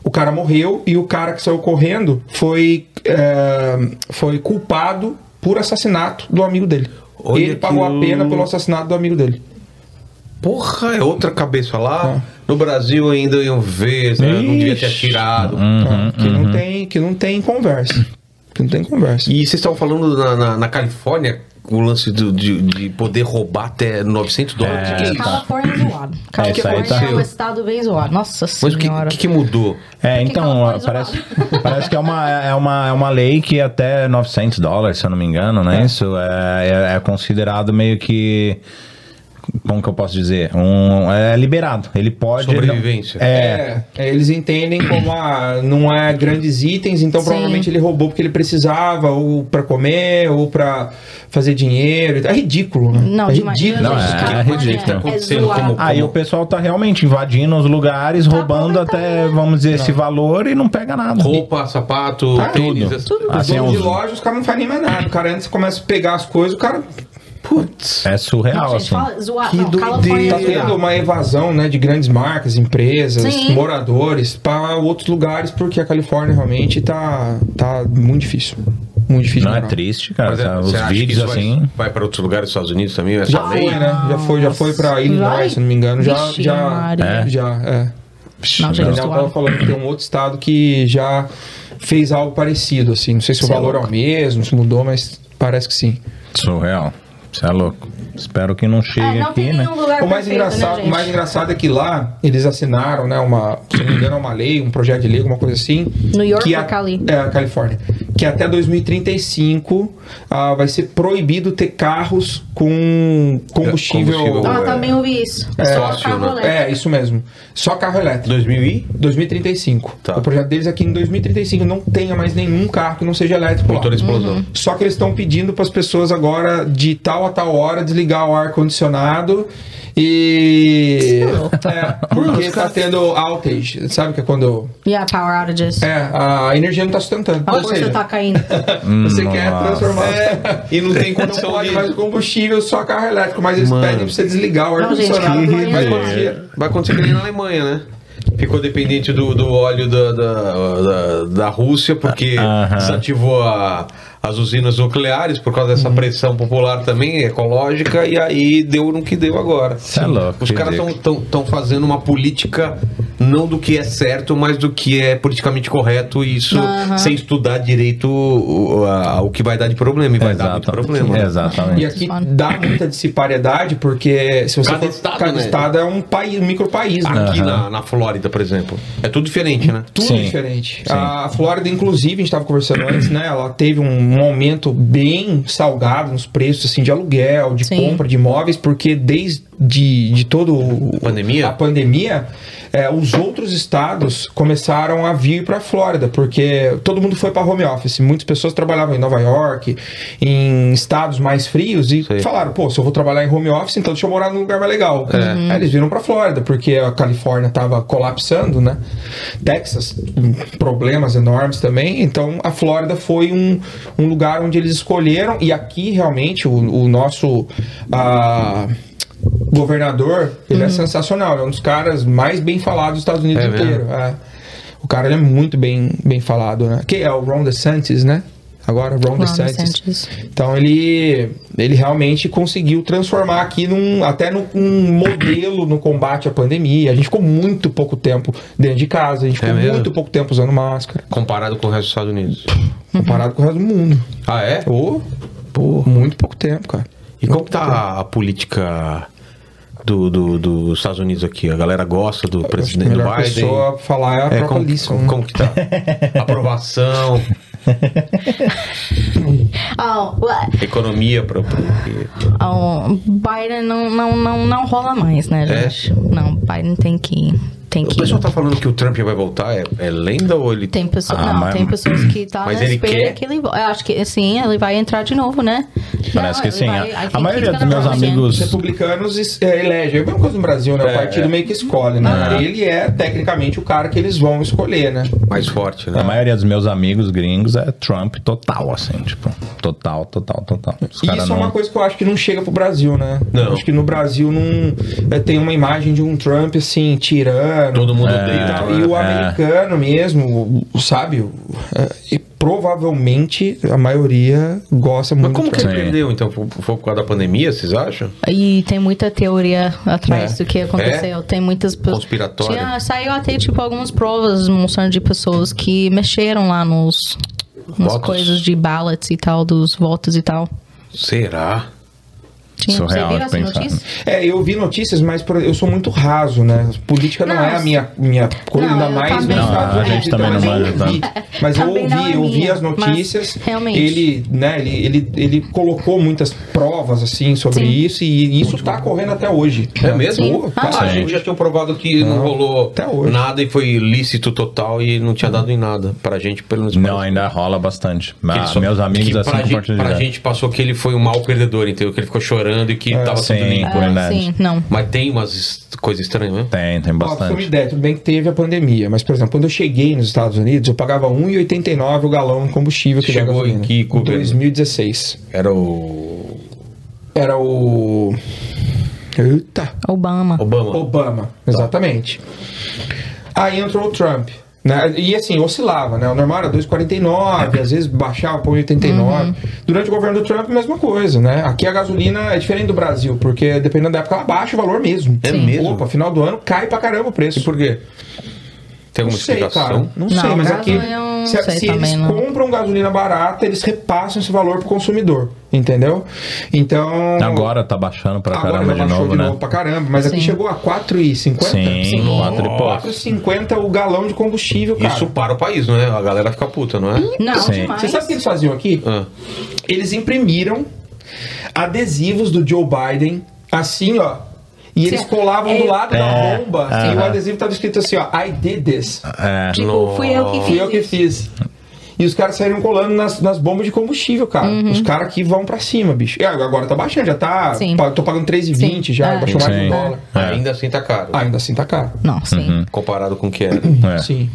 Speaker 2: O cara morreu e o cara que saiu correndo foi, é, foi culpado por assassinato do amigo dele.
Speaker 1: Olha
Speaker 2: Ele
Speaker 1: que
Speaker 2: pagou a pena
Speaker 1: louco.
Speaker 2: pelo assassinato do amigo dele.
Speaker 1: Porra, é outra cabeça lá. No Brasil ainda iam ver, né? não devia ter
Speaker 2: Ixi.
Speaker 1: atirado.
Speaker 2: tá? Que, não tem, que não tem conversa. Que não tem conversa.
Speaker 1: E vocês estavam falando na, na, na Califórnia o lance do- de, de poder roubar até 900 dólares.
Speaker 5: É,
Speaker 1: que isso?
Speaker 5: tá.
Speaker 3: Califórnia é zoado. Califórnia
Speaker 5: isso aí tá-
Speaker 3: é um estado bem zoado. Nossa
Speaker 1: Mas o que,
Speaker 3: senhora.
Speaker 1: que, que mudou?
Speaker 3: Por
Speaker 5: É,
Speaker 3: que que
Speaker 5: então,
Speaker 3: ela
Speaker 5: ó,
Speaker 3: foi
Speaker 5: parece, parece que é uma, é, uma, é uma lei que até 900 dólares, se eu não me engano, não é, isso? É, é- é considerado meio que. Como que eu posso dizer? Um, é liberado. Ele pode. ele não-
Speaker 1: Sobrevivência.
Speaker 5: é,
Speaker 2: É, é, eles entendem como ah, não é grandes itens, então
Speaker 3: Sim.
Speaker 2: provavelmente ele roubou porque ele precisava, ou pra comer, ou pra fazer dinheiro. e tal. É ridículo, né?
Speaker 3: Não,
Speaker 2: é
Speaker 3: demais.
Speaker 2: ridículo.
Speaker 5: Não, é
Speaker 3: Califórnia
Speaker 5: ridículo.
Speaker 3: é
Speaker 1: Acontecendo
Speaker 3: zoado.
Speaker 1: como-
Speaker 5: Aí o pessoal tá realmente invadindo os lugares, roubando até, vamos dizer, esse valor e não pega nada.
Speaker 1: Roupa, sapato,
Speaker 2: Ah,
Speaker 1: tênis.
Speaker 5: Tá. tudo.
Speaker 1: essas-
Speaker 3: Tudo.
Speaker 5: Assim, é,
Speaker 2: dono de
Speaker 5: um-
Speaker 2: loja, os caras não fazem nem mais nada. O cara antes começa a pegar as coisas, o cara
Speaker 1: Putz.
Speaker 5: é surreal,
Speaker 3: Não, gente,
Speaker 5: assim.
Speaker 3: fala, zoado.
Speaker 1: Que
Speaker 3: Ah, não, Califórnia
Speaker 2: tá
Speaker 3: é
Speaker 1: doideira.
Speaker 2: tendo
Speaker 3: zoado.
Speaker 2: uma evasão, né, de grandes marcas, empresas,
Speaker 3: Sim.
Speaker 2: moradores para outros lugares, porque a Califórnia realmente tá tá muito difícil. Muito difícil.
Speaker 5: Não é
Speaker 2: morar.
Speaker 5: triste, cara.
Speaker 1: Mas,
Speaker 5: tá?
Speaker 1: é,
Speaker 5: os
Speaker 1: você acha que
Speaker 5: vídeos
Speaker 1: isso vai-
Speaker 5: assim.
Speaker 1: Vai para outros lugares, Estados Unidos também, essa
Speaker 2: Já foi,
Speaker 1: lei.
Speaker 2: né? Já foi, já foi para
Speaker 3: Vai.
Speaker 2: Illinois, se não me engano, já
Speaker 5: né?
Speaker 3: Vixe,
Speaker 2: já
Speaker 3: Maria.
Speaker 2: já é.
Speaker 3: Não,
Speaker 2: O
Speaker 3: gente,
Speaker 2: Daniel
Speaker 3: suave.
Speaker 2: tava falando que tem um outro estado que já fez algo parecido, assim. Não sei se o
Speaker 3: Cê é
Speaker 2: valor é o mesmo, se mudou, mas parece que sim.
Speaker 5: Surreal. Você é louco. Espero que não chegue
Speaker 3: É, não
Speaker 5: aqui,
Speaker 3: tem
Speaker 5: né?
Speaker 3: nenhum lugar
Speaker 2: O mais,
Speaker 3: perfeito,
Speaker 2: engraçado,
Speaker 3: né,
Speaker 2: o
Speaker 3: gente?
Speaker 2: mais engraçado é que lá eles assinaram, né, uma, se não me engano, uma lei, um projeto de lei, alguma coisa assim.
Speaker 3: New York
Speaker 2: que
Speaker 3: ou
Speaker 2: a-
Speaker 3: Cali?
Speaker 2: É, a Califórnia. Que até 2035 ah, vai ser proibido ter carros com combustível.
Speaker 1: É, combustível.
Speaker 3: Ah, também ouvi isso.
Speaker 2: É,
Speaker 3: Só
Speaker 1: fóssil,
Speaker 3: carro
Speaker 1: né?
Speaker 3: elétrico.
Speaker 2: É, isso mesmo. Só carro elétrico.
Speaker 1: 2000 e?
Speaker 2: 2035.
Speaker 1: Tá.
Speaker 2: O projeto deles é que em 2035 não tenha mais nenhum carro que não seja elétrico. lá.
Speaker 1: Motor explosão.
Speaker 2: Só que eles estão pedindo para as pessoas agora de tal a tal hora desligar o ar condicionado e é, porque tá tendo outage, sabe que é quando
Speaker 3: Yeah, power outages.
Speaker 2: é a energia não tá sustentando.
Speaker 3: A
Speaker 2: Ou
Speaker 3: bolsa
Speaker 2: seja,
Speaker 3: tá É, caindo.
Speaker 2: você
Speaker 5: Nossa.
Speaker 2: quer transformar
Speaker 1: Hum, E não tem
Speaker 2: não
Speaker 1: condição
Speaker 2: pode
Speaker 1: de...
Speaker 2: mais o combustível, só carro elétrico, mas eles pedem pra você desligar o ar
Speaker 3: Não, gente,
Speaker 2: condicionado.
Speaker 3: que
Speaker 2: mas
Speaker 3: ridículo.
Speaker 2: por quê?
Speaker 1: Vai acontecer que nem na Alemanha, né? Ficou dependente do, do óleo da, da, da, da Rússia, porque
Speaker 5: Ah, Aham.
Speaker 1: desativou a- as usinas nucleares por causa
Speaker 5: Hum.
Speaker 1: dessa pressão popular também, ecológica, e aí deu no que deu agora.
Speaker 5: Cê é louco,
Speaker 1: Os
Speaker 5: que
Speaker 1: caras
Speaker 5: ridículo.
Speaker 1: estão fazendo uma política não do que é certo, mas do que é politicamente correto, e isso
Speaker 3: Aham.
Speaker 1: sem estudar direito o, o- a- o que vai dar de problema, e vai dar muito problema. né?
Speaker 5: Exatamente.
Speaker 2: E aqui dá muita disparidade, porque se você
Speaker 1: Cada
Speaker 2: for-
Speaker 1: estado,
Speaker 2: cada
Speaker 1: né?
Speaker 2: estado é um país, um micro país, né?
Speaker 1: Aqui
Speaker 5: Aham.
Speaker 1: na, na Flórida, por exemplo. É tudo diferente, né?
Speaker 2: Tudo
Speaker 5: Sim.
Speaker 2: diferente.
Speaker 5: Sim.
Speaker 2: A Flórida, inclusive, a gente estava conversando antes, né? Ela teve um, um aumento bem salgado nos preços assim, de aluguel, de
Speaker 3: Sim.
Speaker 2: compra de imóveis, porque desde de, de todo o-
Speaker 1: Pandemia?
Speaker 2: a pandemia, é, os outros estados começaram a vir para a Flórida, porque todo mundo foi para home office. Muitas pessoas trabalhavam em Nova York, em estados mais frios, e
Speaker 1: Sei. É.
Speaker 2: falaram: pô, se eu vou trabalhar em home office, então deixa eu morar num lugar mais legal. Aí eles viram pra Flórida, porque a Califórnia tava colapsando, né? Texas, hum, problemas enormes também. Então a Flórida foi um, um lugar onde eles escolheram, e aqui realmente o, o nosso. ah, governador, ele é sensacional, ele é um dos caras mais bem falados dos Estados Unidos
Speaker 1: É mesmo?
Speaker 2: inteiro. é. O cara ele é muito bem, bem falado, né? Que é o Ron DeSantis, né? Agora, Ron, DeSantis.
Speaker 3: DeSantis.
Speaker 2: Então ele, ele realmente conseguiu transformar aqui num, até num um modelo no combate à pandemia. A gente ficou muito pouco tempo dentro de casa, a gente
Speaker 1: É
Speaker 2: ficou
Speaker 1: mesmo?
Speaker 2: muito pouco tempo usando máscara,
Speaker 1: Comparado com o resto dos Estados Unidos.
Speaker 2: comparado com o resto do mundo.
Speaker 1: Ah, é?
Speaker 2: Ô, muito pouco tempo, cara.
Speaker 1: E como que tá a política do, do- dos Estados Unidos aqui? A galera gosta do
Speaker 2: Acho que
Speaker 1: presidente do
Speaker 2: melhor
Speaker 1: Biden?
Speaker 2: pessoa a falar é a
Speaker 1: É,
Speaker 2: própria
Speaker 1: como,
Speaker 2: Alice,
Speaker 1: como-
Speaker 2: né?
Speaker 1: como que tá? Aprovação,
Speaker 3: Oh, ué.
Speaker 1: economia para
Speaker 3: Oh, Biden não, não, não, não rola mais, né,
Speaker 1: É?
Speaker 3: gente? Não, Biden tem que. Tem
Speaker 1: O
Speaker 3: que.
Speaker 1: pessoal tá falando que o Trump vai voltar, é, é lenda ou ele...
Speaker 3: Tem pessoas,
Speaker 5: Ah,
Speaker 3: não,
Speaker 5: mas-
Speaker 3: tem pessoas que tá
Speaker 1: Mas
Speaker 3: na
Speaker 1: ele
Speaker 3: espera
Speaker 1: quer?
Speaker 3: que ele, vo- eu acho que sim, ele vai entrar de novo, né?
Speaker 5: Parece
Speaker 3: Não,
Speaker 5: que
Speaker 3: ele
Speaker 5: sim.
Speaker 3: vai- I
Speaker 5: A,
Speaker 3: think
Speaker 5: a maioria
Speaker 3: he's
Speaker 5: dos
Speaker 3: gonna
Speaker 5: meus
Speaker 3: run again.
Speaker 5: amigos.
Speaker 2: Os republicanos es- é, elegem. É a mesma coisa no Brasil, né? O
Speaker 1: É,
Speaker 2: partido
Speaker 1: é. Ah.
Speaker 2: meio que escolhe, né? Ele é, tecnicamente, o cara que eles vão escolher, né?
Speaker 1: Mais forte,
Speaker 5: A
Speaker 1: né?
Speaker 5: maioria dos meus amigos gringos é Trump total, assim, tipo, total, total, total. Os
Speaker 2: E
Speaker 5: cara
Speaker 2: isso
Speaker 5: não...
Speaker 2: é uma coisa que eu acho que não chega pro Brasil, né?
Speaker 1: Não.
Speaker 2: Acho que no Brasil não é, tem uma imagem de um Trump, assim, tirano.
Speaker 1: Todo mundo
Speaker 5: É.
Speaker 1: odeia.
Speaker 2: Tá,
Speaker 1: o
Speaker 2: e
Speaker 1: Trump.
Speaker 2: o
Speaker 5: É.
Speaker 2: americano mesmo, o- sabe? o- é, e provavelmente a maioria gosta
Speaker 1: Mas
Speaker 2: muito
Speaker 1: como
Speaker 2: do
Speaker 1: que
Speaker 2: Trump.
Speaker 1: ele
Speaker 5: Sim.
Speaker 1: perdeu, então? Foi foi por causa da pandemia, vocês acham?
Speaker 3: E tem muita teoria atrás
Speaker 2: É.
Speaker 3: do que aconteceu. Tem muitas pe-
Speaker 1: Conspiratória.
Speaker 3: Tinha, saiu até tipo algumas provas mostrando de pessoas que mexeram lá nos nas
Speaker 1: Votos.
Speaker 3: coisas de ballots e tal, dos votos e tal.
Speaker 1: Será?
Speaker 3: Tinha, você
Speaker 5: Surreal
Speaker 3: viu
Speaker 5: de
Speaker 3: essa
Speaker 5: pensar,
Speaker 3: notícia?
Speaker 2: É, eu vi notícias, mas por- eu sou muito raso, né? Política não,
Speaker 3: Não,
Speaker 2: é a minha, minha coisa,
Speaker 3: não,
Speaker 2: ainda
Speaker 3: eu
Speaker 2: mais
Speaker 3: também
Speaker 2: nos
Speaker 3: não.
Speaker 2: Estados
Speaker 3: Não, a
Speaker 2: Unidos.
Speaker 3: gente
Speaker 2: então
Speaker 3: também não
Speaker 2: eu
Speaker 5: manja
Speaker 2: ouvi, Mas eu
Speaker 3: Também não
Speaker 2: ouvi,
Speaker 3: é
Speaker 2: eu ouvi
Speaker 3: minha,
Speaker 2: as
Speaker 3: mas
Speaker 2: notícias.
Speaker 3: realmente.
Speaker 2: Ele, né, ele, ele, ele colocou muitas provas, assim, sobre
Speaker 3: Sim.
Speaker 2: isso, e isso tá correndo até hoje.
Speaker 1: É mesmo?
Speaker 2: Pô,
Speaker 1: Ah,
Speaker 2: tá.
Speaker 1: a gente já tinha provado que não, rolou
Speaker 2: até hoje.
Speaker 1: nada e foi lícito total e não tinha dado em nada. Pra gente, pelo menos.
Speaker 5: Não,
Speaker 1: parece
Speaker 5: ainda rola bastante.
Speaker 1: que ele
Speaker 5: Ah,
Speaker 1: só- é
Speaker 5: meus amigos
Speaker 1: que
Speaker 5: assim
Speaker 1: pra gente,
Speaker 5: compartilharam.
Speaker 1: pra gente passou que ele foi um mau perdedor, entendeu? Que ele ficou chorando e que tava
Speaker 5: sim.
Speaker 1: sendo limpo.
Speaker 5: É.
Speaker 3: Ah,
Speaker 5: Verdade.
Speaker 3: sim, não.
Speaker 1: Mas tem umas es- coisas estranhas, né?
Speaker 5: Tem, tem
Speaker 2: Ó, pra você ter uma
Speaker 5: bastante.
Speaker 2: ideia, tudo bem que teve a pandemia, mas, por exemplo, quando eu cheguei nos Estados Unidos, eu pagava 1,89 o galão de combustível que
Speaker 1: Chegou em que
Speaker 2: Em
Speaker 1: governo?
Speaker 2: 2016.
Speaker 1: Era o
Speaker 2: Era o. Eita!
Speaker 3: Obama.
Speaker 1: Obama.
Speaker 2: Obama, exatamente. Aí Tá. entrou o Trump. Né? E assim, oscilava, né? O normal era 2,49, às vezes baixava um para 1,89. Durante o governo do Trump, mesma coisa, né? Aqui a gasolina é diferente do Brasil, porque dependendo da época ela baixa o valor mesmo.
Speaker 1: É Sim. mesmo?
Speaker 2: Opa, final do ano cai pra caramba o preço.
Speaker 1: E por quê? Tem
Speaker 2: Não
Speaker 1: alguma
Speaker 2: sei, cara.
Speaker 1: explicação?
Speaker 2: Não,
Speaker 3: Não,
Speaker 2: sei, mas
Speaker 3: Brasil
Speaker 2: aqui.
Speaker 3: eu não
Speaker 2: Se,
Speaker 3: sei
Speaker 2: se
Speaker 3: também,
Speaker 2: eles
Speaker 3: não.
Speaker 2: compram gasolina barata, eles repassam esse valor pro consumidor. Entendeu?
Speaker 1: é
Speaker 2: Então.
Speaker 1: um-
Speaker 5: Agora tá baixando pra
Speaker 2: Agora
Speaker 5: caramba
Speaker 2: já
Speaker 5: de
Speaker 2: baixou
Speaker 5: novo, né?
Speaker 2: pra caramba, mas aqui
Speaker 3: Sim.
Speaker 2: chegou a 4,50.
Speaker 5: Sim, quatro e pouco.
Speaker 2: 4,50 o galão de combustível, cara.
Speaker 1: Isso para o país, não é? A galera fica puta, não é?
Speaker 3: Não,
Speaker 5: Sim.
Speaker 3: demais.
Speaker 2: Você sabe o que eles faziam aqui?
Speaker 1: Ah.
Speaker 2: Eles imprimiram adesivos do Joe Biden, assim, ó. E eles
Speaker 3: Sim.
Speaker 2: colavam do lado
Speaker 5: É,
Speaker 2: da bomba. E o
Speaker 5: aham.
Speaker 2: adesivo tava escrito assim, ó. I did this.
Speaker 5: É.
Speaker 3: Tipo, fui eu que fiz.
Speaker 2: Fui eu que
Speaker 3: isso.
Speaker 2: fiz. E os caras saíram colando nas, nas bombas de combustível, cara.
Speaker 3: Uhum.
Speaker 2: Os caras que vão pra cima, bicho. É, agora tá baixando, já tá.
Speaker 3: Sim.
Speaker 2: pa- Tô pagando 3,20
Speaker 3: Sim.
Speaker 2: já,
Speaker 3: É.
Speaker 2: baixou mais de
Speaker 5: Sim.
Speaker 2: um dólar.
Speaker 1: Ainda assim tá caro.
Speaker 2: Ainda assim tá caro.
Speaker 3: Não, sim.
Speaker 5: Uhum.
Speaker 1: Comparado com o que era.
Speaker 5: É.
Speaker 2: Sim.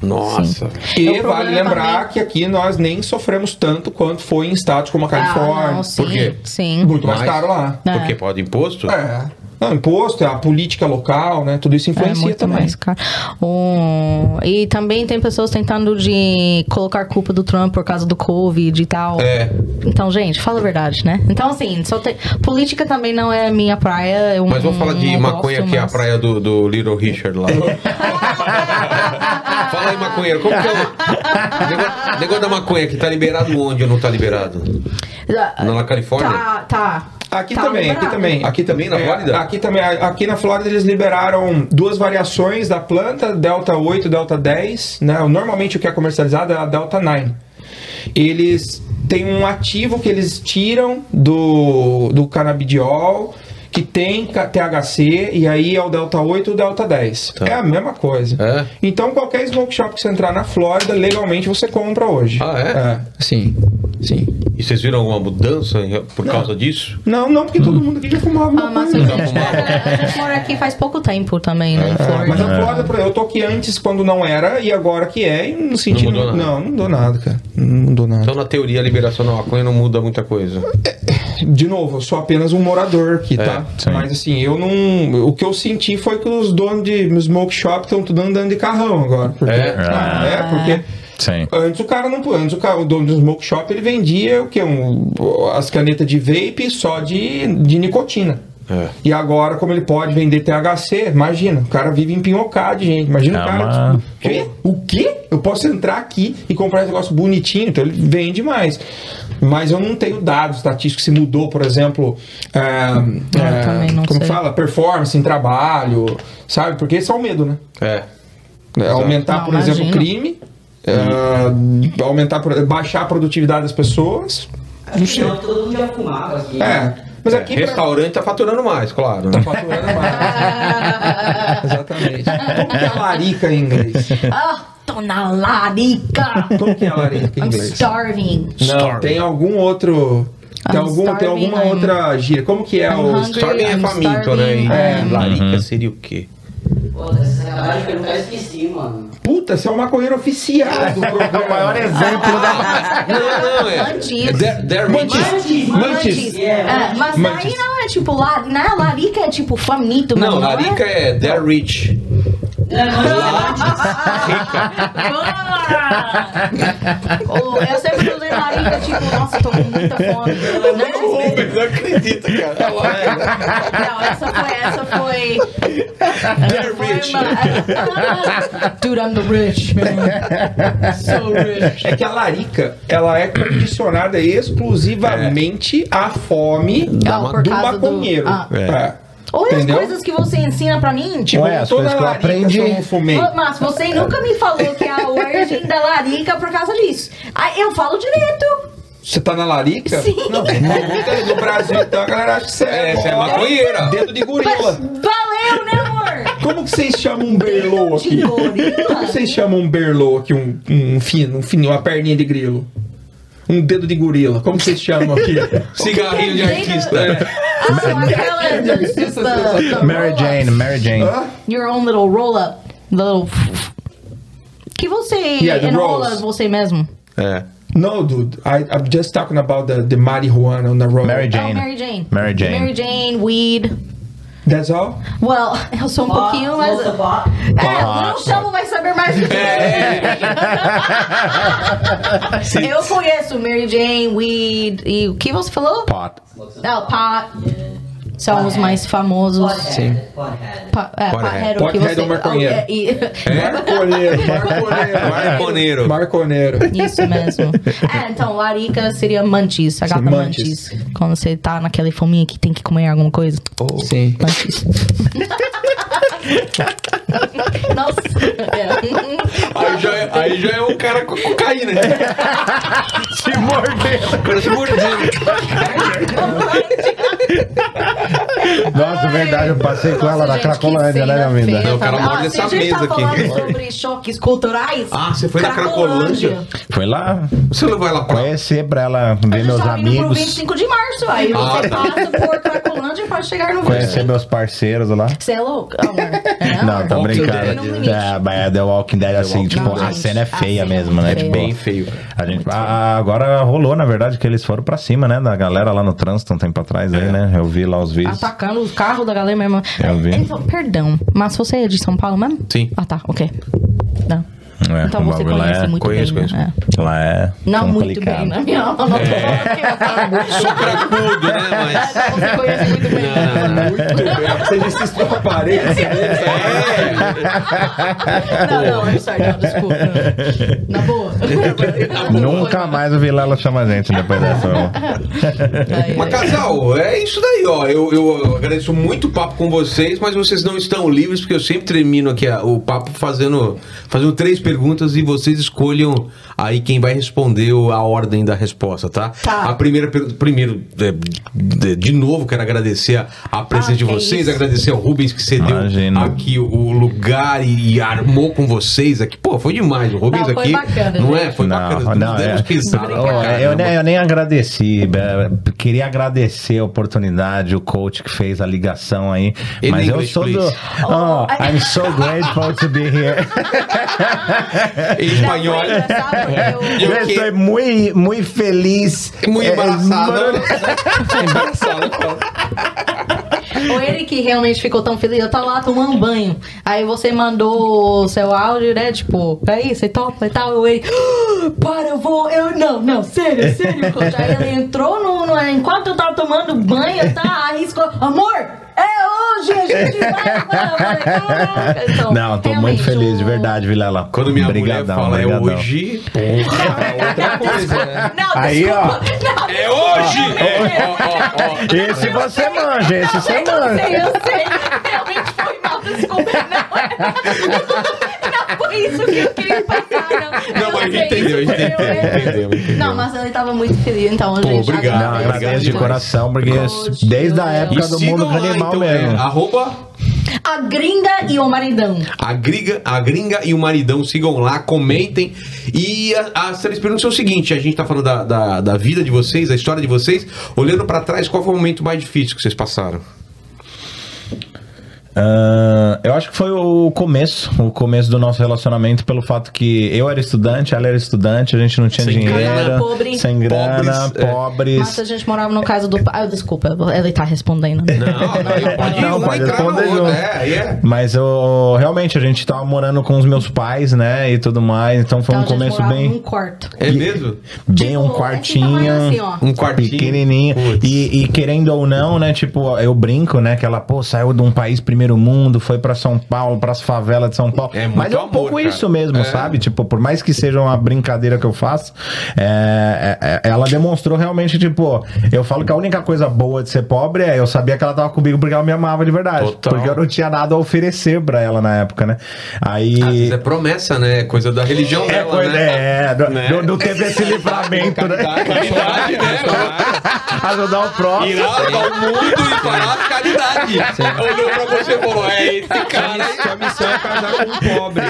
Speaker 1: Nossa.
Speaker 2: E
Speaker 3: É, o problema
Speaker 2: vale lembrar
Speaker 3: também-
Speaker 2: que aqui nós nem sofremos tanto quanto foi em estados como a Califórnia.
Speaker 3: Ah, não, sim.
Speaker 1: Por quê?
Speaker 3: Sim.
Speaker 2: Muito mais
Speaker 1: Mas-
Speaker 2: caro lá. né?
Speaker 3: É.
Speaker 1: Porque pode imposto?
Speaker 2: É. Não, imposto, a política local, né? Tudo
Speaker 3: É
Speaker 2: isso influencia
Speaker 3: muito
Speaker 2: também.
Speaker 3: mais caro. Um, e também tem pessoas tentando de colocar culpa do Trump por causa do Covid e tal.
Speaker 1: É.
Speaker 3: Então, gente, fala a verdade, né? Então, assim, só tem- política também não é minha praia. eu
Speaker 1: Mas vamos
Speaker 3: não-
Speaker 1: falar de
Speaker 2: Hum,
Speaker 3: não
Speaker 1: maconha
Speaker 3: gosto,
Speaker 1: que é a
Speaker 3: mas-
Speaker 1: praia do, do Little Richard lá. Fala aí, maconheiro, como que é o negócio, negócio da maconha que tá liberado onde ou não tá liberado? Na, na Califórnia?
Speaker 3: Tá, tá.
Speaker 2: Aqui
Speaker 3: Tá
Speaker 2: também, aqui
Speaker 3: liberado.
Speaker 2: também.
Speaker 1: Aqui também, na
Speaker 2: É,
Speaker 1: Flórida?
Speaker 2: Aqui também. a- Aqui na Flórida eles liberaram duas variações da planta, Delta 8, Delta 10, né? Normalmente o que é comercializado é a Delta 9. Eles têm um ativo que eles tiram do, do canabidiol, que tem ca- THC, e aí é o Delta 8 e o Delta 10. É a mesma coisa.
Speaker 1: Tá. É?
Speaker 2: Então qualquer smoke shop que você entrar na Flórida, legalmente você compra hoje.
Speaker 1: Ah, é?
Speaker 2: É, sim. Sim.
Speaker 1: E vocês viram alguma mudança em- por causa disso?
Speaker 2: Não, não,
Speaker 1: Hum.
Speaker 2: porque todo mundo aqui já fumava.
Speaker 3: Ah, mas a
Speaker 2: maconha.
Speaker 1: Então,
Speaker 3: gente, mora, a gente mora aqui faz pouco tempo também, né? em
Speaker 2: É, mas
Speaker 3: Flórida.
Speaker 2: a Flórida, por exemplo, eu tô aqui antes quando não era e agora que é, e não senti.
Speaker 1: Não mudou nada.
Speaker 2: Não, não mudou nada, cara. Não mudou nada.
Speaker 1: Então, na teoria, a liberação da maconha não muda muita coisa. Então-
Speaker 2: De novo, eu sou apenas um morador aqui,
Speaker 1: É,
Speaker 2: tá?
Speaker 5: sim.
Speaker 2: Mas assim, eu não. O que eu senti foi que os donos de smoke shop estão tudo andando de carrão agora. Porque,
Speaker 1: É?
Speaker 5: Ah.
Speaker 2: é, porque.
Speaker 5: Sim.
Speaker 2: Antes o cara não. Antes o, cara, o dono do smoke shop ele vendia o quê? Um, as canetas de vape só de, de nicotina.
Speaker 1: É.
Speaker 2: E agora, como ele pode vender THC, imagina, o cara vive em pinhocado, de gente. Imagina
Speaker 5: É
Speaker 2: o cara.
Speaker 5: uma-
Speaker 2: O quê? O quê? Eu posso entrar aqui e comprar esse negócio bonitinho, então ele vende mais. Mas eu não tenho dados estatísticos se mudou, por exemplo, é, é,
Speaker 3: também não
Speaker 2: como
Speaker 3: sei.
Speaker 2: fala? Performance em trabalho, sabe? Porque esse é o medo, né?
Speaker 1: É.
Speaker 2: É, aumentar,
Speaker 3: Não,
Speaker 2: por exemplo, o
Speaker 3: imagino.
Speaker 2: crime, é, aumentar, pro- baixar a produtividade das pessoas.
Speaker 4: Aqui não, todo mundo já fumava aqui.
Speaker 2: É. Mas aqui pra-
Speaker 1: Restaurante tá faturando mais, claro. né?
Speaker 2: tá faturando mais. Exatamente. Como que é a larica em inglês?
Speaker 3: Ah, tô na larica!
Speaker 2: Como que é a larica em
Speaker 3: I'm
Speaker 2: inglês?
Speaker 3: starving.
Speaker 2: Não, tem algum outro. Tem,
Speaker 3: I'm
Speaker 2: algum, tem alguma
Speaker 3: starving,
Speaker 2: outra gíria. Como que é
Speaker 3: I'm
Speaker 2: o.
Speaker 3: hungry.
Speaker 1: Starving é
Speaker 3: I'm
Speaker 1: faminto, né? E
Speaker 3: starving,
Speaker 2: É.
Speaker 1: e larica seria o quê?
Speaker 4: Pô, essa sacanagem que eu nunca esqueci, mano.
Speaker 2: Puta, você é o maconheiro oficial do
Speaker 1: É
Speaker 2: programa.
Speaker 5: exemplo
Speaker 1: Não, não, é.
Speaker 3: Mantis.
Speaker 1: Der- der-
Speaker 4: Mantis.
Speaker 3: Mantis. É, mas
Speaker 2: Mantis.
Speaker 3: aí não é tipo lá, na larica é tipo faminto, mas
Speaker 1: Não,
Speaker 3: é?
Speaker 1: larica é they're rich.
Speaker 4: Não, não,
Speaker 3: Ah! Oh, eu sempre usei larica, tipo, nossa, eu tô com muita fome. Né?
Speaker 1: não acredito, cara.
Speaker 3: Não, essa foi, essa foi.
Speaker 1: They're rich.
Speaker 3: Uma... Dude, I'm the rich, man. So rich.
Speaker 2: É que a larica, ela é condicionada exclusivamente à fome
Speaker 3: Ah, por
Speaker 2: do
Speaker 3: causa do-
Speaker 2: maconheiro.
Speaker 3: Ah.
Speaker 2: É.
Speaker 3: Olha as
Speaker 2: Entendeu?
Speaker 3: coisas que você ensina pra mim.
Speaker 2: Tipo,
Speaker 5: Ué, as coisas
Speaker 2: toda
Speaker 5: que eu
Speaker 2: larica
Speaker 5: aprendi.
Speaker 2: eu
Speaker 3: um
Speaker 2: não fumei.
Speaker 3: Ô, Mas você nunca me falou que é a origem da larica é por causa disso. Ah, eu falo direito.
Speaker 2: Você tá na larica?
Speaker 3: Sim.
Speaker 2: Não, no Brasil, então, a galera acha que você é,
Speaker 1: É, você é
Speaker 2: bola,
Speaker 1: maconheira.
Speaker 2: Dedo de
Speaker 3: Mas
Speaker 2: gorila.
Speaker 3: valeu, né, amor?
Speaker 2: Como que vocês chamam um berlô aqui?
Speaker 3: De
Speaker 2: Como
Speaker 3: gorila?
Speaker 2: que vocês chamam um berlô aqui, um, um fino, um fininho, uma perninha de grilo? Um dedo de gorila. Como que vocês chamam aqui?
Speaker 1: Cigarrinho de
Speaker 3: Entendendo-
Speaker 1: artista.
Speaker 3: Ah, aquela do- do- do-
Speaker 5: Mary Jane, Mary Jane.
Speaker 3: Your own little roll-up. Little... Que você
Speaker 2: Yeah, the
Speaker 3: enrola
Speaker 2: rolls.
Speaker 3: você mesmo.
Speaker 1: É.
Speaker 2: No, dude. I, I'm just talking about the, the marijuana on the road.
Speaker 5: Mary Jane.
Speaker 3: Oh, Mary Jane.
Speaker 5: Mary Jane.
Speaker 3: Mary Jane, weed.
Speaker 2: That's all?
Speaker 3: Well, eu sou um pouquinho mais.
Speaker 6: Nossa, pá.
Speaker 3: É, não chamo vai saber mais do que
Speaker 5: É.
Speaker 3: eu. eu conheço Mary Jane, Weed e o que você falou?
Speaker 5: Pot.
Speaker 3: Não, Pot. São os mais famosos.
Speaker 2: Sim.
Speaker 6: Pothead, pothead.
Speaker 3: Pa, é,
Speaker 1: Pothead.
Speaker 3: Pothead, o que
Speaker 2: Pothead
Speaker 3: você-
Speaker 2: é o maconheiro.
Speaker 3: Oh, é, e-
Speaker 2: Marconeiro,
Speaker 1: Marconeiro.
Speaker 2: Marconeiro.
Speaker 3: Isso mesmo. É, então, larica seria mantis, a gata
Speaker 2: mantis.
Speaker 3: mantis. Quando você tá naquela fominha que tem que comer alguma coisa.
Speaker 1: Oh.
Speaker 2: Sim.
Speaker 3: Mantis. Nossa. É.
Speaker 1: Aí já, é, aí já é o cara com cocaína. né? Um
Speaker 5: Se morder.
Speaker 1: Agora se mordendo.
Speaker 5: Nossa, verdade, eu passei com
Speaker 3: Nossa,
Speaker 5: ela na
Speaker 3: gente, que
Speaker 5: Cracolândia, né,
Speaker 3: cena
Speaker 5: minha
Speaker 3: feia,
Speaker 5: amiga?
Speaker 1: Não, o cara
Speaker 3: tá?
Speaker 1: morde
Speaker 3: Ah,
Speaker 1: essa
Speaker 3: se a gente
Speaker 1: mesa
Speaker 3: tá
Speaker 1: aqui.
Speaker 3: falando sobre choques culturais.
Speaker 1: Ah, você foi na Cracolândia?
Speaker 5: Foi lá
Speaker 1: Você não vai lá pra.
Speaker 2: É.
Speaker 5: conhecer pra ela ver
Speaker 3: Mas eu
Speaker 5: meus
Speaker 3: já vim pro
Speaker 5: amigos,
Speaker 3: 25 de março. Aí
Speaker 1: Ah,
Speaker 3: você
Speaker 1: tá.
Speaker 3: passa por Cracolândia para chegar no
Speaker 5: conhecer
Speaker 3: 25.
Speaker 5: meus parceiros lá.
Speaker 3: Você é louco, amor? É,
Speaker 5: Não, tá
Speaker 1: Walking
Speaker 3: Dead.
Speaker 5: brincando.
Speaker 3: Tem um limite.
Speaker 5: É, mas The Walking Dead, assim,
Speaker 1: Walking
Speaker 5: tipo,
Speaker 3: Dead.
Speaker 5: a cena é feia
Speaker 3: A cena
Speaker 5: mesmo, né?
Speaker 3: é feia.
Speaker 5: Tipo,
Speaker 1: Bem feio.
Speaker 5: A gente, ah, agora rolou, na verdade, que eles foram pra cima, né? Da galera lá no trânsito um tempo atrás aí, né? Eu vi lá os vídeos.
Speaker 3: Tá Atacando o carro da galera mesmo.
Speaker 5: É, Eu vi.
Speaker 3: Então, perdão, mas você é de São Paulo mesmo?
Speaker 1: Sim.
Speaker 3: Ah, tá, ok. Não.
Speaker 5: É,
Speaker 3: então
Speaker 5: o
Speaker 3: você
Speaker 5: bagulho lá
Speaker 3: conhece
Speaker 5: é-
Speaker 3: muito
Speaker 1: conheço,
Speaker 3: bem.
Speaker 1: conheço.
Speaker 3: né?
Speaker 5: Lá é.
Speaker 3: Não muito
Speaker 5: complicado.
Speaker 3: bem, né? na minha aula. Não tô falando que eu
Speaker 1: Sou cracudo, né? Mas.
Speaker 3: falo, Você conhece muito
Speaker 5: É.
Speaker 3: bem.
Speaker 1: Não, não, não.
Speaker 2: Muito bem. Você disse isso pra parede. É.
Speaker 1: é.
Speaker 3: Não, não, I'm sorry, não, desculpa. não. Na boa.
Speaker 5: Nunca mais o Vilela chama a gente depois dessa.
Speaker 3: Aí,
Speaker 1: Mas, casal, é isso daí, ó. Eu, eu agradeço muito o papo com vocês, mas vocês não estão livres, porque eu sempre termino aqui a- o papo fazendo, fazendo três perguntas e vocês escolham aí quem vai responder ou a ordem da resposta, tá?
Speaker 3: Tá.
Speaker 1: A primeira pergunta. Primeiro, é, de, de novo, quero agradecer a, a presença
Speaker 3: Ah,
Speaker 1: de
Speaker 3: que
Speaker 1: vocês,
Speaker 3: isso.
Speaker 1: agradecer ao Rubens que cedeu
Speaker 5: Imagina.
Speaker 1: aqui o lugar e, e armou com vocês aqui. Pô, foi demais. O Rubens
Speaker 3: Não, foi
Speaker 1: aqui.
Speaker 3: bacana,
Speaker 1: não
Speaker 3: gente.
Speaker 1: é? Foi bacana.
Speaker 5: Não, não,
Speaker 1: demos
Speaker 5: é.
Speaker 1: pisada.
Speaker 5: Ô,
Speaker 1: pra
Speaker 5: eu,
Speaker 1: caramba.
Speaker 5: nem, eu nem agradeci. eh, Queria agradecer a oportunidade, o coach que fez a ligação aí.
Speaker 1: In
Speaker 5: mas
Speaker 1: é English,
Speaker 5: eu sou do.
Speaker 1: please.
Speaker 5: Oh, I'm so grateful to be here.
Speaker 1: Em
Speaker 3: Não,
Speaker 1: espanhol. É.
Speaker 3: foi engraçado porque eu-
Speaker 5: Eu
Speaker 1: que-
Speaker 5: estou muito, muito feliz.
Speaker 1: Muito É
Speaker 5: Eh,
Speaker 1: embaraçado.
Speaker 5: mano.
Speaker 1: embaraçado.
Speaker 3: Ou ele que realmente ficou tão feliz, eu tava lá tomando banho. Aí você mandou o seu áudio, né? Tipo, aí você topa e tal. Eu ele, "Ah, para, eu vou. Eu, não, não, sério, sério, coach. Aí ele entrou no, no- Enquanto eu tava tomando banho, tá? Aí esco- amor, é hoje, a gente vai. mano." Eu falei, "Caraca." Então,
Speaker 5: Não, tô
Speaker 3: realmente,
Speaker 5: muito feliz, de
Speaker 3: o-
Speaker 5: verdade, Vilela.
Speaker 1: Quando minha
Speaker 5: Brigadão,
Speaker 1: mulher fala
Speaker 5: brigadão.
Speaker 1: é hoje.
Speaker 3: Não,
Speaker 5: Aí, ó.
Speaker 3: desculpa. Não,
Speaker 1: É hoje! É, ó, ó, ó.
Speaker 5: Esse você manja, esse
Speaker 3: Não,
Speaker 5: você
Speaker 3: eu não
Speaker 5: manja.
Speaker 3: sei, eu sei. Realmente foi mal, desculpa. é. Não, não foi isso que eu queria passar, não.
Speaker 1: Não,
Speaker 3: Eu
Speaker 1: mas
Speaker 3: sei,
Speaker 1: entendeu,
Speaker 3: isso
Speaker 1: entendeu,
Speaker 3: foi eu, né?
Speaker 1: entendeu, entendeu.
Speaker 3: Não, mas ele tava muito feliz, então,
Speaker 1: Pô,
Speaker 3: gente.
Speaker 1: obrigado,
Speaker 5: Não,
Speaker 1: Obrigado
Speaker 5: agradeço de
Speaker 1: demais.
Speaker 5: coração, porque
Speaker 3: Coach,
Speaker 5: desde a
Speaker 3: Vilela.
Speaker 5: época do mundo um
Speaker 1: sigam lá,
Speaker 5: animal
Speaker 1: então, é,
Speaker 5: mesmo.
Speaker 1: arroba
Speaker 3: A gringa e o maridão.
Speaker 1: a gringa, a gringa e o maridão, sigam lá, comentem. E a- as três perguntas são o seguinte: a gente tá falando da, da, da vida de vocês, da história de vocês. Olhando pra trás, qual foi o momento mais difícil que vocês passaram?
Speaker 5: Ah, eu acho que foi o começo, o começo do nosso relacionamento, pelo fato que eu era estudante, ela era estudante, a gente não tinha
Speaker 1: Sem
Speaker 5: dinheiro,
Speaker 3: grana, pobre.
Speaker 5: sem grana,
Speaker 1: Pobres, é.
Speaker 5: pobres.
Speaker 3: Mas a gente morava no caso do... Ah, desculpa, ele tá respondendo. Ah,
Speaker 1: não, pode,
Speaker 5: Não,
Speaker 1: uma
Speaker 5: pode
Speaker 1: entrar na
Speaker 5: responder
Speaker 1: outra,
Speaker 5: junto.
Speaker 1: é, aí é.
Speaker 5: Mas eu realmente a gente tava morando com os meus pais, né? E tudo mais. Então foi
Speaker 3: Então, a gente
Speaker 5: um começo
Speaker 3: morava
Speaker 5: bem.
Speaker 3: num quarto.
Speaker 1: É mesmo?
Speaker 5: Bem um
Speaker 3: Tipo, esse
Speaker 5: quartinho.
Speaker 3: tamanho assim, ó.
Speaker 1: Um quartinho.
Speaker 5: Pequenininho.
Speaker 1: Putz.
Speaker 5: E, e querendo ou não, né? Tipo, eu brinco, né? Que ela, pô, saiu de um país primeiro mundo, foi pra São Paulo, pras favelas de São Paulo.
Speaker 1: É muito
Speaker 5: Mas é um
Speaker 1: amor,
Speaker 5: pouco
Speaker 1: cara.
Speaker 5: isso mesmo,
Speaker 1: É.
Speaker 5: sabe? Tipo, por mais que seja uma brincadeira que eu faço, é, é, é, ela demonstrou realmente, tipo, eu falo que a única coisa boa de ser pobre é eu sabia que ela tava comigo porque ela me amava de verdade.
Speaker 1: Total.
Speaker 5: Porque eu não tinha nada a oferecer pra ela na época, né? Aí.
Speaker 1: Às vezes é promessa, né? É Coisa da religião
Speaker 5: É,
Speaker 1: dela,
Speaker 5: coisa,
Speaker 1: né?
Speaker 5: é, não,
Speaker 1: Né?
Speaker 5: não- não teve esse livramento, né?
Speaker 1: Caridade, né?
Speaker 5: Ajudar o próximo.
Speaker 1: Irá ao mundo e falar caridade. Olhou pra você e falou: É esse cara. aí.
Speaker 2: Sua missão é casar com um pobre.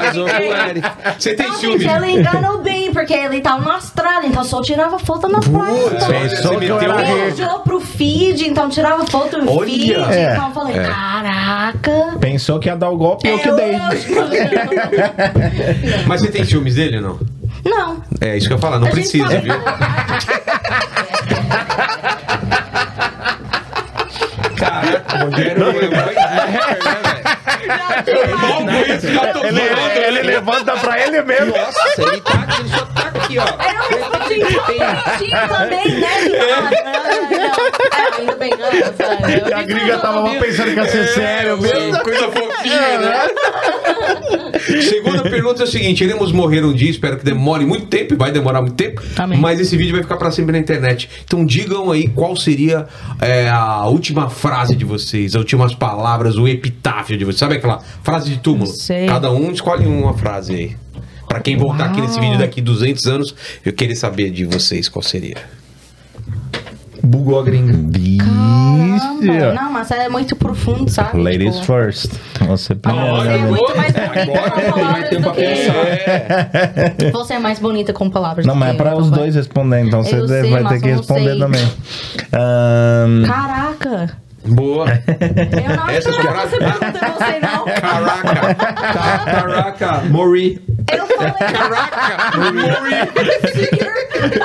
Speaker 2: Casou com o Eric.
Speaker 1: Você tem
Speaker 3: Não,
Speaker 1: ciúme?
Speaker 3: Ah, gente, ela enganou bem, porque ele tava na Austrália, então só tirava foto na
Speaker 1: Putz,
Speaker 3: praia.
Speaker 1: olha,
Speaker 5: Pensou
Speaker 1: você
Speaker 5: que eu
Speaker 1: meteu
Speaker 5: era
Speaker 1: uma-
Speaker 5: rico.
Speaker 3: Viajou pro feed, então tirava foto no
Speaker 1: Olha.
Speaker 3: feed.
Speaker 5: É.
Speaker 3: Então eu falei, caraca.
Speaker 5: Pensou que ia dar o golpe, eu que dei.
Speaker 1: Mas você tem ciúmes dele ou não?
Speaker 3: Não.
Speaker 1: É isso que eu ia falar, não
Speaker 3: a gente
Speaker 1: precisa,
Speaker 3: sabe-
Speaker 1: viu?
Speaker 2: Cara, Rogério.
Speaker 1: É, um
Speaker 3: Não, tem mais.
Speaker 1: tá é
Speaker 5: Ele, ele levanta pra ele mesmo.
Speaker 2: Nossa, ele tá aqui, ele só tá aqui, ó.
Speaker 3: Aí eu respondi, bonitinho também, né? Ah, não, não, não. Ah, Ainda bem, não, sabe? Eu
Speaker 5: E a
Speaker 3: disse,
Speaker 5: gringa
Speaker 3: não,
Speaker 5: tava
Speaker 3: não,
Speaker 5: lá pensando que ia
Speaker 1: É,
Speaker 5: ser sério mesmo. É.
Speaker 1: Coisa fofinha, né? Segunda pergunta é o seguinte: iremos morrer um dia, espero que demore muito tempo, e vai demorar muito tempo,
Speaker 3: Amém.
Speaker 1: mas esse vídeo vai ficar pra sempre na internet. Então digam aí qual seria é, a última frase de vocês, as últimas palavras, o epitáfio de vocês. Sabe aquela frase de túmulo?
Speaker 3: Sei.
Speaker 1: Cada um escolhe uma frase aí. Pra quem voltar aqui nesse vídeo daqui 200 anos, eu queria saber de vocês qual seria.
Speaker 2: Bugou a gringa.
Speaker 3: Caramba. Não, mas é muito profundo, sabe?
Speaker 5: Ladies
Speaker 3: Tipo,
Speaker 5: first. Você
Speaker 3: Você é
Speaker 5: primeiro. né?
Speaker 3: muito mais bonita com palavras
Speaker 2: tempo
Speaker 3: do
Speaker 2: pra
Speaker 3: que
Speaker 1: É.
Speaker 3: eu. Você é mais bonita com palavras
Speaker 5: Não,
Speaker 3: do
Speaker 5: mas é
Speaker 3: que
Speaker 5: pra
Speaker 3: eu,
Speaker 5: os
Speaker 3: papai.
Speaker 5: dois responder, então você
Speaker 3: Eu sei,
Speaker 5: vai ter
Speaker 3: mas
Speaker 5: que
Speaker 3: eu não
Speaker 5: responder
Speaker 3: sei.
Speaker 5: também. Ahn,
Speaker 3: Caraca!
Speaker 1: Boa.
Speaker 3: Eu não
Speaker 1: Essa é a
Speaker 3: esperava
Speaker 1: sua
Speaker 3: essa pergunta, você não.
Speaker 1: Caraca.
Speaker 2: Caraca, Mori.
Speaker 3: Eu falei
Speaker 1: Caraca.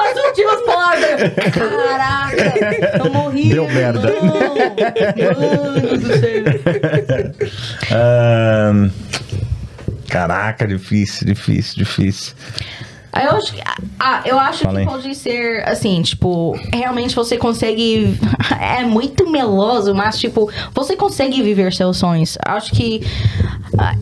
Speaker 3: as últimas palavras. Caraca, eu morri.
Speaker 5: Deu merda.
Speaker 3: Não. Mano do céu.
Speaker 5: ahn, caraca, difícil, difícil, difícil.
Speaker 3: Ah, Eu acho que, ah, eu acho
Speaker 5: Fala aí.
Speaker 3: que pode ser assim, tipo, realmente você consegue. É muito meloso, mas, tipo, você consegue viver seus sonhos. Acho que. ah,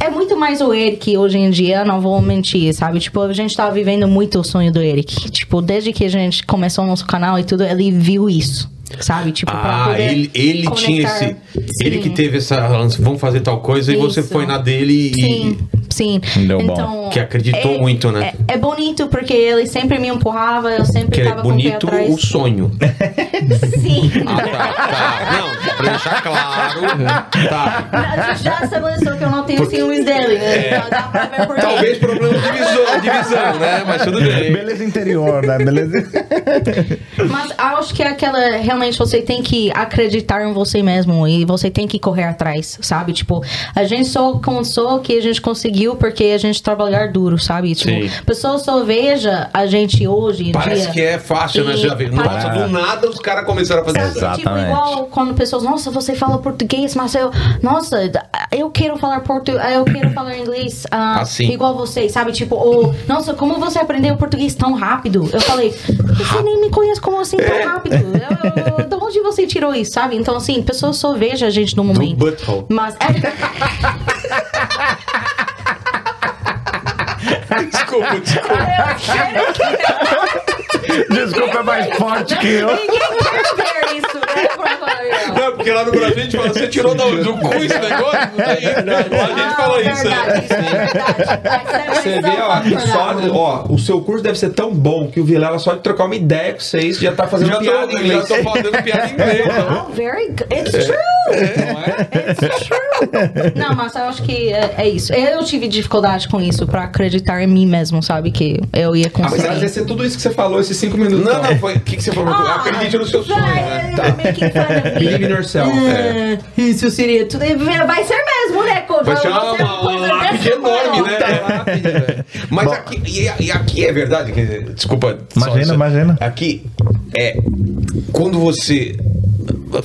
Speaker 3: é muito mais o Eric hoje em dia, não vou mentir, sabe? Tipo, a gente tá vivendo muito o sonho do Eric. Tipo, desde que a gente começou o nosso canal e tudo, ele viu isso. Sabe? Tipo, pra
Speaker 1: Ah,
Speaker 3: poder
Speaker 1: ele, ele
Speaker 3: conectar.
Speaker 1: tinha esse. Ele
Speaker 3: Sim.
Speaker 1: que teve essa. lance, Vamos fazer tal coisa e você
Speaker 3: Isso.
Speaker 1: foi na dele e.
Speaker 3: Sim, sim.
Speaker 5: Deu bom.
Speaker 3: então,
Speaker 1: Que acreditou
Speaker 3: é-
Speaker 1: muito, né?
Speaker 3: É, é bonito porque ele sempre me empurrava, eu sempre
Speaker 1: Que é
Speaker 3: tava com o pé
Speaker 1: bonito
Speaker 3: atrás.
Speaker 1: o sonho.
Speaker 3: Sim.
Speaker 1: Ah, tá, tá. Não, pra deixar claro. Tá.
Speaker 3: A gente já estabeleceu que eu não tenho ciúmes dele. né? Então dá pra ver por quê.
Speaker 1: É. Talvez problema de visão, de visão, né? Mas tudo bem.
Speaker 5: Beleza interior, né? Beleza.
Speaker 3: Mas acho que é aquela. Realmente você tem que acreditar em você mesmo e você tem que correr atrás, sabe? Tipo, a gente só alcançou o que a gente conseguiu porque a gente trabalhar duro, sabe? Tipo,
Speaker 1: Sim.
Speaker 3: a pessoa só veja a gente hoje. em
Speaker 1: Parece
Speaker 3: dia.
Speaker 1: que é fácil, né?
Speaker 3: E
Speaker 1: Já vi. Nossa,
Speaker 5: parece-
Speaker 1: do nada os caras começaram a fazer isso.
Speaker 5: Exato. Exatamente.
Speaker 3: Tipo, igual quando pessoas, nossa, você fala português, mas eu, nossa, eu quero falar português, eu quero falar inglês ah,
Speaker 1: Assim.
Speaker 3: igual você, sabe? Tipo, ou, nossa, como você aprendeu português tão rápido? Eu falei, você nem me conhece como assim tão rápido. Eu, eu- de onde você tirou isso, sabe? Então, assim, pessoas só vejam a gente no
Speaker 1: Do
Speaker 3: momento.
Speaker 1: butthole.
Speaker 3: Mas é,
Speaker 1: Desculpa, desculpa.
Speaker 5: Desculpa, é mais forte que eu.
Speaker 3: ninguém quer ver isso, né? Por favor.
Speaker 1: Não, porque lá no Brasil a gente fala, você tirou da- do cu esse negócio? Não tem. Lá a gente
Speaker 3: Ah,
Speaker 1: fala isso, né?
Speaker 3: verdade, isso é verdade. é
Speaker 2: Você vê, ó, que só, ó, o seu curso deve ser tão bom que o Vilela só de trocar uma ideia com vocês já tá fazendo
Speaker 1: Já
Speaker 2: piada em
Speaker 1: tô, já
Speaker 2: inglês.
Speaker 1: tô fazendo piada em inglês. né?
Speaker 3: Oh, very good. It's
Speaker 2: É.
Speaker 3: true. It's true. Não, mas eu acho que é, é isso. Eu tive dificuldade com isso pra acreditar em mim mesmo, sabe? Que eu ia
Speaker 2: Ah, mas
Speaker 3: conseguir.
Speaker 2: às vezes é tudo isso que você falou, esses cinco minutos.
Speaker 1: Não, não, foi. O que, que você falou?
Speaker 3: Ah,
Speaker 1: Acredite no seu sonho, né? É.
Speaker 3: vai, you're making
Speaker 2: Tá.
Speaker 3: fun of me.
Speaker 2: Believe in yourself.
Speaker 3: Ah, Isso seria tudo. Vai ser mesmo, né? Vai,
Speaker 1: Vai ser uma, uma, uma lápide enorme, né? Mas
Speaker 5: Bom.
Speaker 1: aqui, e, e aqui é verdade, quer dizer, desculpa. só
Speaker 5: Imagina,
Speaker 1: isso.
Speaker 5: imagina.
Speaker 1: Aqui é quando você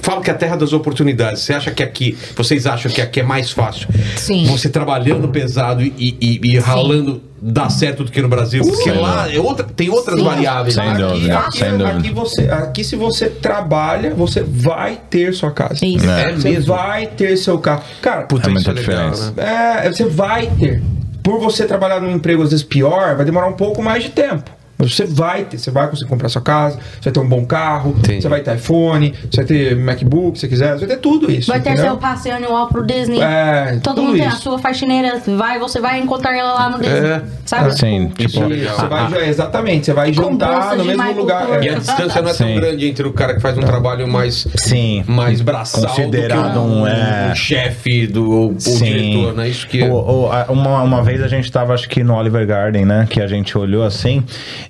Speaker 1: fala que é a terra das oportunidades, você acha que aqui, vocês acham que aqui é mais fácil?
Speaker 3: Sim.
Speaker 1: Você trabalhando pesado e, e, e ralando dá certo do que no Brasil, porque
Speaker 5: Sim.
Speaker 1: lá é outra, tem outras
Speaker 3: Sim.
Speaker 1: variáveis.
Speaker 5: Sem
Speaker 1: né?
Speaker 5: dúvida.
Speaker 2: Aqui,
Speaker 5: Sem
Speaker 2: aqui
Speaker 5: dúvida.
Speaker 2: você, aqui se você trabalha, você vai ter sua casa.
Speaker 3: Isso.
Speaker 5: É.
Speaker 2: Você vai ter seu carro. Cara,
Speaker 5: É
Speaker 1: isso
Speaker 5: muita
Speaker 1: legal,
Speaker 5: diferença.
Speaker 1: né?
Speaker 2: É, você vai ter. Por você trabalhar num emprego às vezes pior, vai demorar um pouco mais de tempo. Mas você vai ter, você vai conseguir comprar sua casa, você vai ter um bom carro,
Speaker 1: Entendi.
Speaker 2: você vai ter iPhone, você vai ter MacBook, se você quiser, você vai ter tudo isso.
Speaker 3: Vai ter
Speaker 2: entendeu?
Speaker 3: seu passeio anual pro Disney.
Speaker 2: né? É,
Speaker 3: Todo
Speaker 2: tudo
Speaker 3: mundo tem a
Speaker 2: isso.
Speaker 3: sua faxineira. Vai, você vai encontrar ela lá no Disney.
Speaker 1: É.
Speaker 3: Sabe?
Speaker 5: Sim, tipo,
Speaker 1: Isso.
Speaker 2: Você vai, já- exatamente, você vai
Speaker 3: Com
Speaker 2: jantar
Speaker 3: bolsa
Speaker 2: no
Speaker 3: de
Speaker 2: mesmo
Speaker 3: Michael
Speaker 2: lugar.
Speaker 1: E a
Speaker 2: É.
Speaker 3: Kors.
Speaker 1: distância não é tão
Speaker 5: Sim.
Speaker 1: grande entre o cara que faz um trabalho mais
Speaker 5: sim.
Speaker 1: mais braçal
Speaker 5: Considerado
Speaker 1: do que
Speaker 5: um, é.
Speaker 1: chefe do ou, ou
Speaker 5: Sim.
Speaker 1: diretor, né? Isso que
Speaker 5: O- o- a- uma, uma vez a gente tava, acho que no Oliver Garden, né? Que a gente olhou assim.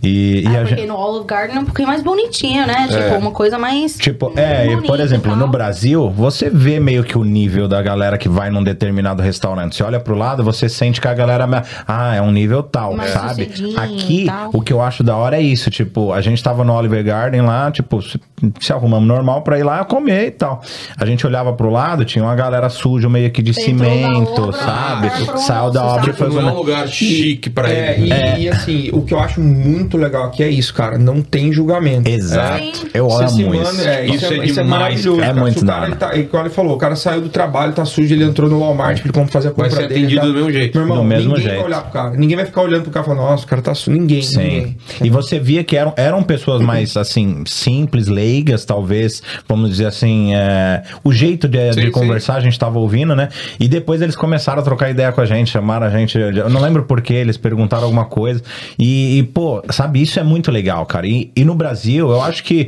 Speaker 5: E, e
Speaker 3: Ah,
Speaker 5: a
Speaker 3: porque
Speaker 5: gente-
Speaker 3: no Olive Garden é um pouquinho mais bonitinho, né?
Speaker 2: É.
Speaker 3: Tipo, uma coisa mais.
Speaker 5: Tipo, é, e, por
Speaker 3: bonita Hum, e
Speaker 5: exemplo, no
Speaker 3: tal.
Speaker 5: Brasil, você vê meio que o nível da galera que vai num determinado restaurante. Você olha pro lado, você sente que a galera. me- Ah, é um nível tal,
Speaker 3: Mais
Speaker 5: sabe?
Speaker 3: sucedinho
Speaker 5: Aqui,
Speaker 3: e tal.
Speaker 5: o que eu acho da hora é isso. Tipo, a gente tava no Oliver Garden lá, tipo, se, se arrumamos normal pra ir lá comer e tal. A gente olhava pro lado, tinha uma galera suja meio que de
Speaker 3: Entrou na
Speaker 5: cimento,
Speaker 3: obra, Ah,
Speaker 5: sabe?
Speaker 3: pronto,
Speaker 5: Saiu da obra e
Speaker 3: sabe?
Speaker 5: foi
Speaker 1: Não é
Speaker 5: uma.
Speaker 1: um lugar chique pra
Speaker 2: é,
Speaker 1: ele. né?
Speaker 2: E, e, assim, o que eu acho muito legal aqui é isso, cara. Não tem julgamento.
Speaker 5: Exato.
Speaker 3: Sim.
Speaker 5: Eu
Speaker 2: Você se
Speaker 5: amo
Speaker 2: manda-
Speaker 5: isso.
Speaker 2: é, isso,
Speaker 1: Isso
Speaker 2: é,
Speaker 1: é
Speaker 2: isso é
Speaker 1: demais,
Speaker 2: maravilhoso.
Speaker 5: cara. É
Speaker 2: Se
Speaker 5: muito
Speaker 2: o
Speaker 5: da
Speaker 2: cara,
Speaker 5: hora.
Speaker 2: ele tá, ele- como ele falou, o cara saiu do trabalho, tá sujo, ele entrou no Walmart, ele como fazer a
Speaker 1: Vai
Speaker 2: compra
Speaker 1: ser
Speaker 2: dele.
Speaker 1: atendido
Speaker 2: tá?
Speaker 1: do mesmo jeito.
Speaker 2: Meu irmão,
Speaker 5: Do mesmo
Speaker 2: ninguém
Speaker 5: jeito.
Speaker 2: vai olhar pro cara. Ninguém vai ficar olhando pro cara e falar, nossa, o cara tá sujo. Ninguém,
Speaker 5: Sim.
Speaker 2: ninguém.
Speaker 5: E você via que eram, eram pessoas mais, assim, simples, leigas, talvez, vamos dizer assim, é, o jeito de,
Speaker 1: Sim,
Speaker 5: de
Speaker 1: sim.
Speaker 5: conversar, a gente tava ouvindo, né? E depois eles começaram a trocar ideia com a gente, chamaram a gente, eu não lembro porquê, eles perguntaram alguma coisa. E, e, pô, sabe, isso é muito legal, cara. E, e no Brasil, eu acho que,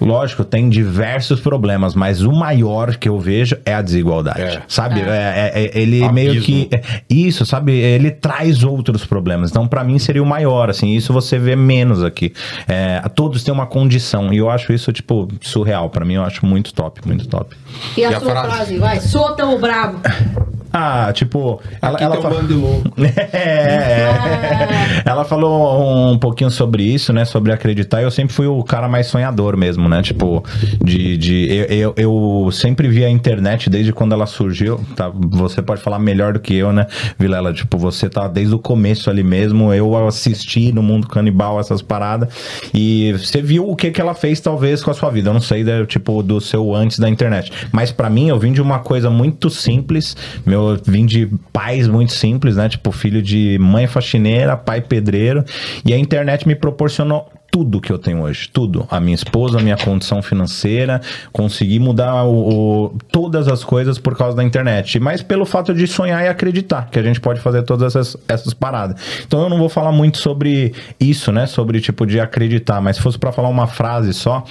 Speaker 5: lógico, tem diversos problemas, mas o maior que eu vejo é a desigualdade,
Speaker 1: É.
Speaker 5: sabe? É- é- é- ele meio
Speaker 1: Abismo.
Speaker 5: que é, Isso, sabe? Ele traz outros problemas. Então, pra mim, seria o maior, assim. Isso você vê menos aqui. É, todos têm uma condição. E eu acho isso, tipo, surreal. Pra mim, eu acho muito top, muito top.
Speaker 3: E a
Speaker 1: E a
Speaker 3: sua
Speaker 1: frase?
Speaker 3: frase? vai, solta o brabo.
Speaker 5: Ah, tipo... Ela,
Speaker 2: Aqui
Speaker 5: ela
Speaker 2: tem
Speaker 5: fa-
Speaker 2: um bando de louco.
Speaker 5: É. Ela falou um pouquinho sobre isso, né? Sobre acreditar. Eu sempre fui o cara mais sonhador mesmo, né? Tipo, de. de eu, eu, eu sempre vi a internet desde quando ela surgiu. Tá? Você pode falar melhor do que eu, né, Vilela? Tipo, você tá desde o começo ali mesmo. Eu assisti no mundo canibal essas paradas. E você viu o que, que ela fez, talvez, com a sua vida. Eu não sei, né, tipo, do seu antes da internet. Mas pra mim, eu vim de uma coisa muito simples. Meu, eu vim de pais muito simples, né? Tipo, filho de mãe faxineira, pai pedreiro. E a internet me proporcionou tudo que eu tenho hoje, tudo. A minha esposa, a minha condição financeira, consegui mudar o, o- todas as coisas por causa da internet, mas pelo fato de sonhar e acreditar que a gente pode fazer todas essas, essas paradas. Então eu não vou falar muito sobre isso, né? Sobre tipo de acreditar, mas se fosse pra falar uma frase só,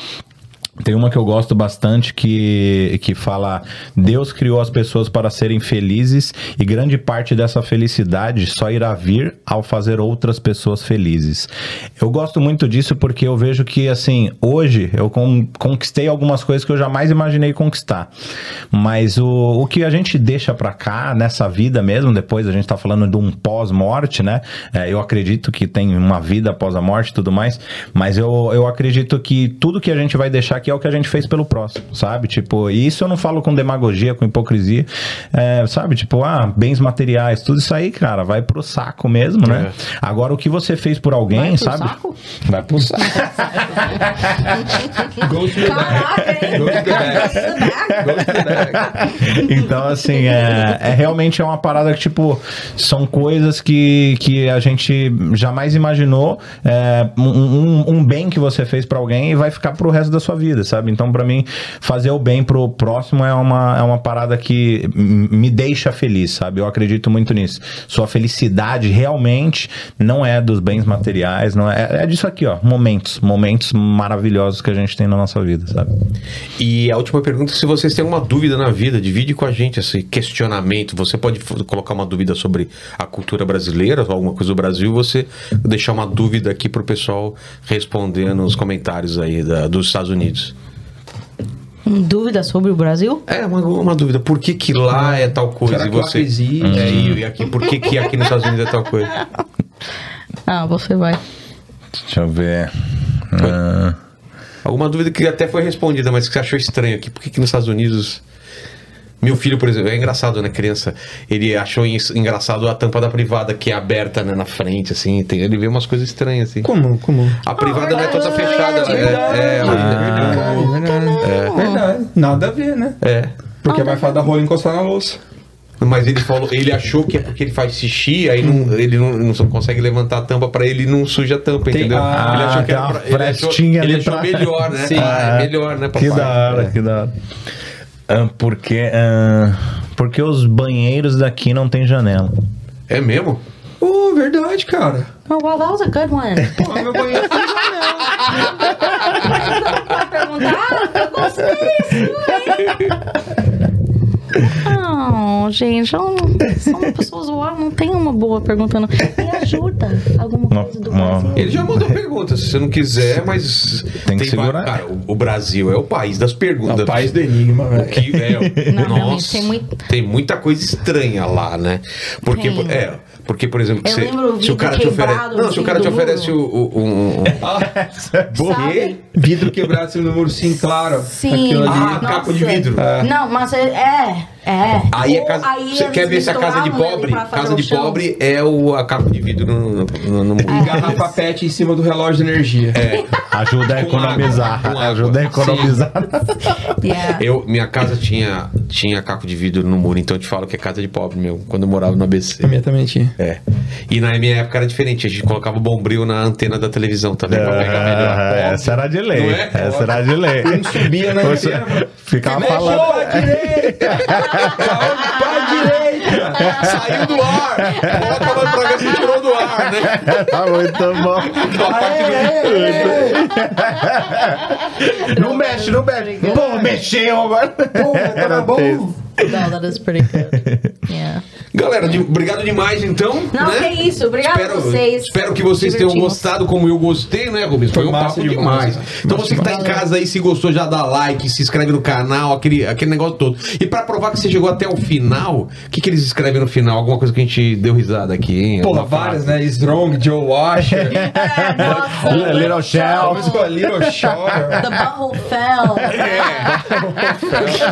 Speaker 5: tem uma que eu gosto bastante que, que fala: Deus criou as pessoas para serem felizes e grande parte dessa felicidade só irá vir ao fazer outras pessoas felizes. Eu gosto muito disso porque eu vejo que, assim, hoje eu con- conquistei algumas coisas que eu jamais imaginei conquistar. Mas o, o que a gente deixa pra cá, Ah, nessa vida mesmo, depois a gente tá falando de um pós-morte, né? É, eu acredito que tem uma vida após a morte e tudo mais, mas eu, eu acredito que tudo que a gente vai deixar aqui é o que a gente fez pelo próximo, sabe? Tipo, e isso eu não falo com demagogia, com hipocrisia, é, sabe? Tipo, ah, bens materiais, tudo isso aí, cara, vai pro saco mesmo, né? Agora, o que você fez por alguém,
Speaker 3: É. Vai pro
Speaker 5: sabe?
Speaker 3: saco?
Speaker 5: Vai pro saco.
Speaker 3: Caraca, hein?
Speaker 5: então, assim, é, é realmente é uma parada que, tipo, são coisas que, que a gente jamais imaginou. é, um, um- um bem que você fez pra alguém e vai ficar pro resto da sua vida, sabe? Então, pra mim, fazer o bem pro próximo é uma, é uma parada que m- me deixa feliz, sabe? Eu acredito muito nisso. Sua felicidade realmente não é dos bens materiais, não é, é disso aqui, ó. Momentos, momentos maravilhosos que a gente tem na nossa vida, sabe?
Speaker 1: E a última pergunta, se vocês têm uma dúvida na vida, divide com a gente esse questionamento. Você pode f- colocar uma dúvida sobre a cultura brasileira, ou alguma coisa do Brasil, você deixar uma dúvida aqui pro pessoal responder nos comentários aí da- dos Estados Unidos.
Speaker 3: Dúvida sobre o Brasil?
Speaker 1: É, uma, uma dúvida. Por que que lá é tal coisa
Speaker 2: Será
Speaker 1: e
Speaker 2: que lá
Speaker 1: você...
Speaker 2: existe?
Speaker 1: É, e, e aqui, por que que aqui nos Estados Unidos é tal coisa?
Speaker 3: Ah, você vai.
Speaker 5: Deixa eu ver.
Speaker 1: Alguma dúvida que até foi respondida, mas que você achou estranho aqui. Por que, que nos Estados Unidos. Meu filho, por exemplo, é engraçado, né? Criança, ele achou ens- engraçado a tampa da privada que é aberta né, na frente, assim. tem- ele vê umas coisas estranhas, assim.
Speaker 2: Como? Como?
Speaker 1: A privada não é toda fechada, né? É,
Speaker 2: Verdade,
Speaker 1: é,
Speaker 3: Oh.
Speaker 2: verdade. Verdade. Nada a ver, né?
Speaker 1: é,
Speaker 2: Porque vai falar da rola encostar na louça.
Speaker 1: é. Mas ele falou, ele achou que é porque ele faz xixi, aí não- ele não, não consegue levantar a tampa pra ele e não suja a tampa,
Speaker 2: Tem-
Speaker 1: entendeu?
Speaker 2: ah,
Speaker 1: ele achou
Speaker 5: tem uma
Speaker 1: ele achou,
Speaker 5: frestinha
Speaker 1: ele
Speaker 5: ali
Speaker 1: achou
Speaker 5: pra-
Speaker 1: melhor, né?
Speaker 5: Sim.
Speaker 1: Ah, é melhor, né, papai?
Speaker 5: Que da hora, que da hora. Ah, porque, ah, porque os banheiros daqui não tem janela.
Speaker 1: É mesmo?
Speaker 2: Oh, verdade, cara.
Speaker 3: Oh, well, that was a good one.
Speaker 2: Pô, meu banheiro tem janela.
Speaker 3: Ah, perguntar? Eu gostei, sua, hein? Oh, não, gente. Eu não, sou uma pessoa zoada, não tem uma boa perguntando. Me ajuda alguma
Speaker 5: Não,
Speaker 3: coisa do
Speaker 5: não.
Speaker 3: Brasil.
Speaker 1: Ele já mandou perguntas, se você não quiser, mas.
Speaker 5: Tem que
Speaker 1: va-
Speaker 5: segurar.
Speaker 1: Cara, o- o Brasil é o país das perguntas.
Speaker 3: É
Speaker 2: Não, país do enigma,
Speaker 1: O
Speaker 2: velho.
Speaker 1: que, é,
Speaker 3: Não, realmente,
Speaker 1: nossa, tem,
Speaker 3: tem muito-
Speaker 1: muita coisa estranha lá, né? Porque,
Speaker 3: Tem.
Speaker 1: é, porque por exemplo, que
Speaker 3: Eu
Speaker 1: você-
Speaker 3: lembro o
Speaker 1: se o
Speaker 3: vidro
Speaker 1: cara te oferece.
Speaker 3: quebrado no
Speaker 1: Não, se o
Speaker 3: fim
Speaker 1: cara
Speaker 3: do
Speaker 1: te oferece o,
Speaker 3: muro.
Speaker 1: o- um. um-
Speaker 3: Sabe?
Speaker 2: Vidro quebrado assim no muro, sim, claro.
Speaker 3: Sim.
Speaker 2: Aquilo ali.
Speaker 1: Ah, capa de vidro.
Speaker 2: É.
Speaker 3: Não, mas é. é, é.
Speaker 1: Aí, é
Speaker 3: Ou
Speaker 1: casa,
Speaker 3: aí
Speaker 1: você quer
Speaker 3: eles
Speaker 1: ver se a casa de
Speaker 3: misturavam ele
Speaker 1: pobre,
Speaker 3: pra fazer
Speaker 1: casa
Speaker 3: o
Speaker 1: de
Speaker 3: chão. É.
Speaker 1: pobre é o, a capa de vidro no, no, no, no
Speaker 2: Engarrafa pet em cima do relógio de energia.
Speaker 5: Ajuda a
Speaker 1: Com água,
Speaker 5: economizar.
Speaker 1: com água.
Speaker 5: Ajuda a economizar.
Speaker 3: Yeah.
Speaker 1: Eu, minha casa tinha, tinha caco de vidro no muro, então eu te falo que é casa de pobre, meu, quando eu morava no ABC.
Speaker 2: A minha também tinha.
Speaker 1: É. E na minha época era diferente, a gente colocava o bombril na antena da televisão também pra pegar É, melhor.
Speaker 5: Ah, essa era de lei.
Speaker 1: Não é?
Speaker 5: Essa era de lei.
Speaker 2: Subia
Speaker 1: né,
Speaker 2: na
Speaker 5: Você
Speaker 2: antena.
Speaker 5: Ficava
Speaker 2: Mexeu
Speaker 5: falando.
Speaker 2: pra direita! Saúde pra direita!
Speaker 1: Saiu do ar! Coloca no programa que tirou do ar, né?
Speaker 5: Tá muito bom. Não mexe, não mexe. Pô, mexeu agora.
Speaker 1: tá
Speaker 5: Era texto.
Speaker 3: No, that is pretty good. Yeah.
Speaker 1: Galera, de- obrigado demais então.
Speaker 3: Não,
Speaker 1: né?
Speaker 3: que isso. Obrigado a
Speaker 1: espero,
Speaker 3: vocês.
Speaker 1: Espero que vocês tenham
Speaker 3: Divertimos.
Speaker 1: gostado como eu gostei, né, Rubens? Foi,
Speaker 2: Foi
Speaker 1: um
Speaker 2: massa
Speaker 1: papo demais.
Speaker 2: demais.
Speaker 1: Então você que tá em casa aí, se gostou, já dá like, se inscreve no canal, aquele, aquele negócio todo. E pra provar que você chegou até o final, o que, que eles escrevem no final? Alguma coisa que a gente deu risada aqui, hein?
Speaker 2: Porra,
Speaker 1: Alguma
Speaker 2: várias, né? Strong, Joe Washer.
Speaker 3: É, nossa.
Speaker 5: Little Shell.
Speaker 2: Vamos com a Little Shore.
Speaker 3: The bubble fell.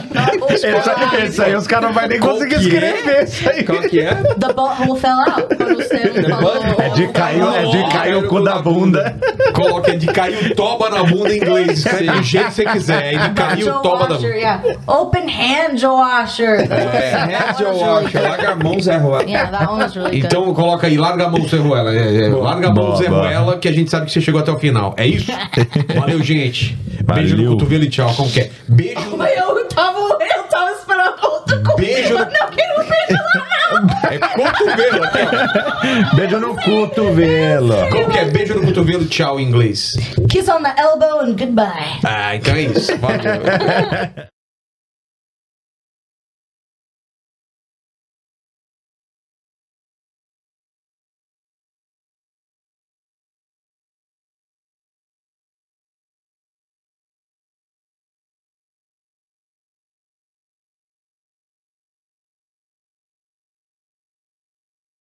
Speaker 3: Bubble
Speaker 5: Esse,
Speaker 3: fell.
Speaker 5: esse aí os caras não vão nem
Speaker 1: Qual
Speaker 5: conseguir
Speaker 1: que é?
Speaker 5: escrever isso aí.
Speaker 2: Qual que é?
Speaker 3: The butthole fell out. Quando o Sérgio falou.
Speaker 5: É de cair, é de cair o cu da bunda.
Speaker 1: Coloca de cair o toba na bunda em inglês. Escreve do jeito que você quiser. É de cair o
Speaker 3: Joe
Speaker 1: toba na
Speaker 3: Washer,
Speaker 1: bunda.
Speaker 3: yeah. Open hand, Joe Washer.
Speaker 2: É,
Speaker 3: That
Speaker 2: Joe
Speaker 3: one was really
Speaker 2: Washer.
Speaker 3: good.
Speaker 2: Larga a mão, Zé Ruela.
Speaker 3: Yeah, that one was really good.
Speaker 1: Então coloca aí, larga a mão, Serruela. É, é, larga a mão,
Speaker 5: Boa,
Speaker 1: Serruela, que a gente sabe que você chegou até o final. É isso? Valeu, gente. Beijo no
Speaker 5: Valeu.
Speaker 1: cotovelo e tchau. Como que é? Beijo no...
Speaker 3: Eu tava, eu tava esperando outra coisa.
Speaker 1: Beijo no...
Speaker 3: Não, eu não sei falar
Speaker 1: É cotovelo aqui, ó.
Speaker 5: Beijo no cotovelo.
Speaker 1: Como que é? Beijo no cotovelo, tchau em inglês.
Speaker 3: nada. Kiss on the elbow and goodbye.
Speaker 1: Ah, então é isso. Valeu.